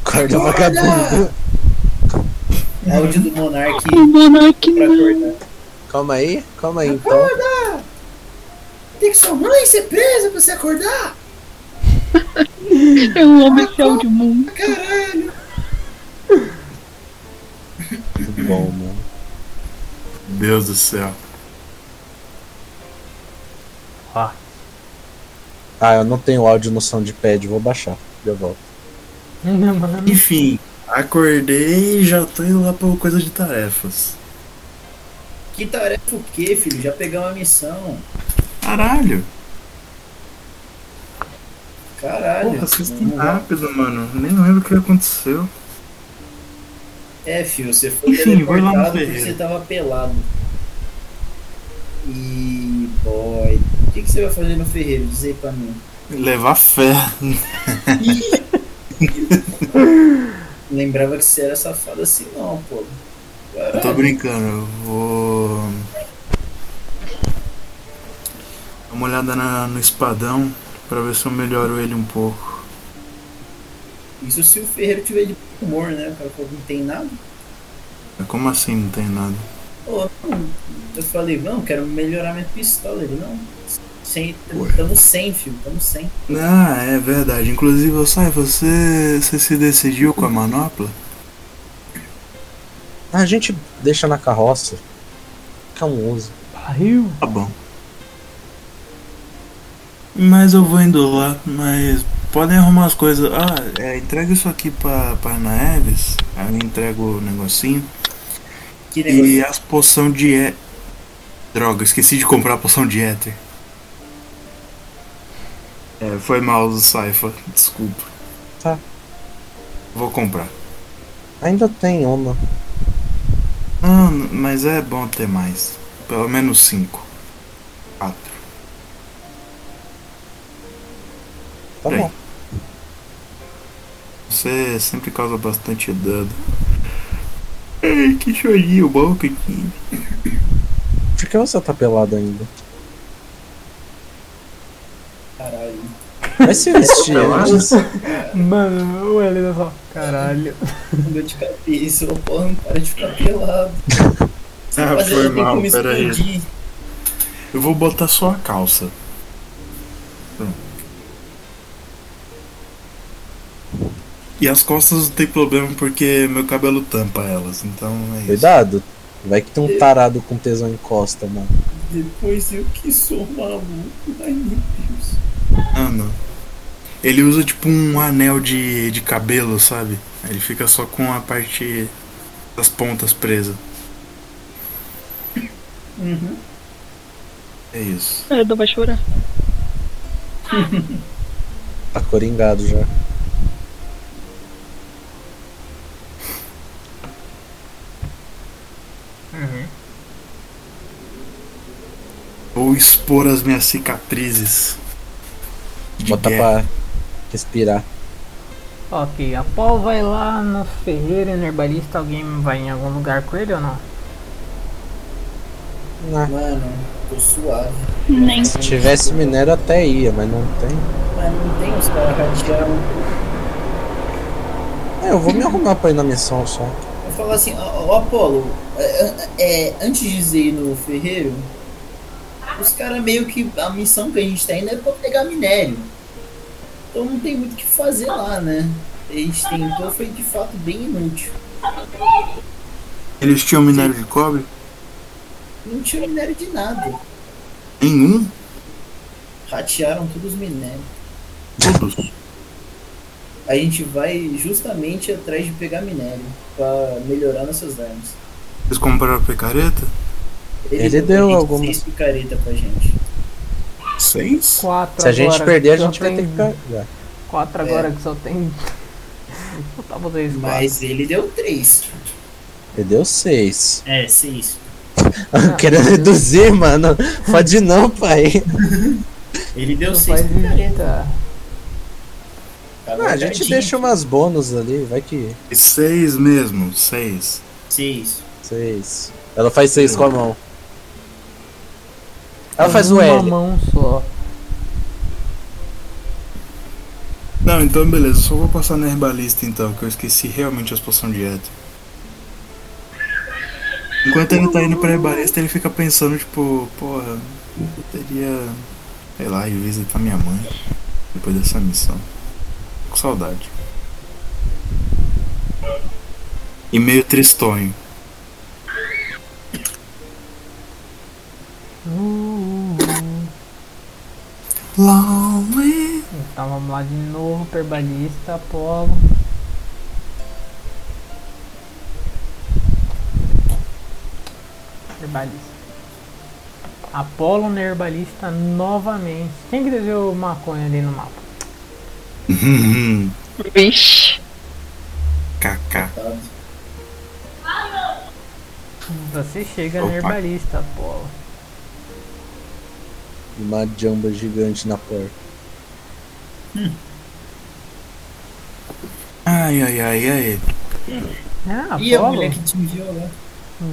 S2: Acorda, é um vagabundo.
S4: Uhum.
S5: Áudio do Monark
S3: Monark
S5: pra acordar.
S2: Calma aí, calma aí, então.
S5: Tem que sua mãe ser presa pra você acordar?
S3: Eu amo esse áudio mundo.
S5: Caralho.
S2: Muito bom, mano.
S4: Deus do céu.
S1: Ó,
S2: Ah, eu não tenho áudio no Soundpad, vou baixar. Já volto.
S1: Não, mano.
S4: Enfim, acordei e já tô indo lá pra coisa de tarefas.
S5: Que tarefa o quê, filho? Já pegamos a missão.
S4: Caralho!
S5: Caralho.
S4: Porra, vocês têm
S5: Vamos lá.
S4: rápido, mano. Nem lembro o que aconteceu.
S5: É, filho, você foi
S4: Enfim, vai lá no
S5: teleportado porque
S4: terreiro.
S5: você tava pelado. E boy, o que, que você vai fazer no ferreiro? Diz aí pra mim.
S4: Levar fé. [LAUGHS]
S5: Lembrava que você era safado assim não, pô.
S4: Eu tô brincando, eu vou. Dar uma olhada na- no espadão pra ver se eu melhoro ele um pouco.
S5: Isso se o ferreiro tiver de bom humor, né? O cara falou, não tem nada.
S4: Como assim não tem nada?
S5: Pô, não. eu falei, não, quero melhorar minha pistola. Ele, não. Sem, estamos sem, filho, estamos sem.
S4: Ah, é verdade. Inclusive, eu sai, você, você se decidiu com a manopla?
S2: Ah, a gente deixa na carroça. Fica um uso.
S1: Barril.
S4: Tá bom. Mas eu vou indo lá, mas podem arrumar as coisas. Ah, é, entrega isso aqui pra, pra Naeves. Aí eu entrego o negocinho.
S5: Que
S4: E
S5: negócio.
S4: as poção de é... Droga, esqueci de comprar a poção de éter. É, foi mal do Saifa, desculpa.
S2: Tá.
S4: Vou comprar.
S2: Ainda tem uma.
S4: Ah, n- mas é bom ter mais. Pelo menos cinco. Quatro.
S2: Tá
S4: Bem.
S2: bom.
S4: Você sempre causa bastante dano. Ai, que chorinho bom que
S2: Por que você tá pelado ainda?
S4: é-
S5: Caralho.
S2: Vai se vestir um antes.
S1: Mano, o Elida só. Caralho.
S5: Mudou de cabeça, o porra não para de ficar
S4: [LAUGHS]
S5: pelado. Você
S4: Ah,
S5: tá fazendo,
S4: foi
S5: não tem
S4: mal,
S5: como
S4: peraí.
S5: escondir.
S4: Eu vou botar só a calça. Pronto. E as costas não tem problema porque meu cabelo tampa elas, então é isso.
S2: Cuidado. Vai que tem um tarado com tesão em costa, mano.
S5: Depois eu que sou maluco. Ai meu Deus.
S4: Ah, não. Ele usa tipo um anel de, de cabelo, sabe? Ele fica só com a parte das pontas presa.
S5: Uhum.
S4: É isso.
S3: Cara, vai chorar.
S2: Tá coringado já.
S1: Uhum.
S4: Vou expor as minhas cicatrizes. de
S2: Bota
S4: guerra.
S2: pra respirar.
S1: Ok, a Paul vai lá no ferreiro e no herbalista, alguém vai em algum lugar com ele ou não?
S2: Não.
S5: Mano, tô suave.
S3: Nem.
S2: Né? Se tivesse minério até ia, mas não tem.
S5: Mas não tem os caras radiaram.
S2: É, eu vou me arrumar pra ir na missão só.
S5: Eu falo assim, ó, ó, Apolo, é, é, antes de você ir no ferreiro, os caras meio que. A missão que a gente tá indo é pra pegar minério. Então não tem muito o que fazer lá, né? A gente tentou, foi de fato bem inútil.
S4: Eles tinham minério de cobre?
S5: Não tinha minério de nada.
S4: Nenhum?
S5: Ratearam todos os minérios.
S4: Todos?
S5: A gente vai justamente atrás de pegar minério pra melhorar nossas armas.
S4: Eles compraram picareta?
S2: Ele deu alguma-
S5: Seis picareta pra gente.
S4: Seis?
S1: Quatro
S2: Se a gente
S1: agora,
S2: perder, a
S1: só
S2: gente vai ter
S1: tem
S2: que ficar. É.
S1: Quatro agora que só
S2: [LAUGHS]
S1: tem. Só tá vocês quatro.
S5: Mas ele deu três.
S2: Ele deu seis.
S5: É, seis.
S2: [LAUGHS] Querendo reduzir, mano. Pode não, pai.
S5: Ele deu
S1: Não
S5: seis
S1: faz
S5: picareta. Tá
S1: vida.
S2: Ah, a gente deixa umas bônus ali, vai que.
S4: Seis mesmo, seis.
S5: Seis.
S2: Seis. Ela faz seis com a mão. Ela faz um
S1: Uma
S2: L.
S1: mão só.
S4: Não, então beleza, eu só vou passar na herbalista então, que eu esqueci realmente as poções de dieta. Enquanto ele tá indo pra herbalista, ele fica pensando, tipo, porra, eu teria, sei lá, ir visitar minha mãe depois dessa missão. Tô com saudade. E meio tristonho. [LAUGHS] Lonely.
S1: Então vamos lá de novo, perbalista, Apolo. Herbalista. Apolo no herbalista novamente. Quem que desenhou o maconha ali no mapa?
S3: Vixe.
S4: Kaká.
S5: Tá.
S1: Você chega no
S2: Opa.
S1: herbalista, Apolo.
S2: Uma jamba gigante na porta.
S4: Ai, ai, ai, ai.
S1: Ah,
S5: E a
S1: Apolo?
S5: mulher que te enviou né? lá?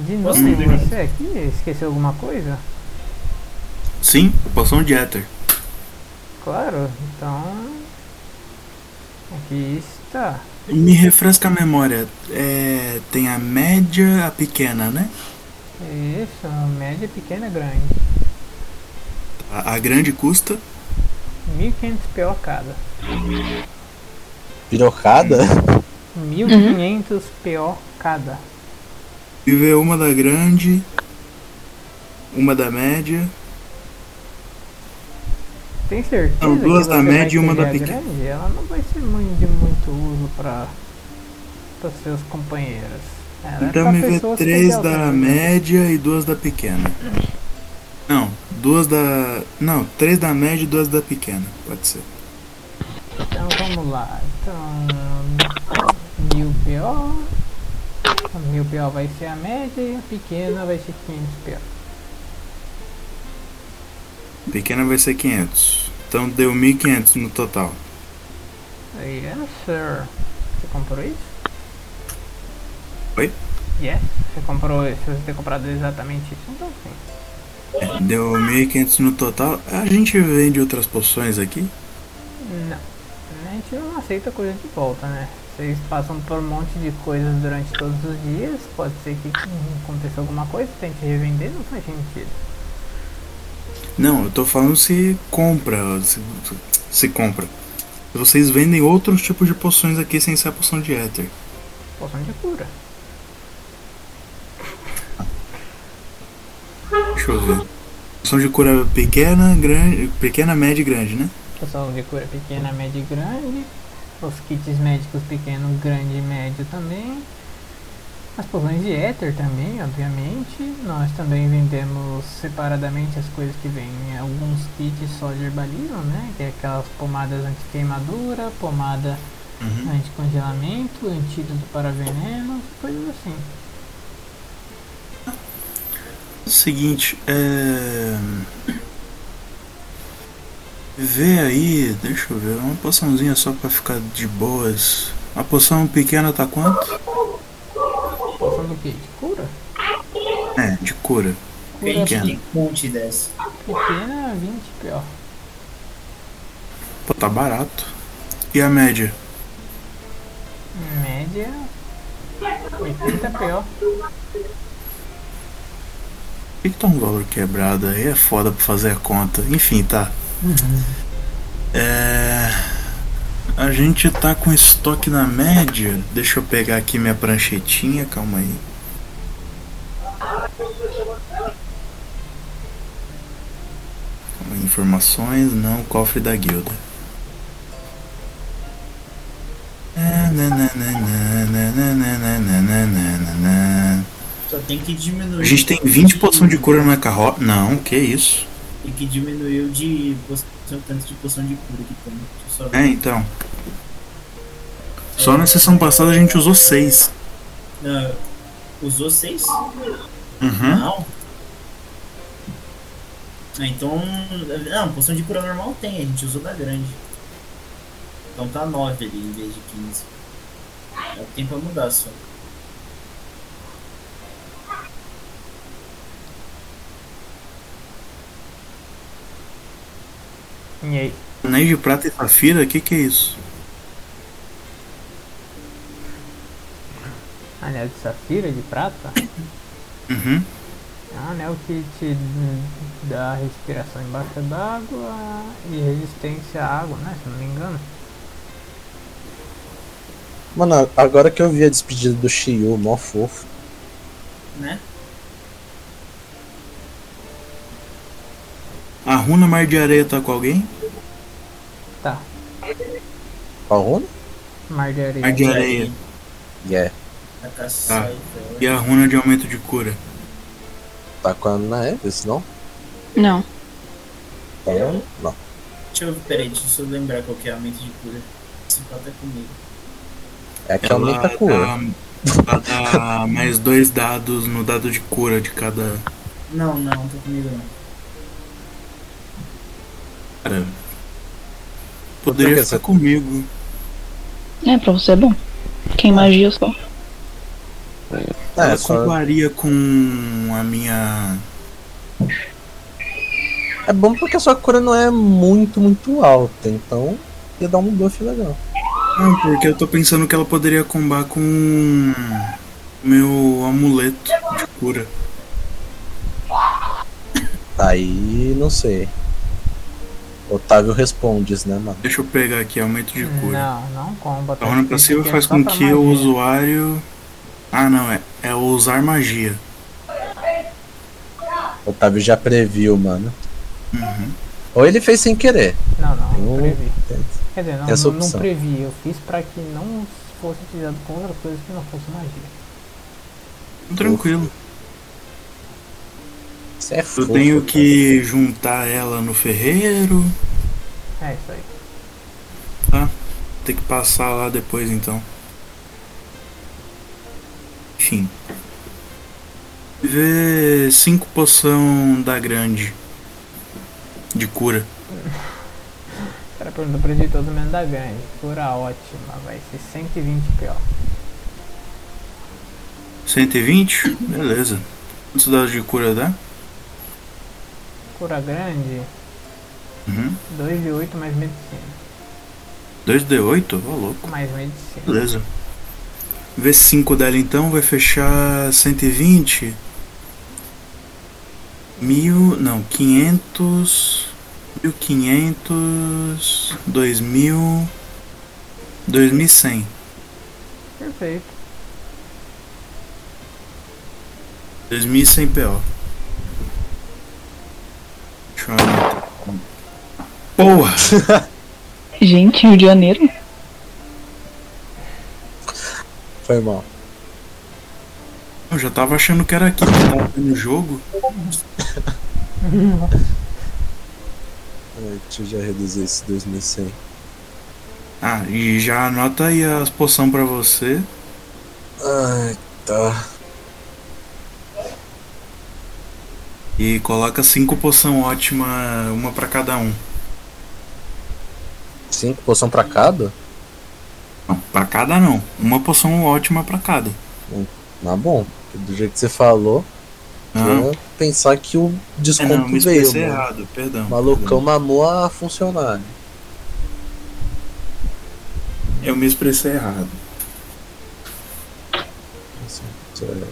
S1: De novo,
S4: Hum.
S1: você aqui? Esqueceu alguma coisa?
S4: Sim, poção de éter.
S1: Claro, então. Aqui está.
S4: Me refresca a memória. É, tem a média, a pequena, né?
S1: Isso, média, pequena, grande.
S4: A, a grande custa.
S1: 1500 PO cada.
S2: Pirocada?
S1: 1500 PO cada.
S4: Viver uma da grande, uma da média.
S1: Tem certeza?
S4: Não, duas
S1: que
S4: da
S1: você vai
S4: média e uma da
S1: escolher a
S4: pequena.
S1: grande? Ela não vai ser muito, de muito uso para seus companheiros. Ela é
S4: Então
S1: pra
S4: me vê
S1: pessoas que têm né?
S4: três da
S1: alternativa.
S4: média e duas da pequena. Não, duas da. Não, três da média e duas da pequena. Pode ser.
S1: Então vamos lá. Então. Mil PO. A Mil PO vai ser a média e a pequena vai ser 500 PO.
S4: Pequena vai ser 500. Então deu 1.500 no total.
S1: Yes, é, sir. Você comprou isso?
S4: Oi?
S1: Yes. Você comprou isso? Você ter comprado exatamente isso? Então sim.
S4: É, deu 1.500 no total. A gente vende outras poções aqui?
S1: Não. A gente não aceita coisa de volta, né? Vocês passam por um monte de coisas durante todos os dias, pode ser que hum, aconteça alguma coisa, tente revender, não faz sentido.
S4: Não, eu tô falando se compra. Se, se compra. Vocês vendem outros tipos de poções aqui sem ser a poção de éter.
S1: Poção de cura.
S4: Deixa eu ver. Poção de cura pequena, grande. Pequena, média e grande, né?
S1: Poção de cura pequena, média e grande. Os kits médicos pequeno, grande e médio também. As poções de éter também, obviamente. Nós também vendemos separadamente as coisas que vêm em alguns kits só de herbalismo, né? Que é aquelas pomadas anti-queimadura, pomada Uhum. anti-congelamento, antídoto para veneno, coisas assim.
S4: Seguinte, é. Vê aí, deixa eu ver, uma poçãozinha só pra ficar de boas. A poção pequena tá quanto?
S1: Poção do quê? De cura?
S4: É, de cura.
S5: Pequena. Ponte um dessa.
S1: Pequena, 20 pior.
S4: Pô, tá barato. E a média?
S1: Média. 80 pior.
S4: Por que, que tá um valor quebrado aí? É foda pra fazer a conta. Enfim, tá.
S1: Uhum.
S4: É. A gente tá com estoque na média. Deixa eu pegar aqui minha pranchetinha, calma aí. Calma aí, Informações, não, cofre da guilda. Na, na, na, na, na, na, na, na, na, na, na, na, na.
S5: Só tem que diminuir.
S4: A gente tem 20 poções de cura na carro. Não, que isso.
S5: E que diminuiu de poção, tanto de poção de cura que tem. Deixa eu só ver.
S4: É, então. Só na sessão passada a gente usou 6.
S5: Não, usou seis?
S4: Uhum.
S5: Não. Ah, então. Não, poção de cura normal tem, a gente usou da grande. Então tá 9 ali em vez de 15. É o tempo pra mudar só.
S1: E aí?
S4: Anéis de prata e safira, o que, que é isso?
S1: Anel de safira, de prata?
S4: Uhum.
S1: É um anel que te dá respiração embaixo d'água e resistência à água, né? Se não me engano.
S2: [LAUGHS] Mano, agora que eu vi a despedida do Shiryu, mó fofo.
S5: Né?
S4: A runa mar de areia tá com alguém?
S1: Tá,
S2: Qual runa?
S1: mar de areia.
S4: Mar de areia.
S2: Yeah.
S5: Tá com a saída.
S4: Ah. E a runa de aumento de cura?
S2: Tá com a Ana Eves, não?
S3: Não.
S2: Tá
S5: É
S2: não? Não.
S5: Deixa eu. Peraí, deixa eu lembrar qual que é a mente de cura. Esse pato é comigo.
S2: É que aumenta a cura.
S4: dá, ela dá mais dois dados no dado de cura de cada.
S5: Não, não, não tá comigo não.
S4: Cara.
S2: Por que
S4: Poderia
S2: essa-
S4: ficar comigo.
S3: É, pra você é bom. Quem magia só.
S2: É,
S4: ela
S2: só-
S4: comparia com a minha.
S2: É bom porque a sua cura não é muito, muito alta, então ia dar um buff legal.
S4: Ah, porque eu tô pensando que ela poderia combar com. Meu amuleto de cura.
S2: Tá Aí não sei. Otávio respondes, né, mano?
S4: Deixa eu pegar aqui, aumento de Tá cura.
S1: Não, não comba.
S4: A runa
S1: Isso
S4: passiva
S1: aqui é
S4: faz
S1: só
S4: com
S1: pra
S4: que o
S1: magia.
S4: usuário. Ah, não, é, é o usar magia.
S2: Otávio já previu, mano.
S4: Uhum.
S2: Ou ele fez sem querer.
S1: Não, não, não
S2: Eu-
S1: previ. Quer dizer, não,
S2: é Essa
S1: não, não
S2: opção.
S1: previ. Eu fiz pra que não fosse utilizado com outras coisas que não fosse magia.
S4: Tranquilo.
S2: Isso é
S4: Eu
S2: fofo,
S4: tenho
S2: cara.
S4: que juntar ela no ferreiro.
S1: É isso aí.
S4: Tem que passar lá depois então. Enfim. Vê cinco poção da grande. De cura.
S1: O cara perguntou pra editor do menos da grande. Cura ótima, vai ser 120 pior.
S4: 120? Beleza. Quantos dados de cura dá?
S1: Cura grande,
S4: Uhum.
S1: 2 de 8 mais medicina.
S4: 2D8? Ô louco.
S1: Mais medicina.
S4: Beleza. Vê 5 dela então, vai fechar 120. Mil. Não, 500. 1500. 2000. 2100.
S1: Perfeito. [LAUGHS]
S4: 2100 PO. Deixa eu anotar. Porra!
S3: Gente, Rio de Janeiro?
S2: Foi mal.
S4: [LAUGHS] Eu já tava achando que era aqui que tava no jogo.
S2: É, Deixa eu já reduzir esse 2100.
S4: Ah, e já anota aí as poções pra você.
S2: Ai, tá.
S4: E coloca cinco poção ótima, uma pra cada um.
S2: Cinco poção pra cada?
S4: Não, pra cada não. Uma poção ótima pra cada.
S2: Hum, Tá bom. Do jeito que você falou, eu ia pensar que o desconto
S4: Ah. É, não, me
S2: veio.
S4: expressei
S2: mano.
S4: errado, perdão,
S2: Malucão
S4: perdão.
S2: mamou a funcionária.
S4: Eu me expressei errado.
S2: é-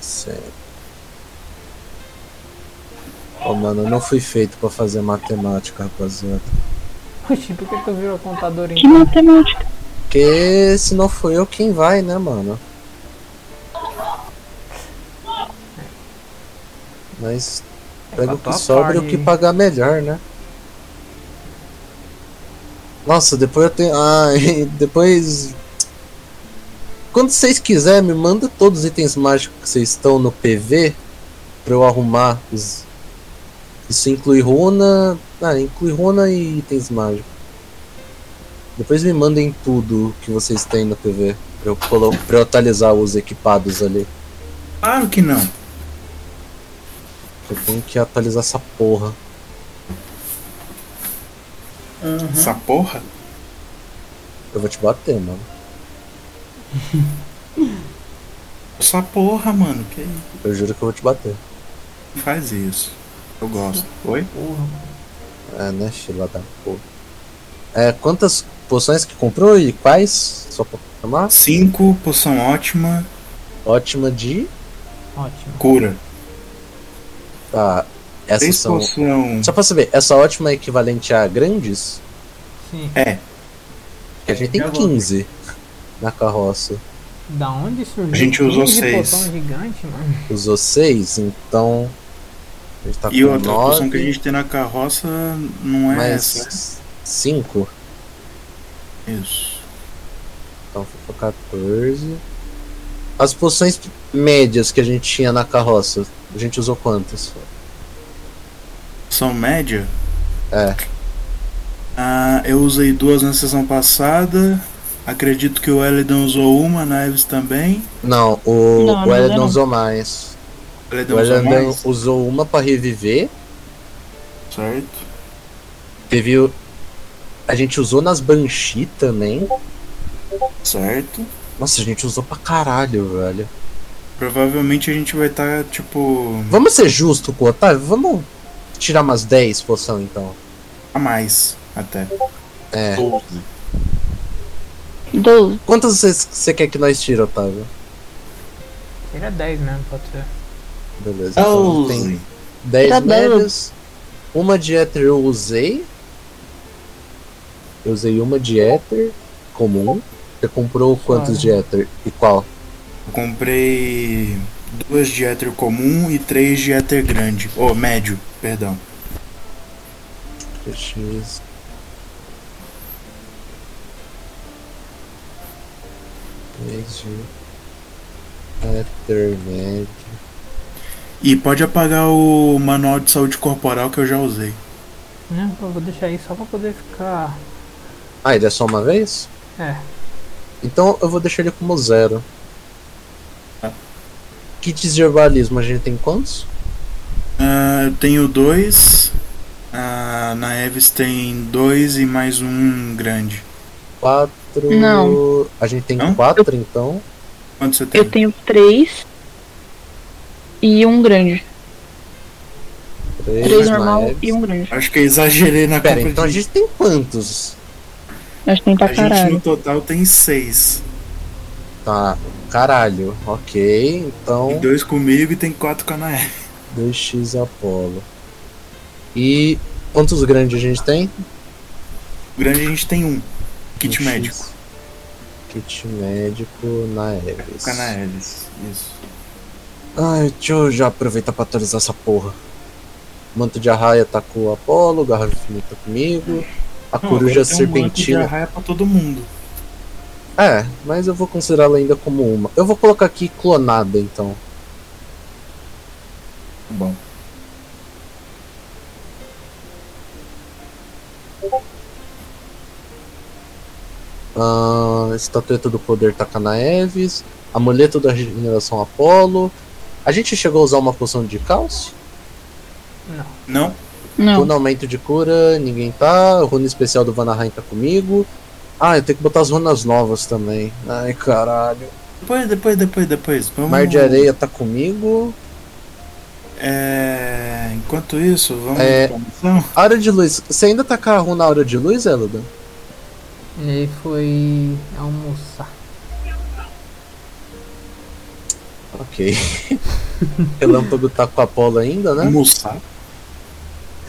S2: Sério. Ô, mano, eu não fui feito pra fazer matemática, rapaziada.
S1: Oxi, por que tu virou contador então? em
S3: Que matemática.
S2: Porque se não for eu, quem vai, né, mano? Mas pega o
S1: pra
S2: que
S1: tua
S2: sobra e o
S1: parte,
S2: que
S1: hein?
S2: pagar melhor, né? Nossa, depois eu tenho. Ah, [LAUGHS] e depois. Quando vocês quiserem, me manda todos os itens mágicos que vocês estão no PV pra eu arrumar. Os... Isso inclui runa. Ah, inclui runa e itens mágicos. Depois me mandem tudo que vocês têm no PV pra eu, colo- pra eu atualizar os equipados ali.
S4: Claro que não.
S2: Eu tenho que atualizar essa porra. Uhum.
S4: Essa porra?
S2: Eu vou te bater, mano.
S4: Essa porra, mano. Que
S2: Eu juro que eu vou te bater.
S4: faz isso? Eu gosto. Oi?
S2: É, né, Sheila da porra. É, quantas poções que comprou e quais? Só pra chamar?
S4: Cinco, poção ótima.
S2: Ótima de
S1: Ótimo.
S4: Cura.
S2: Tá. Essas
S4: Três
S2: são.
S4: poção.
S2: Só pra saber, essa ótima é equivalente a grandes?
S1: Sim.
S4: É.
S2: Porque a gente tem 15 na carroça.
S1: Da onde surgiu?
S2: A gente usou
S1: 15
S2: seis.
S1: botão gigante, mano.
S2: Usou 6, então. A gente tá
S4: E
S2: com
S4: outra
S2: nove,
S4: poção que a gente tem na carroça não é
S2: mais
S4: essa.
S2: 5.
S4: Isso.
S2: Então ficou 14. As poções médias que a gente tinha na carroça, a gente usou quantas?
S4: São média.
S2: É.
S4: Ah, eu usei duas na sessão passada. Acredito que o Elidan usou uma, na Eves também.
S2: Não, o,
S4: Não,
S2: o
S4: não
S2: Elidan
S4: não.
S2: usou mais.
S4: O
S2: O
S4: Elidan usou
S2: Elidan
S4: mais.
S2: usou uma pra reviver.
S4: Certo.
S2: Teve o. A gente usou nas Banshee também.
S4: Certo.
S2: Nossa, a gente usou pra caralho, velho.
S4: Provavelmente a gente vai estar, tipo,
S2: Vamos ser justo com o Otávio? Vamos tirar umas 10 poção então.
S4: a mais até.
S2: É.
S4: 12.
S3: Doze.
S2: Quantas vocês- você quer que nós tire, Otávio?
S1: Tira 10 mesmo, pode ser.
S2: Beleza.
S4: É
S2: então tem 10
S1: Tá bom.
S2: médias. Uma de éter eu usei. Eu usei uma de éter comum. Você comprou quantos de éter e qual?
S4: Eu comprei duas de éter comum e três de éter grande. Ou médio, perdão.
S2: PX. Médio. Éter médio.
S4: E pode apagar o manual de saúde corporal que eu já usei.
S1: Não, eu vou deixar aí só pra poder ficar.
S2: Ah, ele é só uma vez?
S1: É.
S2: Então eu vou deixar ele como zero. Kits de herbalismo, a gente tem quantos?
S4: Ah, eu tenho dois. Ah, na Eves tem dois e mais um grande.
S2: Quatro.
S4: Não.
S2: A gente tem
S4: Não?
S2: quatro então.
S4: Quanto você tem?
S3: Eu tenho três e um grande.
S2: Três,
S3: Três
S2: na
S3: normal
S2: Eves.
S3: e um grande.
S4: Acho que eu exagerei na
S2: Pera,
S4: compra
S2: então a
S4: de-
S2: gente tem quantos?
S3: Acho que tem pra
S4: A gente no
S3: caralho.
S4: total tem seis.
S2: Tá, caralho. Ok, então.
S4: Tem dois comigo e tem quatro com a Naeve.
S2: 2x Apollo. E quantos grandes a gente tem?
S4: O grande a gente tem um. Kit médico.
S2: Kit médico na Eves.
S4: Com a Naeve. Isso.
S2: Ai, deixa eu já aproveitar pra atualizar essa porra. Manto de arraia tá com o Apollo, Garra Infinita comigo. A
S4: Não,
S2: coruja
S4: agora tem um manto de
S2: serpentina.
S4: arraia pra todo mundo.
S2: É, mas eu vou considerá-la ainda como uma. Eu vou colocar aqui clonada então.
S4: Bom.
S2: Ah, estatueta do poder taca na Eves. Amuleto da regeneração Apollo. A gente chegou a usar uma poção de caos?
S1: Não.
S4: Não?
S3: Não.
S2: Runa aumento de cura, ninguém tá. Runa especial do Vanaheim tá comigo. Ah, eu tenho que botar as runas novas também. Ai, caralho.
S4: Depois, depois, depois, depois. Vamos...
S2: Mar de Areia tá comigo.
S4: É... Enquanto isso, vamos.
S2: É... Aura de Luz. Você ainda tá com a runa Aura de Luz, Eludan?
S1: Ele foi almoçar. [LAUGHS]
S2: Ok. Relâmpago tá com a Apolo ainda, né?
S4: Almoçar.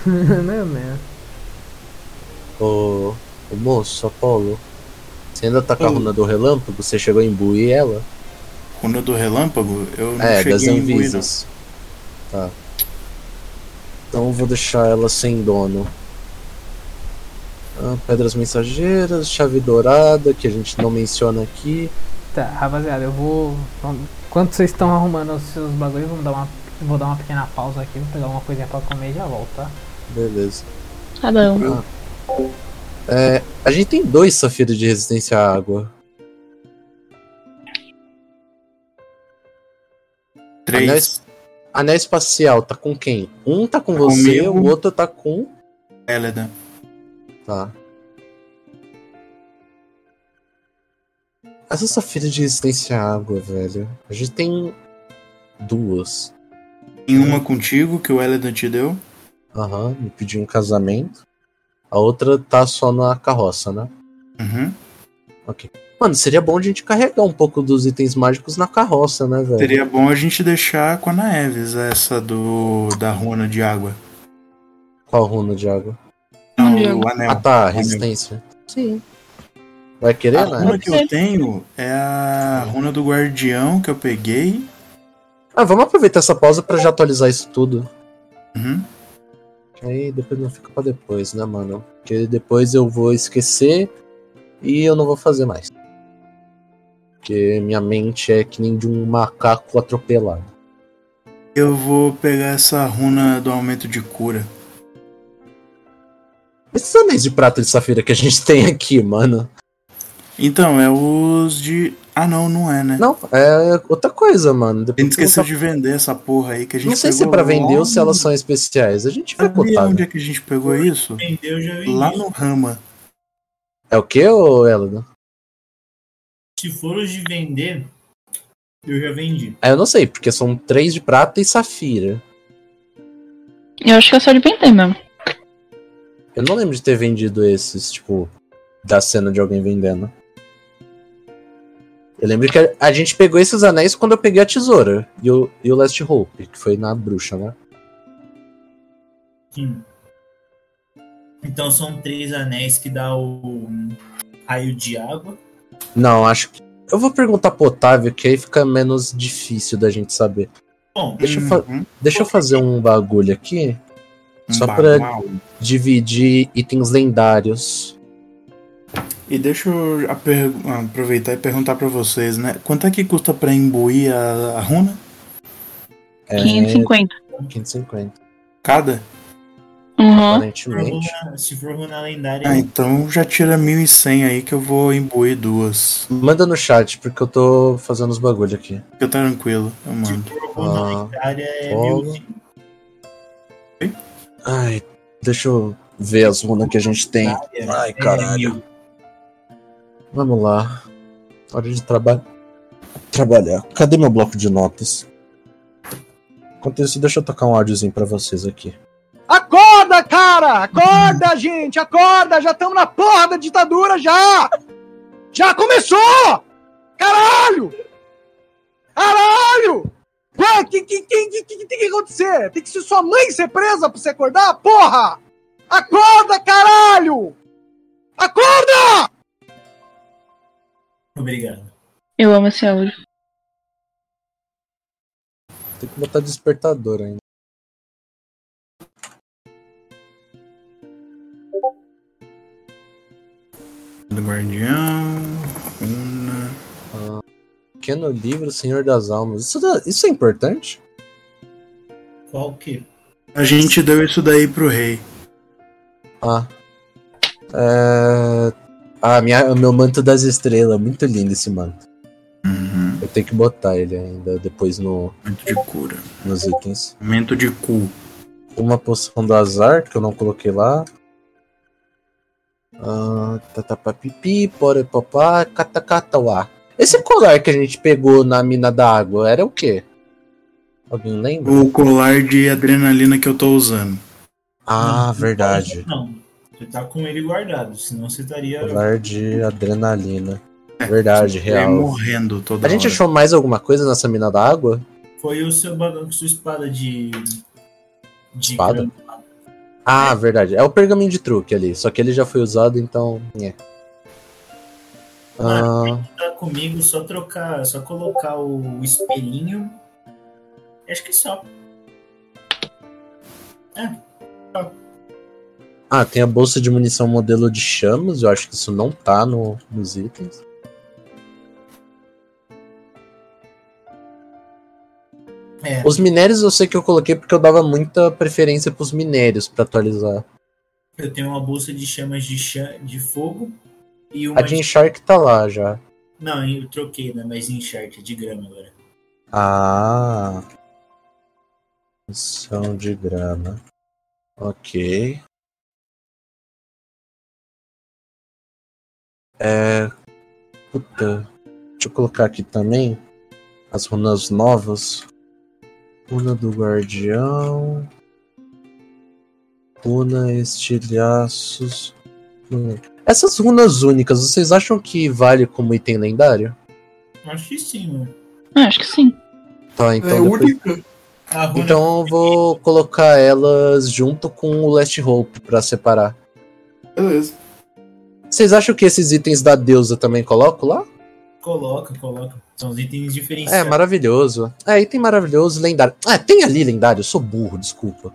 S1: Não, né?
S2: Ô, ô moço, Apolo. Você ainda tá
S4: Hum.
S2: com a runa do relâmpago? Você chegou a imbuir ela?
S4: Runa do relâmpago? Eu não
S2: É, das
S4: cheguei em Buíra.
S2: Anvisas. Tá. Então eu vou deixar ela sem dono. Ah, pedras mensageiras, chave dourada, que a gente não menciona aqui.
S1: Tá, rapaziada, eu vou. vamos- Enquanto vocês estão arrumando os seus bagulhos, vamos dar uma. Vou dar uma pequena pausa aqui, vou pegar uma coisinha pra comer e já volto, tá?
S2: Beleza.
S3: Tá bom.
S2: Ah. É, a gente tem dois safiros de resistência à água.
S4: Três.
S2: Anel, es- anel espacial tá com quem? Um tá com você,
S4: comigo.
S2: o outro tá com.
S4: Éledan.
S2: Tá. Essa safira de resistência à água, velho. A gente tem duas.
S4: Tem uma contigo que o Éledan te deu.
S2: Aham, me pediu um casamento. A outra tá só na carroça, né?
S4: Uhum.
S2: Ok. Mano, seria bom a gente carregar um pouco dos itens mágicos na carroça, né, velho?
S4: Seria bom a gente deixar com a Naeves essa do da runa de água.
S2: Qual runa de água?
S4: Não, o anel.
S2: Ah tá,
S4: O anel.
S2: resistência. Sim. Vai
S4: A
S2: querer, né?
S4: runa que eu tenho é a runa do guardião que eu peguei.
S2: Ah, vamos aproveitar essa pausa pra já atualizar isso tudo.
S4: Uhum.
S2: Que Aí depois não fica pra depois, né, mano? Porque depois eu vou esquecer e eu não vou fazer mais. Porque minha mente é que nem de um macaco atropelado.
S4: Eu vou pegar essa runa do aumento de cura.
S2: Esses anéis de prata de safira que a gente [LAUGHS] tem aqui, mano.
S4: Então, é os de. Ah não, não é, né?
S2: Não, é outra coisa, mano.
S4: A
S2: Depois
S4: gente esqueceu
S2: eu
S4: de vender essa porra aí que a
S2: vou-
S4: gente
S2: Não sei se é
S4: pegou
S2: pra vender ou se
S4: lá
S2: elas são especiais. A gente vai
S4: Sabia
S2: botar. né?
S4: onde é que a gente pegou isso?
S5: Vendeu, já vendi.
S4: Lá no Rama.
S2: É o que, ô Elena?
S5: Se for os de vender, eu já vendi.
S2: Ah, eu não sei, porque são três de prata e safira.
S3: Eu acho que é só de vender mesmo.
S2: Eu não lembro de ter vendido esses, tipo, da cena de alguém vendendo. Eu lembro que a, a gente pegou esses anéis quando eu peguei a tesoura e o, e o Last Hope, que foi na bruxa, né?
S5: Sim. Então são três anéis que dá o raio de água.
S2: Não, acho que. Eu vou perguntar pro Otávio, que aí fica menos difícil da gente saber.
S5: Bom,
S2: Deixa, eu, fa-
S4: Uhum.
S2: deixa eu fazer um bagulho aqui. só pra
S4: Um bagual.
S2: dividir itens lendários.
S4: E deixa eu a per- ah, aproveitar e perguntar pra vocês, né? Quanto é que custa pra imbuir a, a runa?
S2: É,
S3: 550.
S2: 550.
S4: Cada?
S3: Uhum.
S2: Aparentemente.
S5: se for runa lendária,
S4: Ah, então já tira 1.100 aí que eu vou imbuir duas.
S2: Manda no chat, porque eu tô fazendo os bagulho aqui.
S4: Fica tranquilo, eu mando.
S2: Ah,
S5: lendária é
S2: fogo.
S5: mil.
S2: Ai, deixa eu ver as runas que a gente tem.
S5: né?
S2: Ai, caralho. Vamos lá. Hora de trabalho. Trabalhar. Cadê meu bloco de notas? Enquanto isso, deixa eu tocar um áudiozinho pra vocês aqui.
S17: Acorda, cara! Acorda, gente! Acorda! Já estamos na porra da ditadura já! Já começou! Caralho! Caralho! Ué, que, que, que, que, que, que tem que acontecer? Tem que ser sua mãe ser presa pra você acordar? Porra! Acorda, caralho! Acorda!
S5: Obrigado.
S3: Eu amo esse áudio.
S2: Tem que botar despertador ainda.
S4: Do guardião, runa.
S2: Ah, pequeno livro Senhor das Almas. Isso, dá- isso é importante?
S5: Qual que?
S4: A gente deu isso daí pro rei.
S2: Ah. É... Ah, minha, meu manto das estrelas. Muito lindo esse manto. Eu tenho que botar ele ainda depois no,
S4: Aumento de cura.
S2: nos itens.
S4: Aumento de cu.
S2: uma poção do azar que eu não coloquei lá. Ah, tatapapipi, porepapá, catacatauá. Esse colar que a gente pegou na mina da água era o quê? Alguém lembra?
S4: O colar de adrenalina que eu tô usando.
S2: Ah, verdade.
S5: Não, você tá com ele guardado, senão você estaria.
S2: Colar de adrenalina. Verdade,
S4: Vai
S2: real.
S4: morrendo toda
S2: A gente
S4: hora.
S2: achou mais alguma coisa nessa mina da água?
S5: Foi o seu bagulho com sua espada de. de
S2: Espada? Ah, verdade. É o pergaminho de truque ali. Só que ele já foi usado, então. nhé. Ah,
S5: Tá comigo, só trocar, só colocar o espelhinho. Acho que só.
S2: ah, tem a bolsa de munição modelo de chamas. Eu acho que isso não tá no, nos itens.
S5: É.
S2: Os minérios eu sei que eu coloquei porque eu dava muita preferência pros minérios pra atualizar.
S5: Eu tenho uma bolsa de chamas de, cha- de fogo e uma.
S2: A de Enchark tá lá já.
S5: Não, eu troquei, né? Mas enxarte, é de grama agora.
S2: Ah. Missão de grana. Ok. É. Puta. Deixa eu colocar aqui também as runas novas. Runa do Guardião. Runa Estilhaços. Hum. Essas runas únicas, vocês acham que vale como item lendário?
S5: Acho que sim, mano.
S3: Ah, acho que sim.
S2: Tá, então. depois-
S5: A runa
S2: Então eu vou colocar elas junto com o Last Hope pra separar.
S15: Beleza.
S2: Vocês acham que esses itens da deusa também coloco lá?
S5: coloca, coloca. São os itens diferenciados.
S2: É, maravilhoso. É, item maravilhoso, lendário. Ah, tem ali lendário, eu sou burro, desculpa.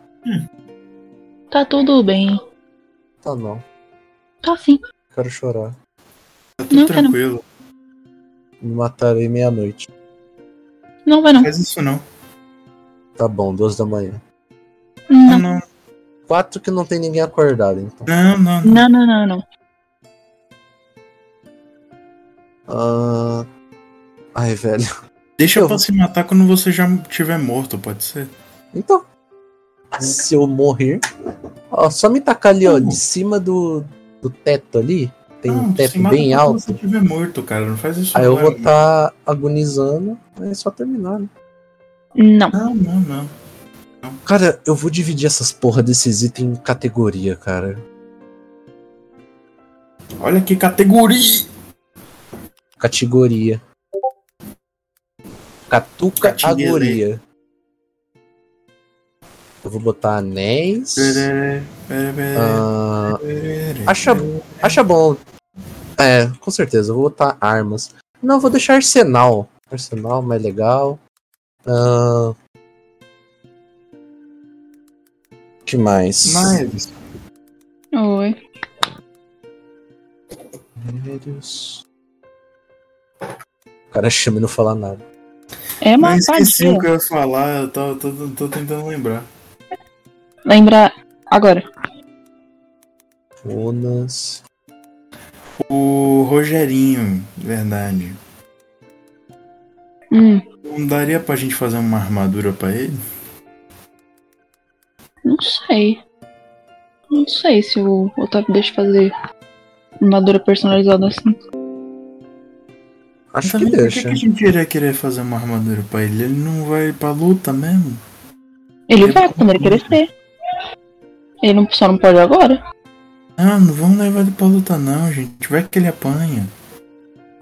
S3: Tá tudo bem.
S2: Tá não,
S3: Tá sim.
S2: quero chorar.
S4: Tá
S3: tudo Não, tá não.
S4: tranquilo.
S2: Me matarei meia-noite.
S3: Não vai não.
S4: Faz isso não.
S2: Tá bom, duas da manhã.
S3: Não.
S4: não.
S2: Quatro que não tem ninguém acordado, então.
S4: Não, não.
S3: Não, não, não, não.
S2: Ah... Ai, velho.
S4: Deixa pra se matar quando você já tiver morto, pode ser?
S2: Então. Se eu morrer. Ó, só me tacar ali, ó, de cima do, do teto ali. Tem um
S4: se
S2: teto
S4: mata
S2: bem
S4: quando
S2: alto.
S4: você tiver morto, cara. Não faz isso
S2: Aí eu
S4: agora,
S2: vou tá-
S4: mano.
S2: estar agonizando, é só terminar, né?
S3: Não.
S4: Não, não, não.
S2: Cara, eu vou dividir essas porra desses itens em categoria, cara.
S4: Olha que categoria!
S2: Categoria. Catuca
S4: Catinguele.
S2: agoria. Eu vou botar anéis.
S4: Perere, perere,
S2: Ah,
S4: perere.
S2: acha, acha bom. É, com certeza, eu vou botar armas. Não, eu vou deixar arsenal. Arsenal mais legal. Ah, que mais?
S4: Mas.
S3: Oi.
S2: Minérios. O cara chama e não fala nada.
S3: É uma
S4: Mas esqueci o
S3: vadia.
S4: que eu ia falar, eu tô, tô, tô- tô tentando lembrar.
S3: Lembra agora.
S2: Runas.
S4: O Rogerinho, verdade.
S3: Hum,
S4: Não daria pra gente fazer uma armadura pra ele?
S3: não sei. Não sei se o Otávio deixa fazer armadura personalizada assim.
S2: Acho
S4: Também
S2: que
S4: por Então, que
S2: deixa.
S4: a gente iria querer fazer uma armadura pra ele? Ele não vai pra luta mesmo?
S3: Ele vai quando ele crescer. Ele não, só não pode agora.
S4: Ah, não vamos levar ele pra luta não, gente. Vai que ele apanha.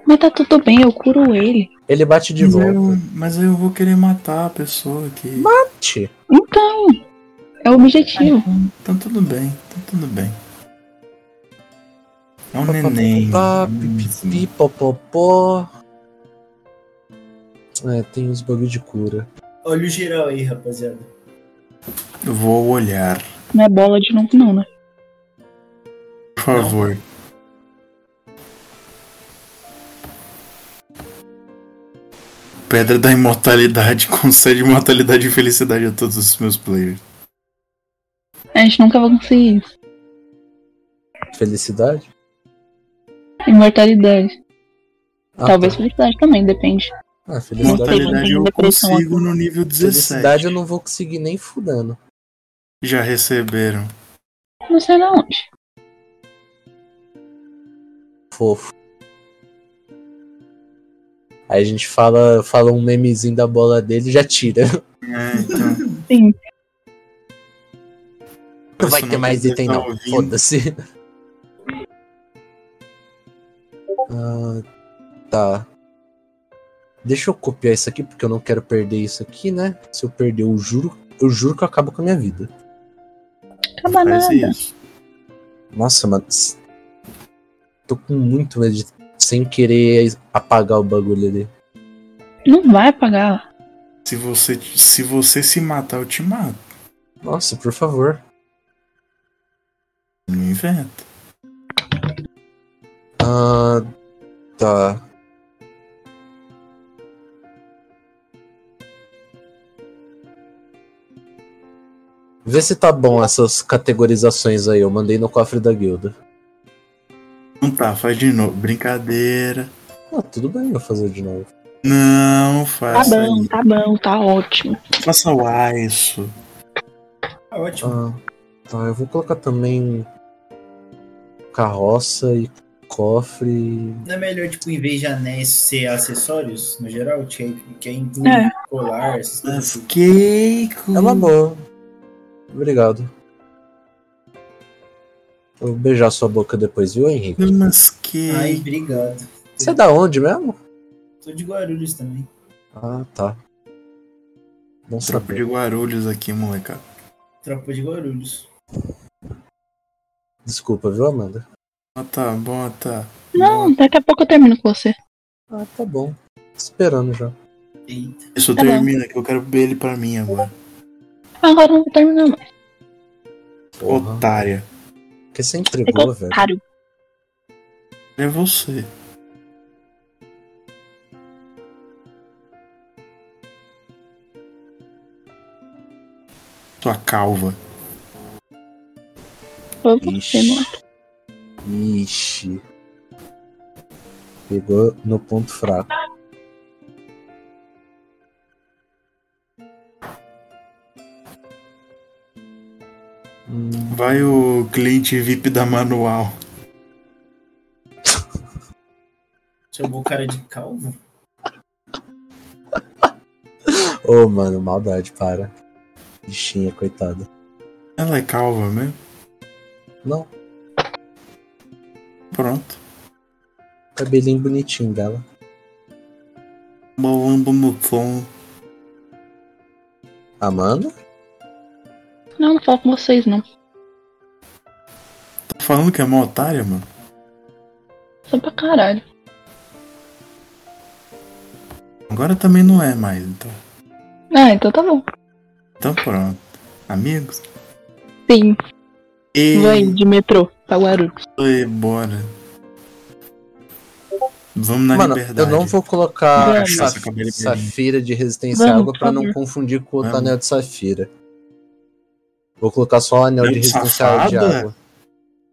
S3: Mas tá tudo bem, eu curo ele.
S2: Ele bate de
S4: mas
S2: volta.
S4: Eu, mas eu vou querer matar a pessoa aqui.
S2: Mate!
S3: Então, é o objetivo.
S4: Então tudo bem, então tudo bem. É um neném.
S2: Pá, pipipi, popopó. É, tem uns bagulho de cura.
S5: Olha o geral aí, rapaziada.
S4: Vou olhar.
S3: Não é bola de novo, não, né?
S4: Por favor. Pedra da imortalidade [LAUGHS] concede imortalidade e felicidade a todos os meus players.
S3: A gente nunca vai conseguir isso.
S2: Felicidade?
S3: Imortalidade.
S2: Ah,
S3: Talvez
S2: tá.
S3: felicidade também, depende.
S2: Ah, felicidade.
S3: Imortalidade
S4: Imortalidade eu
S3: depressão
S4: consigo no nível 17.
S2: Felicidade eu não vou conseguir nem fudando.
S4: Já receberam.
S3: Não sei não é onde.
S2: Fofo. Aí a gente fala, fala um memezinho da bola dele e já tira.
S4: É,
S3: [LAUGHS]
S4: então.
S3: Sim.
S2: Não vai ter mais item não, foda-se. Ah, tá. Deixa eu copiar isso aqui, porque eu não quero perder isso aqui, né? Se eu perder, eu juro, eu juro que eu acabo com a minha vida.
S3: Acaba
S4: Faz
S3: nada.
S4: isso.
S2: Nossa, mano. s- Tô com muito medo de, sem querer apagar o bagulho ali.
S3: Não vai apagar.
S4: Se você, se você se matar, eu te mato.
S2: Nossa, por favor.
S4: Não inventa.
S2: Ah, tá. Vê se tá bom essas categorizações aí. Eu mandei no cofre da guilda.
S4: Não tá, faz de novo. Brincadeira.
S2: Ah, tudo bem, vou fazer de novo.
S4: Não,
S3: Tá
S4: faça
S3: bom, tá bom, tá ótimo.
S4: Faça o isso.
S5: Tá ótimo.
S2: Ah, tá, eu vou colocar também carroça e cofre.
S5: Não é melhor, tipo, em vez de anéis ser acessórios, no geral, que, que inclui
S3: É.
S5: colar, essas coisas. assim.
S2: É
S3: Tá
S2: uma boa. Obrigado. Eu Vou beijar sua boca depois, viu, Henrique?
S4: Mas que.
S5: Ai, obrigado.
S2: Você é da onde mesmo?
S5: Tô de Guarulhos também.
S2: Ah, tá. Bom
S4: Tropa de
S2: saber.
S4: Guarulhos aqui, moleca.
S5: Tropa de Guarulhos.
S2: Desculpa, viu, Amanda?
S4: Ah, tá, bom, ah, tá.
S3: Não, daqui a pouco eu termino com você.
S2: Ah, tá bom. Esperando já.
S5: Eita.
S4: Isso
S3: Tá bom.
S4: termina, que eu quero ver ele pra mim agora.
S3: Agora eu não vou terminar mais.
S2: Porra.
S4: Otária.
S2: Porque você
S3: Você é
S2: entregou, velho.
S3: otário.
S4: É você. Tua calva.
S3: Foi você, mano.
S2: Ixi. Pegou no ponto fraco.
S4: Vai o cliente VIP da manual.
S5: Chamou o cara de calvo?
S2: Ô, mano, maldade, para. Bichinha, coitada.
S4: Ela é calva mesmo?
S2: Não,
S4: Pronto.
S2: cabelinho bonitinho dela.
S4: Bom,
S2: Amanda?
S3: Não, não falo com vocês, não.
S4: Tá falando que é mó otária, mano?
S3: Só pra caralho.
S4: Agora também não é mais, então.
S3: Ah, então tá bom.
S4: Então pronto. Amigos?
S3: Sim,
S4: E
S3: vou aí de metrô pra Guarulhos.
S4: e bora. Vamos na
S2: Mano,
S4: liberdade.
S2: eu não vou colocar
S4: Vamos.
S2: saf-
S4: Essa cabelo
S2: safira de resistência à
S3: Vamos,
S2: água pra
S3: por
S2: não
S3: favor.
S2: confundir com o outro
S4: Vamos.
S2: anel de safira. Vou colocar só o anel de
S4: Não,
S2: resistência à água de
S4: safada?
S2: água.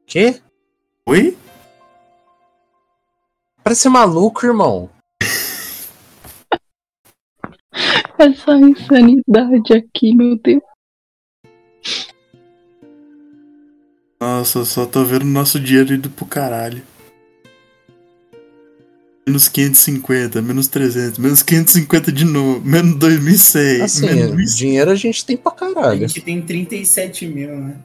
S2: Quê?
S4: Oi?
S2: Parece maluco, irmão.
S3: Essa insanidade aqui, meu Deus.
S4: Nossa, eu só tô vendo nosso dinheiro indo pro caralho. Menos 550, menos 300, menos 550 de novo, menos 2006,
S2: Assim,
S4: menos
S2: dinheiro a gente tem pra
S5: A
S2: caralho.
S5: gente tem 37 mil, né?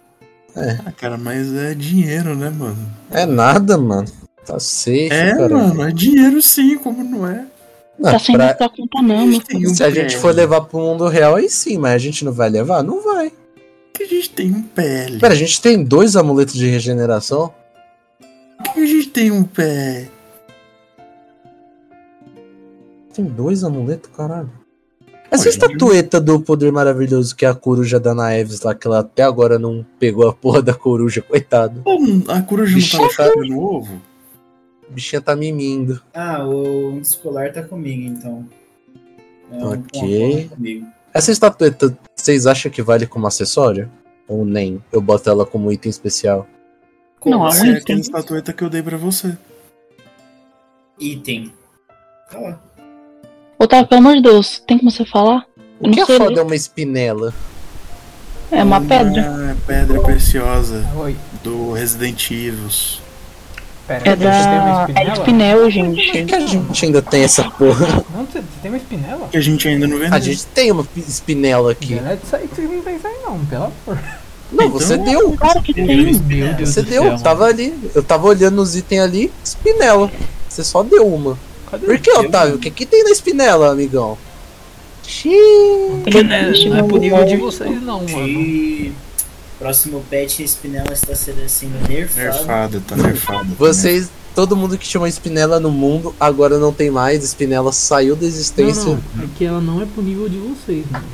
S2: É,
S4: Ah, cara, mas é dinheiro, né, mano?
S2: é nada, mano. Tá safe,
S4: É,
S2: cara.
S4: mano, é dinheiro sim, como não é?
S2: Não,
S3: tá sem
S2: Ah, pra-
S3: pra... conta, não, meu
S4: tem um
S2: Se a gente for levar pro mundo real, aí sim, mas a gente não vai levar? Não vai.
S4: que a gente tem um PL?
S2: Pera, a gente tem dois amuletos de regeneração?
S4: Por que a gente tem um pé?
S2: Tem dois amuletos, caralho. Essa
S4: Olha,
S2: estatueta do poder maravilhoso que é a coruja da Naeves lá, que ela até agora não pegou a porra da coruja, [LAUGHS] coitado.
S4: Pô, a coruja
S2: Bicho,
S4: não
S2: tá-
S4: tá no ovo?
S2: A bichinha tá mimindo.
S5: Ah, o escolar tá comigo, então. É um
S2: Ok.
S5: ponto comigo.
S2: Essa estatueta, vocês acham que vale como acessório? Ou nem? Eu boto ela como item especial.
S3: Não,
S4: Essa é
S3: aonde
S4: aquela
S3: tem?
S4: estatueta que eu dei pra você.
S5: Item. Tá lá.
S3: Otávio, pelo amor de Deus, tem como você falar?
S2: O que é
S3: sei
S2: foda
S3: ler.
S2: é uma espinela?
S3: É uma pedra.
S4: É pedra preciosa
S1: Oi.
S4: do Resident Evil.
S1: Pera,
S3: É
S1: você tem uma
S3: da. É de
S1: espinela?
S3: pneu, gente.
S2: que a gente ainda tem essa porra?
S1: Não, você você tem uma espinela?
S4: Que a gente ainda não né? vendeu.
S2: A gente tem uma pi- espinela aqui.
S1: Não é disso aí que vocês não pensam aí não, pelo amor.
S2: Né? Não, é você deu.
S3: Claro que tem.
S1: Meu Deus
S2: Você
S1: do
S2: deu,
S1: céu.
S2: tava ali. Eu tava olhando os itens ali, espinela. Você só deu uma. Por que, Otávio? O que, que tem na espinela, amigão? Xiii.
S3: Ele
S5: Não
S1: né?
S5: é-
S3: existe
S5: não é
S3: no
S5: possível
S1: de
S3: mundo.
S1: vocês não, mano.
S5: E próximo patch, a espinela está sendo sendo nerfada.
S4: Nerfada, tá nerfada.
S2: Vocês, todo mundo que chama espinela no mundo, agora não tem mais. Espinela saiu da
S1: Não,
S2: existência.
S1: não, é que ela não é pro nível de vocês, né? mano.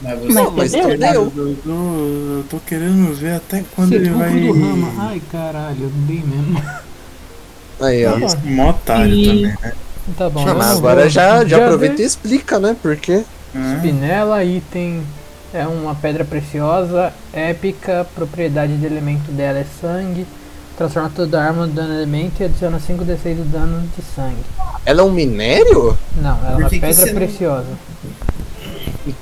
S5: Mas você
S2: Não,
S3: Mas
S2: mas
S3: entendeu?
S2: entendeu?
S4: Eu tô, Tá eu tô querendo ver até quando ele
S3: tá
S1: Sepulcro
S4: vai.
S1: do Rama. Ai, caralho, bem mesmo.
S2: Aí, ó.
S4: Esse mó otário
S3: E-
S4: também, né?
S1: [LAUGHS] Tá bom.
S2: Ah,
S1: eu
S2: mas
S1: não
S2: agora
S1: vou-
S2: já, já
S1: veio
S2: aproveita e explica, né? Porque
S4: Ah,
S1: Espinela, item é uma pedra preciosa, épica, propriedade de elemento dela é sangue, transforma toda arma no dano elemento e adiciona 5d6 de dano de sangue.
S2: ela é um minério?
S1: Não, ela é
S5: Por
S1: uma
S5: que que
S1: pedra
S5: você não-
S1: preciosa.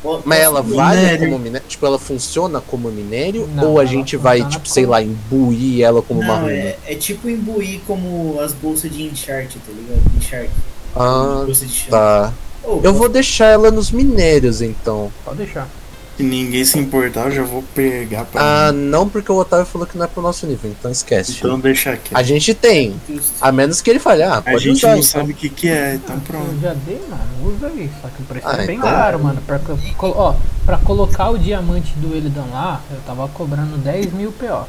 S5: Po-
S2: Mas ela
S5: posso-
S2: vale
S4: Minério.
S2: como minério? Tipo, ela funciona como minério?
S1: Não,
S2: ou a
S1: ela
S2: gente vai,
S1: funciona
S2: tipo, sei
S1: como-
S2: lá, imbuir ela como uma
S5: Não,
S2: runa?
S5: é, é tipo imbuir como as bolsas de enchart, tá ligado? Enchart.
S2: Ah,
S5: bolsa de chão.
S2: tá.
S5: Ô,
S2: Eu vou deixar ela nos minérios, então.
S1: Pode deixar.
S4: Se ninguém se importar, eu já vou pegar pra.
S2: Ah,
S4: mim.
S2: não, porque o Otávio falou que não é pro nosso nível, então esquece.
S4: Tá. então deixa aqui.
S2: A gente tem,
S5: justo.
S2: a menos que ele fale, ah,
S4: A
S2: pode
S4: gente
S2: usar.
S4: não
S2: então.
S4: sabe o que, que é, então
S1: Eu
S4: pronto.
S1: já dei, mano, usa aí. Só que o preço
S2: Ah,
S1: é bem
S2: então.
S1: caro, mano. Pra, co- colo- ó, pra colocar o diamante do Elidan lá, eu tava cobrando 10 mil PO.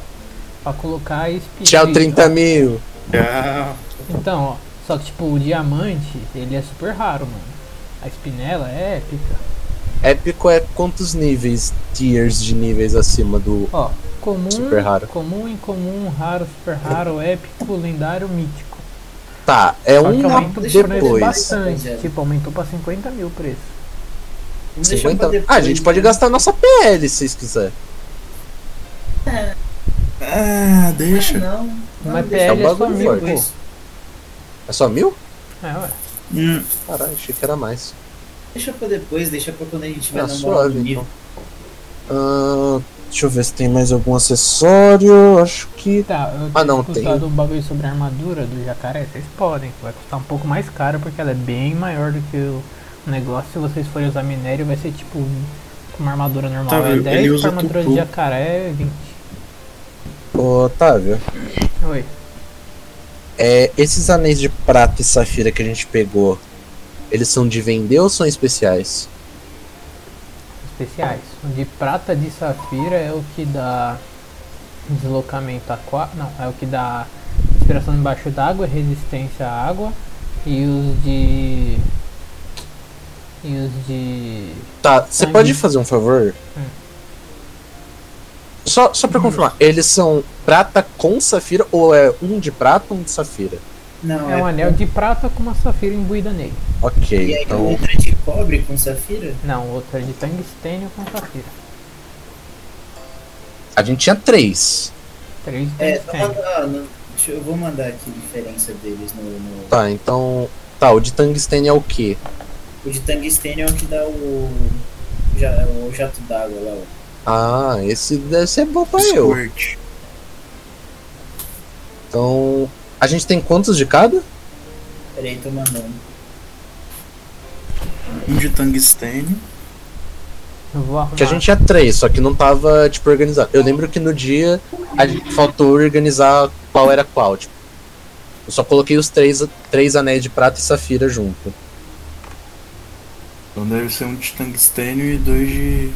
S1: Pra colocar a espinha.
S2: Tchau,
S1: tá?
S2: 30 mil.
S4: Ah,
S1: Então, ó, só que tipo, o diamante, ele é super raro, mano. A espinela é épica.
S2: Épico é quantos níveis, tiers de níveis acima do.
S1: Ó, comum,
S2: Super raro.
S1: comum, incomum, raro, super raro, épico, lendário, mítico.
S2: Tá, é
S1: Só que
S2: um
S1: aumentou o preço
S2: depois.
S1: bastante.
S5: Pois é.
S1: Tipo, aumentou pra 50 mil o preço.
S5: Vamos deixar pra
S2: 50...
S5: depois,
S2: Ah, a gente pode
S5: né?
S2: gastar nossa PL se vocês quiser.
S4: ah, deixa.
S5: Não,
S1: Mas
S5: deixa
S1: PL é só
S2: bagulho
S1: mil,
S2: forte.
S1: pô.
S5: depois.
S2: É só mil?
S1: É, ué.
S4: Hum,
S2: Caralho, achei que era mais.
S5: Deixa pra depois, deixa pra quando a gente vai
S2: Ah,
S5: na moral
S2: suave,
S5: do nível.
S2: então. Ah, deixa eu ver se tem mais algum acessório. Acho que.
S1: Tá, eu
S2: Ah, não,
S1: tinha escutado um bagulho sobre a armadura do jacaré, vocês podem. Vai custar um pouco mais caro porque ela é bem maior do que o negócio. Se vocês forem usar minério, vai ser tipo uma armadura normal.
S4: Tá,
S1: é
S4: ele
S1: 10
S4: usa
S1: pra armadura de
S4: tutu.
S1: jacaré, é 20.
S2: Ô, Otávio,
S1: Oi.
S2: é, esses anéis de prata e safira que a gente pegou, eles são de vender ou são especiais?
S1: especiais. O de prata de safira é o que dá deslocamento aquático. Não, é o que dá respiração embaixo d'água, resistência à água. E os de. E os de.
S2: Tá, você
S1: Tá,
S2: pode
S1: gente.
S2: fazer um favor?
S1: Hum.
S5: É.
S2: Só, só
S5: Uhum.
S2: pra confirmar, eles são prata com safira ou é um de prata um de safira?
S5: Não,
S1: É um anel de prata com uma safira imbuída nele.
S5: E
S2: Ok,
S5: aí, né?
S2: então.
S5: outra é de cobre com safira?
S1: Não, o outro é de tungstênio com safira.
S2: A gente tinha três.
S1: Três de
S5: É, tá
S1: tungstênio.
S5: mandando. Deixa, eu- eu vou mandar aqui a diferença deles no. no-
S2: Tá, então. Tá, o de tungstênio é o quê?
S5: O de tungstênio é o que dá o. já- é o jato d'água lá, ó.
S2: Ah, esse deve ser bom pra eu.
S4: squirt.
S2: Então. A gente tem quantos de cada?
S5: Peraí, tô mandando.
S4: Um de tungstênio.
S1: Eu vou arrumar.
S2: Que a gente tinha três, só que não tava, tipo, organizado. Eu lembro que no dia a gente faltou organizar qual era qual, tipo. Eu só coloquei os três, três anéis de prata e safira junto.
S4: Então deve ser um de tungstênio e dois de.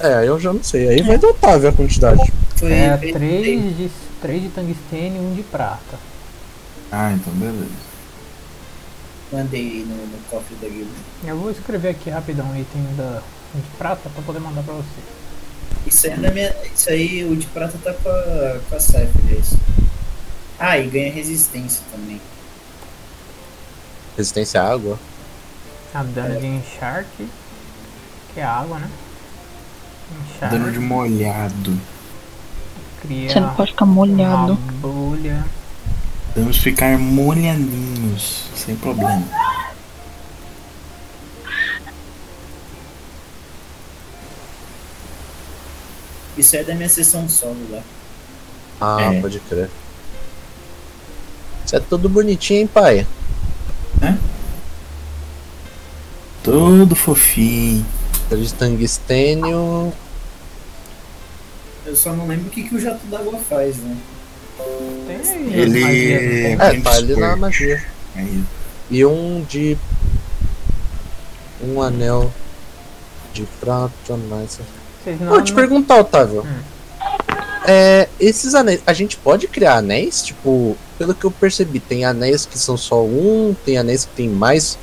S2: É, eu já não sei. Aí vai do Otávio a quantidade.
S5: Foi.
S1: É
S5: foi-
S1: três de, três de tungstênio e um de prata.
S4: Ah, então beleza.
S5: Mandei no, no cofre da guilda.
S1: Eu vou escrever aqui rapidão o item da, um de prata pra poder mandar pra você.
S5: Isso aí, na minha, isso aí, o de prata tá com a, com a Cypher, é isso. Ah, e ganha resistência também.
S2: Resistência à água.
S1: A Ah, dano de encharque, que é água, né?
S2: Tá.
S1: Encharque
S4: Dano de molhado.
S1: cria
S3: Você não pode ficar
S1: uma
S3: molhado.
S1: bolha.
S4: Vamos ficar molhadinhos, sem problema.
S5: Isso é da minha sessão solo lá.
S2: Ah,
S5: É.
S2: pode crer. Isso é tudo bonitinho, hein, pai?
S4: Todo fofinho.
S2: Tangstênio.
S5: Eu só não lembro o que, que o jato d'água faz, né?
S1: Tem
S4: Ele.
S2: É, tá ali na magia.
S4: Aí.
S2: E um de. Um anel de prata, mais. um.
S1: Vocês
S2: Vou te perguntar, Otávio.
S1: Hum.
S2: É, esses anéis. A gente pode criar anéis? Tipo, pelo que eu percebi, tem anéis que são só um, tem anéis que tem mais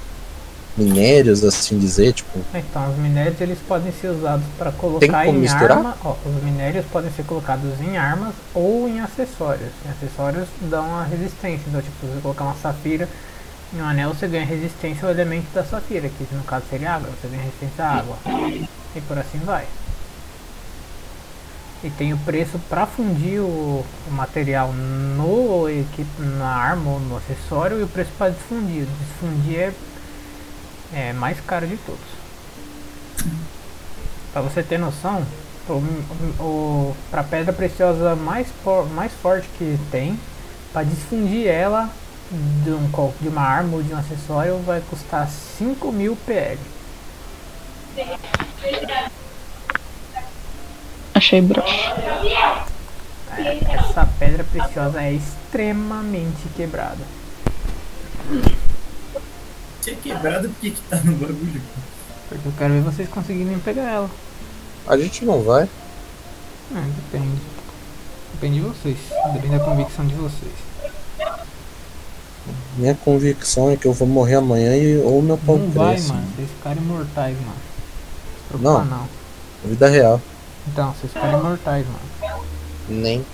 S2: minérios, assim dizer, tipo.
S1: Então, os minérios eles podem ser usados para
S2: Tem
S1: colocar
S2: como
S1: em
S2: misturar?
S1: arma. ó, os minérios podem ser colocados em armas ou em acessórios. Em acessórios dão a resistência. Então, tipo, se você colocar uma safira em um anel, você ganha resistência ao elemento da safira, que no caso seria água, você ganha resistência à água. E por assim vai. E tem o preço para fundir o, o material no equipe, na arma ou no acessório e o preço para desfundir. Desfundir é é mais caro de todos. Pra você ter noção, o, o, pra pedra preciosa mais, po- mais forte que tem, pra desfundir ela de, um, co- de uma arma ou de um acessório, vai custar 5 mil PL.
S3: Achei broxa.
S1: É, Essa pedra preciosa é extremamente quebrada.
S5: Se é quebrado, por que, que tá no bagulho?
S1: Porque eu quero ver vocês conseguirem pegar ela.
S2: A gente não vai.
S1: É, depende. Depende de vocês. Depende da convicção de vocês.
S2: Minha convicção é que eu vou morrer amanhã e ou meu pau
S1: Não vai,
S2: cresce.
S1: mano. Vocês ficaram imortais, mano. Se
S2: Não.
S1: preocupar, não.
S2: Vida real.
S1: Então, vocês ficaram imortais, mano.
S2: Nem.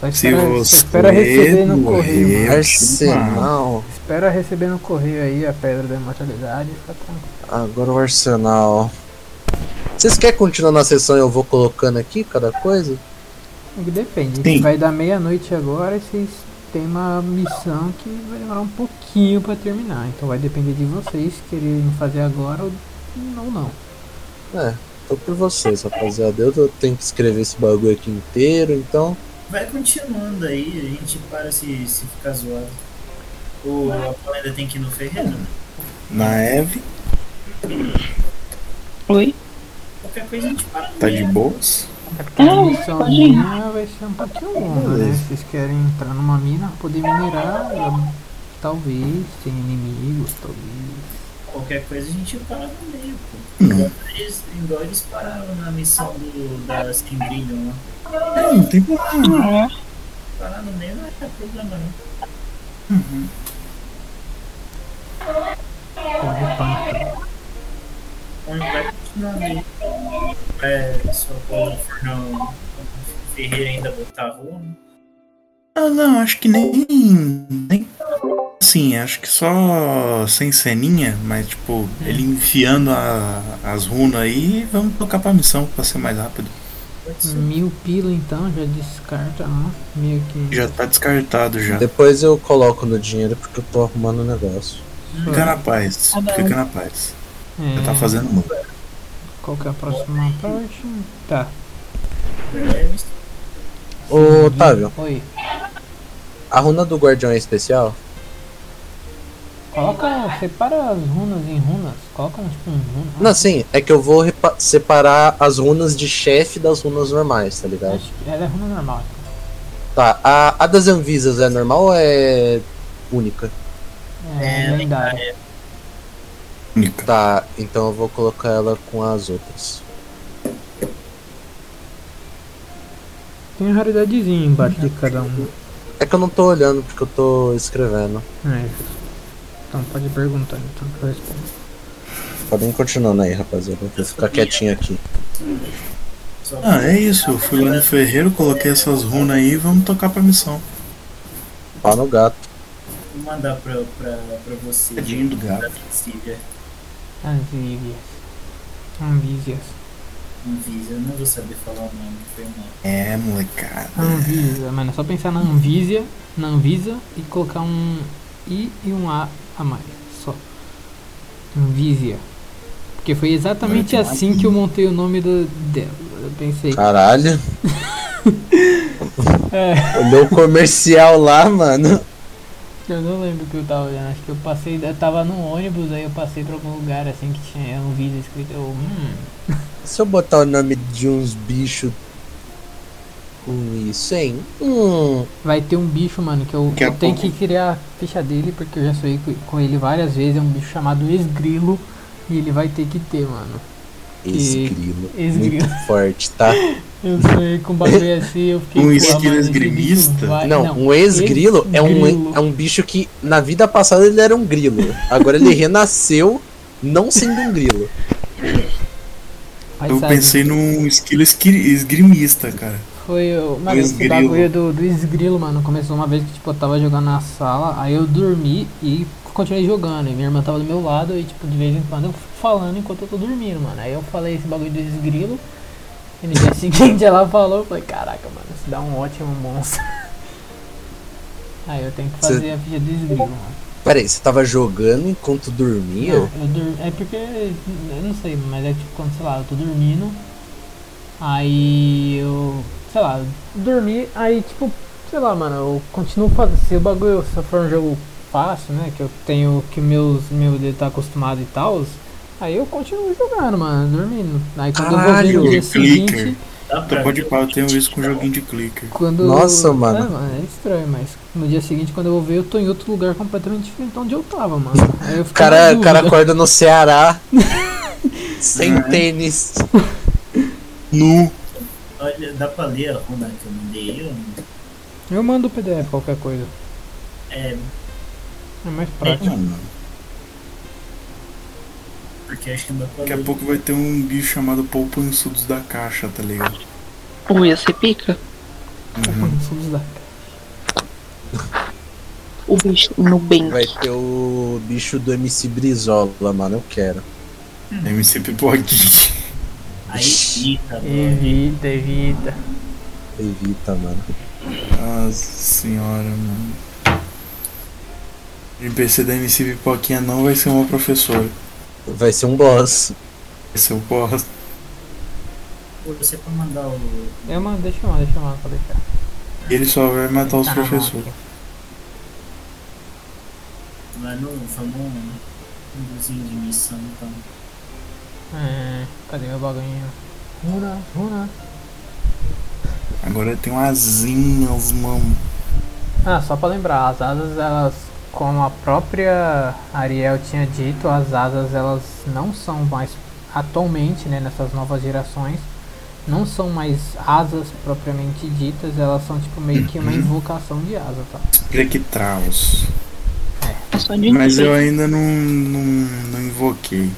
S1: Só espera, só espera receber no correio, mano.
S2: Arsenal.
S1: Espera receber no correio aí a pedra da imortalidade e fica tranquilo.
S2: Agora o arsenal. Vocês querem continuar na sessão e eu vou colocando aqui cada coisa?
S1: É que Depende.
S2: Sim.
S1: Vai dar meia-noite agora e vocês têm uma missão que vai demorar um pouquinho pra terminar. Então vai depender de vocês quererem fazer agora ou não. não.
S2: É, tô por vocês, rapaziada. Eu tô- tenho que escrever esse bagulho aqui inteiro, então.
S5: Vai continuando aí, a gente para se, se ficar zoado. O Rafael ainda tem que ir no Ferreira, né?
S4: Na Eve,
S3: Oi?
S5: Qualquer coisa a gente para né? no
S4: tá
S5: meio.
S4: de boas.
S1: A missãozinha vai ser um pouquinho longa, né? Se vocês querem entrar numa mina, poder minerar, eu- talvez, sem inimigos, talvez.
S5: Qualquer coisa a gente para no meio,
S4: Hum.
S5: pô.
S1: Não.
S5: Igual eles- Igual eles pararam na missão do, da Skimbrillion lá.
S4: É, não tem problema.
S5: Parar no meio não é problema, não.
S4: Uhum.
S5: Então vai continuando aí. É, só o Fernão Ferreira ainda botar rua, né?
S4: Ah, não, acho que nem. nem assim, acho que só sem ceninha, mas tipo, ele
S1: Hum.
S4: enfiando a- as runas aí, vamos tocar pra missão pra ser mais rápido.
S1: Mil pila então, já descarta, não? Meio que.
S4: Já tá descartado já.
S2: Depois eu coloco no dinheiro porque eu tô arrumando um negócio.
S4: Fica na paz,
S1: Tá bom.
S4: fica na paz.
S1: É.
S4: Já tá fazendo muito.
S1: Qual que é a próxima parte? Tá. Uhum.
S2: Ô, Otávio.
S1: Oi.
S2: A runa do guardião é especial?
S1: Coloca. Separa as runas em runas. Coloca tipo um runa.
S2: Não, sim, é que eu vou repa- separar as runas de chefe das runas normais, tá ligado?
S1: Ela é runa normal.
S2: Tá, a, a das Anvisas é normal ou é única?
S1: É, lendária.
S2: Tá, então eu vou colocar ela com as outras.
S1: Tem raridadezinha embaixo de cada um.
S2: É que eu não tô olhando porque eu tô escrevendo.
S1: É. Então pode perguntar então que eu respondo.
S2: Podem Tá continuando aí, rapaziada. Vou ficar quietinho aqui.
S4: Ah, é isso. Eu fui lá no ferreiro, coloquei essas runas aí vamos tocar pra missão.
S2: Pau no gato.
S5: Vou mandar pra, pra, pra você.
S4: Tadinho do gato.
S5: Da Cecília.
S1: Anvívias. Anvívias.
S5: Anvisa, eu não vou saber falar o nome, foi mal.
S4: É, molecada.
S1: Anvisa, mano, é só pensar na Anvisa, na Anvisa e colocar um I e um A a mais, só. Anvisia. Porque foi exatamente
S4: Agora tem um
S1: assim que eu montei o nome do, dela, da pensei.
S2: Tá. [LAUGHS] Caralho.
S1: É.
S2: Olhou o comercial lá, mano.
S1: Eu não lembro o que eu tava olhando, acho que eu passei, eu tava num ônibus, aí eu passei pra algum lugar assim que tinha um vídeo escrito, eu, hum,
S2: Se eu botar o nome de uns bichos com isso, hein? Hum.
S1: Vai ter um bicho, mano, que eu,
S2: Daqui a
S1: eu tenho que
S2: pouco.
S1: criar a ficha dele, porque eu já sonhei co- com ele várias vezes, é um bicho chamado esgrilo, e ele vai ter que ter, mano. Que-
S2: Esgrilo.
S1: Esgrilo.
S2: Muito forte, tá?
S1: Eu sonhei com um
S2: [LAUGHS]
S1: bagulho assim, eu fiquei...
S2: Um
S1: "Pô,
S2: esquilo
S1: mano, esse bicho
S2: esgrimista?
S1: vai-"
S2: Não, um ex-grilo é um,
S1: esgrilo.
S2: é um bicho que na vida passada ele era um grilo.
S1: [LAUGHS]
S2: Agora ele renasceu não sendo um grilo.
S1: Mas
S4: Eu
S1: sabe,
S4: pensei num esquilo esqui- esgrimista, cara.
S1: Foi o. Mano,
S4: Do
S1: esse
S4: um esgrilo.
S1: bagulho do, do esgrilo, mano. Começou uma vez que, tipo, eu tava jogando na sala, aí eu dormi e continuei jogando. E minha irmã tava do meu lado e, tipo, de vez em quando eu fico falando enquanto eu tô dormindo, mano. Aí eu falei esse bagulho do esgrilo. E no dia [LAUGHS] seguinte ela falou, eu falei, caraca, mano, isso dá um ótimo monstro. [LAUGHS] Aí eu tenho que
S2: Cê-
S1: fazer a ficha do esgrilo, mano.
S2: Peraí, você tava jogando enquanto dormia?
S1: Não, eu dur- É porque. Eu não sei, mas é tipo quando, sei lá, eu tô dormindo. Aí eu. Sei lá, dormi, aí tipo, sei lá, mano, eu continuo fazendo. Se o bagulho se for um jogo fácil, né? Que eu tenho. Que meus meu dedo tá acostumado e tal. Aí eu continuo jogando, mano, dormindo. Aí quando eu vou ver no
S4: de
S1: dia seguinte.
S4: clicker. Tu pode pau, eu
S1: tipo,
S4: tenho isso com joguinho de clicker.
S1: Quando...
S2: Nossa,
S1: É,
S2: mano.
S1: mano, é estranho, mas no dia seguinte, quando eu vou ver, eu tô em outro lugar completamente diferente de onde eu tava, mano. Aí eu
S2: O
S1: fico na
S2: cara, o
S1: dúvida.
S2: cara acorda no Ceará. sem tênis.
S4: Nu.
S5: Olha, dá pra ler a ronda que eu mandei eu? não-
S1: Eu mando o PDF, qualquer coisa.
S5: É,
S1: É mais prático.
S5: porque acho que dá pra
S4: Daqui
S5: ler.
S4: a pouco vai ter um bicho chamado Poupançudos da Caixa, tá ligado?
S3: Ui, ia ser pica.
S1: É,
S3: O bicho no bem.
S2: Vai ter o bicho do MC Brizola, mano. Eu quero.
S4: MC Pipoquinha.
S5: Aí fica,
S1: é
S2: É.
S1: Evita, evita.
S2: Evita, mano.
S4: Nossa senhora, mano. O NPC da MC Pipoquinha não vai ser uma professora.
S2: Vai ser um boss.
S4: Vai ser o boss.
S5: Pô, Você pode mandar o.
S1: Eu mando, É deixa eu mandar, deixa eu mandar pra deixar.
S4: Ele só vai matar os
S1: Ah,
S4: professores.
S5: Lá no. Vamos um luzinho de missão, então.
S1: É, cadê meu bagulhinho? Runa, runa.
S4: Agora tem um asinhas, mano.
S1: Ah, só pra lembrar, as asas elas, como a própria Ariel tinha dito, as asas elas não são mais, atualmente, né, nessas novas gerações, não são mais asas propriamente ditas, elas são tipo meio que uma
S4: Uhum.
S1: invocação de asa, tá?
S4: Jequitaus.
S3: É só de
S4: Mas
S3: dizer.
S4: eu ainda não, não, não invoquei.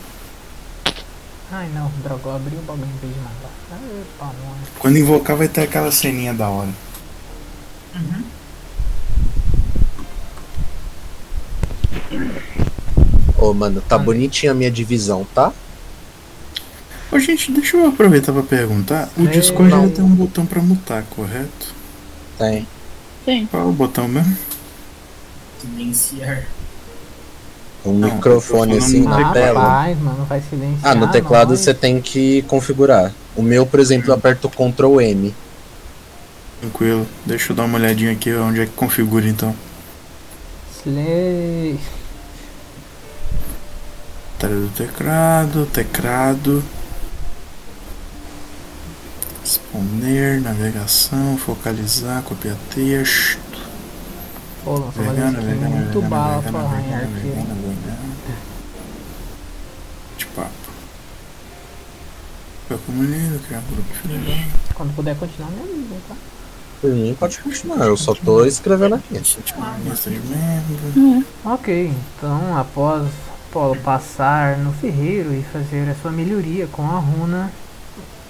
S1: Ai não, droga, eu abri o bagulho em vez de mandar. Epa, não.
S4: Quando invocar vai ter aquela ceninha da hora.
S2: Ô, mano, tá bonitinha a minha divisão, tá?
S4: Ô, gente, deixa eu aproveitar pra perguntar. O
S2: É,
S4: Discord
S2: não.
S4: ele tem um botão pra mutar, correto?
S2: Tem.
S3: Tem.
S4: Qual é o botão mesmo?
S5: Silenciar.
S2: Um
S4: Não,
S2: microfone
S4: eu tô
S2: assim
S4: falando
S2: na
S4: no
S2: tela.
S1: Ah, Rapaz, mano, vai silenciar.
S2: Ah, no teclado
S1: nós.
S2: você tem que configurar. O meu, por exemplo, eu aperto Ctrl M.
S4: Tranquilo. Deixa eu dar uma olhadinha aqui onde é que configura então.
S1: Silêncio.
S4: Tela do teclado, teclado. Exponer, navegação, focalizar, copiar texto.
S1: Pô, nossa, mas
S4: Vegana,
S1: isso aqui é
S4: vegana,
S1: muito
S4: vegana,
S1: bala pra
S4: vegana,
S1: arranhar
S4: vegana,
S1: aqui.
S4: vegana, vegana. De papo. Eu comunico, criar um grupo filho.
S1: Quando puder continuar, me avisa, tá?
S2: Por mim, pode continuar. Eu só tô escrevendo aqui.
S4: Lista um de membros.
S1: Ok, então após Apolo passar no ferreiro e fazer a sua melhoria com a runa,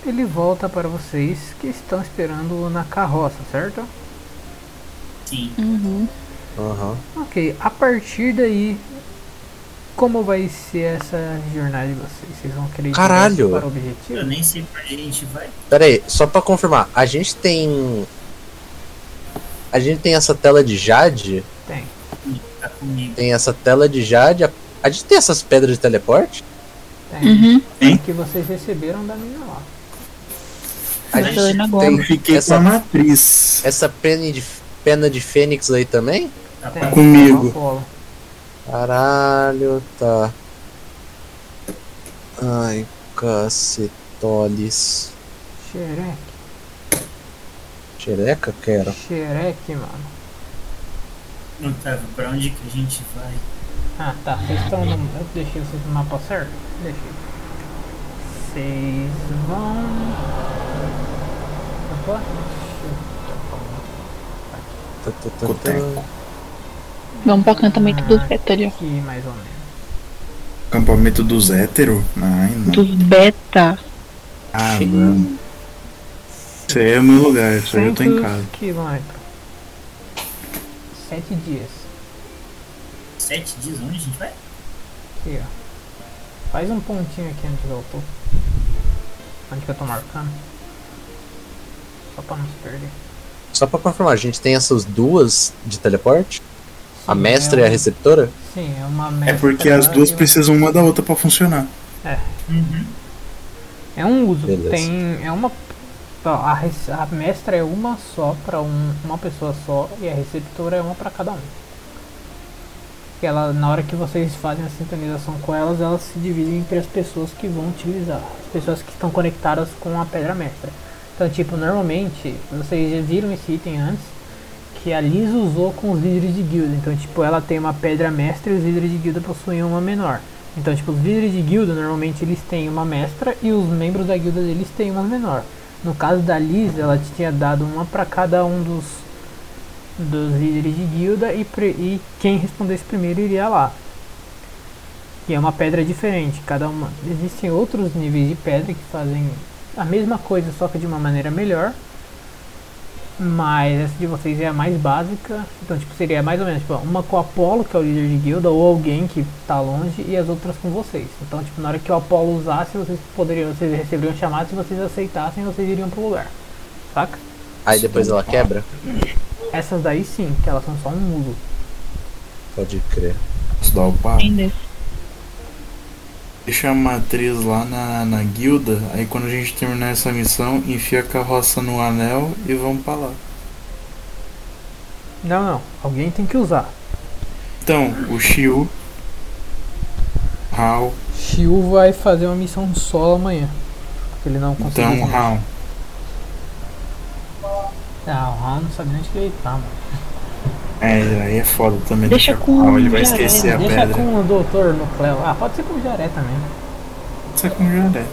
S1: ele volta para vocês que estão esperando na carroça, certo?
S5: Sim.
S3: Uhum.
S2: Aham.
S1: Ok, a partir daí, como vai ser essa jornada de vocês? Vocês vão querer ir direto
S2: Caralho!
S1: para o objetivo?
S5: Eu nem sei pra onde a gente vai.
S2: Pera aí, só pra confirmar. A gente tem. A gente tem essa tela de Jade.
S1: Tem.
S5: Tá comigo.
S2: Tem essa tela de Jade. A, a gente tem essas pedras de teleporte?
S1: Tem.
S3: Uhum.
S1: É o que vocês receberam da minha lá.
S2: A
S3: Mas eu ainda
S2: gente tá
S3: gosto.
S2: tem
S4: Fiquei
S2: essa,
S4: com a matriz.
S2: Essa pena de, pena de fênix aí também?
S4: Tá comigo.
S2: Caralho, tá. Ai, cacetoles.
S1: Xereque,
S2: Xereca, quero.
S1: xereque, mano.
S5: Otávio, pra onde que a gente vai?
S1: Ah, tá. Vocês estão no. Eu deixei vocês no mapa certo? Deixei. Vocês vão. Opa.
S2: Tá, tá, tá, tá.
S3: Vamos pra cantamento dos beta ali, ó.
S1: Aqui, mais ou menos.
S4: Acampamento dos héteros? Ai, não.
S3: Dos beta.
S4: Ah, não. Isso aí é o meu lugar, isso aí eu tô em
S1: 600
S4: casa.
S1: quilômetros. Sete dias.
S5: Sete dias? Onde a gente vai?
S1: Aqui, ó. Faz um pontinho aqui onde eu tô. Onde que eu tô marcando. Só pra não se perder.
S2: Só pra confirmar, a gente tem essas duas de teleporte? a mestra e a
S1: eu-
S2: receptora?
S1: é Sim, é uma
S4: É
S1: mestra
S4: porque as
S1: lá
S4: duas
S1: e uma-
S4: precisam uma da outra pra funcionar.
S1: É.
S2: Uhum.
S1: É um uso.
S4: Beleza.
S1: Tem. É uma. ó, A, rece- a mestra é uma só pra um- uma pessoa só e a receptora é uma pra cada um. Que Ela, na hora que vocês fazem a sintonização com elas, elas se dividem entre as pessoas que vão utilizar, as pessoas que estão conectadas com a pedra mestra. Então, tipo, normalmente, vocês já viram esse item antes, que a Liz usou com os líderes de guilda. Então, tipo, ela tem uma pedra mestra e os líderes de guilda possuem uma menor. Então, tipo, os líderes de guilda normalmente eles têm uma mestra e os membros da guilda deles têm uma menor. No caso da Liz, ela tinha dado uma para cada um dos, dos líderes de guilda e, pre- e quem respondesse primeiro iria lá. E é uma pedra diferente, cada uma. Existem outros níveis de pedra que fazem a mesma coisa, só que de uma maneira melhor. Mas essa de vocês é a mais básica. Então, tipo, seria mais ou menos tipo, uma com o Apolo, que é o líder de guilda, ou alguém que tá longe, e as outras com vocês. Então, tipo, na hora que o Apolo usasse, vocês poderiam, vocês receberiam chamado, se vocês aceitassem, vocês iriam pro lugar. Saca?
S2: Aí depois ela quebra?
S1: Essas daí sim, que elas são só um mulo.
S2: Pode crer.
S4: Isso dá o papo.
S3: Entendeu?
S4: Deixa a matriz lá na, na guilda, aí quando a gente terminar essa missão, enfia a carroça no anel e vamos pra lá.
S1: Não, não. Alguém tem que usar.
S4: Então, o Shiu. Hal.
S1: Shiu vai fazer uma missão solo amanhã. Porque ele não conseguiu.
S4: Então, Hal.
S1: Ah, o Raul não sabe nem onde que ele tá, mano.
S4: É, aí é foda também.
S1: Deixa
S4: deixar
S1: com
S4: Hal, ele vai
S1: o Jaré, né?
S4: esquecer É a
S1: Deixa
S4: pedra.
S1: com o doutor no Cleo. Ah, pode ser com o Jaré também. um
S4: Pode ser com o Jaré.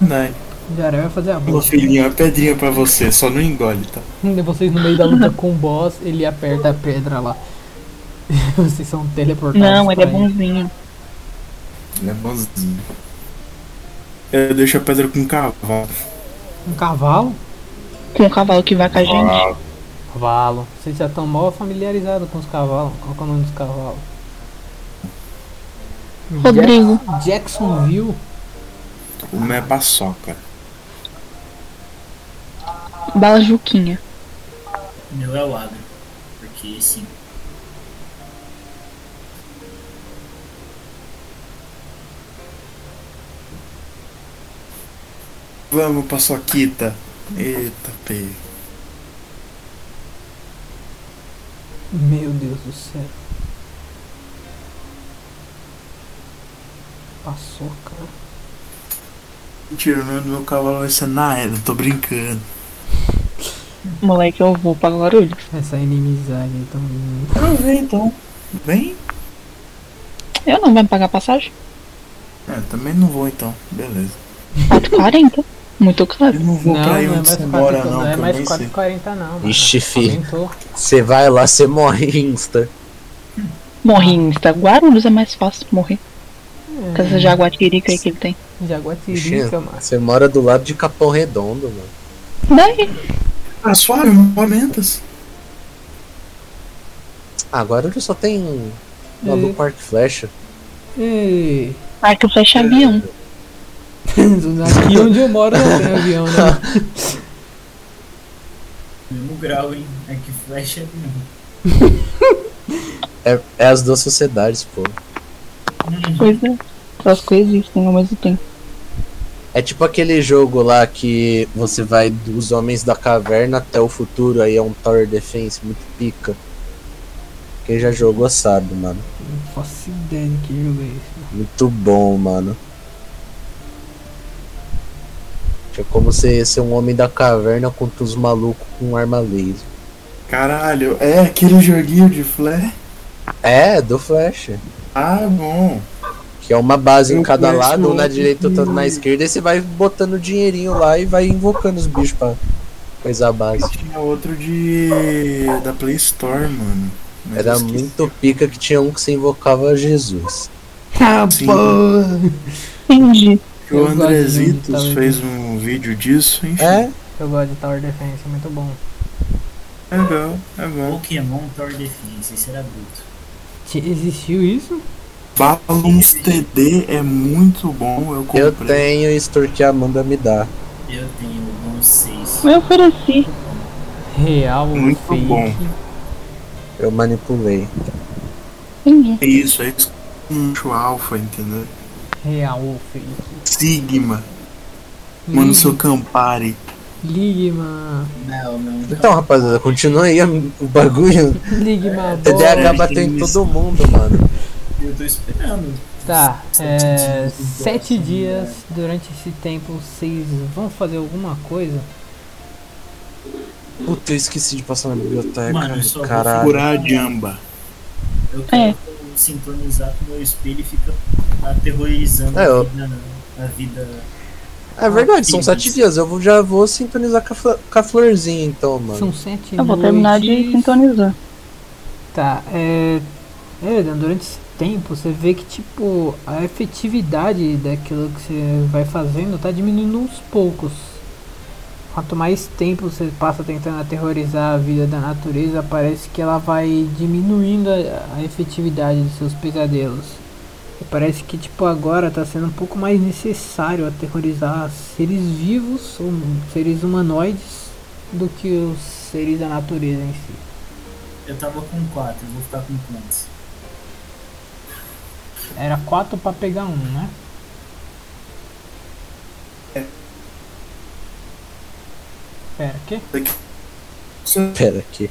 S4: Não,
S1: O Jaré vai fazer a
S4: Ô,
S1: busca.
S4: filhinho, a pedrinha pra você, só não engole, tá?
S1: [LAUGHS] E vocês no meio da luta com o boss, ele aperta a pedra lá. [LAUGHS] vocês são teleportados.
S3: Não, ele é
S1: pra ele.
S3: bonzinho.
S4: Ele é bonzinho. Eu deixo a pedra com o cavalo.
S1: Um cavalo?
S3: Com o cavalo que vai com a gente.
S1: Cavalo. Vocês já estão mal familiarizados com os cavalos. Qual que é o nome dos cavalos?
S3: Rodrigo.
S1: Jack- Jacksonville.
S4: O meu é paçoca.
S3: Bala Juquinha.
S5: O meu é o agro. Porque assim, sim.
S4: Vamos, paçoquita. Eita, pê.
S1: Meu Deus do céu. Passou, cara.
S4: Mentira, o nome do meu cavalo vai ser Naira, tô brincando.
S3: Moleque, eu vou pra Guarulhos.
S1: Essa inimizade é tão linda.
S4: Não, vem então. Vem?
S3: Eu não, vai me pagar passagem?
S4: É, também não vou então. Beleza.
S3: 4,40? Muito caro.
S4: Eu não vou
S1: Não,
S4: pra aí
S1: não é
S4: onde
S1: mais
S4: você mora,
S1: 4,40,
S4: não,
S1: não é
S4: que eu
S1: mais
S4: nem sei.
S1: 4,40 não, mano.
S2: Ixi, filho.
S1: Aumentou.
S2: Você vai lá, você morre insta.
S3: Morri em Insta. Guarulhos é mais fácil morrer. Com essa jaguatirica aí que ele tem.
S1: Jaguatirica, mano.
S2: Você mora do lado de Capão Redondo, mano.
S3: Daí.
S4: Ah, suave, momentos.
S2: Ah, agora ele só tem. um Lá
S1: É.
S2: do Parque Flecha.
S1: Ei. [LAUGHS]
S3: Ah, que eu fecho avião.
S1: Aqui onde eu moro não [LAUGHS] tem avião, né?
S5: Mesmo grau, hein? É que flecha não.
S2: É, é as duas sociedades, pô.
S3: Pois é. Elas coexistem ao mesmo tempo.
S2: É tipo aquele jogo lá que você vai dos homens da caverna até o futuro, aí é um tower defense muito pica. Quem já jogou sabe, mano.
S1: Não faço ideia de que jogo é esse.
S2: Muito bom, mano. É como você ser um homem da caverna contra os malucos com arma laser.
S15: Caralho, é aquele joguinho de Flash?
S2: É, do Flash.
S15: Ah, bom.
S2: Que é uma base em cada lado, um na direita, outro na esquerda, e você vai botando dinheirinho lá e vai invocando os bichos pra coisar a base.
S15: Tinha outro de. da Play Store, mano.
S2: Mas Era muito pica que tinha um que você invocava Jesus.
S15: Tá bom!
S3: Entendi.
S15: O Andrezitos fez um vídeo disso, enfim.
S2: É?
S1: Eu gosto de Tower Defense, é muito bom.
S15: É bom, é bom.
S5: Pokémon Tower Defense, isso era bruto.
S1: Existiu isso?
S15: Balloons TD é muito bom, eu comprei.
S2: Eu tenho Store que a Amanda me dá.
S5: Eu tenho não sei se.
S3: Eu ofereci.
S1: Real,
S15: muito
S1: fake.
S15: bom.
S2: Eu manipulei.
S3: Entendi.
S15: Isso, é isso. Um alfa, entendeu?
S1: Real ou fake?
S15: Sigma.
S1: Hum.
S15: Mano, seu Campari.
S1: Ligma.
S5: Não, não, não.
S2: Então, rapaziada, continua aí o bagulho.
S15: É,
S1: Ligma,
S2: TDAH bateu em todo mundo, mano.
S5: Eu tô esperando.
S1: Tá, é, sete dias durante esse tempo vocês vão fazer alguma coisa?
S2: Puta, eu esqueci de passar na biblioteca.
S5: Mano, eu só vou
S2: caralho.
S15: Curar a jamba.
S5: Eu quero sintonizar com o meu espelho e fica aterrorizando
S2: É, eu-
S5: a, vida, a vida.
S2: É verdade, são sete dias. Eu vou- já vou sintonizar com a, fla- com a florzinha, então,
S1: São
S2: mano.
S1: sete
S3: Eu vou terminar de
S1: noites.
S3: sintonizar.
S1: Tá, é. é, Dan, durante esse tempo você vê que, tipo, a efetividade daquilo que você vai fazendo tá diminuindo aos poucos. Quanto mais tempo você passa tentando aterrorizar a vida da natureza, parece que ela vai diminuindo a, a efetividade dos seus pesadelos. E parece que, tipo, agora tá sendo um pouco mais necessário aterrorizar seres vivos, ou seres humanoides, do que os seres da natureza em si.
S5: Eu tava com quatro, eu vou ficar com quantos?
S1: Era 4 pra pegar um, né? Pera, que?
S15: tá
S2: Pera aqui.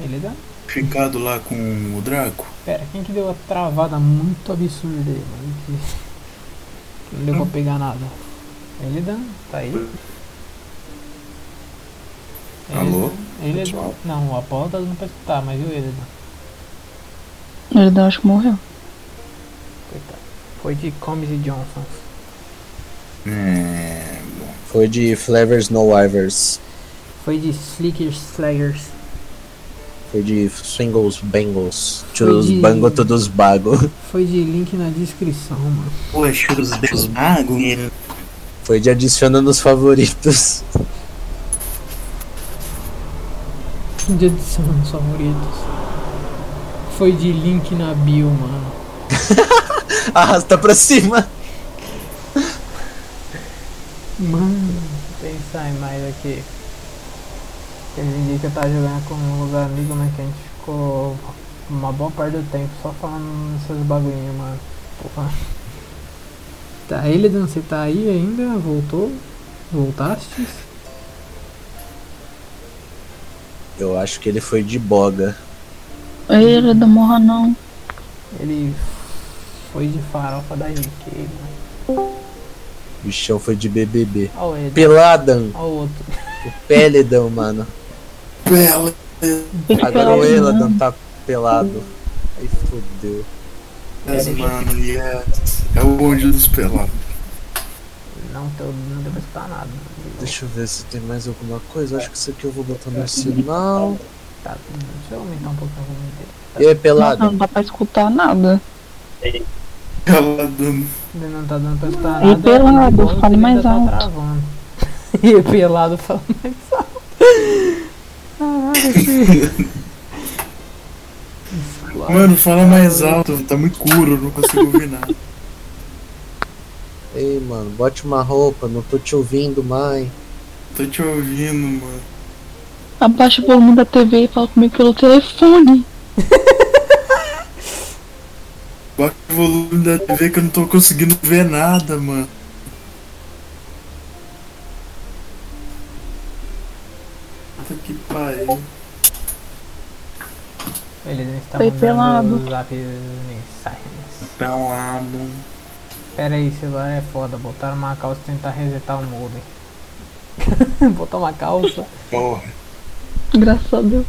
S1: Ele dá?
S15: Ficado lá com o Draco.
S1: Pera, quem que deu a travada muito absurda aí, mano? Que... que não deu pra pegar nada. Ele dá, tá aí.
S15: Alô?
S1: Ele
S15: Pessoal?
S1: Não, o Apolo tá dando pra escutar, mas e o Ele
S3: Ele dá, acho que morreu.
S1: Foi de Comes e Johnson.
S15: É.
S2: Foi de Flavors No Ivers.
S1: Foi de Slickers Slagers.
S2: Foi de Swingles Bangles.
S1: Foi
S2: Tchus
S1: de-
S2: bango todos bago. [LAUGHS]
S1: Foi de link na descrição, mano.
S15: Pô, churos deus mago, menino.
S2: Foi de adiciona nos favoritos. [LAUGHS]
S1: De adição nos favoritos. Foi de link na bio, mano.
S2: Arrasta pra cima.
S1: Mano, pensar em mais aqui. Aquele dia que eu tava jogando com os amigos, né? Que a gente ficou uma boa parte do tempo só falando nesses bagulhinhos, mano. Porra. Tá, ele você tá aí ainda? Voltou? Voltaste?
S2: Eu acho que ele foi de boga.
S3: Ele dá morra não.
S1: Ele foi de farofa da IK, mano.
S2: O bichão foi de BBB.
S1: Ó o Eden,
S2: Peladan.
S1: ó o outro.
S2: O Peledão, mano.
S15: Bela.
S2: Agora o
S3: né?
S2: Eladan tá pelado. Aí fodeu.
S15: É, mano, e é. É o bonde dos pelados.
S1: Não, tô, não deu pra escutar nada. mano.
S2: Deixa eu ver se tem mais alguma coisa. Acho que isso aqui eu vou botar no sinal.
S1: Tá, deixa eu aumentar um pouco a volume dele.
S2: E aí,
S3: Nossa,
S2: pelado?
S3: não dá pra escutar nada.
S15: Peladão.
S1: Ele não tá dando pra escutar
S3: E
S1: nada.
S3: pelado,
S1: o outro
S3: fale
S1: ainda
S3: mais
S1: tá
S3: alto.
S1: travando. [LAUGHS] E pelado fala mais alto. Caralho, filho.
S15: Mano, fala mais alto, tá muito escuro, eu não consigo ouvir nada.
S2: Ei, mano, bote uma roupa, não tô te ouvindo mais.
S15: Tô te ouvindo, mano.
S3: Abaixa o volume da TV e fala comigo pelo telefone.
S4: Baixa o volume da TV que eu não tô conseguindo ver nada, mano. Puta que pariu.
S1: Eles estão
S3: Foi
S1: usando
S3: pelado.
S1: os zap mensagens.
S4: Pelado.
S1: Pera aí, celular é foda. Botaram uma calça e tentar resetar o modem. [LAUGHS] Botar uma calça.
S4: Porra,
S3: Graças a Deus.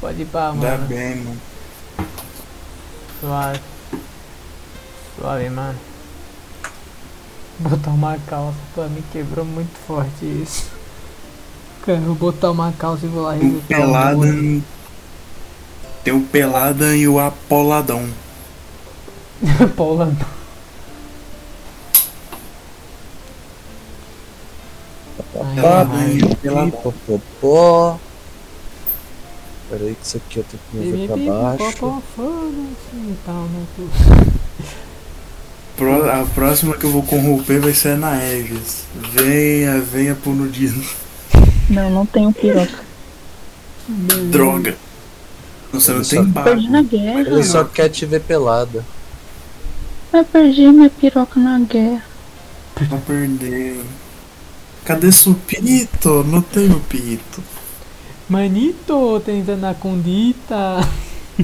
S1: Pode ir pra,
S4: ainda
S1: mano.
S4: bem, mano.
S1: Suave. Suave, mano. Botar uma calça pra mim quebrou muito forte isso. Cara, eu vou botar uma calça e vou lá
S2: Um
S4: O
S1: resetar o
S4: um Pelada.
S1: modem. [LAUGHS]
S4: Tem o Pelada e o Apoladão.
S1: Paula não.
S2: Tá,
S1: Ai,
S2: bem,
S1: ai.
S2: pipopopó. Pera aí que isso aqui eu tenho que mover pra Tá baixo.
S1: Foda-se e tal, né? tu?
S4: Pro- a próxima que eu vou corromper vai ser na Aegis. Venha, venha pro Nudino.
S3: Não, não tenho piroca.
S1: Hum.
S4: Droga. Nossa, eu tenho barba.
S3: Perdi na guerra.
S2: Ele só quer te ver pelada.
S3: Eu perdi minha piroca na guerra.
S4: Tá perdendo. Cadê seu pito? Não tenho pito.
S1: Manito, tentando a condita. [LAUGHS]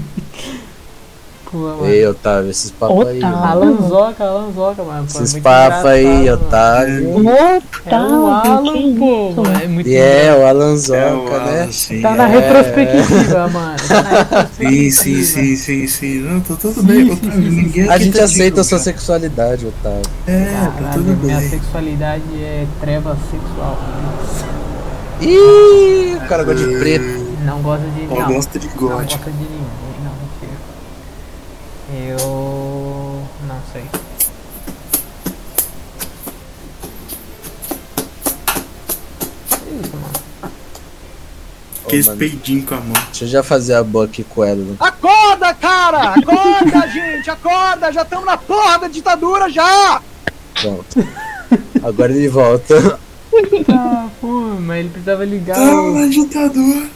S1: Pô, mano.
S2: Ei, Otávio, esses papos aí. mano.
S1: Alanzoca, Alanzoca, mano. pô, é
S2: Esses
S1: muito
S2: papos aí,
S1: engraçado, mano.
S2: Otávio.
S3: Tá,
S1: É o Alan, pô, mano. É muito
S2: E é, o Alanzoca,
S4: É o Alan,
S2: né?
S4: sim,
S1: Tá na
S4: é.
S1: retrospectiva, mano. Tá na
S4: Sim, sim, sim, sim, sim. Não, tá tudo bem. Otávio, ninguém
S2: A
S4: aqui
S2: gente
S4: tá
S2: aceita a sua
S4: julgando.
S2: sexualidade, Otávio.
S4: É, tá
S1: Caralho,
S4: tudo
S1: minha
S4: bem.
S1: sexualidade é treva sexual.
S2: Ih, o cara gosta de preto.
S1: Não gosto de
S4: Só
S1: não.
S4: gosta de
S1: Não
S4: gótico.
S1: gosto de ninguém, não, mentira. Eu não sei. Que Isso, mano.
S2: Ô,
S4: Que esse
S2: mano,
S4: peidinho com a mão.
S2: Deixa eu já fazer a boa aqui com ela.
S17: Acorda, cara! Acorda, [LAUGHS] gente! Acorda! Já estamos na porra da ditadura já!
S2: Pronto. Agora ele volta.
S1: Ah, pô, mas ele precisava ligar
S4: Tá
S1: o
S4: na ditadura.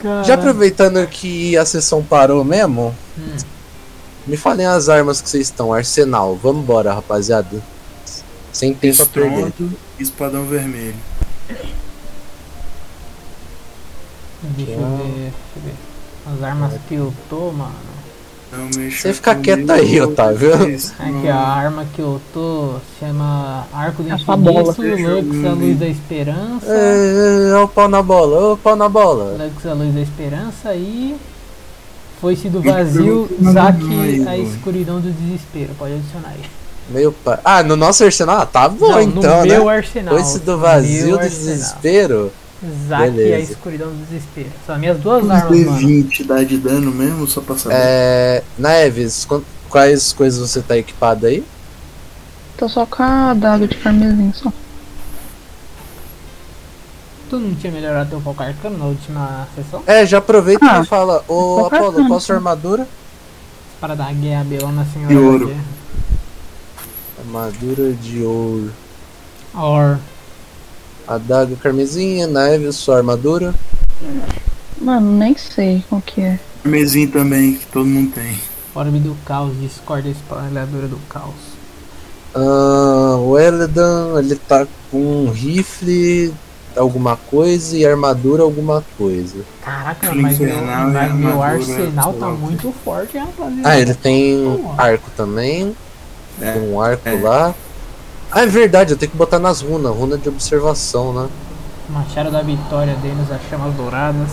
S1: cara.
S2: Já aproveitando que a sessão parou mesmo,
S1: Hum.
S2: me falem as armas que vocês estão. Arsenal, vambora, rapaziada. Sem tempo a perder.
S4: Estrondo, espadão vermelho.
S1: Deixa eu ver, deixa eu ver. As armas que eu tô, mano.
S4: Não mexa
S2: Você fica
S4: comigo,
S2: quieto aí, Otávio.
S4: vocês
S1: Aqui a arma que eu tô chama Arco do
S3: Fabola.
S1: Infinito, Lux, é a Luz da Esperança.
S2: É, é, é o pau na bola, é o pau na bola.
S1: Lux, é a luz da esperança e. Foi-se do
S4: Não
S1: vazio,
S4: pergunta nada
S1: Zaque,
S4: mais,
S1: a
S4: mano.
S1: escuridão do desespero. Pode adicionar aí.
S2: Meu pai. Ah, no nosso arsenal? Ah, tá bom
S1: Não, no
S2: então,
S1: meu
S2: né?
S1: arsenal,
S2: Foi-se do
S1: no
S2: vazio
S1: meu
S2: do
S1: arsenal.
S2: desespero.
S1: Zaque, a
S2: Beleza.
S1: escuridão do desespero. São as minhas duas
S4: Uns
S1: armas, mano.
S4: D20 dá de dano mesmo, só pra
S1: Uhum.
S4: saber.
S2: É. Neves, qu- quais coisas você tá equipado aí?
S3: Tô só com a daga de carmesim só.
S1: Tu não tinha melhorado teu foco arcano na última sessão?
S2: É, já aproveita
S3: Ah,
S2: e fala, ô
S3: tô
S2: Apolo,
S3: passando, tá.
S2: qual a sua armadura?
S1: Para dar a guerra belona senhora.
S4: E ouro.
S1: da guerra.
S2: Armadura de ouro.
S1: Or.
S2: A daga carmesinha, Neves, sua armadura.
S3: Mano, nem sei qual que é.
S4: Mesinho também, que todo mundo tem.
S1: Orbe do caos, discórdia espalhadora do caos.
S2: Ah, o Eledan, ele tá com um rifle, alguma coisa, e armadura, alguma coisa.
S1: Caraca, mas meu,
S4: Infernal e
S2: é
S1: mas
S2: né,
S1: meu
S4: armadura
S1: arsenal tá
S4: forte.
S1: muito forte, rapaziada.
S2: Ah, ele tem
S1: Pô,
S2: arco também.
S4: É,
S2: Tem um arco
S4: é.
S2: lá. Ah, é verdade, eu tenho que botar nas runas, runa de observação, né?
S1: Machado da vitória deles, as chamas douradas.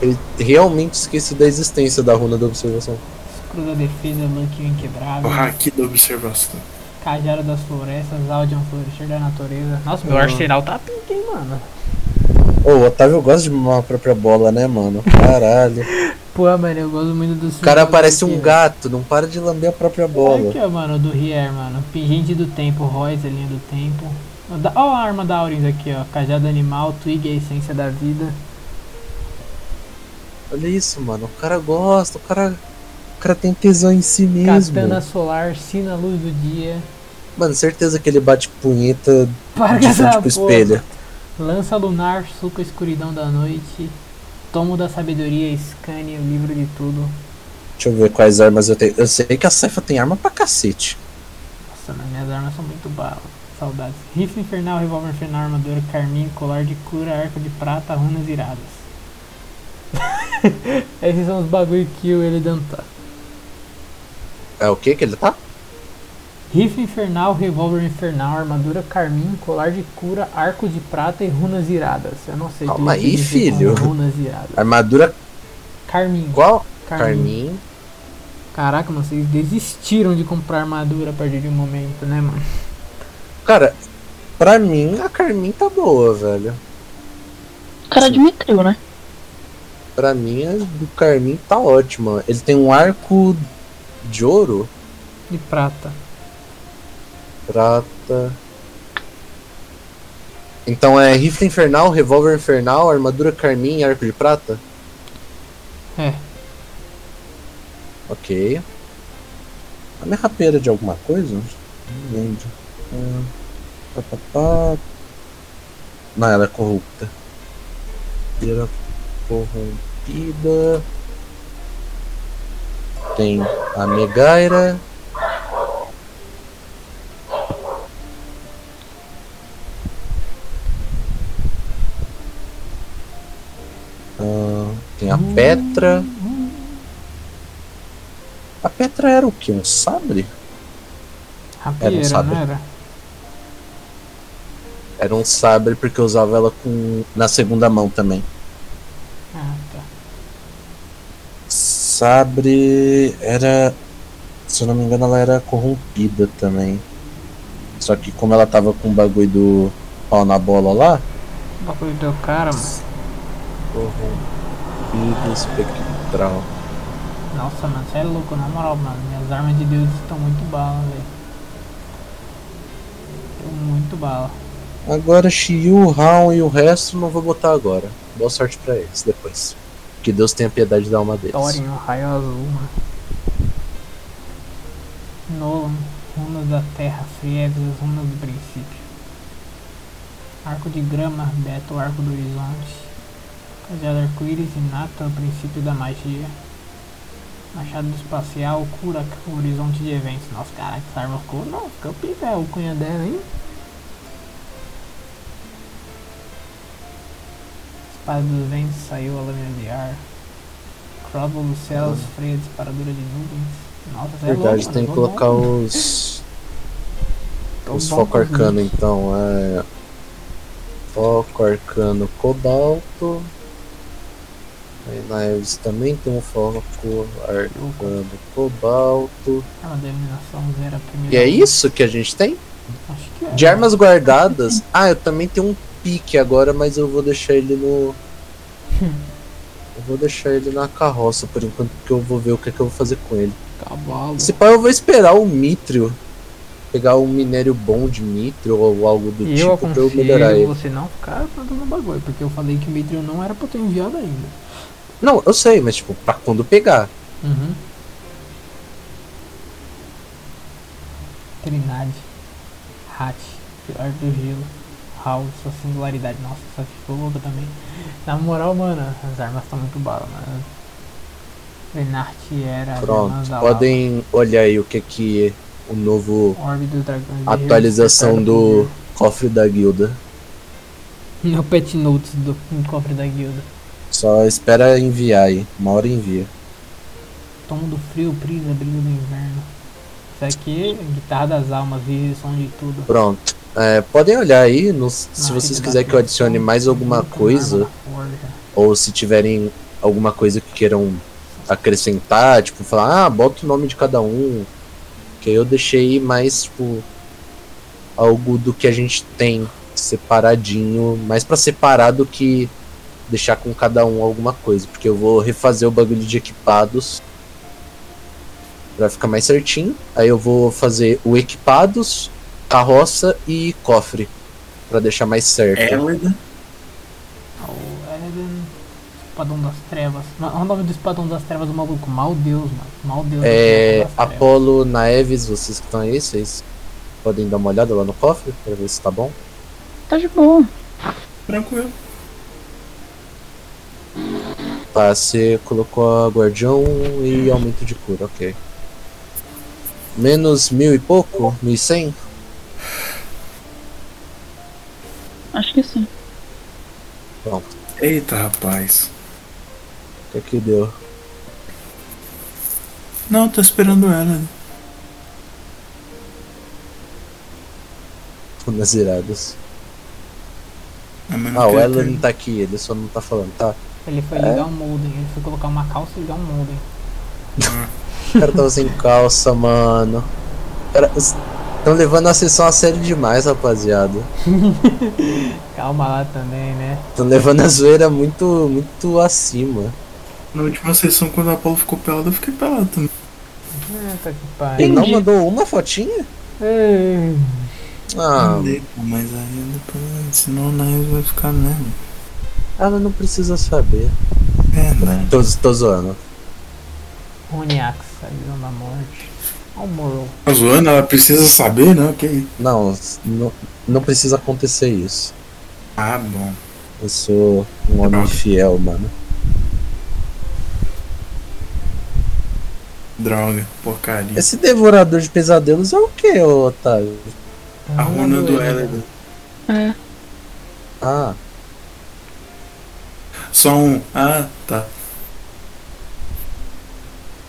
S2: Ele realmente esqueci da existência da runa de observação.
S1: Cruz da defesa, banquinho
S4: O
S1: inquebrável,
S4: hack da observação.
S1: Cajado das florestas, Audion florescer da natureza. Nossa, meu
S2: Ah.
S1: arsenal tá pique, hein, mano.
S2: Ô, o Otávio gosta de mamar a própria bola, né, mano? Caralho.
S1: Pô, mano, eu gosto muito do
S2: O cara parece
S1: é.
S2: um gato, não para de lamber a própria bola.
S1: Aqui, ó, mano, do Rier, mano. Pingente do tempo, Royce, a linha do tempo. Ó, da- Ó a arma da Aurins aqui, ó. Cajado animal, Twig, a essência da vida.
S2: Olha isso, mano. O cara gosta, o cara. O cara tem tesão em si mesmo.
S1: Katana solar, sina luz do dia.
S2: Mano, certeza que ele bate punheta
S1: Para com
S2: de frente
S1: essa
S2: pro
S1: porra.
S2: é tipo espelho.
S1: Lança lunar, suco a escuridão da noite. Tomo da sabedoria, escane o livro de tudo.
S2: Deixa eu ver quais armas eu tenho. Eu sei que a Cefa tem arma pra cacete.
S1: Nossa, mas minhas armas são muito bala. Saudades. Rifle infernal, revólver infernal, armadura, carmim, colar de cura, arco de prata, runas iradas. [LAUGHS] Esses são os bagulho que o Elidan tá.
S2: É o que que ele tá?
S1: Rifle infernal, revólver infernal, armadura carmim, colar de cura, arco de prata e runas iradas. Eu não sei
S2: Calma
S1: direito
S2: aí,
S1: dizer como
S2: filho.
S1: Runas iradas.
S2: Armadura
S1: Carmim.
S2: qual?
S1: Carmim.
S2: Carmim.
S1: Caraca, mano, vocês desistiram de comprar armadura a partir de um momento, né, mano?
S2: Cara, pra mim a Carmin tá boa, velho.
S3: O cara admitiu, né?
S2: Pra mim a do Carmin tá ótima. Ele tem um arco de ouro,
S1: De prata.
S2: prata. Então é rifle infernal, revólver infernal, armadura Carmin e arco de prata?
S1: É.
S2: Ok. A minha rapeira é de alguma coisa? Não lembro. Hum, pá, pá, pá. Não, ela é corrupta. Rapeira corrompida. Tem a Megaira. Ah, tem a Petra. A Petra era o que? Um sabre?
S1: Rapieira,
S2: sabre.
S1: não era?
S2: Era um sabre porque eu usava ela com na segunda mão também.
S1: Ah, tá.
S2: Sabre era. Se eu não me engano, ela era corrompida também. Só que como ela tava com o bagulho do pau na bola lá.
S1: O bagulho do cara, mano.
S2: Corrompida espectral.
S1: Nossa, mano, você é louco, na moral, mano. Minhas armas de Deus estão muito bala, velho. Estão muito bala.
S2: Agora Shiryu, Raon e o resto não vou botar agora. Boa sorte pra eles depois. Que Deus tenha piedade da alma deles.
S1: Thorin, o um raio azul, mano. Nolan, runas da terra, Frieves, as runas do princípio. Arco de grama, Beto, arco do horizonte. Cajado arco-íris, Inata, o princípio da magia. Machado espacial, cura, o horizonte de eventos. Nossa, caraca, essa arma ficou. Não, ficou pica o cunha dela, hein? Espada dos ventos, saiu a lâmina de ar. Crossbow dos céus, freio de disparadora de nuvens. Nossa, essa é louca,
S2: Verdade,
S1: mano,
S2: tem que
S1: tô
S2: colocar
S1: bom.
S2: os.
S1: Tô
S2: Os
S1: bom
S2: foco
S1: com os
S2: arcano então, é. Foco arcano cobalto. Aí na Elves também tem um foco arcano cobalto.
S1: Ela da eliminação zero a primeira.
S2: E é isso que a gente tem?
S1: Acho que é.
S2: De armas guardadas. Ah, eu também tenho um pique agora, mas eu vou deixar ele no. Eu vou deixar ele na carroça por enquanto, porque eu vou ver o que, é que eu vou fazer com ele.
S1: Cavalo.
S2: Se pá, eu vou esperar o Mitrio pegar um minério bom de Mitrio ou algo do
S1: E eu
S2: tipo pra eu melhorar
S1: aconselho
S2: ele.
S1: você não ficar plantando bagulho, porque eu falei que o Mithril não era pra ter enviado ainda.
S2: Não, eu sei, mas tipo, pra quando pegar.
S1: Uhum. Trinade. Hat. Pilar do Gelo. Howl, sua singularidade. Nossa, essa ficou louca também. Na moral, mano, as armas estão muito bala, mano. Renart era. as irmãs
S2: Pronto.
S1: da
S2: Podem olhar aí o que é que o novo
S1: Lava. Orbe do Dragão de Gelo,
S2: atualização
S1: Despertar
S2: do cofre da guilda.
S1: No pet notes do do cofre da guilda.
S2: Só espera enviar aí. Uma hora envia.
S1: Tom do frio, brisa, brilho do inverno. Isso aqui é guitarra das almas, vive o som de tudo.
S2: Pronto. É, podem olhar aí, no-
S1: Ah,
S2: se vocês quiserem que eu adicione mais alguma coisa,
S1: Forja.
S2: ou se tiverem alguma coisa que queiram acrescentar, tipo, falar, ah, bota o nome de cada um. Que aí eu deixei mais, tipo, algo do que a gente tem separadinho, mais pra separar do que deixar com cada um alguma coisa, porque eu vou refazer o bagulho de equipados pra ficar mais certinho. Aí eu vou fazer o equipados, carroça e cofre pra deixar mais
S5: É,
S2: certo.
S4: Elida.
S1: Ah, O Eden. Espadão das Trevas. Mas Olha o nome do Espadão das Trevas do maluco. Mal Deus, mano. Mal Deus.
S2: É,
S1: Espadão das Trevas.
S2: Apolo na Eves, vocês que estão aí, vocês podem dar uma olhada lá no cofre pra ver se tá bom.
S3: Tá de boa.
S4: Tranquilo.
S2: Tá Tá, você colocou a guardião e aumento de cura, ok. Menos mil e pouco? Mil e cem?
S3: Acho que sim.
S2: Bom.
S4: Eita, rapaz.
S2: O que que deu?
S4: Não, tô esperando ela.
S2: Nas iradas.
S4: Ah, mas não
S2: Ah, o
S4: quero
S2: Alan
S4: ter-
S2: tá aqui, ele só não tá falando, tá?
S1: Ele foi
S2: É.
S1: ligar um modem, ele foi colocar uma calça e ligar um modem.
S2: O cara tava sem calça, mano. Cara, estão levando a sessão a sério demais, rapaziada.
S1: Calma lá também, né?
S2: Estão levando a zoeira muito, muito acima.
S4: Na última sessão, quando a Paulo ficou pelada, eu fiquei pelado também.
S1: Puta Ah, tá que pariu.
S2: Ele não mandou uma fotinha?
S1: Ei.
S2: Ah.
S4: Mandei, pô, mas aí depois, senão o Nair vai ficar mesmo.
S2: Ela não precisa saber.
S4: É, né?
S2: Tô, tô zoando.
S1: Runiax, a visão da morte. Ó o Moro.
S4: Tá zoando? Ela precisa saber, né? Ok.
S2: Não, s- não, não precisa acontecer isso.
S4: Ah, bom.
S2: Eu sou um homem fiel, mano.
S4: Droga, porcaria.
S2: Esse devorador de pesadelos é o que, Otávio?
S4: A runa do Elder.
S3: É.
S2: Ah,
S4: Só um. Ah, tá.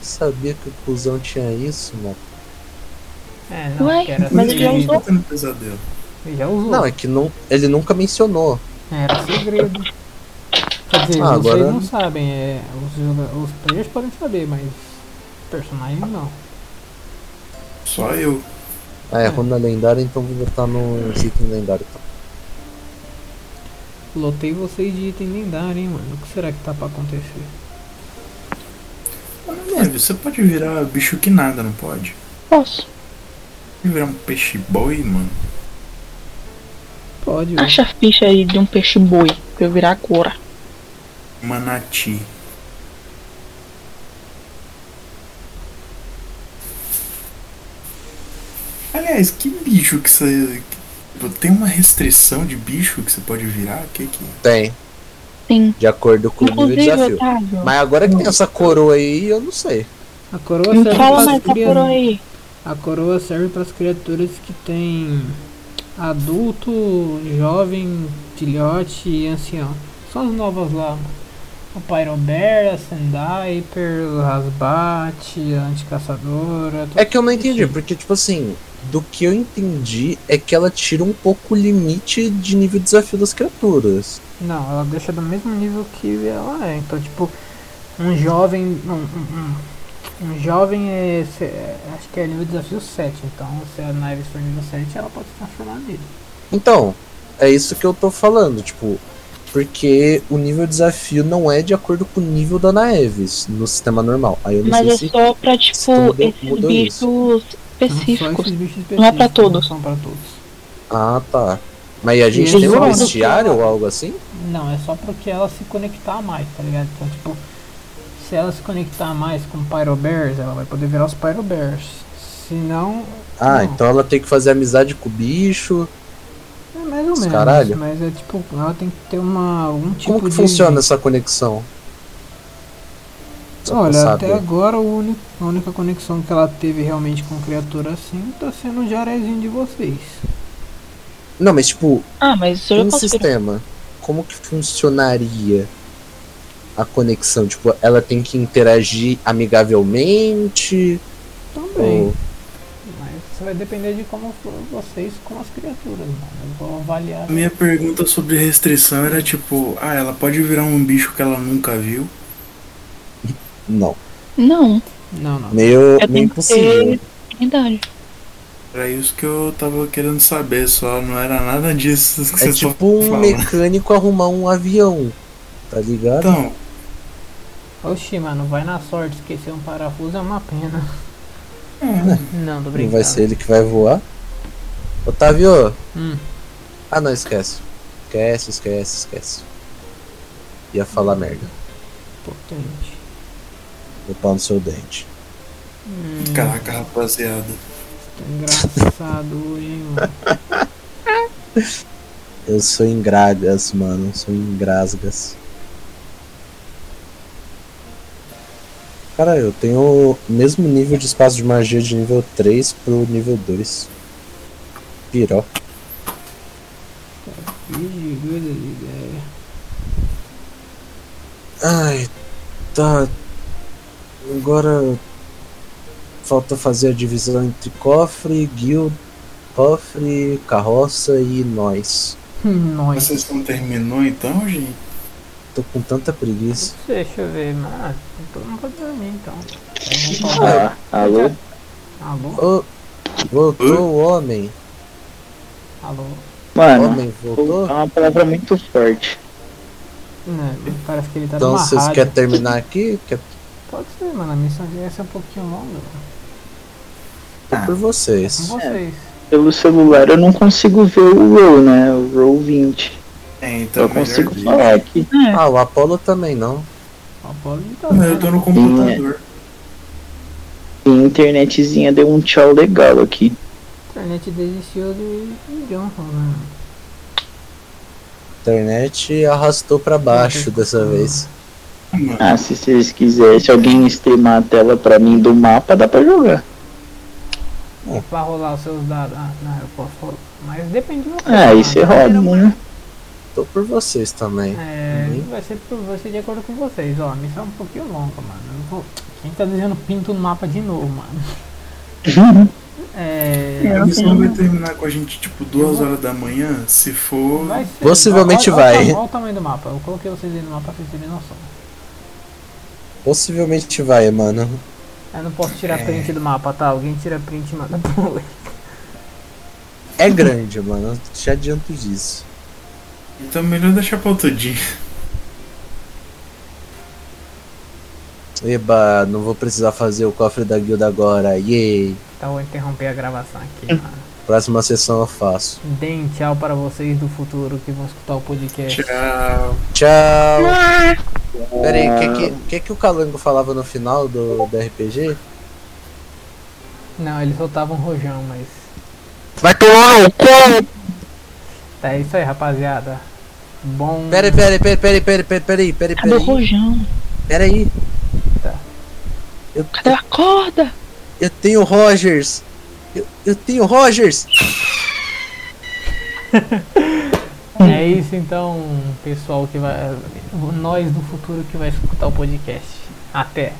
S2: sabia que o cuzão tinha isso, mano.
S1: É, não,
S3: Ué,
S1: que era
S3: mas ele um já
S1: segredo.
S3: usou.
S4: Tá no pesadelo.
S1: Ele já usou.
S2: Não, é que não, ele nunca mencionou.
S1: É, Era segredo. Quer dizer,
S2: Ah,
S1: vocês
S2: agora-
S1: não sabem, é, os, joga- os players podem saber, mas os personagens não.
S4: Só eu.
S2: Ah, é runa lendária, então vou botar no item lendário. então.
S1: Lotei vocês de item lendário, hein, mano. O que será que tá pra acontecer?
S4: É, você pode virar bicho que nada, não pode?
S3: Posso.
S4: Pode virar um peixe boi, mano.
S1: Pode.
S3: Acha a ficha aí de um peixe boi pra eu virar agora.
S4: Manati. Aliás, que bicho que você. Tem uma restrição de bicho que você pode virar? O que que.
S2: Tem.
S3: Sim.
S2: De acordo com o nível de
S3: Inclusive,
S2: desafio.
S3: Otávio.
S2: Mas agora que tem essa coroa aí, eu não sei.
S1: A coroa
S3: Não
S1: serve
S3: fala
S1: pras
S3: mais da
S1: criaturas-
S3: coroa aí.
S1: A coroa serve para as criaturas que têm adulto, jovem, filhote e ancião. São as novas lá. O Pyrobear, a Sandpiper, o Rasbat, a Anticaçadora. tudo
S2: É que eu não
S1: isso.
S2: entendi, porque, tipo assim, do que eu entendi é que ela tira um pouco o limite de nível de desafio das criaturas.
S1: Não, ela deixa do mesmo nível que ela é. Então, tipo, um jovem. Um, um, um, um jovem é. se- é, Acho que é nível de desafio 7. Então, se a Knives for nível 7, ela pode se transformar nele.
S2: Então, é isso que eu tô falando, tipo, porque o nível de desafio não é de acordo com o nível da Naeves no sistema normal. Aí eu não
S3: Mas
S2: sei
S3: é
S2: se.
S3: só pra, tipo,
S2: mudou-
S3: esses
S2: mudou
S3: bichos
S1: Só
S3: específicos.
S1: esses bichos
S3: Não é pra
S1: específicos, não
S3: todos.
S1: São pra todos.
S2: Ah, tá. Mas a gente
S1: E
S2: tem um
S1: eles-
S2: vestiário ou algo assim?
S1: Não, é só porque ela se conectar mais, tá ligado? Então, tipo, se ela se conectar mais com Pyrobears, ela vai poder virar os Pyrobears. Se não,
S2: Ah,
S1: Não.
S2: então ela tem que fazer amizade com o bicho.
S1: é mais ou
S2: Os
S1: menos.
S2: caralho.
S1: Mas é tipo, ela tem que ter uma, algum tipo
S2: Como que
S1: de.
S2: funciona essa conexão? Só pra
S1: Olha,
S2: saber.
S1: até agora o uni- a única conexão que ela teve realmente com criatura assim tá sendo o jarezinho de vocês.
S2: Não, mas tipo,
S3: Ah, mas eu já
S2: um
S3: posso virar.
S2: sistema, como que funcionaria a conexão? Tipo, ela tem que interagir amigavelmente?
S1: Também.
S2: Ou-
S1: Mas isso vai depender de como for vocês com as criaturas, mano. Eu vou avaliar.
S4: A minha pergunta sobre restrição era tipo, ah, ela pode virar um bicho que ela nunca viu.
S2: Não.
S3: Não.
S1: Não, não.
S2: Meio,
S3: Eu
S2: meio
S3: tenho É que
S2: impossível. É
S3: ter idade.
S4: Era isso que eu tava querendo saber, só não era nada disso que
S2: É
S4: vocês
S2: tipo
S4: tão
S2: um
S1: né?
S4: falando.
S2: mecânico arrumar um avião. Tá ligado?
S4: Então,
S1: Oxi, mano, vai na sorte, esquecer um parafuso é uma pena. Não, tô
S2: não
S1: brincando.
S2: vai ser ele que vai voar. Otávio!
S1: Hum.
S2: Ah não, esquece. Esquece, esquece, esquece. Ia falar merda.
S1: Potente.
S2: Vou pau no seu dente.
S1: Hum,
S4: caraca, rapaziada.
S1: tá engraçado hoje, hein, mano.
S2: Eu sou em Gragas, mano. Eu sou em Grasgas. Cara, eu tenho o mesmo nível de espaço de magia de nível 3 pro nível 2. Piró. Ai, tá. Agora falta fazer a divisão entre cofre, guild, cofre, carroça e nós.
S1: Nós.
S4: Vocês não terminou então, gente?
S2: Tô com tanta preguiça.
S1: Deixa eu ver, mas todo mundo pode dormir então.
S2: Ah, alô?
S1: Alô?
S2: Ô, voltou o homem.
S1: Alô?
S5: Ah,
S18: Mano,
S2: Homem, voltou?
S18: é uma palavra muito forte.
S1: Não, Hum, parece que ele tá
S2: Então
S1: numa
S2: vocês
S1: rádio.
S2: querem terminar aqui? Quer...
S1: Pode ser, mano. A missão devia ser um pouquinho longa.
S2: Tô por
S1: Com
S2: vocês.
S1: vocês.
S18: Pelo celular eu não consigo ver o roll, né? O roll 20.
S4: então
S18: eu
S4: melhor
S18: consigo
S4: disso.
S18: falar aqui.
S2: Ah, o Apollo também não.
S1: Apolo tá
S4: Eu tô no computador.
S18: Minha internetzinha deu um tchau legal aqui.
S1: A internet desistiu de, de Johnson, né?
S2: Internet arrastou pra baixo dessa vez.
S18: Ah, se vocês quiserem, se alguém streamar a tela pra mim do mapa, dá pra jogar.
S2: Hum.
S1: Vai rolar os seus dados. Ah, não, eu posso rolar. Mas depende de você.
S5: É,
S18: Ah, aí
S1: mano.
S18: você roda, né?
S2: Tô por vocês também.
S1: É,
S2: Uhum.
S1: vai ser, por- vai ser de acordo com vocês, ó. A missão é um pouquinho longa, mano. Eu não vou- Quem tá desenhando pinto no mapa de novo, mano? É.
S4: a missão vai terminar com a gente tipo duas horas da manhã, se for.
S1: Vai ser. Olha- olha o tam- Olha o tamanho do mapa. Eu coloquei vocês aí no mapa pra vocês terem noção.
S2: Possivelmente vai, mano.
S1: Eu não posso tirar print do mapa, tá? Alguém tira print e manda pro Lê.
S2: É grande, mano. eu Te adianto disso.
S4: Então melhor deixar pra outro dia.
S2: Eba, não vou precisar fazer o cofre da guilda agora. Yay!
S1: Então eu vou interromper a gravação
S2: Hum.
S1: aqui, mano.
S2: Próxima sessão eu faço.
S1: Deem tchau para vocês do futuro que vão escutar o podcast.
S4: Tchau.
S2: Tchau! Peraí, o que, que, que que o Calango falava no final do, do RPG?
S1: Não, eles soltavam um rojão, mas.
S2: Vai tomar no cu!
S1: Tá, é isso aí, rapaziada. Bom.
S2: Peraí, peraí, peraí, peraí, peraí, peraí, peraí, peraí.
S1: Cadê o
S18: rojão?
S2: Peraí.
S1: Tá.
S2: Eu,
S18: Cadê a corda?
S2: Eu tenho Rogers! Eu, eu tenho Rogers!
S1: É isso então, pessoal que vai. Nós do futuro que vai escutar o podcast. Até.